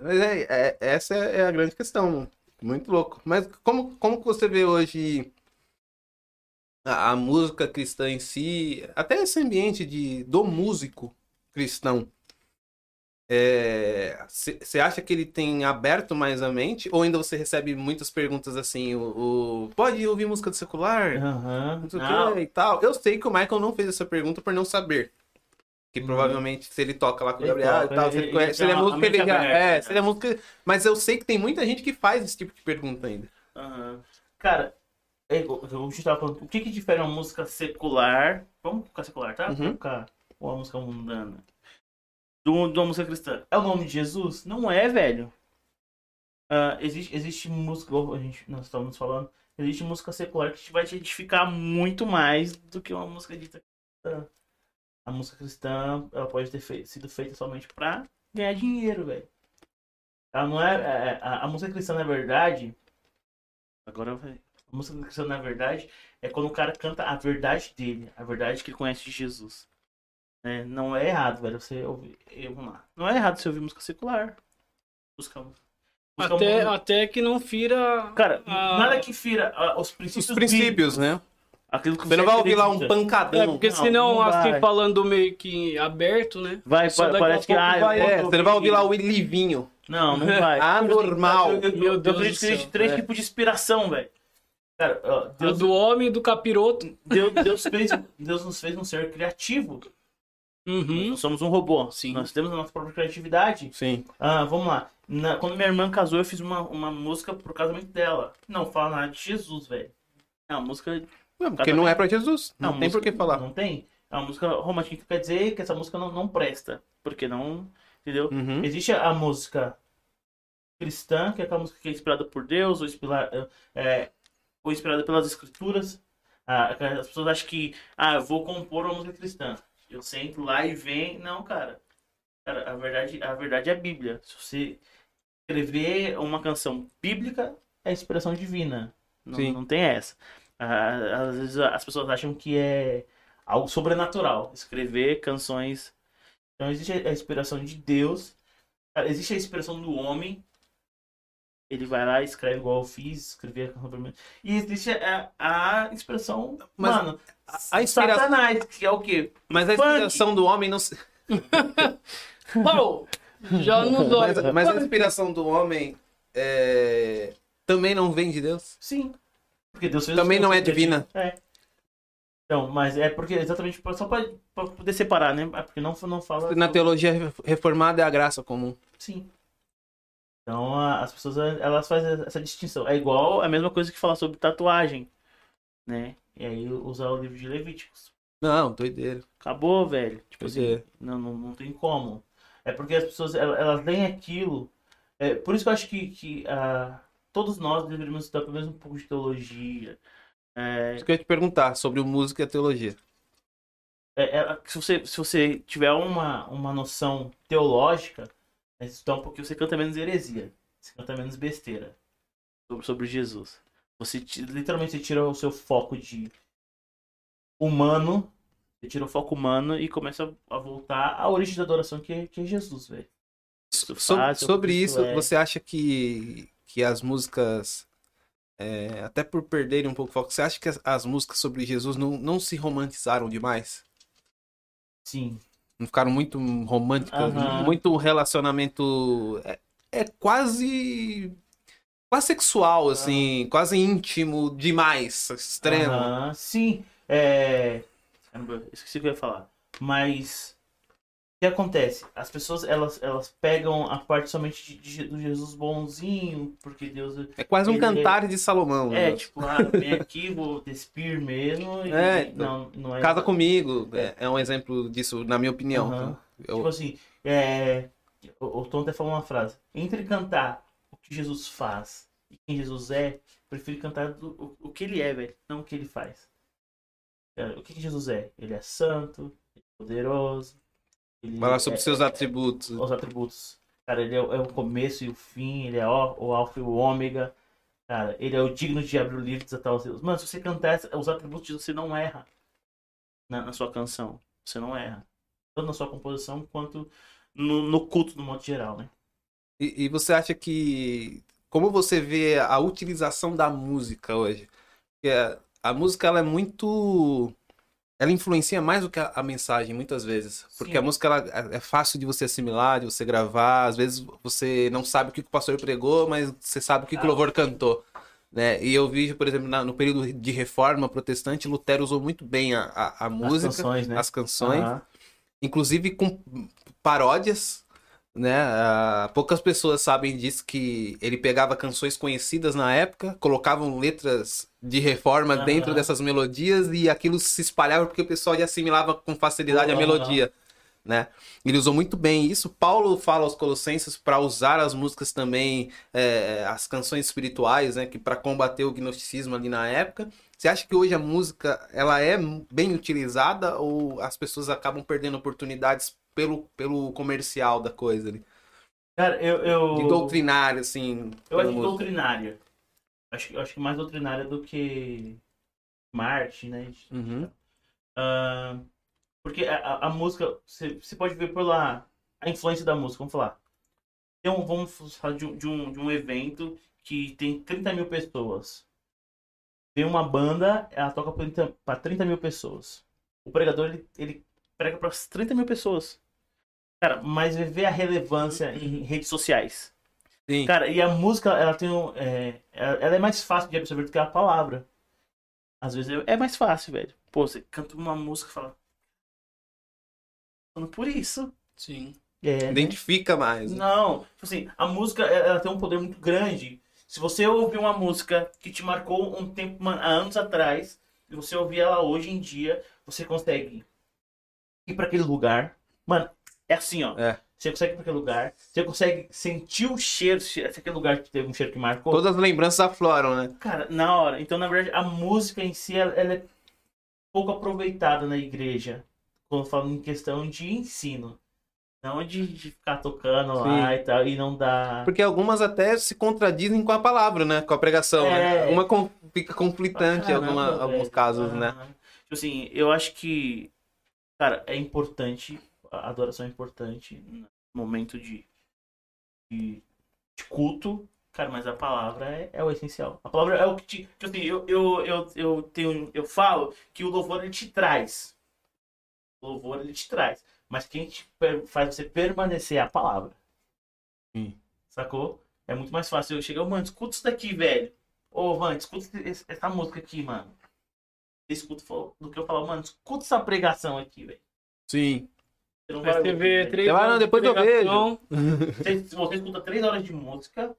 Speaker 2: Mas é, é- essa é a grande questão. Muito louco. Mas como, como que você vê hoje a, a música cristã em si, até esse ambiente de, do músico cristão? Você acha que ele tem aberto mais a mente? Ou ainda você recebe muitas perguntas assim, o, o, pode ouvir música do secular?
Speaker 3: Aham.
Speaker 2: não sei o
Speaker 3: Não.
Speaker 2: que e tal. Eu sei que o Michael não fez essa pergunta por não saber. Que provavelmente se ele toca lá com o
Speaker 3: Uhum. Ele
Speaker 2: Gabriel
Speaker 3: toca,
Speaker 2: e tal,
Speaker 3: ele-
Speaker 2: se ele,
Speaker 3: ele
Speaker 2: conhece, se
Speaker 3: tem
Speaker 2: ele é
Speaker 3: uma- uma
Speaker 2: músico, ele
Speaker 3: mente
Speaker 2: já-
Speaker 3: aberta,
Speaker 2: é,
Speaker 3: né?
Speaker 2: se ele é músico, mas eu sei que tem muita gente que faz esse tipo de pergunta ainda.
Speaker 3: Aham. Cara, é, eu, eu já tava falando, o que que difere uma música secular, vamos ficar secular, tá?
Speaker 2: Uhum.
Speaker 3: Ficar, ou uma música mundana, de uma, de uma música cristã? É o nome de Jesus? Não é, velho. Ah, existe, existe música, igual a gente, nós estávamos falando, existe música secular que te- vai te edificar muito mais do que uma música dita cristã. A música cristã, ela pode ter fei- sido feita somente pra ganhar dinheiro, velho. é, Ela não é, é- a, a música cristã, na verdade, Agora vai. música do cristão, na verdade, é quando o cara canta a verdade dele, a verdade que ele conhece de Jesus. Né? Não é errado, velho, você ouvir. eh, Vamos lá. Não é errado você ouvir música secular. Música.
Speaker 2: é um
Speaker 3: música
Speaker 1: Até, até que não fira.
Speaker 3: Cara,
Speaker 1: Ah.
Speaker 3: nada que fira ah, os
Speaker 2: Os
Speaker 3: princípios. bíblicos,
Speaker 2: princípios, né?
Speaker 3: aquilo que
Speaker 2: Você não vai ouvir lá um
Speaker 3: acredita.
Speaker 2: pancadão.
Speaker 1: É, porque
Speaker 3: não,
Speaker 1: senão,
Speaker 3: não
Speaker 1: assim,
Speaker 3: vai.
Speaker 1: falando meio que aberto, né?
Speaker 3: Vai,
Speaker 1: Só
Speaker 3: pa-
Speaker 1: daqui a
Speaker 3: parece que.
Speaker 1: pouco
Speaker 3: Ah, eu
Speaker 1: vai-
Speaker 3: vou
Speaker 2: É, você não vai ouvir lá o Livinho.
Speaker 3: Não, não vai.
Speaker 2: Anormal.
Speaker 3: Eu, eu, eu,
Speaker 1: Meu Deus
Speaker 3: eu acredito
Speaker 1: do
Speaker 3: que existe
Speaker 1: céu,
Speaker 3: três
Speaker 2: é.
Speaker 3: tipos de inspiração, velho. Cara, ó,
Speaker 1: A
Speaker 3: Deus, é-
Speaker 1: do homem e do capiroto.
Speaker 3: Deus, Deus fez, Deus nos fez um ser criativo. Nós
Speaker 1: Uhum.
Speaker 3: não somos um robô.
Speaker 1: Sim.
Speaker 3: Nós temos a nossa própria criatividade.
Speaker 2: Sim.
Speaker 3: Ah, vamos lá. Na- quando minha irmã casou, eu fiz uma, uma música pro casamento dela. Não fala nada de Jesus, velho. É uma música.
Speaker 2: porque não é pra Jesus.
Speaker 3: é uma
Speaker 2: Não tem
Speaker 3: música-
Speaker 2: por que falar.
Speaker 3: Não tem. É uma música romântica que quer dizer que essa música não, não presta. Porque não. Entendeu?
Speaker 2: Uhum.
Speaker 3: Existe a música cristã, que é aquela música que é inspirada por Deus, ou, inspira- é, ou inspirada pelas escrituras. Ah, as pessoas acham que, ah, eu vou compor uma música cristã. Eu sento lá e vem. Não, cara. Cara, a verdade, a verdade é a Bíblia. Se você escrever uma canção bíblica, é inspiração divina. Não,
Speaker 2: Sim.
Speaker 3: não tem essa. Ah, às vezes as pessoas acham que é algo sobrenatural escrever canções então existe a inspiração de Deus, cara, existe a inspiração do homem. Ele vai lá e escreve igual eu fiz, escrever a canção pra mim. E existe a, a inspiração,
Speaker 2: Mas
Speaker 3: mano,
Speaker 2: a inspira-
Speaker 3: Satanás, que é o quê?
Speaker 2: Mas a
Speaker 3: Punk.
Speaker 2: inspiração do homem não se-
Speaker 1: Pau! Já não dói.
Speaker 2: Mas, mas a inspiração do homem é, também não vem de Deus.
Speaker 3: Sim. Porque Deus fez
Speaker 2: Também
Speaker 3: os-
Speaker 2: não é
Speaker 3: os-
Speaker 2: divina.
Speaker 3: É. Então, mas é porque exatamente pra- só pra, pra poder separar, né? É Porque não, não fala.
Speaker 2: Na teologia reformada é a graça comum.
Speaker 3: Sim. Então a- as pessoas elas fazem essa distinção. É igual a mesma coisa que falar sobre tatuagem, né? E aí usar o livro de Levíticos.
Speaker 2: Não, doideira.
Speaker 3: Acabou, velho. Tipo assim,
Speaker 2: doideira.
Speaker 3: não, não, não tem como. É porque as pessoas elas, elas leem aquilo. É, por isso que eu acho que, que ah, todos nós deveríamos estudar pelo menos um pouco de teologia. É,
Speaker 2: Isso que eu ia te perguntar sobre o músico e a teologia.
Speaker 3: é, é, se, você, se você tiver uma, uma noção teológica, né, estudar um pouquinho, você canta menos heresia. Você canta menos besteira sobre, sobre Jesus. Você ti- literalmente você tira o seu foco de humano, você tira o foco humano e começa a voltar à origem da adoração que é, que é Jesus, velho. Ah, Isso
Speaker 2: So-
Speaker 3: faz, o
Speaker 2: sobre
Speaker 3: que
Speaker 2: isso,
Speaker 3: é.
Speaker 2: você acha que, que as músicas, é, até por perderem um pouco o foco, você acha que as, as músicas sobre Jesus não, não se romantizaram demais?
Speaker 3: Sim.
Speaker 2: Não ficaram muito românticas,
Speaker 3: Aham.
Speaker 2: muito um relacionamento. É, é quase. quase sexual, assim, quase íntimo demais, extremo.
Speaker 3: Aham, sim. É... Caramba, esqueci o que eu ia falar. Mas o que acontece? As pessoas elas, elas pegam a parte somente de, de- do Jesus bonzinho, porque Deus
Speaker 2: É quase um
Speaker 3: Ele-
Speaker 2: cantar de Salomão.
Speaker 3: é
Speaker 2: né?
Speaker 3: tipo, ah, vem aqui, vou despir mesmo. E...
Speaker 2: É, então,
Speaker 3: não, não é
Speaker 2: Casa comigo, é, é um exemplo disso, na minha opinião.
Speaker 3: Aham.
Speaker 2: Eu-
Speaker 3: Tipo assim, é... o, o Tom até falou uma frase. Entre cantar o que Jesus faz e quem Jesus é, prefiro cantar do- o, o que ele é, velho, não o que ele faz. É, o que, que Jesus é? Ele é santo, ele é poderoso. Ele
Speaker 2: falar sobre
Speaker 3: é-
Speaker 2: seus atributos.
Speaker 3: os atributos. Cara, ele é, o- é o começo e o fim, ele é o, o alfa e o ômega. Cara, ele é o digno de abrir o livro e desatar os seus. Mano, se você cantar essa- os atributos, de Jesus, você não erra na, na sua canção. Você não erra. Tanto na sua composição quanto no, no culto, no modo geral, né?
Speaker 2: E, e você acha que. Como você vê a utilização da música hoje? Porque a, a música ela é muito. Ela influencia mais do que a, a mensagem, muitas vezes. Porque
Speaker 3: Sim.
Speaker 2: a música ela é é fácil de você assimilar, de você gravar. Às vezes você não sabe o que o pastor pregou, mas você sabe o
Speaker 3: Ah.
Speaker 2: que, que o louvor cantou. Né? E eu vi, por exemplo, na- no período de reforma protestante, Lutero usou muito bem a, a, a música,
Speaker 3: As canções, né?
Speaker 2: as canções
Speaker 3: Aham.
Speaker 2: inclusive com paródias, né? Ah, poucas pessoas sabem disso que ele pegava canções conhecidas na época, colocavam letras de reforma
Speaker 3: Aham.
Speaker 2: dentro dessas melodias e aquilo se espalhava porque o pessoal já assimilava com facilidade a
Speaker 3: Aham.
Speaker 2: melodia, né? Ele usou muito bem isso. Paulo fala aos Colossenses para usar as músicas também, eh, as canções espirituais, né? Que para combater o gnosticismo ali na época. Você acha que hoje a música ela é bem utilizada ou as pessoas acabam perdendo oportunidades pelo, pelo comercial da coisa ali?
Speaker 3: Cara, eu.
Speaker 2: De
Speaker 3: eu...
Speaker 2: doutrinar, assim.
Speaker 3: Eu
Speaker 2: pela
Speaker 3: acho
Speaker 2: música.
Speaker 3: doutrinária. Acho, que- acho que mais doutrinária do que Marte, né?
Speaker 2: Uhum.
Speaker 3: Ah, porque a, a- a música, você você pode ver por lá a influência da música, vamos falar. Então, vamos falar de, um- de um, de um evento que tem 30 mil pessoas. Tem uma banda, ela toca pra 30 pra 30 mil pessoas. O pregador, ele, ele prega para 30 mil pessoas. Cara, mas vê a relevância em redes sociais.
Speaker 2: Sim.
Speaker 3: Cara, e a música, ela tem um. É, ela ela é mais fácil de absorver do que a palavra. Às vezes é é mais fácil, velho. Pô, você canta uma música e fala. Falando por isso.
Speaker 1: Sim.
Speaker 3: É, né?
Speaker 2: Identifica mais. né?
Speaker 3: Não, tipo assim, a música ela ela tem um poder muito grande. Se você ouvir uma música que te marcou um tempo, mano, há anos atrás, e você ouvir ela hoje em dia, você consegue ir pra aquele lugar. Mano, é assim, ó.
Speaker 2: É.
Speaker 3: Você consegue ir pra aquele lugar, você consegue sentir o cheiro, se se aquele lugar que teve um cheiro que marcou.
Speaker 2: Todas as lembranças afloram, né?
Speaker 3: Cara, na hora. Então, na verdade, a música em si, ela, ela é pouco aproveitada na igreja. Quando eu falo em questão de ensino. Não é de, de ficar tocando lá e tal, e não dá.
Speaker 2: Porque algumas até se contradizem com a palavra, né? Com a pregação, né?
Speaker 3: É.
Speaker 2: Uma con- fica conflitante em
Speaker 3: Caramba,
Speaker 2: alguma-
Speaker 3: velho.
Speaker 2: alguns casos, né?
Speaker 3: Ah, Tipo assim, eu acho que, cara, é importante, a adoração é importante no momento de, de, de culto, cara, mas a palavra é, é o essencial. A palavra é o que te. Tipo assim, eu, eu, eu, eu, tenho, eu falo que o louvor ele te traz. O louvor ele te traz. Mas quem te per- faz você permanecer é a palavra.
Speaker 2: Sim.
Speaker 3: Sacou? É muito mais fácil eu chegar, "Ô, mano, escuta isso daqui, velho. Ô, mano, escuta esse- essa música aqui, mano escuta do que eu falo, mano, escuta essa pregação aqui, velho.
Speaker 2: Sim.
Speaker 3: Você não
Speaker 1: Mas
Speaker 3: vai
Speaker 1: você
Speaker 3: ouvir,
Speaker 1: vê
Speaker 3: velho.
Speaker 1: três
Speaker 2: Vai lá,
Speaker 1: horas de
Speaker 2: Ah, depois eu vejo.
Speaker 1: pregação,
Speaker 3: Você- Se você escuta três horas de música,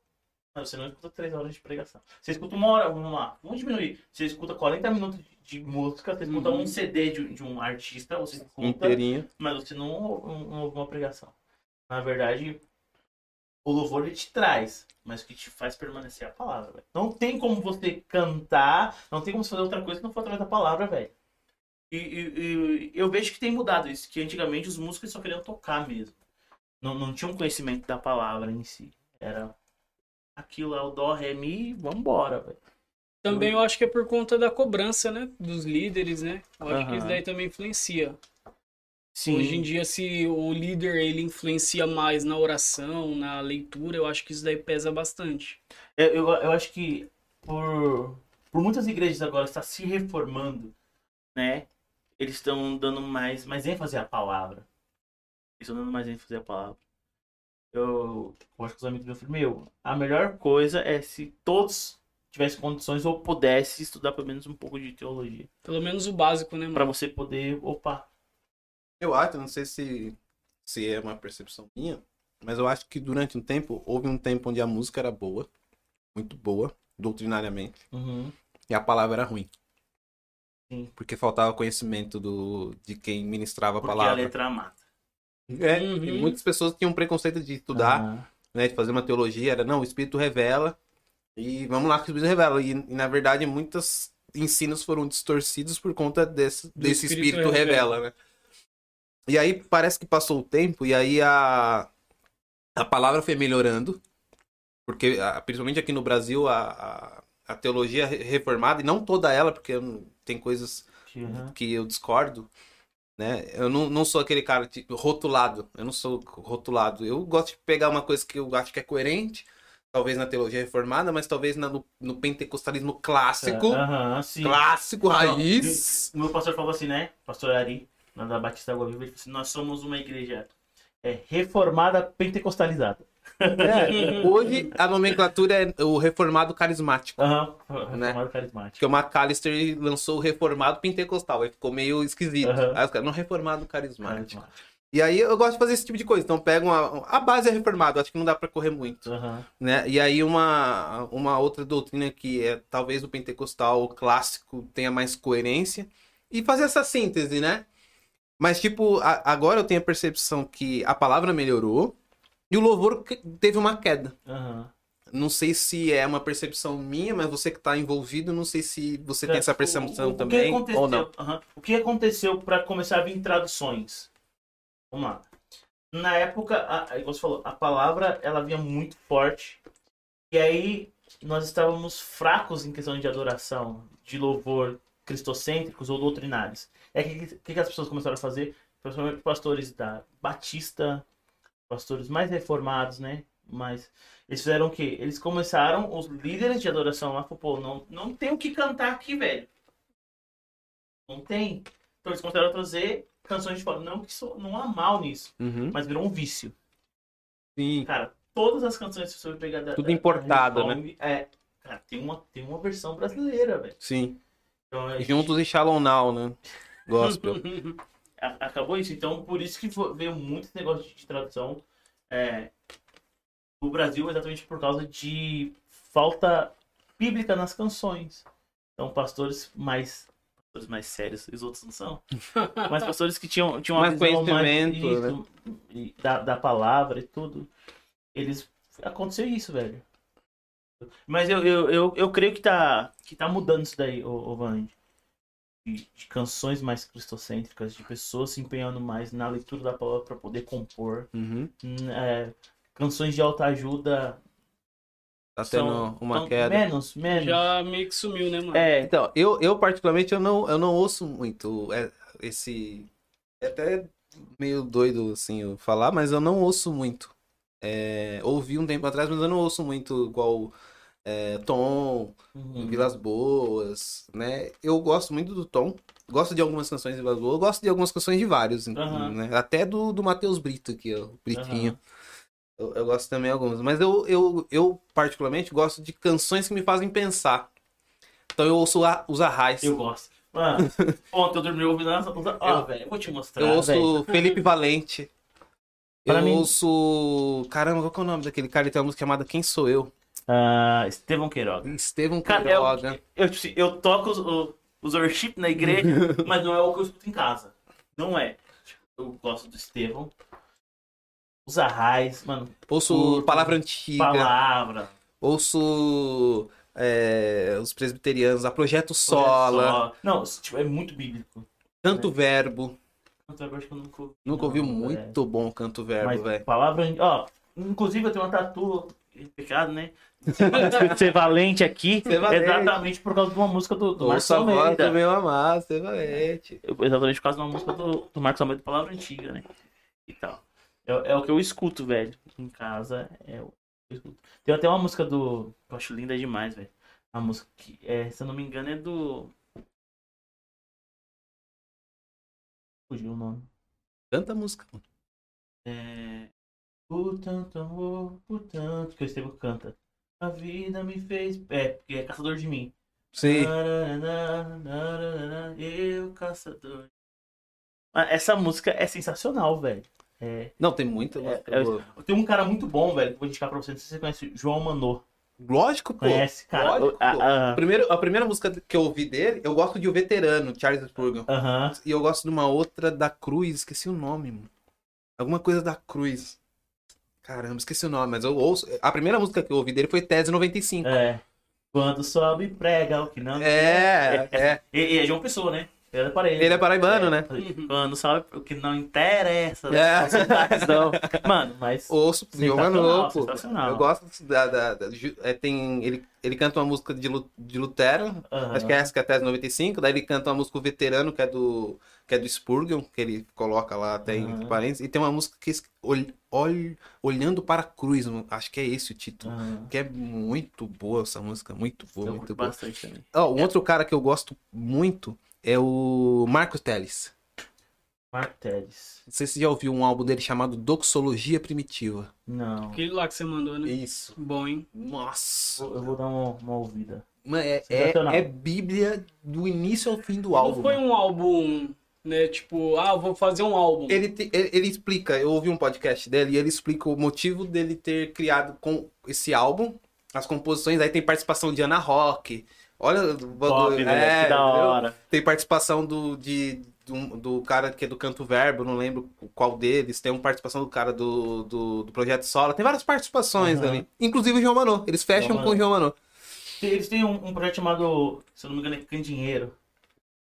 Speaker 3: mano, você não escuta três horas de pregação. Você escuta uma hora, vamos lá, vamos diminuir. Você escuta 40 minutos de- de música, você escuta
Speaker 1: Uhum.
Speaker 3: um CD de, de um artista, você escuta,
Speaker 2: Inteirinho.
Speaker 3: mas você não, não, não ouve uma pregação. Na verdade, o louvor ele te traz, mas o que te faz permanecer é a palavra, velho. Não tem como você cantar, não tem como você fazer outra coisa que não for atrás da palavra, velho. E, e- e eu vejo que tem mudado isso, que antigamente os músicos só queriam tocar mesmo. Não, não tinham conhecimento da palavra em si. Era aquilo, é o dó, ré, mi, vambora, velho.
Speaker 1: Também
Speaker 2: Uhum.
Speaker 1: eu acho que é por conta da cobrança, né? Dos líderes, né? Eu acho que
Speaker 3: Aham.
Speaker 2: Uhum.
Speaker 1: isso daí também influencia.
Speaker 3: Sim.
Speaker 1: Hoje em dia, se o líder ele influencia mais na oração, na leitura, eu acho que isso daí pesa bastante.
Speaker 3: Eu, eu, eu acho que por, por muitas igrejas agora está se reformando, né? Eles estão dando mais, mais ênfase à palavra. Eles estão dando mais ênfase à palavra. Eu, eu acho que os amigos do meu filho, meu, a melhor coisa é se todos tivessem condições ou pudessem estudar pelo menos um pouco de teologia.
Speaker 1: Pelo menos o básico, né, mano?
Speaker 3: Pra você poder, opa,
Speaker 2: Eu acho, não sei se, se é uma percepção minha, mas eu acho que durante um tempo, houve um tempo onde a música era boa, muito boa, doutrinariamente,
Speaker 3: uhum,
Speaker 2: e a palavra era ruim.
Speaker 3: Sim.
Speaker 2: Porque faltava conhecimento do, de quem ministrava a
Speaker 3: porque a
Speaker 2: palavra.
Speaker 3: letra mata.
Speaker 2: É, e
Speaker 1: Uhum.
Speaker 2: muitas pessoas tinham preconceito de estudar,
Speaker 3: Ah,
Speaker 2: né, de fazer uma teologia, era não, o Espírito revela e vamos lá que o Espírito revela. E, e, na verdade, muitos ensinos foram distorcidos por conta desse, desse Espírito,
Speaker 1: Espírito
Speaker 2: revela, né? E aí parece que passou o tempo e aí a, a palavra foi melhorando, porque a- principalmente aqui no Brasil a, a, a teologia re- reformada, e não toda ela, porque eu não- tem coisas
Speaker 3: que, aham.
Speaker 2: que eu discordo, né? Eu não, não sou aquele cara tipo, rotulado. Eu não sou rotulado. Eu gosto de pegar uma coisa que eu acho que é coerente, talvez na teologia reformada, mas talvez na- no, no pentecostalismo clássico.
Speaker 3: Aham, Ah, sim.
Speaker 2: Clássico,
Speaker 3: Não,
Speaker 2: raiz.
Speaker 3: O meu pastor falou assim, né? Pastor Ari, lá da Batista Água Viva, ele falou assim, nós somos uma igreja é, reformada pentecostalizada.
Speaker 2: É, hoje a nomenclatura é o reformado carismático.
Speaker 3: Aham,
Speaker 2: Né?
Speaker 3: reformado carismático.
Speaker 2: Porque o McAllister lançou o reformado pentecostal, aí ficou meio esquisito.
Speaker 3: Aham.
Speaker 2: Aí os caras, não reformado carismático.
Speaker 3: Carismático.
Speaker 2: E aí eu gosto de fazer esse tipo de coisa. Então pego uma. A base é reformado, acho que não dá pra correr muito.
Speaker 3: Aham,
Speaker 2: né? E aí uma, uma outra doutrina que é talvez o pentecostal clássico tenha mais coerência e fazer essa síntese, né? Mas tipo, a- agora eu tenho a percepção que a palavra melhorou e o louvor que- teve uma queda.
Speaker 3: aham.
Speaker 2: Não sei se é uma percepção minha, mas você que está envolvido, não sei se você tem essa
Speaker 3: O-
Speaker 2: percepção
Speaker 3: É, o- o que
Speaker 2: também
Speaker 3: aconteceu-
Speaker 2: ou não.
Speaker 3: aham. O que aconteceu para começar a vir traduções? Vamos lá. Na época, a, a- igual você falou, a palavra ela vinha muito forte. E aí nós estávamos fracos em questão de adoração, de louvor, cristocêntricos ou doutrinários. É que que, que as pessoas começaram a fazer, principalmente pastores da Batista, pastores mais reformados, né? Mas eles fizeram o quê? Eles começaram, os líderes de adoração lá, falou, pô, não, não tem o que cantar aqui, velho. Não tem. Então eles começaram a trazer canções de fora. Não que isso, não há mal nisso,
Speaker 2: Uhum.
Speaker 3: mas virou um vício.
Speaker 2: Sim.
Speaker 3: Cara, todas as canções que você vai pegar da.
Speaker 2: Tudo
Speaker 3: da-
Speaker 2: importado, né?
Speaker 3: da Reform, É. Cara, tem uma, tem uma versão brasileira, velho.
Speaker 2: Sim.
Speaker 3: Então, é-
Speaker 2: Juntos e um Shalom Now, né? Gospel.
Speaker 3: a- acabou isso. Então, por isso que vo- veio muito esse negócio de tradução é, do Brasil, exatamente por causa de falta bíblica nas canções. Então, pastores mais pastores mais sérios, os outros não são. Mas pastores que tinham, tinham
Speaker 2: Mais conhecimento, né?
Speaker 3: isso, e da, da palavra e tudo, eles aconteceu isso, velho. Mas eu, eu, eu, eu creio que tá, que tá mudando isso daí, ô, ô Vand. De, de canções mais cristocêntricas, de pessoas se empenhando mais na leitura da palavra para poder compor.
Speaker 2: Uhum.
Speaker 3: Hum, é, canções de autoajuda
Speaker 2: Tá tendo
Speaker 3: são
Speaker 2: uma
Speaker 3: tão-
Speaker 2: queda.
Speaker 3: menos, menos.
Speaker 1: Já meio que sumiu, né, mano?
Speaker 3: É,
Speaker 2: Então, eu, eu particularmente eu não, eu não ouço muito é, esse. É até meio doido assim eu falar, mas eu não ouço muito. É, ouvi um tempo atrás, mas eu não ouço muito igual é, Tom,
Speaker 3: uhum.
Speaker 2: Vilas Boas, né? Eu gosto muito do Tom. Gosto de algumas canções de Vilas Boas, eu gosto de algumas canções de vários,
Speaker 3: Aham.
Speaker 2: né? Até do, do Matheus Brito aqui, ó, o Britinho.
Speaker 3: Aham.
Speaker 2: Eu, eu gosto também algumas, mas eu, eu, eu particularmente gosto de canções que me fazem pensar. Então eu ouço a, os Arrais.
Speaker 3: Eu
Speaker 2: Eu,
Speaker 3: gosto. Mano, ontem eu dormi ouvindo essa. Ó, velho, eu vou te mostrar.
Speaker 2: ouço
Speaker 3: velho.
Speaker 2: Felipe Valente.
Speaker 3: né? Pra
Speaker 2: eu
Speaker 3: mim-
Speaker 2: ouço. Caramba, qual que é o nome daquele cara? Ele tem uma música chamada Quem Sou Eu?
Speaker 3: Ah, Estevão Queiroga.
Speaker 2: Estevão
Speaker 3: Cara, é o-
Speaker 2: Queiroga.
Speaker 3: eu, tipo assim, eu toco os, o- os worship na igreja, mas não é o que eu escuto em casa. Não é. Eu gosto do Estevão. Os arrais, mano,
Speaker 2: Ouço
Speaker 3: o-
Speaker 2: Palavra Antiga.
Speaker 3: palavra.
Speaker 2: Ouço é, os presbiterianos, a Projeto Sola,
Speaker 3: sola. Não, tipo, é muito bíblico.
Speaker 2: Canto Verbo.
Speaker 3: Tanto é que eu acho que eu nunca ouvi. é.
Speaker 2: Nunca
Speaker 3: Não,
Speaker 2: ouviu
Speaker 3: velho.
Speaker 2: muito bom Canto
Speaker 3: Mas
Speaker 2: Verbo, velho.
Speaker 3: palavra. Ó, inclusive eu tenho uma tatu. Pecado, né? Ser valente aqui.
Speaker 2: Ser valente.
Speaker 3: Exatamente por causa de uma música do, do Marcos
Speaker 2: Ouça a voz
Speaker 3: Almeida.
Speaker 2: do meu amado, você valente.
Speaker 3: Eu- Exatamente por causa de uma música do, do Marcos Almeida, Palavra Antiga, né? E tal. É, é o que eu escuto, velho. Em casa, é o que eu escuto. Tem até uma música do... que Eu acho linda demais, velho. A música que, é, se eu não me engano, é do... Fugiu o nome.
Speaker 2: Canta a música.
Speaker 3: É... Por tanto amor, por tanto... Que o Estevão canta. A vida me fez... É, porque é Caçador de Mim.
Speaker 2: Sim.
Speaker 3: Nararana, nararana, Eu, caçador. Ah, Essa música é sensacional, velho. É,
Speaker 2: Não, tem muita
Speaker 3: é,
Speaker 2: música
Speaker 3: é-
Speaker 2: boa.
Speaker 3: tem um cara muito bom, velho, que eu vou indicar pra você. Não sei se você conhece, João Manô.
Speaker 2: Lógico, pô.
Speaker 3: Conhece, tá? cara? Ah,
Speaker 2: lógico,
Speaker 3: A-
Speaker 2: pô.
Speaker 3: a-
Speaker 2: Primeiro, a primeira música que eu ouvi dele, eu gosto de O Veterano, Charles Spurgeon.
Speaker 3: Aham.
Speaker 2: E eu gosto de uma outra da Cruz, esqueci o nome, mano. Alguma coisa da Cruz. Caramba, esqueci o nome, mas eu ouço. A primeira música que eu ouvi dele foi Tese 95.
Speaker 3: É. Quando sobe, prega o que não.
Speaker 2: É, é.
Speaker 3: E, e é João Pessoa, né? Ele é paraíba.
Speaker 2: Ele é paraibano, né?
Speaker 3: Quando sobe, o que não interessa.
Speaker 2: É.
Speaker 3: Não. Mano, mas.
Speaker 2: Ouço João Manô, pô.
Speaker 3: sensacional.
Speaker 2: Eu gosto da. da- da- Ju- é, tem, ele, ele canta uma música de, Lu- de Lutero,
Speaker 3: Aham.
Speaker 2: acho que é essa que é a tese 95. Daí ele canta uma música o veterano, que é do. que é do Spurgeon, que ele coloca lá até em
Speaker 3: Aham.
Speaker 2: parênteses. E tem uma música que é Ol- Ol- Olhando para a Cruz, mano. acho que é esse o título.
Speaker 3: Aham.
Speaker 2: Que é muito boa essa música, muito boa,
Speaker 3: Eu
Speaker 2: muito
Speaker 3: curto
Speaker 2: boa.
Speaker 3: bastante também.
Speaker 2: Ó, um outro cara que eu gosto muito é o Marcos Teles.
Speaker 3: Mark Teles.
Speaker 2: Não sei se você já ouviu um álbum dele chamado Doxologia Primitiva.
Speaker 3: Não.
Speaker 1: Aquele lá que você mandou, né?
Speaker 2: Isso.
Speaker 1: Bom, hein?
Speaker 2: Nossa!
Speaker 3: Eu eu vou dar uma, uma ouvida.
Speaker 2: Mano, é, é,
Speaker 3: Sensacional.
Speaker 2: é Bíblia do início ao fim do
Speaker 1: Não
Speaker 2: álbum.
Speaker 1: foi
Speaker 2: mano.
Speaker 1: um álbum, né? Tipo, ah, vou fazer um álbum.
Speaker 2: ele, te- ele, ele explica, eu ouvi um podcast dele e ele explica o motivo dele ter criado com esse álbum, as composições, aí tem participação de Ana Rock. Olha o
Speaker 3: Top,
Speaker 2: bagulho.
Speaker 3: velho.
Speaker 2: é,
Speaker 3: que da
Speaker 2: entendeu?
Speaker 3: hora.
Speaker 2: Tem participação do, de, do, do cara que é do Canto Verbo, não lembro qual deles. Tem uma participação do cara do, do, do Projeto Sola. Tem várias participações
Speaker 3: Aham.
Speaker 2: ali. Inclusive o João Manô. Eles fecham
Speaker 3: João
Speaker 2: com o João Manô.
Speaker 3: Tem- Eles têm um, um projeto chamado, se eu não me engano, é Candinheiro.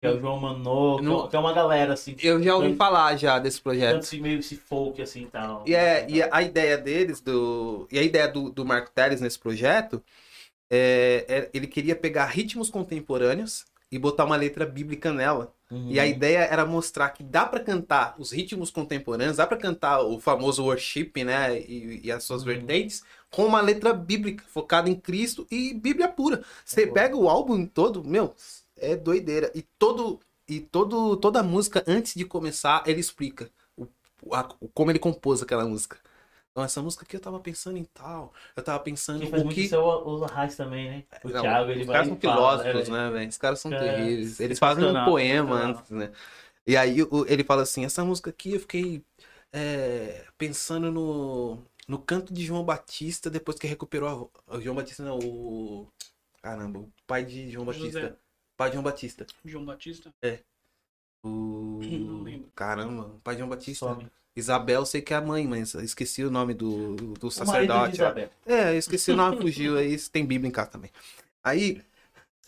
Speaker 3: Que é o João Manô, que é-
Speaker 2: Não. é.
Speaker 3: que é uma galera, assim, que
Speaker 2: Eu já ouvi falar já desse projeto.
Speaker 3: canta esse meio esse folk, assim, e tal.
Speaker 2: é, E, é, e a ideia deles, do, e a ideia do, do Marco Teles nesse projeto, é, é, ele queria pegar ritmos contemporâneos e botar uma letra bíblica nela.
Speaker 3: Uhum.
Speaker 2: E a ideia era mostrar que dá pra cantar os ritmos contemporâneos, dá pra cantar o famoso worship, né? E, e as
Speaker 3: Uhum.
Speaker 2: suas vertentes, com uma letra bíblica, focada em Cristo e Bíblia pura. Você
Speaker 3: Boa.
Speaker 2: pega o álbum todo, meu, é doideira. E todo e todo toda a música antes de começar, ele explica o, o- a- o- como ele compôs aquela música. Então essa música aqui eu tava pensando em tal, eu tava pensando
Speaker 3: Quem faz
Speaker 2: o
Speaker 3: muito
Speaker 2: que
Speaker 3: isso é o, o Arraes também, né? O
Speaker 2: não,
Speaker 3: Thiago, ele
Speaker 2: os
Speaker 3: vai
Speaker 2: caras são
Speaker 3: e fala,
Speaker 2: filósofos,
Speaker 3: é,
Speaker 2: né, velho? Os caras são
Speaker 3: É,
Speaker 2: terríveis. Eles fazem um
Speaker 3: sensacional,
Speaker 2: poema
Speaker 3: sensacional.
Speaker 2: antes, né? E aí o- ele fala assim: essa música aqui eu fiquei é, pensando no, no canto de João Batista depois que recuperou a vo- o João Batista, não, o. Caramba, o pai de João
Speaker 1: José.
Speaker 2: Batista. Pai de João Batista.
Speaker 1: João Batista.
Speaker 2: O...
Speaker 1: Não lembro.
Speaker 2: Caramba, o pai de João Batista.
Speaker 3: Some.
Speaker 2: Isabel, sei que é a mãe, mas eu esqueci o nome do, do
Speaker 3: O marido de
Speaker 2: sacerdote. lá.
Speaker 3: Isabel.
Speaker 2: É, eu esqueci o nome, fugiu aí, tem Bíblia em casa também. Aí,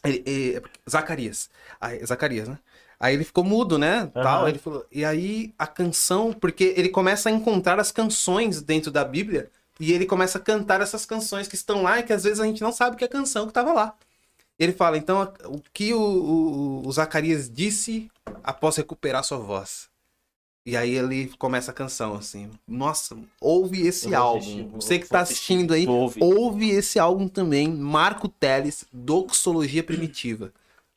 Speaker 2: ele- ele- Zacarias. Aí, Zacarias, né? Aí ele ficou mudo, né? Tal,
Speaker 3: Aham.
Speaker 2: ele falou, e aí a canção, porque ele começa a encontrar as canções dentro da Bíblia e ele começa a cantar essas canções que estão lá e que às vezes a gente não sabe que é a canção que estava lá. Ele fala, então, a- o que o, o- o Zacarias disse após recuperar sua voz? E aí ele começa a canção, assim. Nossa, ouve esse
Speaker 3: Eu vou
Speaker 2: álbum.
Speaker 3: assistir, vou-
Speaker 2: Você que
Speaker 3: vou
Speaker 2: tá
Speaker 3: assistir.
Speaker 2: assistindo aí,
Speaker 3: Ouve.
Speaker 2: Houve esse álbum também, Marco Teles, Doxologia Primitiva.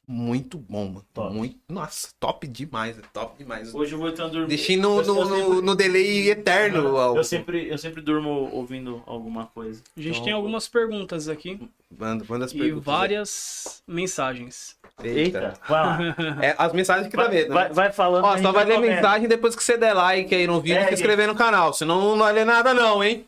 Speaker 2: Muito bom, mano.
Speaker 3: Top.
Speaker 2: Muito, nossa, top demais, é top demais.
Speaker 3: Hoje eu vou então dormir.
Speaker 2: Deixei no,
Speaker 3: Eu- eu
Speaker 2: no, no,
Speaker 3: sempre-
Speaker 2: no delay eterno o álbum.
Speaker 3: Eu sempre, eu sempre durmo ouvindo alguma coisa.
Speaker 1: A gente
Speaker 3: Então,
Speaker 1: tem algumas perguntas aqui
Speaker 2: Manda, manda as
Speaker 1: e
Speaker 2: perguntas.
Speaker 1: várias mensagens.
Speaker 2: aí.
Speaker 3: Eita, vai lá.
Speaker 2: É, as mensagens que dá
Speaker 3: Vai,
Speaker 2: medo, né?
Speaker 3: vai, vai falando. a
Speaker 2: Ó,
Speaker 3: gente
Speaker 2: só vai ler
Speaker 3: comendo.
Speaker 2: mensagem depois que você der like aí no vídeo e
Speaker 3: É,
Speaker 2: se inscrever no canal. Senão não vai ler nada não, hein?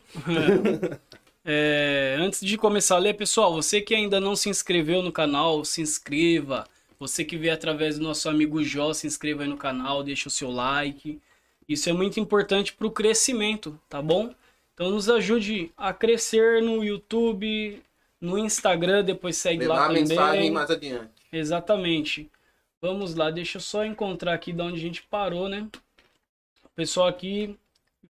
Speaker 1: É, antes de começar a ler, pessoal, você que ainda não se inscreveu no canal, se inscreva. Você que vê através do nosso amigo Jó, se inscreva aí no canal, deixa o seu like. Isso é muito importante para o crescimento, tá bom? Então nos ajude a crescer no YouTube, no Instagram, depois segue lá também.
Speaker 2: adiante.
Speaker 1: Exatamente. Vamos lá, deixa eu só encontrar aqui de onde a gente parou, né? O pessoal aqui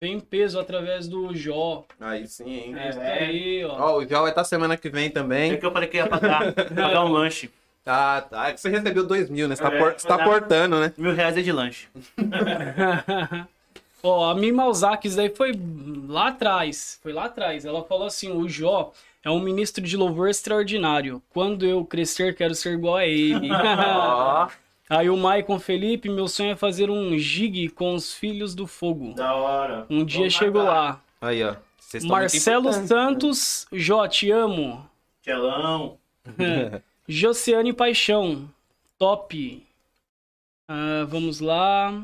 Speaker 1: vem em peso através do Jó.
Speaker 2: Aí sim, hein?
Speaker 1: É, tá aí, ó.
Speaker 2: Ó, o Joel vai estar semana que vem
Speaker 3: É
Speaker 2: também.
Speaker 3: que eu falei que ia pagar, pagar um lanche.
Speaker 2: Tá, tá. É que você recebeu dois mil, né? Você tá,
Speaker 3: É,
Speaker 2: por- você tá
Speaker 3: tá.
Speaker 2: portando, né?
Speaker 3: Mil reais é de lanche.
Speaker 1: Ó, a Mima Ozaki, isso daí foi lá atrás. Foi lá atrás. Ela falou assim: o Jó é um ministro de louvor extraordinário. Quando eu crescer, quero ser igual a ele.
Speaker 2: Ó.
Speaker 1: Aí o Maicon Felipe, meu sonho é fazer um gig com os filhos do fogo.
Speaker 3: Da hora.
Speaker 1: Um dia chego lá.
Speaker 2: Aí, ó. Vocês tão
Speaker 1: Marcelo
Speaker 2: muito importantes.
Speaker 1: Santos, Jó, te amo.
Speaker 3: Telão.
Speaker 1: Josiane Paixão, top. Ah, vamos lá.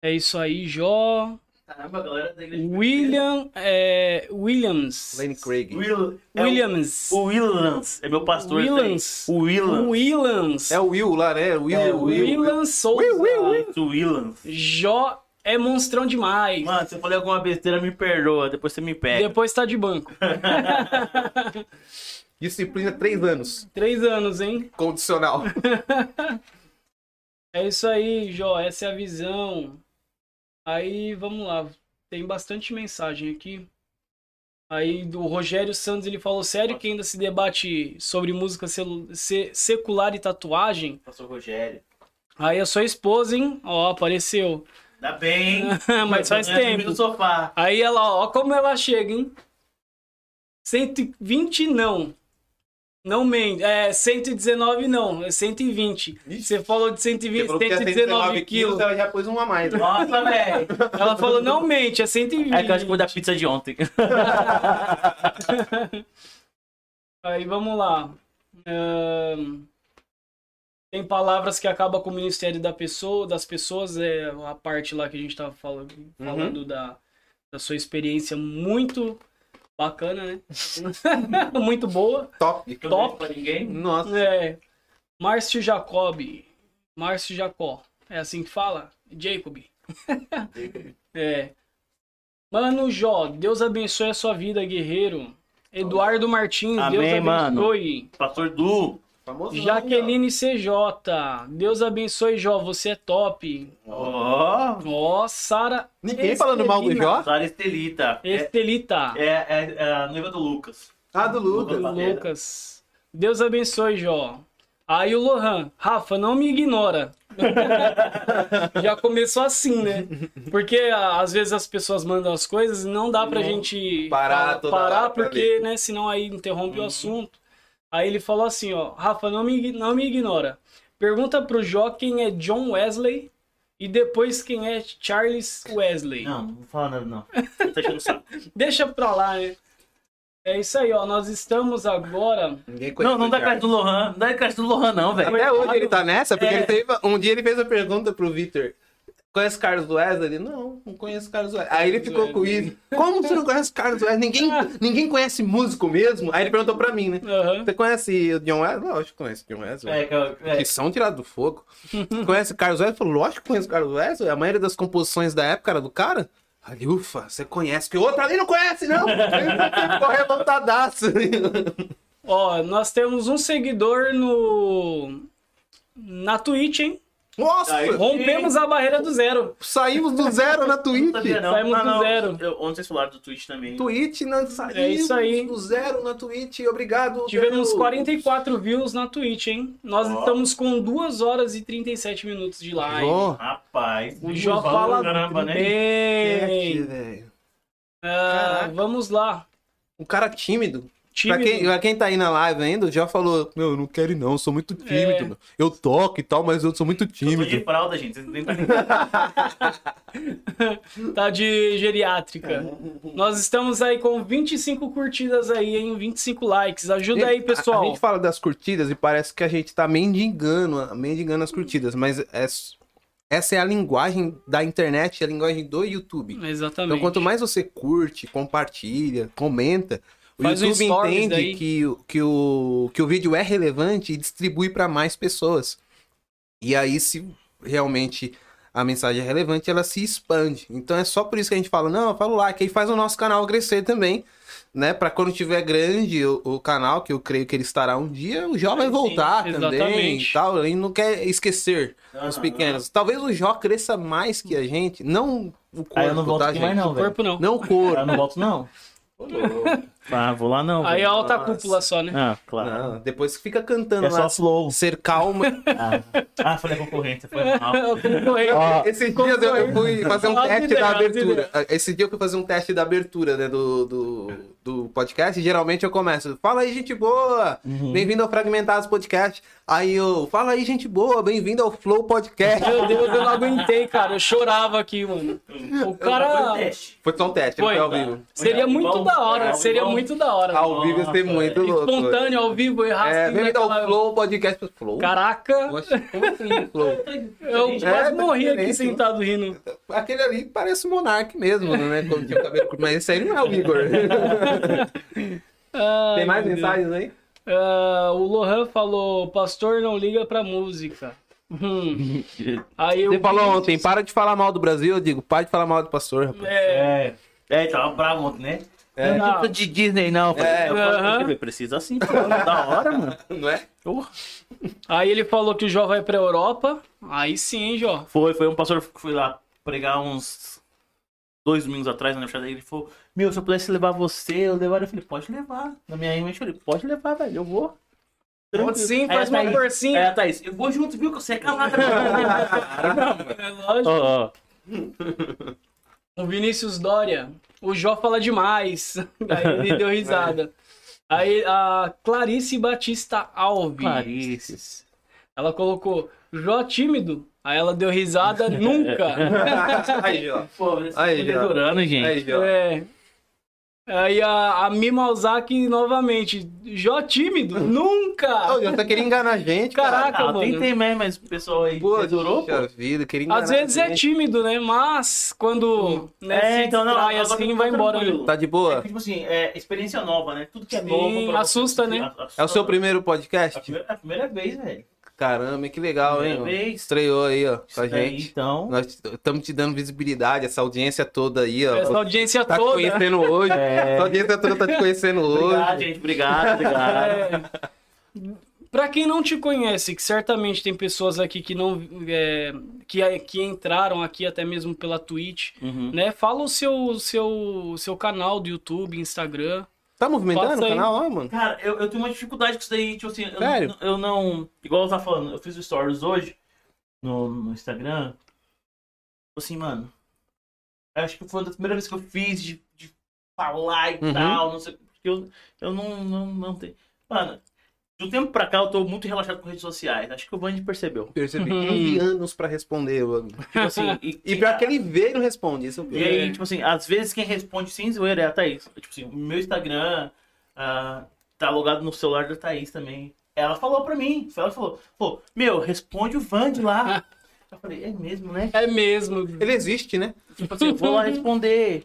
Speaker 1: É isso aí, Jó.
Speaker 3: Caramba, a galera da igreja.
Speaker 1: William, é, Williams.
Speaker 2: Lenny Craig.
Speaker 3: Will, é
Speaker 1: Williams.
Speaker 3: O, o Willans. É meu pastor.
Speaker 1: Willans.
Speaker 3: tá aí. O Willans.
Speaker 1: Willans.
Speaker 2: É o Will lá, né? Will,
Speaker 3: É, o
Speaker 2: Will.
Speaker 1: Willans Souza.
Speaker 2: Will, Will,
Speaker 3: O Willans.
Speaker 1: Jó é monstrão demais.
Speaker 3: Mano, é. se eu falei alguma besteira, me perdoa. Depois você me pega.
Speaker 1: Depois tá de banco.
Speaker 2: Disciplina três anos.
Speaker 1: Três anos, hein?
Speaker 2: Condicional.
Speaker 1: É isso aí, Jó. Essa é a visão. Aí, vamos lá. Tem bastante mensagem aqui. Aí, do Rogério Santos, ele falou: Sério que ainda se debate sobre música celu- se- secular e tatuagem?
Speaker 3: Pastor Rogério.
Speaker 1: Aí, a sua esposa, hein? Ó, apareceu.
Speaker 3: Dá bem, hein?
Speaker 1: Mas faz
Speaker 3: Eu dormi No
Speaker 1: tempo.
Speaker 3: sofá.
Speaker 1: Aí, ela, ó, como ela chega, hein? 120 não. Não mente. É, 119 não. É 120.
Speaker 2: Ixi.
Speaker 1: Você falou é de 120, 119 quilos.
Speaker 2: ela já pôs uma a mais.
Speaker 3: Nossa, velho.
Speaker 1: Ela falou, não mente, é 120.
Speaker 3: É que eu acho que foi da pizza de ontem.
Speaker 1: Aí vamos lá. Ahn, Tem palavras que acabam com o ministério da pessoa, das pessoas, é a parte lá que a gente tava falando,
Speaker 3: Uhum.
Speaker 1: falando da, da sua experiência muito bacana, né? muito boa.
Speaker 2: Top.
Speaker 3: Eu
Speaker 1: Top.
Speaker 3: não pra ninguém.
Speaker 2: Nossa.
Speaker 1: É, Márcio Jacob. Márcio Jacó. É assim que fala? Jacob. é. Mano Jó, Deus abençoe a sua vida, guerreiro. Eduardo Martins,
Speaker 3: Amém,
Speaker 1: Deus
Speaker 3: mano.
Speaker 1: abençoe.
Speaker 3: Pastor Du.
Speaker 2: Famoso.
Speaker 1: Jaqueline CJ, Deus abençoe, Jó, você é top.
Speaker 3: Ó.
Speaker 1: Ó, Sara.
Speaker 2: Ninguém falando mal do
Speaker 1: Estelina.
Speaker 2: Jó?
Speaker 3: Sara Estelita. É,
Speaker 1: Estelita.
Speaker 3: é, é a noiva do Lucas.
Speaker 2: Ah, do Lucas.
Speaker 3: Lucas.
Speaker 1: Lucas. Deus abençoe, Jó. Aí o Lohan, Rafa, não me ignora. Já começou assim, né? Porque a- às vezes as pessoas mandam as coisas e não dá pra
Speaker 2: Não
Speaker 1: gente
Speaker 2: Uhum. parar
Speaker 1: pa-
Speaker 2: toda
Speaker 1: parar
Speaker 2: hora pra Uhum.
Speaker 1: porque, né, senão aí interrompe o assunto. Aí ele falou assim, ó, Rafa, não me, ign- não me ignora. Pergunta pro Jó quem é John Wesley e depois quem é Charles Wesley.
Speaker 2: Ah.
Speaker 3: Não, não vou falar nada, não. Tá achando saco.
Speaker 1: Deixa pra lá, né? É isso aí, ó. Nós estamos agora.
Speaker 2: Ninguém
Speaker 3: Não, não dá
Speaker 2: cara.
Speaker 3: crédito do Lohan. Não dá crédito do Lohan, não, velho.
Speaker 2: Até hoje ele tá nessa, porque
Speaker 3: É.
Speaker 2: ele teve. Um dia ele fez a pergunta pro Victor. Conhece Carlos Wesley? Ele, não, não conheço Carlos Wesley. Aí ele ficou com isso. Como você não conhece Carlos Wesley? Ninguém, ninguém conhece músico mesmo? Aí ele perguntou pra mim, né?
Speaker 1: Aham.
Speaker 2: Você conhece o John Wesley? Lógico que conhece o John Wesley.
Speaker 3: É, cara, é.
Speaker 2: Que são tirados do fogo. conhece o Carlos Wesley? Falou, lógico que conheço o Carlos Wesley. A maioria das composições da época era do cara. Ali, ufa, você conhece, que o outro ali não conhece, não! Ficou revoltadaço.
Speaker 1: Ó, nós temos um seguidor no. Na Twitch, hein?
Speaker 2: Nossa!
Speaker 3: Aí,
Speaker 1: Rompemos a barreira do zero.
Speaker 2: Saímos do zero na
Speaker 3: Não
Speaker 2: Twitch.
Speaker 3: sabia, não.
Speaker 1: Saímos
Speaker 3: Não,
Speaker 1: do
Speaker 3: não.
Speaker 1: zero.
Speaker 3: Eu, ontem vocês falaram do Twitch também.
Speaker 2: Twitch, né? Saímos
Speaker 1: É isso aí.
Speaker 2: do zero na Twitch. Obrigado.
Speaker 1: Tivemos
Speaker 2: Deus.
Speaker 1: 44 views na Twitch, hein? Nós
Speaker 3: Ó.
Speaker 1: estamos com 2 horas e 37 minutos de live.
Speaker 2: Ó,
Speaker 3: Rapaz.
Speaker 1: O Jó
Speaker 3: valeu,
Speaker 1: fala
Speaker 3: caramba, né?
Speaker 2: chat,
Speaker 1: bem.
Speaker 2: velho.
Speaker 1: Ah,
Speaker 2: Caraca.
Speaker 1: vamos lá.
Speaker 2: Um cara tímido. Pra
Speaker 1: Time
Speaker 2: quem, pra quem tá aí na live ainda, já falou: Meu, eu não quero ir, não, eu sou muito tímido.
Speaker 1: É.
Speaker 2: meu. Eu toco e tal, mas eu sou muito
Speaker 3: Eu tô de
Speaker 2: tímido.
Speaker 3: fralda, gente. Vocês nem tá ligado.
Speaker 1: tá de geriátrica.
Speaker 2: É.
Speaker 1: Nós estamos aí com 25 curtidas aí, hein? 25 likes. Ajuda aí,
Speaker 2: A-
Speaker 1: pessoal.
Speaker 2: É. A, gente fala das curtidas e parece que a gente tá mendigando, mendigando as curtidas, mas é- essa é a linguagem da internet, a linguagem do YouTube.
Speaker 1: Exatamente.
Speaker 2: Então, quanto mais você curte, compartilha, comenta, o
Speaker 1: Faz um
Speaker 2: YouTube
Speaker 1: stories daí.
Speaker 2: entende que, o- que, o, que o vídeo é relevante e distribui para mais pessoas. E aí, se realmente a mensagem é relevante, ela se expande. Então, é só por isso que a gente fala, não, fala lá, que aí faz o nosso canal crescer também, né? Para quando tiver grande o, o canal, que eu creio que ele estará um dia, o Jó vai
Speaker 3: sim,
Speaker 2: voltar também e
Speaker 1: exatamente. Ah.
Speaker 2: tal. Ele não quer esquecer
Speaker 3: Não,
Speaker 2: os
Speaker 3: não,
Speaker 2: pequenos. Talvez o Jó cresça mais que a gente, não o corpo,
Speaker 3: Aí eu não volto
Speaker 2: tá,
Speaker 3: aqui
Speaker 2: gente?
Speaker 3: mais, não,
Speaker 1: O
Speaker 3: velho.
Speaker 1: corpo não.
Speaker 2: Não o corpo.
Speaker 3: Aí eu não volto, não. Ah, vou lá, não.
Speaker 1: Aí é
Speaker 3: velho.
Speaker 1: alta
Speaker 2: Nossa.
Speaker 1: cúpula só, né?
Speaker 3: Ah, claro.
Speaker 2: Não, depois que fica cantando
Speaker 3: É
Speaker 2: lá.
Speaker 3: só flow.
Speaker 2: Ser calma.
Speaker 3: Ah, ah falei concorrência, foi mal.
Speaker 1: Concorrente.
Speaker 2: Esse dia eu, eu fui fazer um
Speaker 1: As
Speaker 2: teste
Speaker 1: ideias,
Speaker 2: da
Speaker 1: as
Speaker 2: abertura. Esse dia eu fui fazer um teste da abertura, né, do, do, do podcast. E geralmente eu começo. Fala aí, gente boa! Bem-vindo ao Fragmentados Podcast. Aí eu, fala aí, gente boa, bem-vindo ao Flow Podcast.
Speaker 1: Meu Deus, eu não aguentei, cara. Eu chorava aqui, mano. O cara.
Speaker 2: Foi só um teste, não
Speaker 1: Foi,
Speaker 2: foi ao
Speaker 1: tá.
Speaker 2: vivo.
Speaker 1: Seria
Speaker 3: Igual-
Speaker 1: muito da hora,
Speaker 3: igual-
Speaker 1: seria muito da hora.
Speaker 2: Ao vivo ia ser
Speaker 3: Nossa,
Speaker 2: muito louco.
Speaker 1: Espontâneo, ao vivo, errar
Speaker 2: É,
Speaker 1: assim,
Speaker 2: bem-vindo
Speaker 1: naquela-
Speaker 2: ao Flow Podcast. Flow?
Speaker 1: Caraca,
Speaker 2: Poxa, como assim, Flow?
Speaker 1: eu
Speaker 3: Gente,
Speaker 1: quase
Speaker 2: tá
Speaker 1: morri aqui
Speaker 2: diferente,
Speaker 1: sentado rindo.
Speaker 2: Aquele ali parece o Monark mesmo, né? Quando tinha o cabelo curto, mas esse aí não é o Igor.
Speaker 1: Ai,
Speaker 2: Tem mais
Speaker 1: meu Deus.
Speaker 2: mensagens aí?
Speaker 1: Ah, o Lohan falou: Pastor, não liga pra música. Hum. Aí eu
Speaker 2: Você
Speaker 1: vi-
Speaker 2: falou ontem, para de falar mal do Brasil, eu digo, para de falar mal do pastor, rapaz.
Speaker 1: É,
Speaker 3: É. É, tava bravo ontem, né?
Speaker 2: É.
Speaker 3: Eu Não tô de Disney, não.
Speaker 2: É.
Speaker 3: É, eu
Speaker 1: Aham.
Speaker 3: falei, precisa sim, pô, da hora, mano.
Speaker 2: Não é?
Speaker 3: Porra.
Speaker 1: aí ele falou que o Jó vai pra Europa. Aí sim, hein, Jó.
Speaker 3: Foi, foi um pastor que foi lá pregar uns dois domingos atrás na universidade. Ele falou: Meu, se eu pudesse levar você, eu levaria. Eu falei: Pode levar. Na minha mente, eu falei: Pode levar, velho, eu vou.
Speaker 1: Pode sim,
Speaker 3: Aí
Speaker 1: faz
Speaker 3: a
Speaker 1: uma
Speaker 3: Thaís-
Speaker 1: forcinha.
Speaker 3: É, Thaís, eu vou junto, viu? Que você é calada.
Speaker 1: É lógico.
Speaker 3: Ó, ó.
Speaker 1: O Vinícius Dória. O Jó fala demais. Aí ele deu risada. Aí a Clarice Batista Alves.
Speaker 3: Clarice.
Speaker 1: Ela colocou Jó tímido. Aí ela deu risada nunca.
Speaker 2: aí, ó.
Speaker 3: Pô,
Speaker 2: Aí,
Speaker 3: aí,
Speaker 2: já.
Speaker 3: adorando, gente.
Speaker 2: Aí, ó.
Speaker 1: é. Aí a, a Mima Ozaki novamente. Jó tímido? Nunca!
Speaker 2: Ô, Eu só queria enganar a gente,
Speaker 1: Caraca,
Speaker 2: cara.
Speaker 3: Ah,
Speaker 1: mano.
Speaker 3: tentei mesmo, mas o pessoal aí
Speaker 2: Pô,
Speaker 3: durou, pô.
Speaker 2: puxa vida, queria enganar
Speaker 1: Às vezes
Speaker 2: a
Speaker 1: é
Speaker 2: gente.
Speaker 1: tímido, né? Mas quando né,
Speaker 3: É,
Speaker 1: se
Speaker 3: então, não,
Speaker 1: distrai
Speaker 3: agora
Speaker 1: assim,
Speaker 3: tá
Speaker 1: vai embora.
Speaker 3: tranquilo.
Speaker 1: né?
Speaker 2: Tá de
Speaker 3: É
Speaker 2: boa?
Speaker 3: que, tipo assim, é experiência nova, né? Tudo que é
Speaker 1: Sim,
Speaker 3: novo. pra você-
Speaker 1: assusta, né?
Speaker 2: É o seu primeiro podcast?
Speaker 3: É A primeira, a primeira vez, velho.
Speaker 2: Caramba, que legal, hein?
Speaker 3: Primeira
Speaker 2: ó.
Speaker 3: vez.
Speaker 2: Estreou aí, ó, com a
Speaker 3: Isso daí,
Speaker 2: gente.
Speaker 3: Então.
Speaker 2: Nós estamos te dando visibilidade, essa audiência toda aí, ó.
Speaker 1: Essa audiência
Speaker 2: Tá te
Speaker 1: toda.
Speaker 2: conhecendo hoje.
Speaker 3: É.
Speaker 2: Essa audiência toda tá te conhecendo
Speaker 3: Obrigado,
Speaker 2: hoje.
Speaker 3: gente. Obrigado, obrigado.
Speaker 1: É. Pra quem não te conhece, que certamente tem pessoas aqui que não é, que, que entraram aqui até mesmo pela Twitch,
Speaker 3: Uhum.
Speaker 1: né? Fala o seu seu seu canal do YouTube, Instagram.
Speaker 2: Tá movimentando
Speaker 1: Passa
Speaker 2: o
Speaker 1: aí.
Speaker 2: canal lá, mano?
Speaker 3: Cara, eu, eu tenho uma dificuldade com isso daí, tipo assim, eu,
Speaker 2: Sério?
Speaker 3: eu não. Igual eu tava falando, eu fiz stories hoje no, no Instagram. Tipo assim, mano. Acho que foi uma das primeiras vezes que eu fiz de, de falar e
Speaker 2: Uhum.
Speaker 3: tal, não sei. Porque eu, eu não, não, não tenho. Mano, de um tempo pra cá eu tô muito relaxado com redes sociais. Acho que o Band percebeu.
Speaker 2: Percebi
Speaker 1: Uhum.
Speaker 2: 15 anos pra responder, mano.
Speaker 3: Tipo assim, e,
Speaker 2: E pior que ele vê e não responde. Isso é um eu
Speaker 3: E aí, tipo assim, às vezes quem responde sem zoeira é a Thaís. Tipo assim, o meu Instagram ah, tá logado no celular da Thaís também. Ela falou pra mim, ela falou, pô, meu, responde o Vand lá. Eu falei, é mesmo, né?
Speaker 1: É mesmo.
Speaker 2: Ele existe, né?
Speaker 3: Tipo assim, eu vou lá responder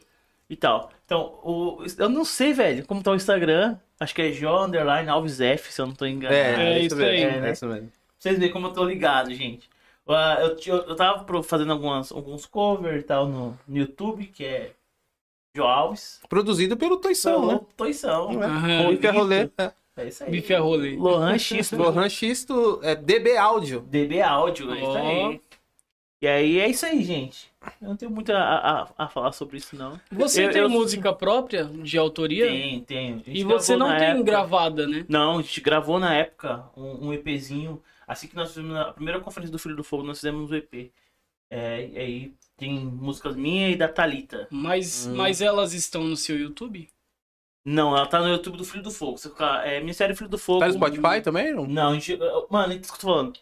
Speaker 3: e tal. Então, o, eu não sei, velho, como tá o Instagram. Acho que é J underline Alves F, se eu não tô enganado.
Speaker 1: É isso aí.
Speaker 2: mesmo,
Speaker 3: É,
Speaker 2: isso mesmo.
Speaker 3: Pra vocês verem como eu tô ligado, gente. Ah, Eu, ti- eu, eu tava pro- fazendo algumas, alguns covers e tal no, no YouTube, que é Jo Alves.
Speaker 2: Produzido pelo Toição, né?
Speaker 3: Toição.
Speaker 1: Aham.
Speaker 2: Bife a rolê. é.
Speaker 3: É isso aí.
Speaker 1: Bife a rolê.
Speaker 3: Lohan X.
Speaker 2: Lohan Xisto é DB Áudio.
Speaker 3: DB Áudio. É isso
Speaker 1: Ó.
Speaker 3: aí. E aí é isso aí, gente. Eu não tenho muito a, a, a falar sobre isso, não.
Speaker 1: Você
Speaker 3: Eu-
Speaker 1: tem
Speaker 3: eu-
Speaker 1: música própria de autoria?
Speaker 3: Tem, tem. A gente
Speaker 1: E você
Speaker 3: gravou
Speaker 1: não
Speaker 3: na
Speaker 1: tem
Speaker 3: época.
Speaker 1: gravada, né?
Speaker 3: Não, a gente gravou na época um, um EPzinho. Assim que nós fizemos a primeira conferência do Filho do Fogo, nós fizemos um EP. É, e aí tem músicas minha e da Thalita.
Speaker 1: Mas,
Speaker 2: Hum.
Speaker 1: mas elas estão no seu YouTube?
Speaker 3: Não, ela tá no YouTube do Filho do Fogo. Você colocar, é, Ministério Filho do Fogo.
Speaker 2: Tá no Spotify também? Não?
Speaker 3: Não, a gente. Mano, é isso que eu tô falando.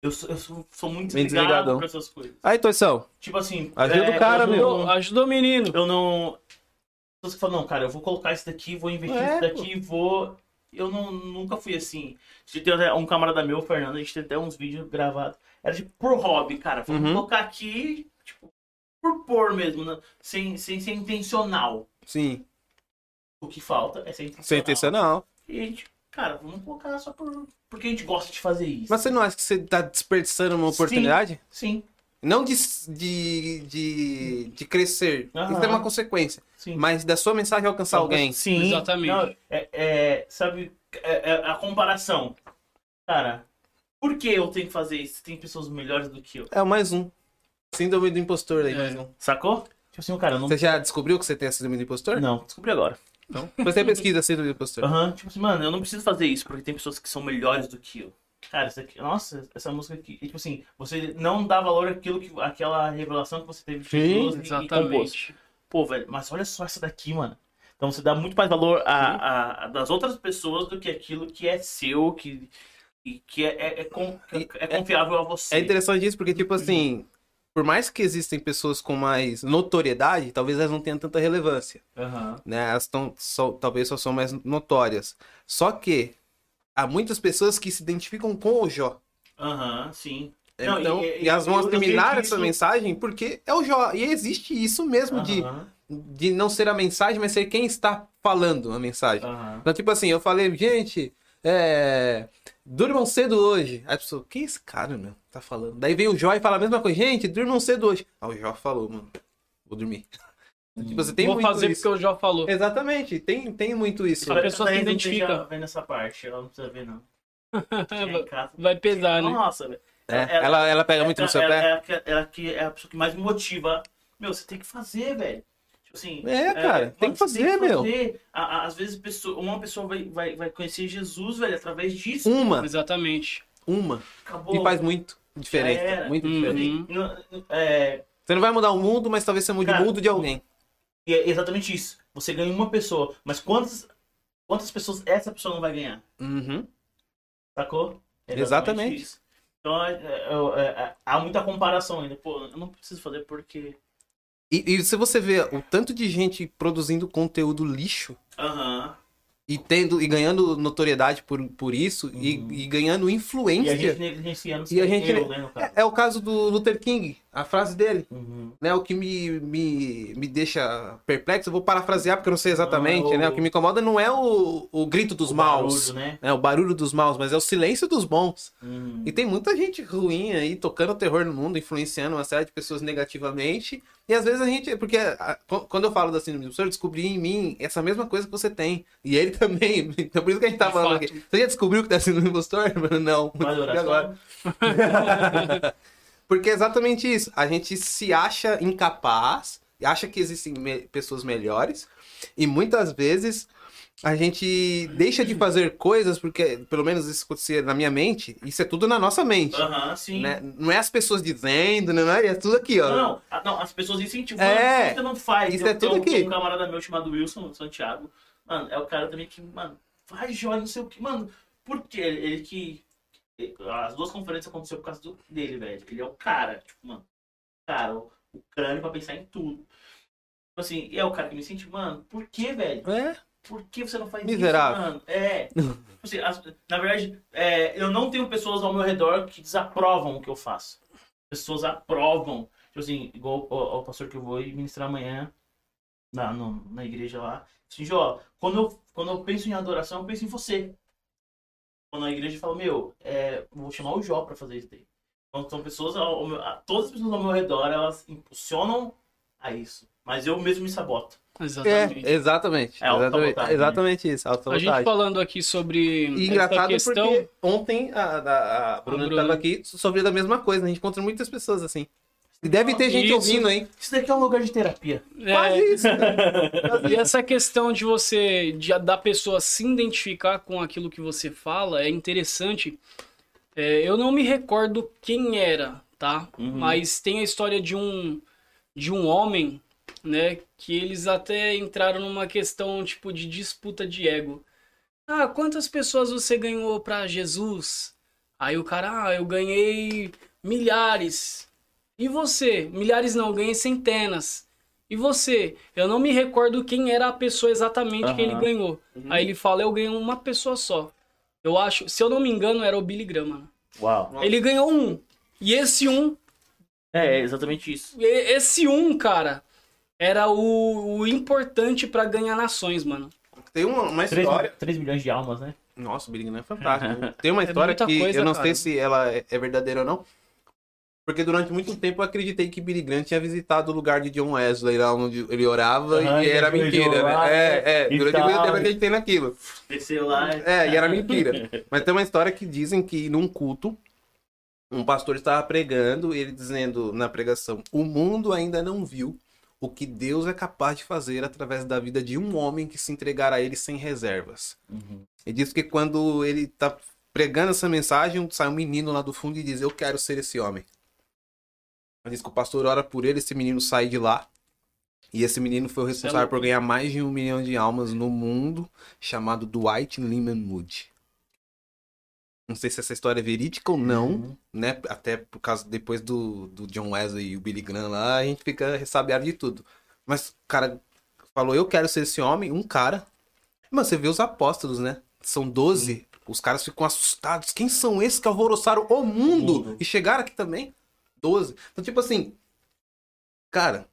Speaker 3: Eu sou, eu sou, sou muito
Speaker 2: Bem
Speaker 3: desligado
Speaker 2: desligadão.
Speaker 3: pra essas coisas.
Speaker 2: Aí, Toição.
Speaker 3: Tipo assim.
Speaker 2: Ajuda o cara,
Speaker 3: eu-
Speaker 2: meu.
Speaker 1: Ajudou, ajudou o menino.
Speaker 3: Eu não. Você fala, não, cara, eu vou colocar isso daqui, vou investir
Speaker 2: É, pô.
Speaker 3: nisso daqui, vou. Eu não, nunca fui assim. Se tem até um camarada meu, o Fernando, a gente tem até uns vídeos gravados. Era tipo por hobby, cara. Vamos
Speaker 2: Uhum.
Speaker 3: colocar aqui, tipo, por pôr mesmo, né? sem, sem ser intencional.
Speaker 2: Sim.
Speaker 3: O que falta é ser intencional.
Speaker 2: Sem intencional.
Speaker 3: E a gente, cara, vamos colocar só por... porque a gente gosta de fazer isso.
Speaker 2: Mas você não acha que você tá desperdiçando uma oportunidade?
Speaker 3: Sim,
Speaker 2: Não de, de, de, de crescer.
Speaker 3: Aham.
Speaker 2: Isso é uma consequência.
Speaker 3: sim.
Speaker 2: Mas da sua mensagem alcançar alguém.
Speaker 3: assim, Sim.
Speaker 1: Exatamente.
Speaker 3: Não, é, é, sabe, é- é a comparação. Cara, por que eu tenho que fazer isso? Tem pessoas melhores do que eu.
Speaker 2: É o mais um. Síndrome do impostor aí,
Speaker 1: É.
Speaker 2: mais um.
Speaker 3: Sacou? Tipo assim, cara, eu não.
Speaker 2: Você já descobriu que você tem a síndrome do impostor?
Speaker 3: Não, descobri agora.
Speaker 2: Você pesquisa a síndrome do impostor.
Speaker 3: Aham, tipo assim, mano, eu não preciso fazer isso porque tem pessoas que são melhores do que eu. Cara, isso aqui, nossa, essa música aqui. E, tipo assim, você não dá valor àquilo que, àquela revelação que você teve de
Speaker 2: Sim,
Speaker 3: Jesus e- e compôs.
Speaker 1: Exatamente.
Speaker 3: Pô, velho, mas olha só essa daqui, mano. Então você dá muito mais valor a, a- a- das outras pessoas do que aquilo que é seu, que, e que é, é, é con-
Speaker 2: E-
Speaker 3: é confiável a você.
Speaker 2: É interessante isso porque, tipo assim, por mais que existem pessoas com mais notoriedade, talvez elas não tenham tanta relevância.
Speaker 3: Aham.
Speaker 2: né? Elas tão, só- talvez só são mais notórias. Só que há muitas pessoas que se identificam com o Jó.
Speaker 3: Aham, sim. Não,
Speaker 2: Então,
Speaker 3: e-
Speaker 2: e,
Speaker 3: e-
Speaker 2: elas vão
Speaker 3: eu- eu
Speaker 2: assimilar
Speaker 3: vejo
Speaker 2: essa
Speaker 3: isso-
Speaker 2: mensagem porque é o Jó. E existe isso mesmo de,
Speaker 3: Aham,
Speaker 2: de não ser a mensagem, mas ser quem está falando a mensagem.
Speaker 3: aham.
Speaker 2: Então, tipo assim, eu falei, gente, é... durmam cedo hoje. Aí a pessoa, que esse cara, meu, tá falando? Daí vem o Jó e fala a mesma coisa, gente, durmam cedo hoje. Aí o Jó falou, mano, vou dormir. Então, tipo, você tem
Speaker 1: Vou
Speaker 2: muito
Speaker 1: fazer
Speaker 2: isso.
Speaker 1: porque o Jó falou.
Speaker 2: Exatamente, tem, tem muito isso.
Speaker 1: A pessoa se
Speaker 3: Thaís não precisa
Speaker 1: identifica.
Speaker 3: ver nessa parte, ela não precisa ver, não. É em
Speaker 1: Vai-
Speaker 3: casa.
Speaker 1: Vai pesar, né?
Speaker 3: Nossa, velho.
Speaker 2: É, ela, ela pega muito no seu
Speaker 3: ela,
Speaker 2: pé.
Speaker 3: Ela, ela, que é a pessoa que mais me motiva. Meu, você tem que fazer, velho. Tipo assim.
Speaker 2: É, cara, tem
Speaker 3: mano,
Speaker 2: que
Speaker 3: você
Speaker 2: fazer, meu.
Speaker 3: fazer. A- a- Às vezes pessoa- uma pessoa vai, vai, vai conhecer Jesus, velho, através disso.
Speaker 2: Uma,
Speaker 1: Exatamente.
Speaker 2: uma.
Speaker 3: Acabou.
Speaker 2: Um E faz muito diferença.
Speaker 3: Já era.
Speaker 2: Muito
Speaker 1: Uhum.
Speaker 2: diferença.
Speaker 3: Não, não, é,
Speaker 2: Você não vai mudar o mundo, mas talvez você mude
Speaker 3: Cara,
Speaker 2: o mundo de alguém.
Speaker 3: e é exatamente isso. Você ganha uma pessoa, mas quantas, quantas pessoas essa pessoa não vai ganhar?
Speaker 2: Uhum.
Speaker 3: Sacou? É
Speaker 2: Exatamente.
Speaker 3: isso. Então é, é, é, é, há muita comparação ainda. Pô, eu não preciso fazer porque.
Speaker 2: E, e se você vê o tanto de gente produzindo conteúdo lixo
Speaker 3: Aham.
Speaker 2: e tendo e ganhando notoriedade por, por isso
Speaker 3: Uhum.
Speaker 2: e, e ganhando
Speaker 3: E
Speaker 2: influência.
Speaker 3: a gente negligenciando
Speaker 2: E a gente-
Speaker 3: eu, né, no caso.
Speaker 2: É, é o caso do Luther King, a frase dele,
Speaker 3: Uhum.
Speaker 2: né? O que me, me, me deixa perplexo, eu vou parafrasear porque eu não sei exatamente,
Speaker 3: Ah, o-
Speaker 2: né? O que me incomoda não é o, o grito dos
Speaker 3: O
Speaker 2: maus,
Speaker 3: barulho, né?
Speaker 2: né? O barulho dos maus, mas é o silêncio dos bons.
Speaker 3: Uhum.
Speaker 2: E tem muita gente ruim aí tocando terror no mundo, influenciando uma série de pessoas negativamente. E às vezes a gente. Porque a- qu- quando eu falo da síndrome do impostor, eu descobri em mim essa mesma coisa que você tem. E ele também. Então por isso que a gente tá
Speaker 1: De
Speaker 2: falando
Speaker 1: fato.
Speaker 2: aqui. Você já descobriu que tá síndrome do impostor? Mano, Não.
Speaker 3: Vale
Speaker 2: E
Speaker 3: oração.
Speaker 2: agora? Porque é exatamente isso. A gente se acha incapaz, acha que existem me- pessoas melhores, e muitas vezes a gente deixa de fazer coisas, porque, pelo menos isso acontecia na minha mente, isso é tudo na nossa mente.
Speaker 3: um- Aham, sim.
Speaker 2: né? Não é as pessoas dizendo, não é? É tudo aqui, ó.
Speaker 3: Não, não, Ah, não, as pessoas incentivam.
Speaker 2: É.
Speaker 3: Você não faz.
Speaker 2: Isso
Speaker 3: Tem-
Speaker 2: é tudo
Speaker 3: tem um,
Speaker 2: aqui.
Speaker 3: tem um camarada meu chamado Wilson Santiago. Mano, é o cara também que, mano, faz joia, não sei o que. Mano, por quê? Ele, ele que. As duas conferências aconteceram por causa do- dele, velho. Ele é o cara, tipo, mano. Cara, o, o crânio pra pensar em tudo. Tipo assim, é o cara que me sente, mano, por que, velho?
Speaker 2: É?
Speaker 3: Por que você não faz
Speaker 2: Miserável.
Speaker 3: isso, mano? É. Tipo assim, as- na verdade, é, eu não tenho pessoas ao meu redor que desaprovam o que eu faço. Pessoas aprovam. Tipo assim, igual o, o pastor que eu vou ir ministrar amanhã na, no- na igreja lá. Assim, Jó, quando eu, quando eu penso em adoração, eu penso em você. Quando a igreja fala, meu, é, vou chamar o Jó pra fazer isso daí. Então, são pessoas, ao, ao meu- a- todas as pessoas ao meu redor, elas impulsionam a isso. Mas eu mesmo me saboto.
Speaker 1: Exatamente.
Speaker 2: É, exatamente.
Speaker 3: É autossabotagem,
Speaker 2: exatamente, exatamente isso,
Speaker 1: né? A
Speaker 2: autossabotagem.
Speaker 1: gente falando aqui sobre
Speaker 2: E
Speaker 1: essa
Speaker 2: engraçado
Speaker 1: questão.
Speaker 2: porque ontem a, a, a Bruna
Speaker 1: Bruna.
Speaker 2: estava aqui sofreu da mesma coisa. né? A gente encontra muitas pessoas assim. E deve ter gente
Speaker 1: Isso.
Speaker 2: ouvindo, hein?
Speaker 3: Isso daqui é um lugar de terapia.
Speaker 1: é,
Speaker 2: Faz isso. né?
Speaker 1: E essa questão de você, de, da pessoa se identificar com aquilo que você fala, é interessante. É, eu não me recordo quem era, tá?
Speaker 3: Uhum.
Speaker 1: Mas tem a história de um, de um homem, né? Que eles até entraram numa questão, tipo, de disputa de ego. Ah, quantas pessoas você ganhou pra Jesus? Aí o cara, ah, eu ganhei milhares. E você? Milhares não, ganhei centenas. E você? Eu não me recordo quem era a pessoa exatamente que ele
Speaker 3: Aham.
Speaker 1: ganhou.
Speaker 2: Uhum.
Speaker 1: Aí ele fala, eu ganhei uma pessoa só. Eu acho, se eu não me engano, era o Billy Graham. mano.
Speaker 3: Uau.
Speaker 1: Ele ganhou um. E esse um,
Speaker 3: É, é exatamente isso.
Speaker 1: e- esse um, cara, era o, o importante pra ganhar nações, mano.
Speaker 2: Tem uma, uma
Speaker 3: 3,
Speaker 2: história.
Speaker 3: milhões de almas, né?
Speaker 2: Nossa, o Billy Graham é fantástico. né? Tem uma história
Speaker 1: muita
Speaker 2: que
Speaker 1: coisa,
Speaker 2: eu não
Speaker 1: cara.
Speaker 2: sei se ela é é verdadeira ou não. Porque durante muito tempo eu acreditei que Billy Graham tinha visitado o lugar de John Wesley, lá onde ele orava,
Speaker 3: Aham,
Speaker 2: e
Speaker 3: ele
Speaker 2: era
Speaker 3: ajoelhou
Speaker 2: mentira,
Speaker 3: lá,
Speaker 2: né? É, é.
Speaker 3: e
Speaker 2: Durante muito
Speaker 3: tal.
Speaker 2: tempo eu acreditei naquilo.
Speaker 3: Desceu lá.
Speaker 2: É, e era mentira. Mas tem uma história que dizem que num culto, um pastor estava pregando, e ele dizendo na pregação: O mundo ainda não viu o que Deus é capaz de fazer através da vida de um homem que se entregar a ele sem reservas.
Speaker 3: Uhum.
Speaker 2: Ele diz que quando ele tá pregando essa mensagem, sai um menino lá do fundo e diz: Eu quero ser esse homem. Ele diz que o pastor ora por ele, esse menino sai de lá. E esse menino foi o responsável por ganhar mais de um milhão de almas no mundo, chamado Dwight Lyman Moody. Não sei se essa história é verídica ou não,
Speaker 3: Uhum.
Speaker 2: né? Até por causa depois do, do John Wesley e o Billy Graham lá, a gente fica ressabiado de tudo. Mas o cara falou, eu quero ser esse homem, um cara. Mano, você vê os apóstolos, né? São 12. Os caras ficam assustados. Quem são esses que alvoroçaram o mundo?
Speaker 3: O mundo.
Speaker 2: E chegaram aqui também? 12. Então, tipo assim, cara,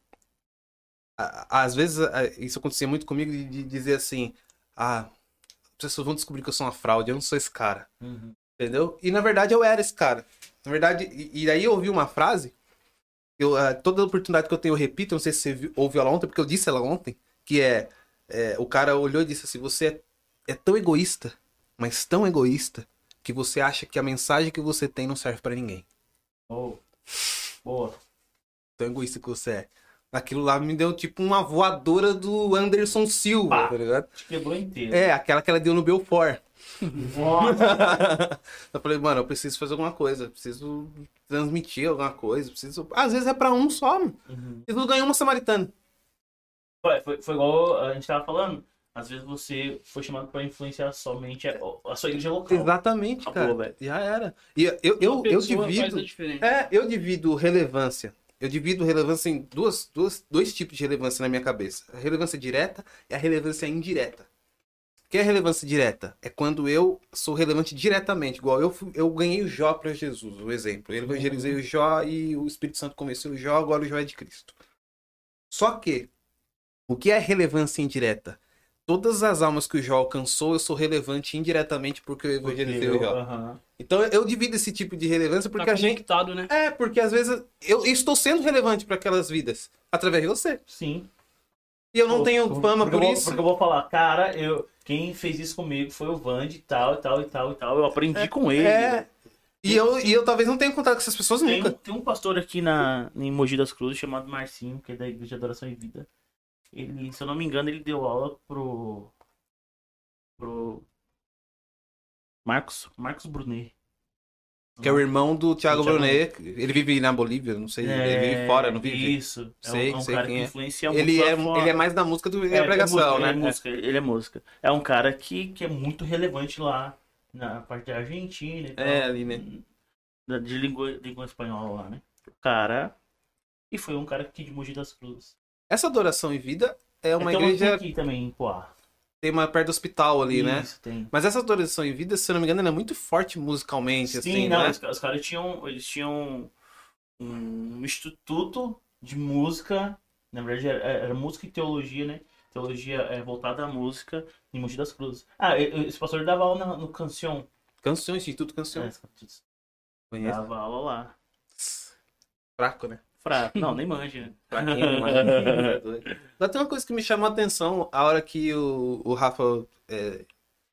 Speaker 2: a- a- às vezes a- isso acontecia muito comigo de, de dizer assim, ah, as pessoas vão descobrir que eu sou uma fraude, eu não sou esse cara.
Speaker 3: Uhum.
Speaker 2: Entendeu? E na verdade eu era esse cara. Na verdade, e, e aí eu ouvi uma frase. Eu, ah, toda oportunidade que eu tenho, eu repito. eu Não sei se você viu- ouviu ela ontem, porque eu disse ela ontem. Que é, é, O cara olhou e disse assim: Você é, é tão egoísta, mas tão egoísta, que você acha que a mensagem que você tem não serve pra ninguém.
Speaker 3: Oh. Boa.
Speaker 2: Tão egoísta que você é. Aquilo lá me deu tipo uma voadora do Anderson Silva,
Speaker 3: Pá.
Speaker 2: tá ligado?
Speaker 3: Te quebrou inteiro. Uhum.
Speaker 2: É, aquela que ela deu no Belfort.
Speaker 3: Nossa.
Speaker 2: eu falei, mano, eu preciso fazer alguma coisa, eu preciso transmitir alguma coisa, eu preciso. Às vezes é pra um só, mano.
Speaker 3: Uhum.
Speaker 2: Preciso ganhar uma samaritana.
Speaker 3: Foi, foi, foi igual a gente tava falando. Às vezes você foi chamado pra influenciar somente a, a sua igreja local.
Speaker 2: Exatamente,
Speaker 3: Acabou,
Speaker 2: cara.
Speaker 3: velho.
Speaker 2: Já era. E eu, eu, eu,
Speaker 1: Uma
Speaker 2: eu
Speaker 1: pessoa faz a
Speaker 2: divido.
Speaker 1: diferença.
Speaker 2: É, eu divido relevância. Eu divido relevância em duas, duas, dois tipos de relevância na minha cabeça. A relevância direta e a relevância indireta. O que é relevância direta? É quando eu sou relevante diretamente, igual eu, fui- eu ganhei o Jó para Jesus, o exemplo. Eu evangelizei o Jó e o Espírito Santo convenceu o Jó, agora o Jó é de Cristo. Só que, o que é relevância indireta? Todas as almas que o Jó alcançou, eu sou relevante indiretamente porque eu
Speaker 3: Porque
Speaker 2: evangelizei o
Speaker 3: eu-
Speaker 2: Jó.
Speaker 3: aham.
Speaker 2: Então eu divido esse tipo de relevância porque
Speaker 1: tá
Speaker 2: a gente.
Speaker 1: conectado, né?
Speaker 2: É, porque às vezes eu estou sendo relevante para aquelas vidas através de você.
Speaker 3: Sim.
Speaker 2: E eu não
Speaker 3: Pô,
Speaker 2: tenho
Speaker 3: porque-
Speaker 2: fama
Speaker 3: porque
Speaker 2: por
Speaker 3: eu vou-
Speaker 2: isso.
Speaker 3: Porque eu vou falar, cara, eu, quem fez isso comigo foi o Vand e tal, e tal, e tal, e tal. Eu aprendi com ele. né?"
Speaker 2: É. E eu, e eu talvez não tenha contato com essas pessoas
Speaker 3: Tem,
Speaker 2: nunca.
Speaker 3: tem um pastor aqui na, em Mogi das Cruzes chamado Marcinho, que é da Igreja de Adoração e Vida. Ele, se eu não me engano, ele deu aula pro Marcos, Marcos Brunet.
Speaker 2: Que é o irmão do Thiago
Speaker 3: Thiago-
Speaker 2: Brunet. Ele vive na Bolívia, não sei. Ele vive
Speaker 3: É,
Speaker 2: fora, não vive?
Speaker 3: Isso. É um-
Speaker 2: Sei,
Speaker 3: é um,
Speaker 2: sei
Speaker 3: cara
Speaker 2: quem
Speaker 3: que
Speaker 2: é.
Speaker 3: influencia muito.
Speaker 2: Ele
Speaker 3: lá
Speaker 2: é,
Speaker 3: fora.
Speaker 2: ele é mais da música do que
Speaker 3: É,
Speaker 2: da pregação,
Speaker 3: ele é música, Ele é,
Speaker 2: né?
Speaker 3: música, ele é música. É um cara que, que é muito relevante lá na parte da Argentina e tal.
Speaker 2: É, ali, né?
Speaker 3: Da- De língua, língua espanhola lá, né? O cara. E foi um cara aqui de Mogi das Cruzes.
Speaker 2: Essa adoração em vida é uma
Speaker 3: Então,
Speaker 2: igreja.
Speaker 3: Tem aqui também em Poá.
Speaker 2: Tem uma perto do hospital ali, né?
Speaker 3: Isso, tem.
Speaker 2: Mas essa adoração em vida, se eu não me engano, ela é muito forte musicalmente,
Speaker 3: Sim,
Speaker 2: assim,
Speaker 3: não,
Speaker 2: né?
Speaker 3: os, os caras tinham. Eles tinham um instituto de música. Na verdade, era, era música e teologia, né? Teologia é, voltada à música em Mogi das Cruzes. Ah, e- e esse pastor dava aula na- no Cancion.
Speaker 2: Canção, Instituto Canção.
Speaker 3: É,
Speaker 2: Conhece?
Speaker 3: dava aula lá.
Speaker 2: Fraco, né?
Speaker 3: Fraco. Não, nem manja.
Speaker 2: Fraquinho, mas... é doido. Mas tem uma coisa que me chamou a atenção a hora que o, o Rafa é,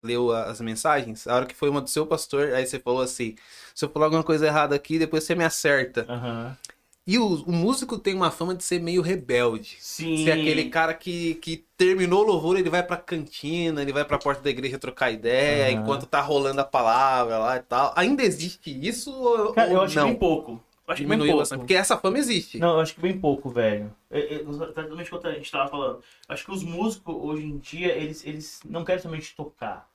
Speaker 2: leu a- as mensagens, a hora que foi uma do seu pastor, aí você falou assim: se eu falar alguma coisa errada aqui, depois você me acerta.
Speaker 3: Aham.
Speaker 2: E o, o músico tem uma fama de ser meio rebelde.
Speaker 3: Sim.
Speaker 2: Ser é aquele cara que, que terminou o louvor, ele vai pra cantina, ele vai pra porta da igreja trocar ideia,
Speaker 3: Aham.
Speaker 2: enquanto tá rolando a palavra lá e tal. Ainda existe isso ou,
Speaker 3: Cara, eu
Speaker 2: ou
Speaker 3: acho
Speaker 2: não?
Speaker 3: bem pouco. Eu acho bem
Speaker 2: Diminuiu
Speaker 3: pouco.
Speaker 2: bastante, porque essa fama existe.
Speaker 3: Não, eu acho que bem pouco, velho. É, é, Exatamente o que a gente tava falando. Acho que os músicos, hoje em dia, eles, eles não querem somente tocar.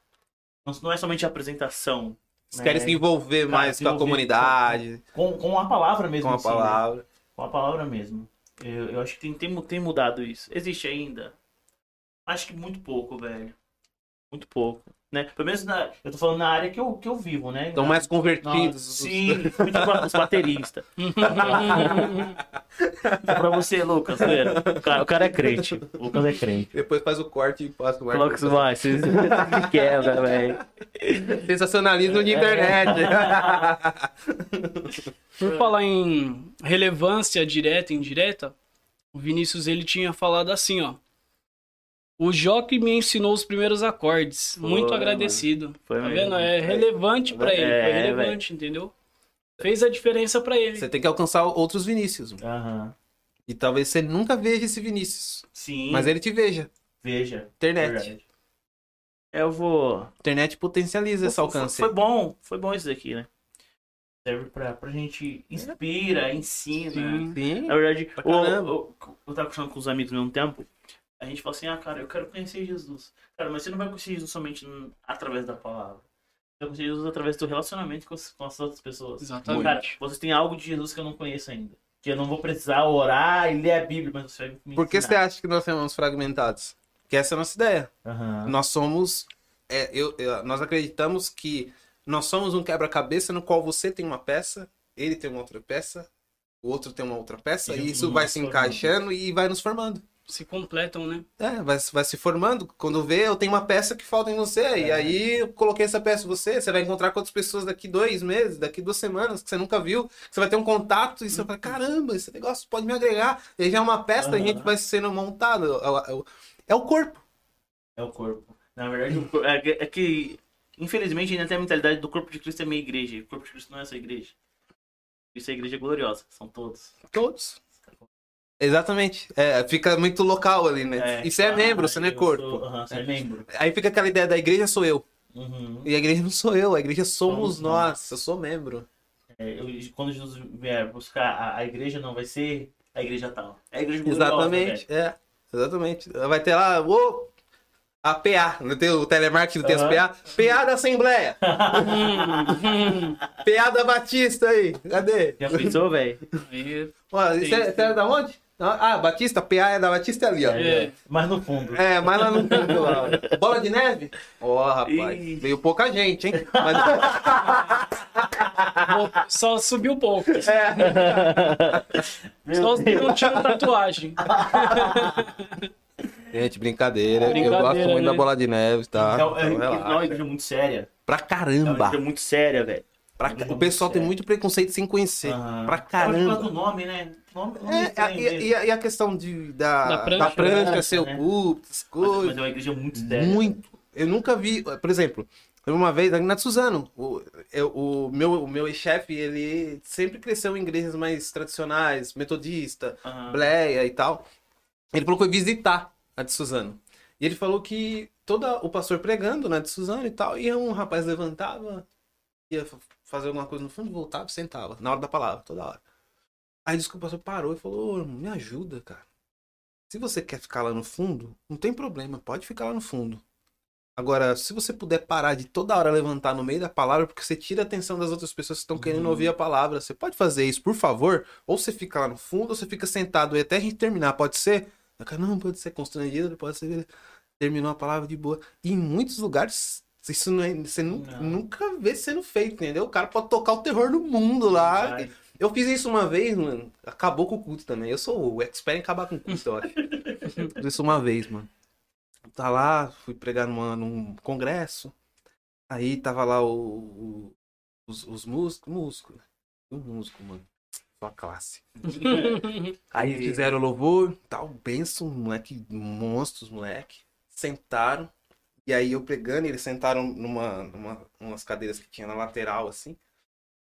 Speaker 3: Não, não é somente apresentação.
Speaker 2: Eles querem
Speaker 3: né?
Speaker 2: se envolver
Speaker 3: Cara,
Speaker 2: mais
Speaker 3: se
Speaker 2: com a
Speaker 3: envolver
Speaker 2: comunidade,
Speaker 3: Com, com a palavra mesmo.
Speaker 2: com a
Speaker 3: assim, né?
Speaker 2: palavra.
Speaker 3: Com a palavra mesmo. Eu, eu acho que tem, tem, mu- tem mudado isso. Existe ainda? Acho que muito pouco, velho. Muito pouco. Né? Pelo menos na, eu tô falando na área que eu, que eu vivo, né?
Speaker 2: Estão
Speaker 3: Na-
Speaker 2: mais
Speaker 3: Nossa,
Speaker 2: convertidos.
Speaker 3: Sim, muito ba- os bateristas. É pra você, Lucas. né? O cara, o cara é crente. O Lucas é crente.
Speaker 2: Depois faz o corte e passa o
Speaker 3: Coloca isso mais, vocês me quebram, velho.
Speaker 2: Sensacionalismo
Speaker 3: É.
Speaker 2: de internet.
Speaker 1: Por falar em relevância direta e indireta, o Vinícius ele tinha falado assim, ó. O Joque me ensinou os primeiros acordes.
Speaker 3: Foi,
Speaker 1: muito
Speaker 3: mano.
Speaker 1: agradecido.
Speaker 3: Foi
Speaker 1: Tá
Speaker 3: mesmo.
Speaker 1: vendo? É relevante pra ele.
Speaker 3: É,
Speaker 1: Foi relevante, entendeu? Fez a diferença pra ele.
Speaker 2: Você tem que alcançar outros Vinícius. mano.
Speaker 3: Aham.
Speaker 2: E talvez você nunca veja esse Vinícius.
Speaker 3: Sim,
Speaker 2: Mas ele te veja.
Speaker 3: veja.
Speaker 2: Internet.
Speaker 3: verdade. Eu vou.
Speaker 2: Internet potencializa esse
Speaker 3: Foi-
Speaker 2: alcance.
Speaker 3: Foi bom, foi bom isso daqui, né? Serve pra, pra gente inspira, ensina.
Speaker 1: Sim.
Speaker 2: Sim.
Speaker 3: Na verdade,
Speaker 2: Pra
Speaker 3: o-
Speaker 2: caramba.
Speaker 3: o- eu tava conversando com os amigos ao mesmo tempo. A gente fala assim, ah, cara, eu quero conhecer Jesus. Cara, mas você não vai conhecer Jesus somente n- através da palavra. Você vai conhecer Jesus através do relacionamento com as, com as outras pessoas.
Speaker 1: Exatamente.
Speaker 3: Então, Cara, você tem algo de Jesus que eu não conheço ainda. Que eu não vou precisar orar e ler a Bíblia, mas você vai me
Speaker 2: Por que você
Speaker 3: ensinar.
Speaker 2: acha que nós somos fragmentados? Porque essa é a nossa ideia.
Speaker 3: Aham.
Speaker 2: Nós somos. é, eu- eu- nós acreditamos que nós somos um quebra-cabeça no qual você tem uma peça, ele tem uma outra peça, o outro tem uma outra peça,
Speaker 3: E
Speaker 2: e isso
Speaker 3: nos
Speaker 2: vai se
Speaker 3: formando.
Speaker 2: encaixando e vai nos formando.
Speaker 1: Se completam, né?
Speaker 2: É, vai, vai se formando. Quando vê, eu tenho uma peça que falta em você.
Speaker 3: É.
Speaker 2: E aí eu coloquei essa peça em você. Você vai encontrar com outras pessoas daqui dois meses, daqui duas semanas, que você nunca viu. Você vai ter um contato e você vai falar: caramba, esse negócio pode me agregar. E aí já é uma peça, a
Speaker 3: Aham.
Speaker 2: gente vai sendo montado. É o- É o corpo.
Speaker 3: É o corpo. Na verdade, o cor- é, que- é que, infelizmente, ainda tem a mentalidade do corpo de Cristo é minha igreja. O corpo de Cristo não é essa igreja. Isso é a igreja gloriosa. São todos.
Speaker 2: Todos. Exatamente. É, fica muito local ali, né? e você é
Speaker 3: ah,
Speaker 2: membro, você não é
Speaker 3: eu
Speaker 2: corpo.
Speaker 3: sou- Aham, você é membro.
Speaker 2: Aí fica aquela ideia da igreja sou eu.
Speaker 3: Uhum.
Speaker 2: E a igreja não sou eu, a igreja somos
Speaker 3: Somos
Speaker 2: nós.
Speaker 3: nós.
Speaker 2: Eu sou membro.
Speaker 3: É, eu- quando Jesus vier buscar a, a igreja, não vai ser a igreja tal. É a igreja gloriosa,
Speaker 2: Exatamente. é, exatamente. Vai ter lá o APA, não tem o telemarketing, não tem
Speaker 3: Aham.
Speaker 2: as PA. PA da Assembleia.
Speaker 1: Hum,
Speaker 2: PA da Batista aí. Cadê?
Speaker 3: velho. Já pensou, velho?
Speaker 1: Aí,
Speaker 2: Ó,
Speaker 1: Sim,
Speaker 2: Você
Speaker 1: sim.
Speaker 2: você era é da onde? Ah, Batista, PA é da Batista é ali, ó.
Speaker 1: É.
Speaker 3: Mas no fundo.
Speaker 2: É, mas lá no fundo lá. ó. Bola de neve? Ó, rapaz.
Speaker 3: Ih.
Speaker 2: Veio pouca gente, hein? Mas-
Speaker 1: bom, só subiu pouco.
Speaker 2: é.
Speaker 3: Meu
Speaker 1: Só os que
Speaker 3: Deus.
Speaker 1: não tinham tatuagem.
Speaker 2: Gente, brincadeira. Eu
Speaker 1: Brincadeira,
Speaker 2: gosto muito
Speaker 1: né?
Speaker 2: da bola de neve, tá?
Speaker 3: Então, é,
Speaker 2: Então,
Speaker 3: não, é uma
Speaker 2: relaxa.
Speaker 3: igreja muito séria.
Speaker 2: Pra
Speaker 3: É uma
Speaker 2: caramba.
Speaker 3: igreja muito séria, velho.
Speaker 2: Pra ca- O pessoal tem muito preconceito sem conhecer.
Speaker 3: é Aham.
Speaker 2: Pra
Speaker 3: É por causa
Speaker 2: caramba.
Speaker 3: do nome, né? Nome, nome
Speaker 2: É, a-
Speaker 3: estranho
Speaker 2: e,
Speaker 3: mesmo.
Speaker 2: e a, e a questão de, da, da
Speaker 1: Da
Speaker 2: prancha,
Speaker 1: prancha,
Speaker 3: né?
Speaker 2: seu
Speaker 3: É.
Speaker 2: culto, essas
Speaker 3: Mas, mas
Speaker 2: coisas.
Speaker 3: é uma igreja muito séria.
Speaker 2: Muito. Eu nunca vi, por exemplo, teve uma vez aqui na Suzano, o, eu- o meu, o meu chefe, ele sempre cresceu em igrejas mais tradicionais, metodista,
Speaker 3: Aham.
Speaker 2: Bleia e tal. Ele falou que foi visitar a de Suzano. E ele falou que toda o pastor pregando, né, de Suzano e tal, e um rapaz levantava, ia fa- fazer alguma coisa no fundo, voltava e sentava, na hora da palavra, toda hora. Aí disse que o pastor parou e falou, "Ô, irmão, me ajuda, cara. Se você quer ficar lá no fundo, não tem problema, pode ficar lá no fundo. Agora, se você puder parar de toda hora levantar no meio da palavra, porque você tira a atenção das outras pessoas que estão querendo
Speaker 3: Uhum.
Speaker 2: ouvir a palavra, você pode fazer isso, por favor? Ou você fica lá no fundo, ou você fica sentado e até a gente terminar, pode ser? Eu, cara, não, pode ser constrangido, pode ser. Terminou a palavra de boa. E em muitos lugares, isso não é, você nu-
Speaker 3: Não.
Speaker 2: nunca vê sendo feito, entendeu? O cara pode tocar o terror do mundo lá.
Speaker 3: Vai.
Speaker 2: Eu fiz isso uma vez, mano. Acabou com o culto também. Eu sou o expert em acabar com o culto, eu acho. fiz isso uma vez, mano. Tá lá, fui pregar numa- num congresso. Aí tava lá o, o- os, os músicos. Músico, né? Um músico, mano. Sua classe. Aí fizeram o louvor, tal, benção, moleque, monstros, moleque. Sentaram. E aí eu pregando, eles sentaram numa, numa umas cadeiras que tinha na lateral, assim.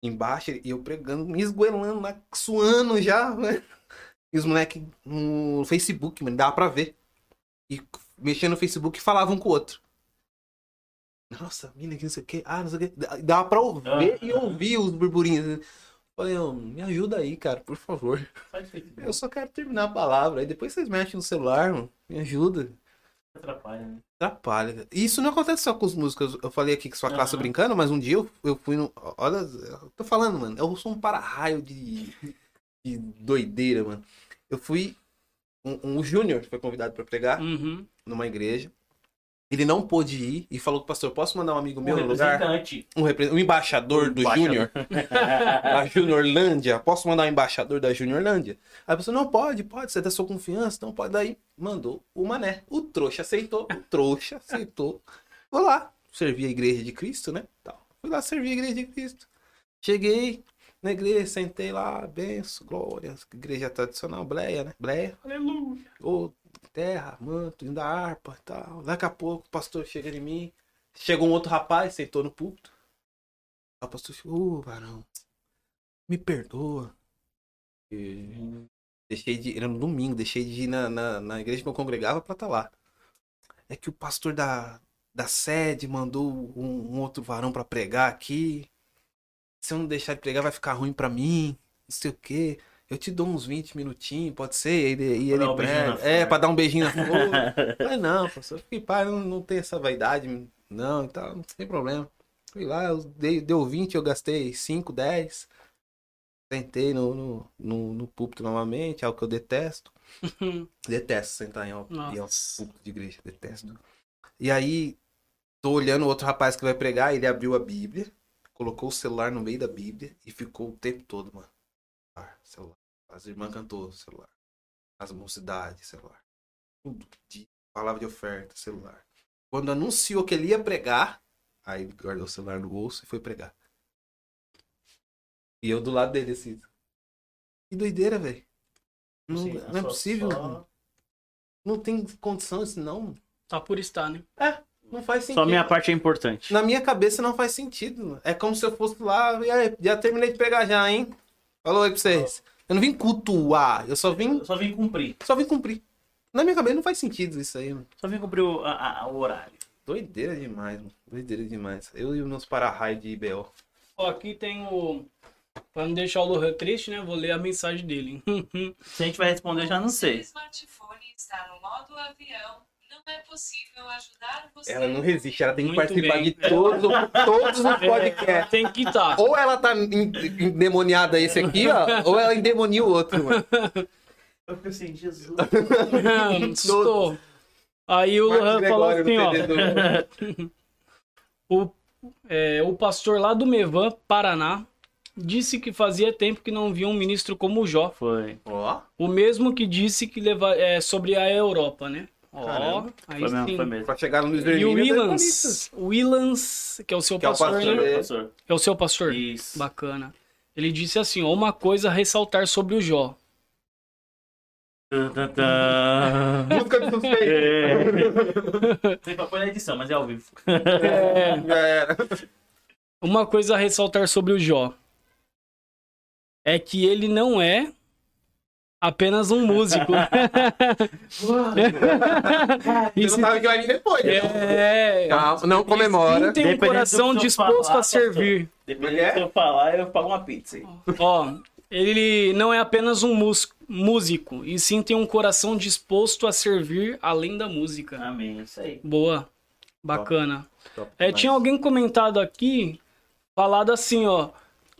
Speaker 2: Embaixo, e eu pregando, me esgoelando, lá, suando já, né? E os moleque no Facebook, mano, dava pra ver. E mexendo no Facebook falavam um com o outro. Nossa, mina, que não sei o que, ah, não sei o que. Dava pra ouvir e ouvir os burburinhos. né. Falei, "Ô, me ajuda aí, cara, por favor.
Speaker 3: Faz feito.
Speaker 2: Eu só quero terminar a palavra. Aí depois vocês mexem no celular, mano. Me ajuda.
Speaker 3: Atrapalha, né?
Speaker 2: Atrapalha. cara. E isso não acontece só com os músicos. Eu falei aqui que sua classe
Speaker 3: Aham.
Speaker 2: brincando, mas um dia eu, eu fui no. Olha, eu tô falando, mano. Eu sou um para-raio de, de doideira, mano. Eu fui. Um, um júnior foi convidado pra pregar
Speaker 1: Uhum.
Speaker 2: numa igreja. Ele não pôde ir e falou pro pastor: posso mandar um amigo meu
Speaker 3: um
Speaker 2: no lugar?
Speaker 3: representante.
Speaker 2: Um, repre- um embaixador do
Speaker 4: embaixador.
Speaker 2: júnior. da Juniorlândia, posso mandar um embaixador da Juniorlândia? Aí a pessoa, não pode, pode, você é da sua confiança, não pode. Daí mandou o mané. O trouxa aceitou, o trouxa aceitou. Vou lá, servir a igreja de Cristo, né? Tal. Fui lá servir a igreja de Cristo. Cheguei na igreja, sentei lá, benção, glória, igreja tradicional, bleia, né? Bleia
Speaker 3: Aleluia.
Speaker 2: ou terra, manto, ainda harpa e tal. Daqui a pouco o pastor chega em mim. Chegou um outro rapaz, sentou no púlpito. Aí o pastor chegou, ô varão, me perdoa. E Deixei de. Era no domingo, deixei de ir na, na, na igreja que eu congregava pra estar lá. É que o pastor da, da sede mandou um, um outro varão pra pregar aqui. Se eu não deixar de pregar, vai ficar ruim pra mim. Não sei o quê. Eu te dou uns 20 minutinhos, pode ser? E ele, e
Speaker 3: Pra dar
Speaker 2: ele
Speaker 3: um beijinho
Speaker 2: prega.
Speaker 3: na
Speaker 2: É,
Speaker 3: flor.
Speaker 2: pra dar um beijinho na flor. Mas não, pastor, fique pai, não, não tem essa vaidade, não, então, não tem problema. Fui lá, eu dei, deu 20, eu gastei 5, 10. Sentei no, no, no, no púlpito novamente, algo que eu detesto. Detesto sentar em, al- em al-
Speaker 1: Nossa.
Speaker 2: púlpito de igreja, detesto. E aí, tô olhando o outro rapaz que vai pregar, ele abriu a Bíblia, colocou o celular no meio da Bíblia e ficou o tempo todo, mano. Celular, celular. As irmãs cantou, celular. As mocidades, celular. Tudo. De palavra de oferta, celular. Quando anunciou que ele ia pregar, aí ele guardou o celular no bolso e foi pregar. E eu do lado dele, assim. Que doideira, velho. Não,
Speaker 3: Sim,
Speaker 2: não é
Speaker 3: só-
Speaker 2: possível.
Speaker 3: só-
Speaker 2: mano. Não tem condição isso, não.
Speaker 1: Tá por estar, né?
Speaker 2: Não faz sentido.
Speaker 4: Só minha parte é importante.
Speaker 2: Na minha cabeça não faz sentido. É como se eu fosse lá e aí, já terminei de pegar já, hein? Falou aí pra vocês. Eu não vim cultuar, eu só vim,
Speaker 3: Eu Só vim cumprir.
Speaker 2: só vim cumprir. Na minha cabeça não faz sentido isso aí, mano.
Speaker 4: Só vim cumprir o.
Speaker 3: A- a- a- o horário.
Speaker 2: Doideira demais, mano. Doideira demais. Eu e os meus para-raio de IBO.
Speaker 1: Ó, aqui tem o. Pra não deixar o Lohan triste, né? Vou ler a mensagem dele.
Speaker 3: Se a gente vai responder, já não
Speaker 5: Seu
Speaker 3: sei.
Speaker 5: smartphone está no modo avião. Não é possível ajudar você.
Speaker 2: Ela não resiste, ela tem
Speaker 1: é
Speaker 2: que
Speaker 1: Muito
Speaker 2: participar
Speaker 1: bem.
Speaker 2: de todos, o- todos os podcasts.
Speaker 1: Tem que estar.
Speaker 2: Ou ela tá en- endemoniada esse aqui, ó, ou ela endemonia o outro, mano.
Speaker 3: Eu fico assim, Jesus.
Speaker 1: Estou. Aí o Lohan falou
Speaker 2: Gregório
Speaker 1: assim,
Speaker 2: no
Speaker 1: ó. O,
Speaker 2: TD
Speaker 1: é, o pastor lá do Mevan, Paraná, disse que fazia tempo que não via um ministro como o Jó.
Speaker 4: Foi.
Speaker 2: do- Ó,
Speaker 1: O mesmo que disse que leva, é, sobre a Europa, né? Ó,
Speaker 2: Caramba.
Speaker 1: aí
Speaker 4: Foi mesmo,
Speaker 1: sim.
Speaker 4: foi mesmo.
Speaker 2: pra chegar no Luiz
Speaker 1: E o
Speaker 2: Hermínio, é bonito.
Speaker 1: Willans, o Willans, que é o seu
Speaker 2: Que é o
Speaker 1: pastor,
Speaker 2: pastor,
Speaker 1: né?
Speaker 2: é.
Speaker 3: Professor.
Speaker 1: É o seu pastor?
Speaker 3: Isso.
Speaker 1: Bacana. Ele disse assim, ó, uma coisa a ressaltar sobre o Jó.
Speaker 4: Tan, tan, tan.
Speaker 2: Música de suspeito.
Speaker 4: É.
Speaker 3: Tem pra pôr na edição, mas é ao vivo.
Speaker 1: É.
Speaker 2: Já era.
Speaker 1: Uma coisa a ressaltar sobre o Jó é que ele não é Apenas um músico.
Speaker 2: Você
Speaker 1: Isso
Speaker 2: não sabe o que vai vir depois. né?
Speaker 1: é.
Speaker 2: Calma, não comemora.
Speaker 1: Tem um
Speaker 4: Dependendo do
Speaker 1: coração
Speaker 3: que eu
Speaker 1: disposto
Speaker 3: falar, tá
Speaker 1: a servir.
Speaker 2: é
Speaker 3: Dependendo do que eu falar, eu pago uma pizza aí.
Speaker 1: Ó, ele não é apenas um mus- músico, e sim tem um coração disposto a servir além da música.
Speaker 3: Amém, isso aí.
Speaker 1: Boa. Bacana. É, tinha alguém comentado aqui, falado assim, ó.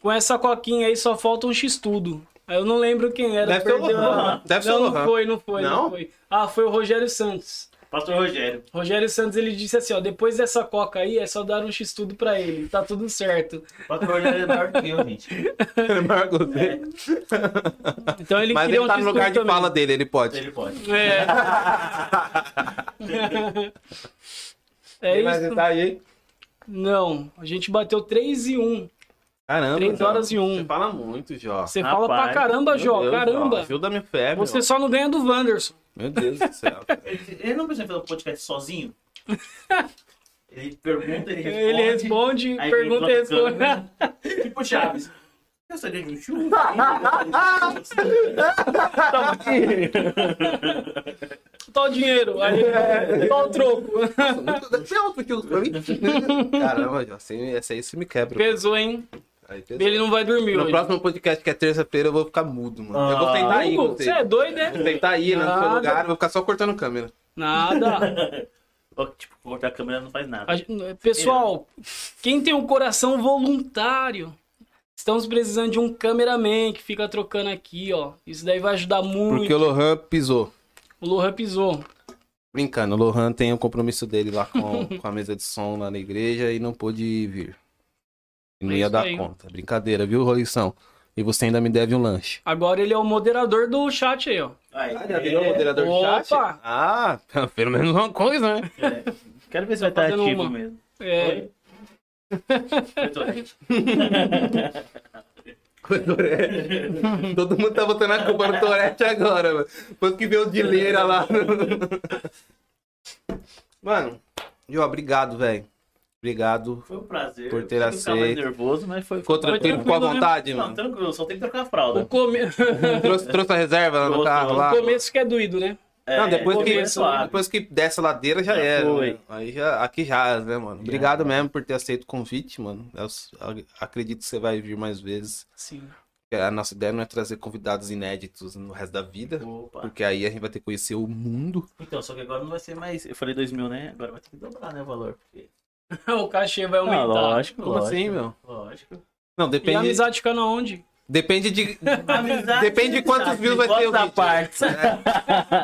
Speaker 1: Com essa coquinha aí só falta um X-Tudo. Aí Eu não lembro quem era.
Speaker 2: Deve ser o
Speaker 1: perdeu a-
Speaker 2: Lohan. Deve ser o
Speaker 1: não, não
Speaker 2: Lohan.
Speaker 1: foi, não foi, não?
Speaker 2: Não?
Speaker 1: foi. Ah, foi o Rogério Santos.
Speaker 3: Pastor Rogério.
Speaker 1: Rogério Santos, ele disse assim, ó. Depois dessa coca aí, é só dar um X-Tudo pra ele. Tá tudo certo.
Speaker 3: Pastor Rogério é maior que eu, gente.
Speaker 2: Marco dele.
Speaker 1: Então É. ele
Speaker 2: Mas
Speaker 1: queria
Speaker 2: ele tá
Speaker 1: um
Speaker 2: no
Speaker 1: X-Tudo
Speaker 2: lugar de
Speaker 1: também.
Speaker 2: fala dele, ele pode.
Speaker 3: Ele pode.
Speaker 1: É. é
Speaker 2: Tem mais um?
Speaker 1: isso.
Speaker 2: detalhe aí?
Speaker 1: Não, a gente bateu 3 e 1.
Speaker 2: Caramba.
Speaker 1: 3
Speaker 2: Jó.
Speaker 1: horas e 1.
Speaker 2: Você fala muito, Jó.
Speaker 1: Você
Speaker 4: Rapaz,
Speaker 1: fala pra caramba,
Speaker 2: Meu
Speaker 1: Jó.
Speaker 2: Deus,
Speaker 1: caramba.
Speaker 2: Ajuda a minha fé, meu.
Speaker 1: Você só não ganha do Wanderson.
Speaker 2: Meu Deus do céu. cara.
Speaker 3: Ele, ele não precisa fazer um podcast sozinho? Ele pergunta, ele responde.
Speaker 1: Ele responde,
Speaker 3: aí
Speaker 1: pergunta e
Speaker 3: vem
Speaker 1: responde.
Speaker 3: colocando. Tipo Chaves. Eu seria de um churro?
Speaker 1: Tó o dinheiro, aí tó o troco.
Speaker 2: Você é outro que usa pra mim? Caramba, Jó. assim, Essa aí você me quebra.
Speaker 1: Pesou, hein?
Speaker 2: Aí, pesou.
Speaker 1: Ele não vai dormir
Speaker 2: No
Speaker 1: hoje.
Speaker 2: próximo podcast, que é terça-feira, eu vou ficar mudo, mano. eu vou
Speaker 3: Ah.
Speaker 2: tentar ir.
Speaker 1: Hugo,
Speaker 2: com
Speaker 1: você é doido, né?
Speaker 2: Vou tentar ir no seu
Speaker 1: Nada.
Speaker 2: lugar, eu vou ficar só cortando câmera.
Speaker 1: Nada.
Speaker 3: Ó, Tipo, cortar a câmera não faz nada.
Speaker 1: A gente- Pessoal, quem tem um coração voluntário, estamos precisando de um cameraman que fica trocando aqui, ó. Isso daí vai ajudar muito.
Speaker 2: Porque o Lohan pisou.
Speaker 1: O Lohan pisou.
Speaker 2: Brincando, o Lohan tem um compromisso dele lá com, com a mesa de som lá na igreja e não pôde vir. E não
Speaker 1: É
Speaker 2: ia
Speaker 1: isso
Speaker 2: dar
Speaker 1: aí.
Speaker 2: conta. Brincadeira, viu, Rolição? E você ainda me deve um lanche.
Speaker 1: Agora ele é o moderador do chat aí, ó.
Speaker 3: Aí,
Speaker 2: Ah, moderador
Speaker 1: do chat? Opa!
Speaker 2: Ah, pelo menos uma coisa, né?
Speaker 3: é. Quero ver se vai estar
Speaker 1: fazendo
Speaker 3: ativo
Speaker 1: uma.
Speaker 3: mesmo.
Speaker 1: É,
Speaker 3: Oi? Eu tô aí.
Speaker 2: Foi o Torete. Todo mundo tá botando a culpa no Torete agora, mano. Depois que veio o Dileira lá. Mano, Jó, obrigado, velho. Obrigado.
Speaker 3: Foi um prazer.
Speaker 2: Por ter
Speaker 3: Eu sei que eu ficava mais
Speaker 2: aceito.
Speaker 3: nervoso, mas foi...
Speaker 2: Ficou tranquilo, ficou à
Speaker 1: tranquilo, né?
Speaker 2: vontade,
Speaker 3: Não,
Speaker 2: mano.
Speaker 3: tranquilo, só tem que trocar a
Speaker 1: o,
Speaker 3: fralda.
Speaker 1: come...
Speaker 2: Trouxe, trouxe a reserva lá no
Speaker 3: Trouxe,
Speaker 2: carro
Speaker 3: trouxe.
Speaker 2: lá.
Speaker 1: o começo que é doído, né?
Speaker 3: É,
Speaker 2: Não, depois
Speaker 3: foi
Speaker 2: que,
Speaker 3: bem suave.
Speaker 2: depois que desce a ladeira já,
Speaker 3: Já
Speaker 2: era.
Speaker 3: foi.
Speaker 2: né? Aí já, aqui já, né, mano? Obrigado mesmo por ter aceito o convite, mano. Eu s- ac- acredito que você vai vir mais vezes.
Speaker 1: Sim.
Speaker 2: Porque A nossa ideia não é trazer convidados inéditos no resto da vida.
Speaker 3: Opa.
Speaker 2: Porque aí a gente vai ter que conhecer o mundo.
Speaker 3: Então, só que agora não vai ser mais... Eu falei 2 mil, né? Agora vai ter que dobrar, né, o valor. Porque...
Speaker 1: o cachê vai
Speaker 3: Ah,
Speaker 1: aumentar.
Speaker 3: lógico, lógico.
Speaker 2: meu?
Speaker 3: Lógico.
Speaker 2: Não,
Speaker 1: e a
Speaker 2: depende.
Speaker 1: amizade fica na onde?
Speaker 2: Depende de.
Speaker 3: Amizade, é
Speaker 2: Depende de quantos
Speaker 3: amizade,
Speaker 2: views vai ter o
Speaker 3: gosta
Speaker 2: vídeo. né? É.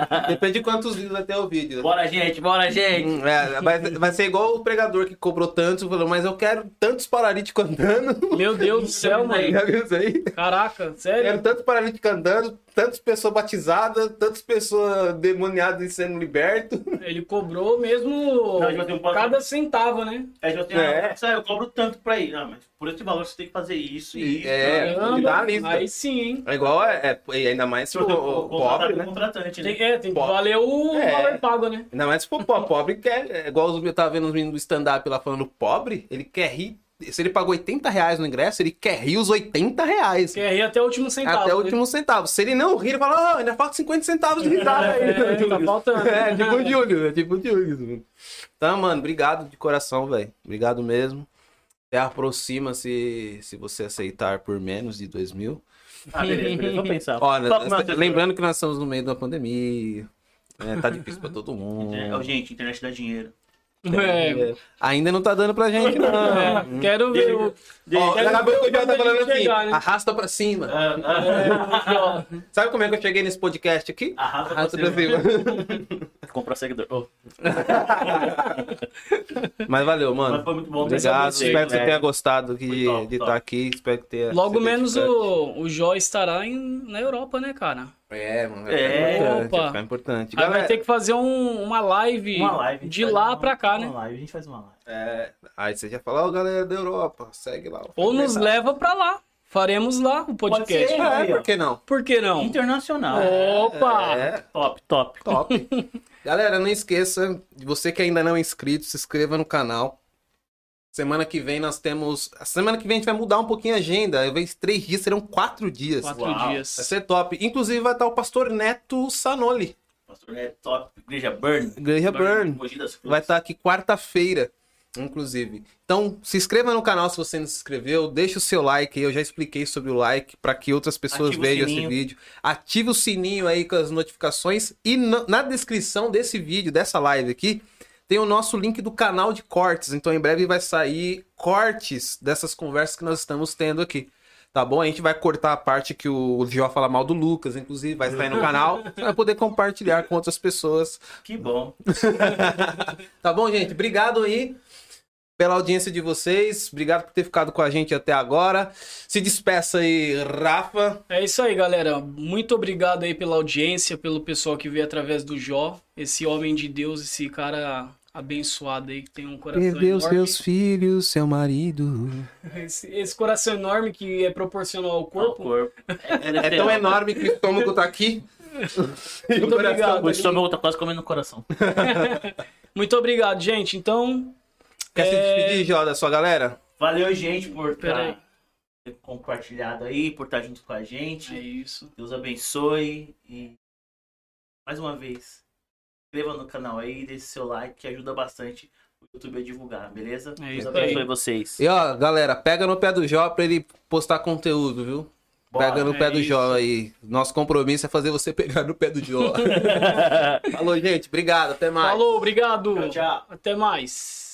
Speaker 3: parte.
Speaker 2: depende de quantos views vai ter o vídeo.
Speaker 3: Bora, gente, bora, gente.
Speaker 2: Hum, é, vai, vai ser igual o pregador que cobrou tanto e falou, mas eu quero tantos paralíticos andando.
Speaker 1: Meu Deus do céu, mano.
Speaker 2: Já viu isso aí?
Speaker 1: Caraca,
Speaker 2: Eram
Speaker 1: sério?
Speaker 2: tantos paralíticos andando, tantas pessoas batizadas, tantas pessoas demoniadas e sendo libertas.
Speaker 1: Ele cobrou mesmo
Speaker 2: tipo
Speaker 3: Não, eu
Speaker 2: assim,
Speaker 3: tenho um ponto-
Speaker 1: cada centavo, né?
Speaker 3: Aí já tem,
Speaker 2: É.
Speaker 3: ah, sabe, eu cobro tanto pra ir. Ah, mas por esse valor você tem que fazer isso e isso.
Speaker 2: É,
Speaker 3: né?
Speaker 2: tem que dar a lista.
Speaker 1: Aí sim, hein?
Speaker 2: É igual, é, é- ainda mais se
Speaker 3: Se eu
Speaker 2: for
Speaker 3: tenho
Speaker 2: o- o
Speaker 3: contratado
Speaker 2: pobre,
Speaker 3: com o
Speaker 2: né?
Speaker 3: contratante, né?
Speaker 1: Tem, é, tem que
Speaker 2: Pô.
Speaker 1: valer o
Speaker 2: É.
Speaker 1: valor pago, né?
Speaker 2: Ainda mais se for po- pobre, que é, é igual os- eu tava vendo os meninos do stand-up lá falando pobre, ele quer rir. Se ele pagou 80 reais no ingresso, ele quer rir os 80 reais.
Speaker 1: Quer rir até o último centavo.
Speaker 2: Até o
Speaker 1: né?
Speaker 2: último centavo. Se ele não rir, ele fala, ah, ainda falta 50 centavos de risada aí.
Speaker 1: É,
Speaker 2: Júlio."
Speaker 1: tá faltando.
Speaker 2: É, tipo o Júlio, é tipo o Júlio. mano. Então, mano, obrigado de coração, velho. Obrigado mesmo. Até aproxima se, se você aceitar por menos de 2 mil.
Speaker 3: Ah, beleza, beleza, vou pensar.
Speaker 2: Ó,
Speaker 3: Papo
Speaker 2: nós-
Speaker 3: mais tranquilo.
Speaker 2: lembrando que nós estamos no meio da pandemia. né? tá difícil pra todo mundo.
Speaker 3: É, ó, gente, internet dá dinheiro.
Speaker 1: É.
Speaker 2: É. Ainda não tá dando pra gente, não.
Speaker 1: É, Quero ver o.
Speaker 2: Ó,
Speaker 1: Quero
Speaker 2: daqui a pouco o Jota tá
Speaker 1: ver
Speaker 2: falando assim,
Speaker 1: chegar, né?
Speaker 2: arrasta pra cima.
Speaker 3: Ah, ah,
Speaker 2: Sabe como é que eu cheguei nesse podcast aqui?
Speaker 3: Arrasa pra
Speaker 2: Arrasta pra
Speaker 3: cima.
Speaker 2: cima.
Speaker 3: Comprar seguidor. Ô,
Speaker 2: Mas valeu, mano.
Speaker 3: Mas foi muito bom ter
Speaker 2: Obrigado.
Speaker 3: essa
Speaker 2: Espero que
Speaker 3: conversa,
Speaker 2: você
Speaker 3: né?
Speaker 2: tenha gostado de
Speaker 3: Foi top,
Speaker 2: estar de
Speaker 3: top.
Speaker 2: tá aqui. Espero que tenha.
Speaker 1: Logo
Speaker 2: sido
Speaker 1: menos
Speaker 2: edificante.
Speaker 1: o, o Jó estará em- na Europa, né, cara?
Speaker 2: É, mano.
Speaker 3: É,
Speaker 2: É, importante,
Speaker 1: opa.
Speaker 2: vai ficar importante.
Speaker 1: Aí
Speaker 2: Galera,
Speaker 1: vai ter que fazer um- uma, live
Speaker 3: Uma live. a gente
Speaker 1: de
Speaker 3: faz
Speaker 1: lá
Speaker 3: uma-
Speaker 1: pra cá,
Speaker 3: Uma
Speaker 1: né?
Speaker 3: live, a gente faz uma live.
Speaker 2: é, aí você já fala, ó, galera da Europa, segue lá.
Speaker 1: Ou nos leva pra lá. Faremos lá o podcast.
Speaker 3: ser.
Speaker 2: É, por que não?
Speaker 1: Por que não?
Speaker 3: Internacional.
Speaker 1: Opa!
Speaker 2: Então, É,
Speaker 3: Top, top.
Speaker 2: top. Galera, não esqueça, você que ainda não é inscrito, se inscreva no canal. Semana que vem nós temos. a Semana que vem a gente vai mudar um pouquinho a agenda. Ao invés de três dias, serão quatro dias.
Speaker 1: Quatro
Speaker 3: Uau.
Speaker 2: Vai
Speaker 1: dias.
Speaker 2: ser top. Inclusive vai estar o pastor Neto Sanoli,
Speaker 3: Pastor Neto, top. Igreja Burn.
Speaker 2: Igreja Burn.
Speaker 3: Mogi das Cruzes.
Speaker 2: Vai tá- estar aqui quarta-feira, inclusive. Então, se inscreva no canal se você não se inscreveu, deixa o seu like aí, eu já expliquei sobre o like para que outras pessoas
Speaker 3: Ativa o
Speaker 2: vejam esse
Speaker 3: sininho.
Speaker 2: vídeo. Ative o sininho aí com as notificações e no- na descrição desse vídeo, dessa live aqui, tem o nosso link do canal de cortes. Então, em breve vai sair cortes dessas conversas que nós estamos tendo aqui. Tá bom? A gente vai cortar a parte que o Jó fala mal do Lucas, inclusive, vai sair no canal. Você vai poder compartilhar com outras pessoas
Speaker 3: Que bom.
Speaker 2: Tá bom, gente? Obrigado aí pela audiência de vocês. Obrigado por ter ficado com a gente até agora. Se despeça aí, Rafa.
Speaker 1: É isso aí, galera. Muito obrigado aí pela audiência, pelo pessoal que veio através do Jó. Esse homem de Deus, esse cara abençoado aí que tem um coração enorme.
Speaker 2: filhos, seu marido.
Speaker 1: Esse, esse coração enorme que é proporcional ao
Speaker 3: Ao
Speaker 1: corpo.
Speaker 3: Tá corpo.
Speaker 2: É, tão enorme é que o estômago tá aqui. E o
Speaker 1: Muito
Speaker 2: coração.
Speaker 1: obrigado.
Speaker 3: O estômago tá quase comendo o coração.
Speaker 1: Muito obrigado, gente. Então,
Speaker 2: Quer se
Speaker 1: É.
Speaker 2: despedir, Jó, da sua galera?
Speaker 3: Valeu, gente, por
Speaker 1: Pera
Speaker 3: estar compartilhado aí, por estar junto com a gente.
Speaker 1: é isso.
Speaker 3: Deus abençoe e mais uma vez, inscreva no canal aí, deixe seu like que ajuda bastante o YouTube a divulgar, beleza?
Speaker 1: É
Speaker 3: Deus
Speaker 1: isso
Speaker 3: abençoe
Speaker 1: aí.
Speaker 3: vocês.
Speaker 2: E ó, galera, pega no pé do Jó pra ele postar conteúdo, viu?
Speaker 3: Bora.
Speaker 2: pega no
Speaker 1: é
Speaker 2: pé do
Speaker 1: isso.
Speaker 2: Jó aí. Nosso compromisso é fazer você pegar no pé do Jó. Falou, gente. Obrigado. Até mais.
Speaker 1: Falou, obrigado.
Speaker 3: Tchau, tchau.
Speaker 1: Até mais.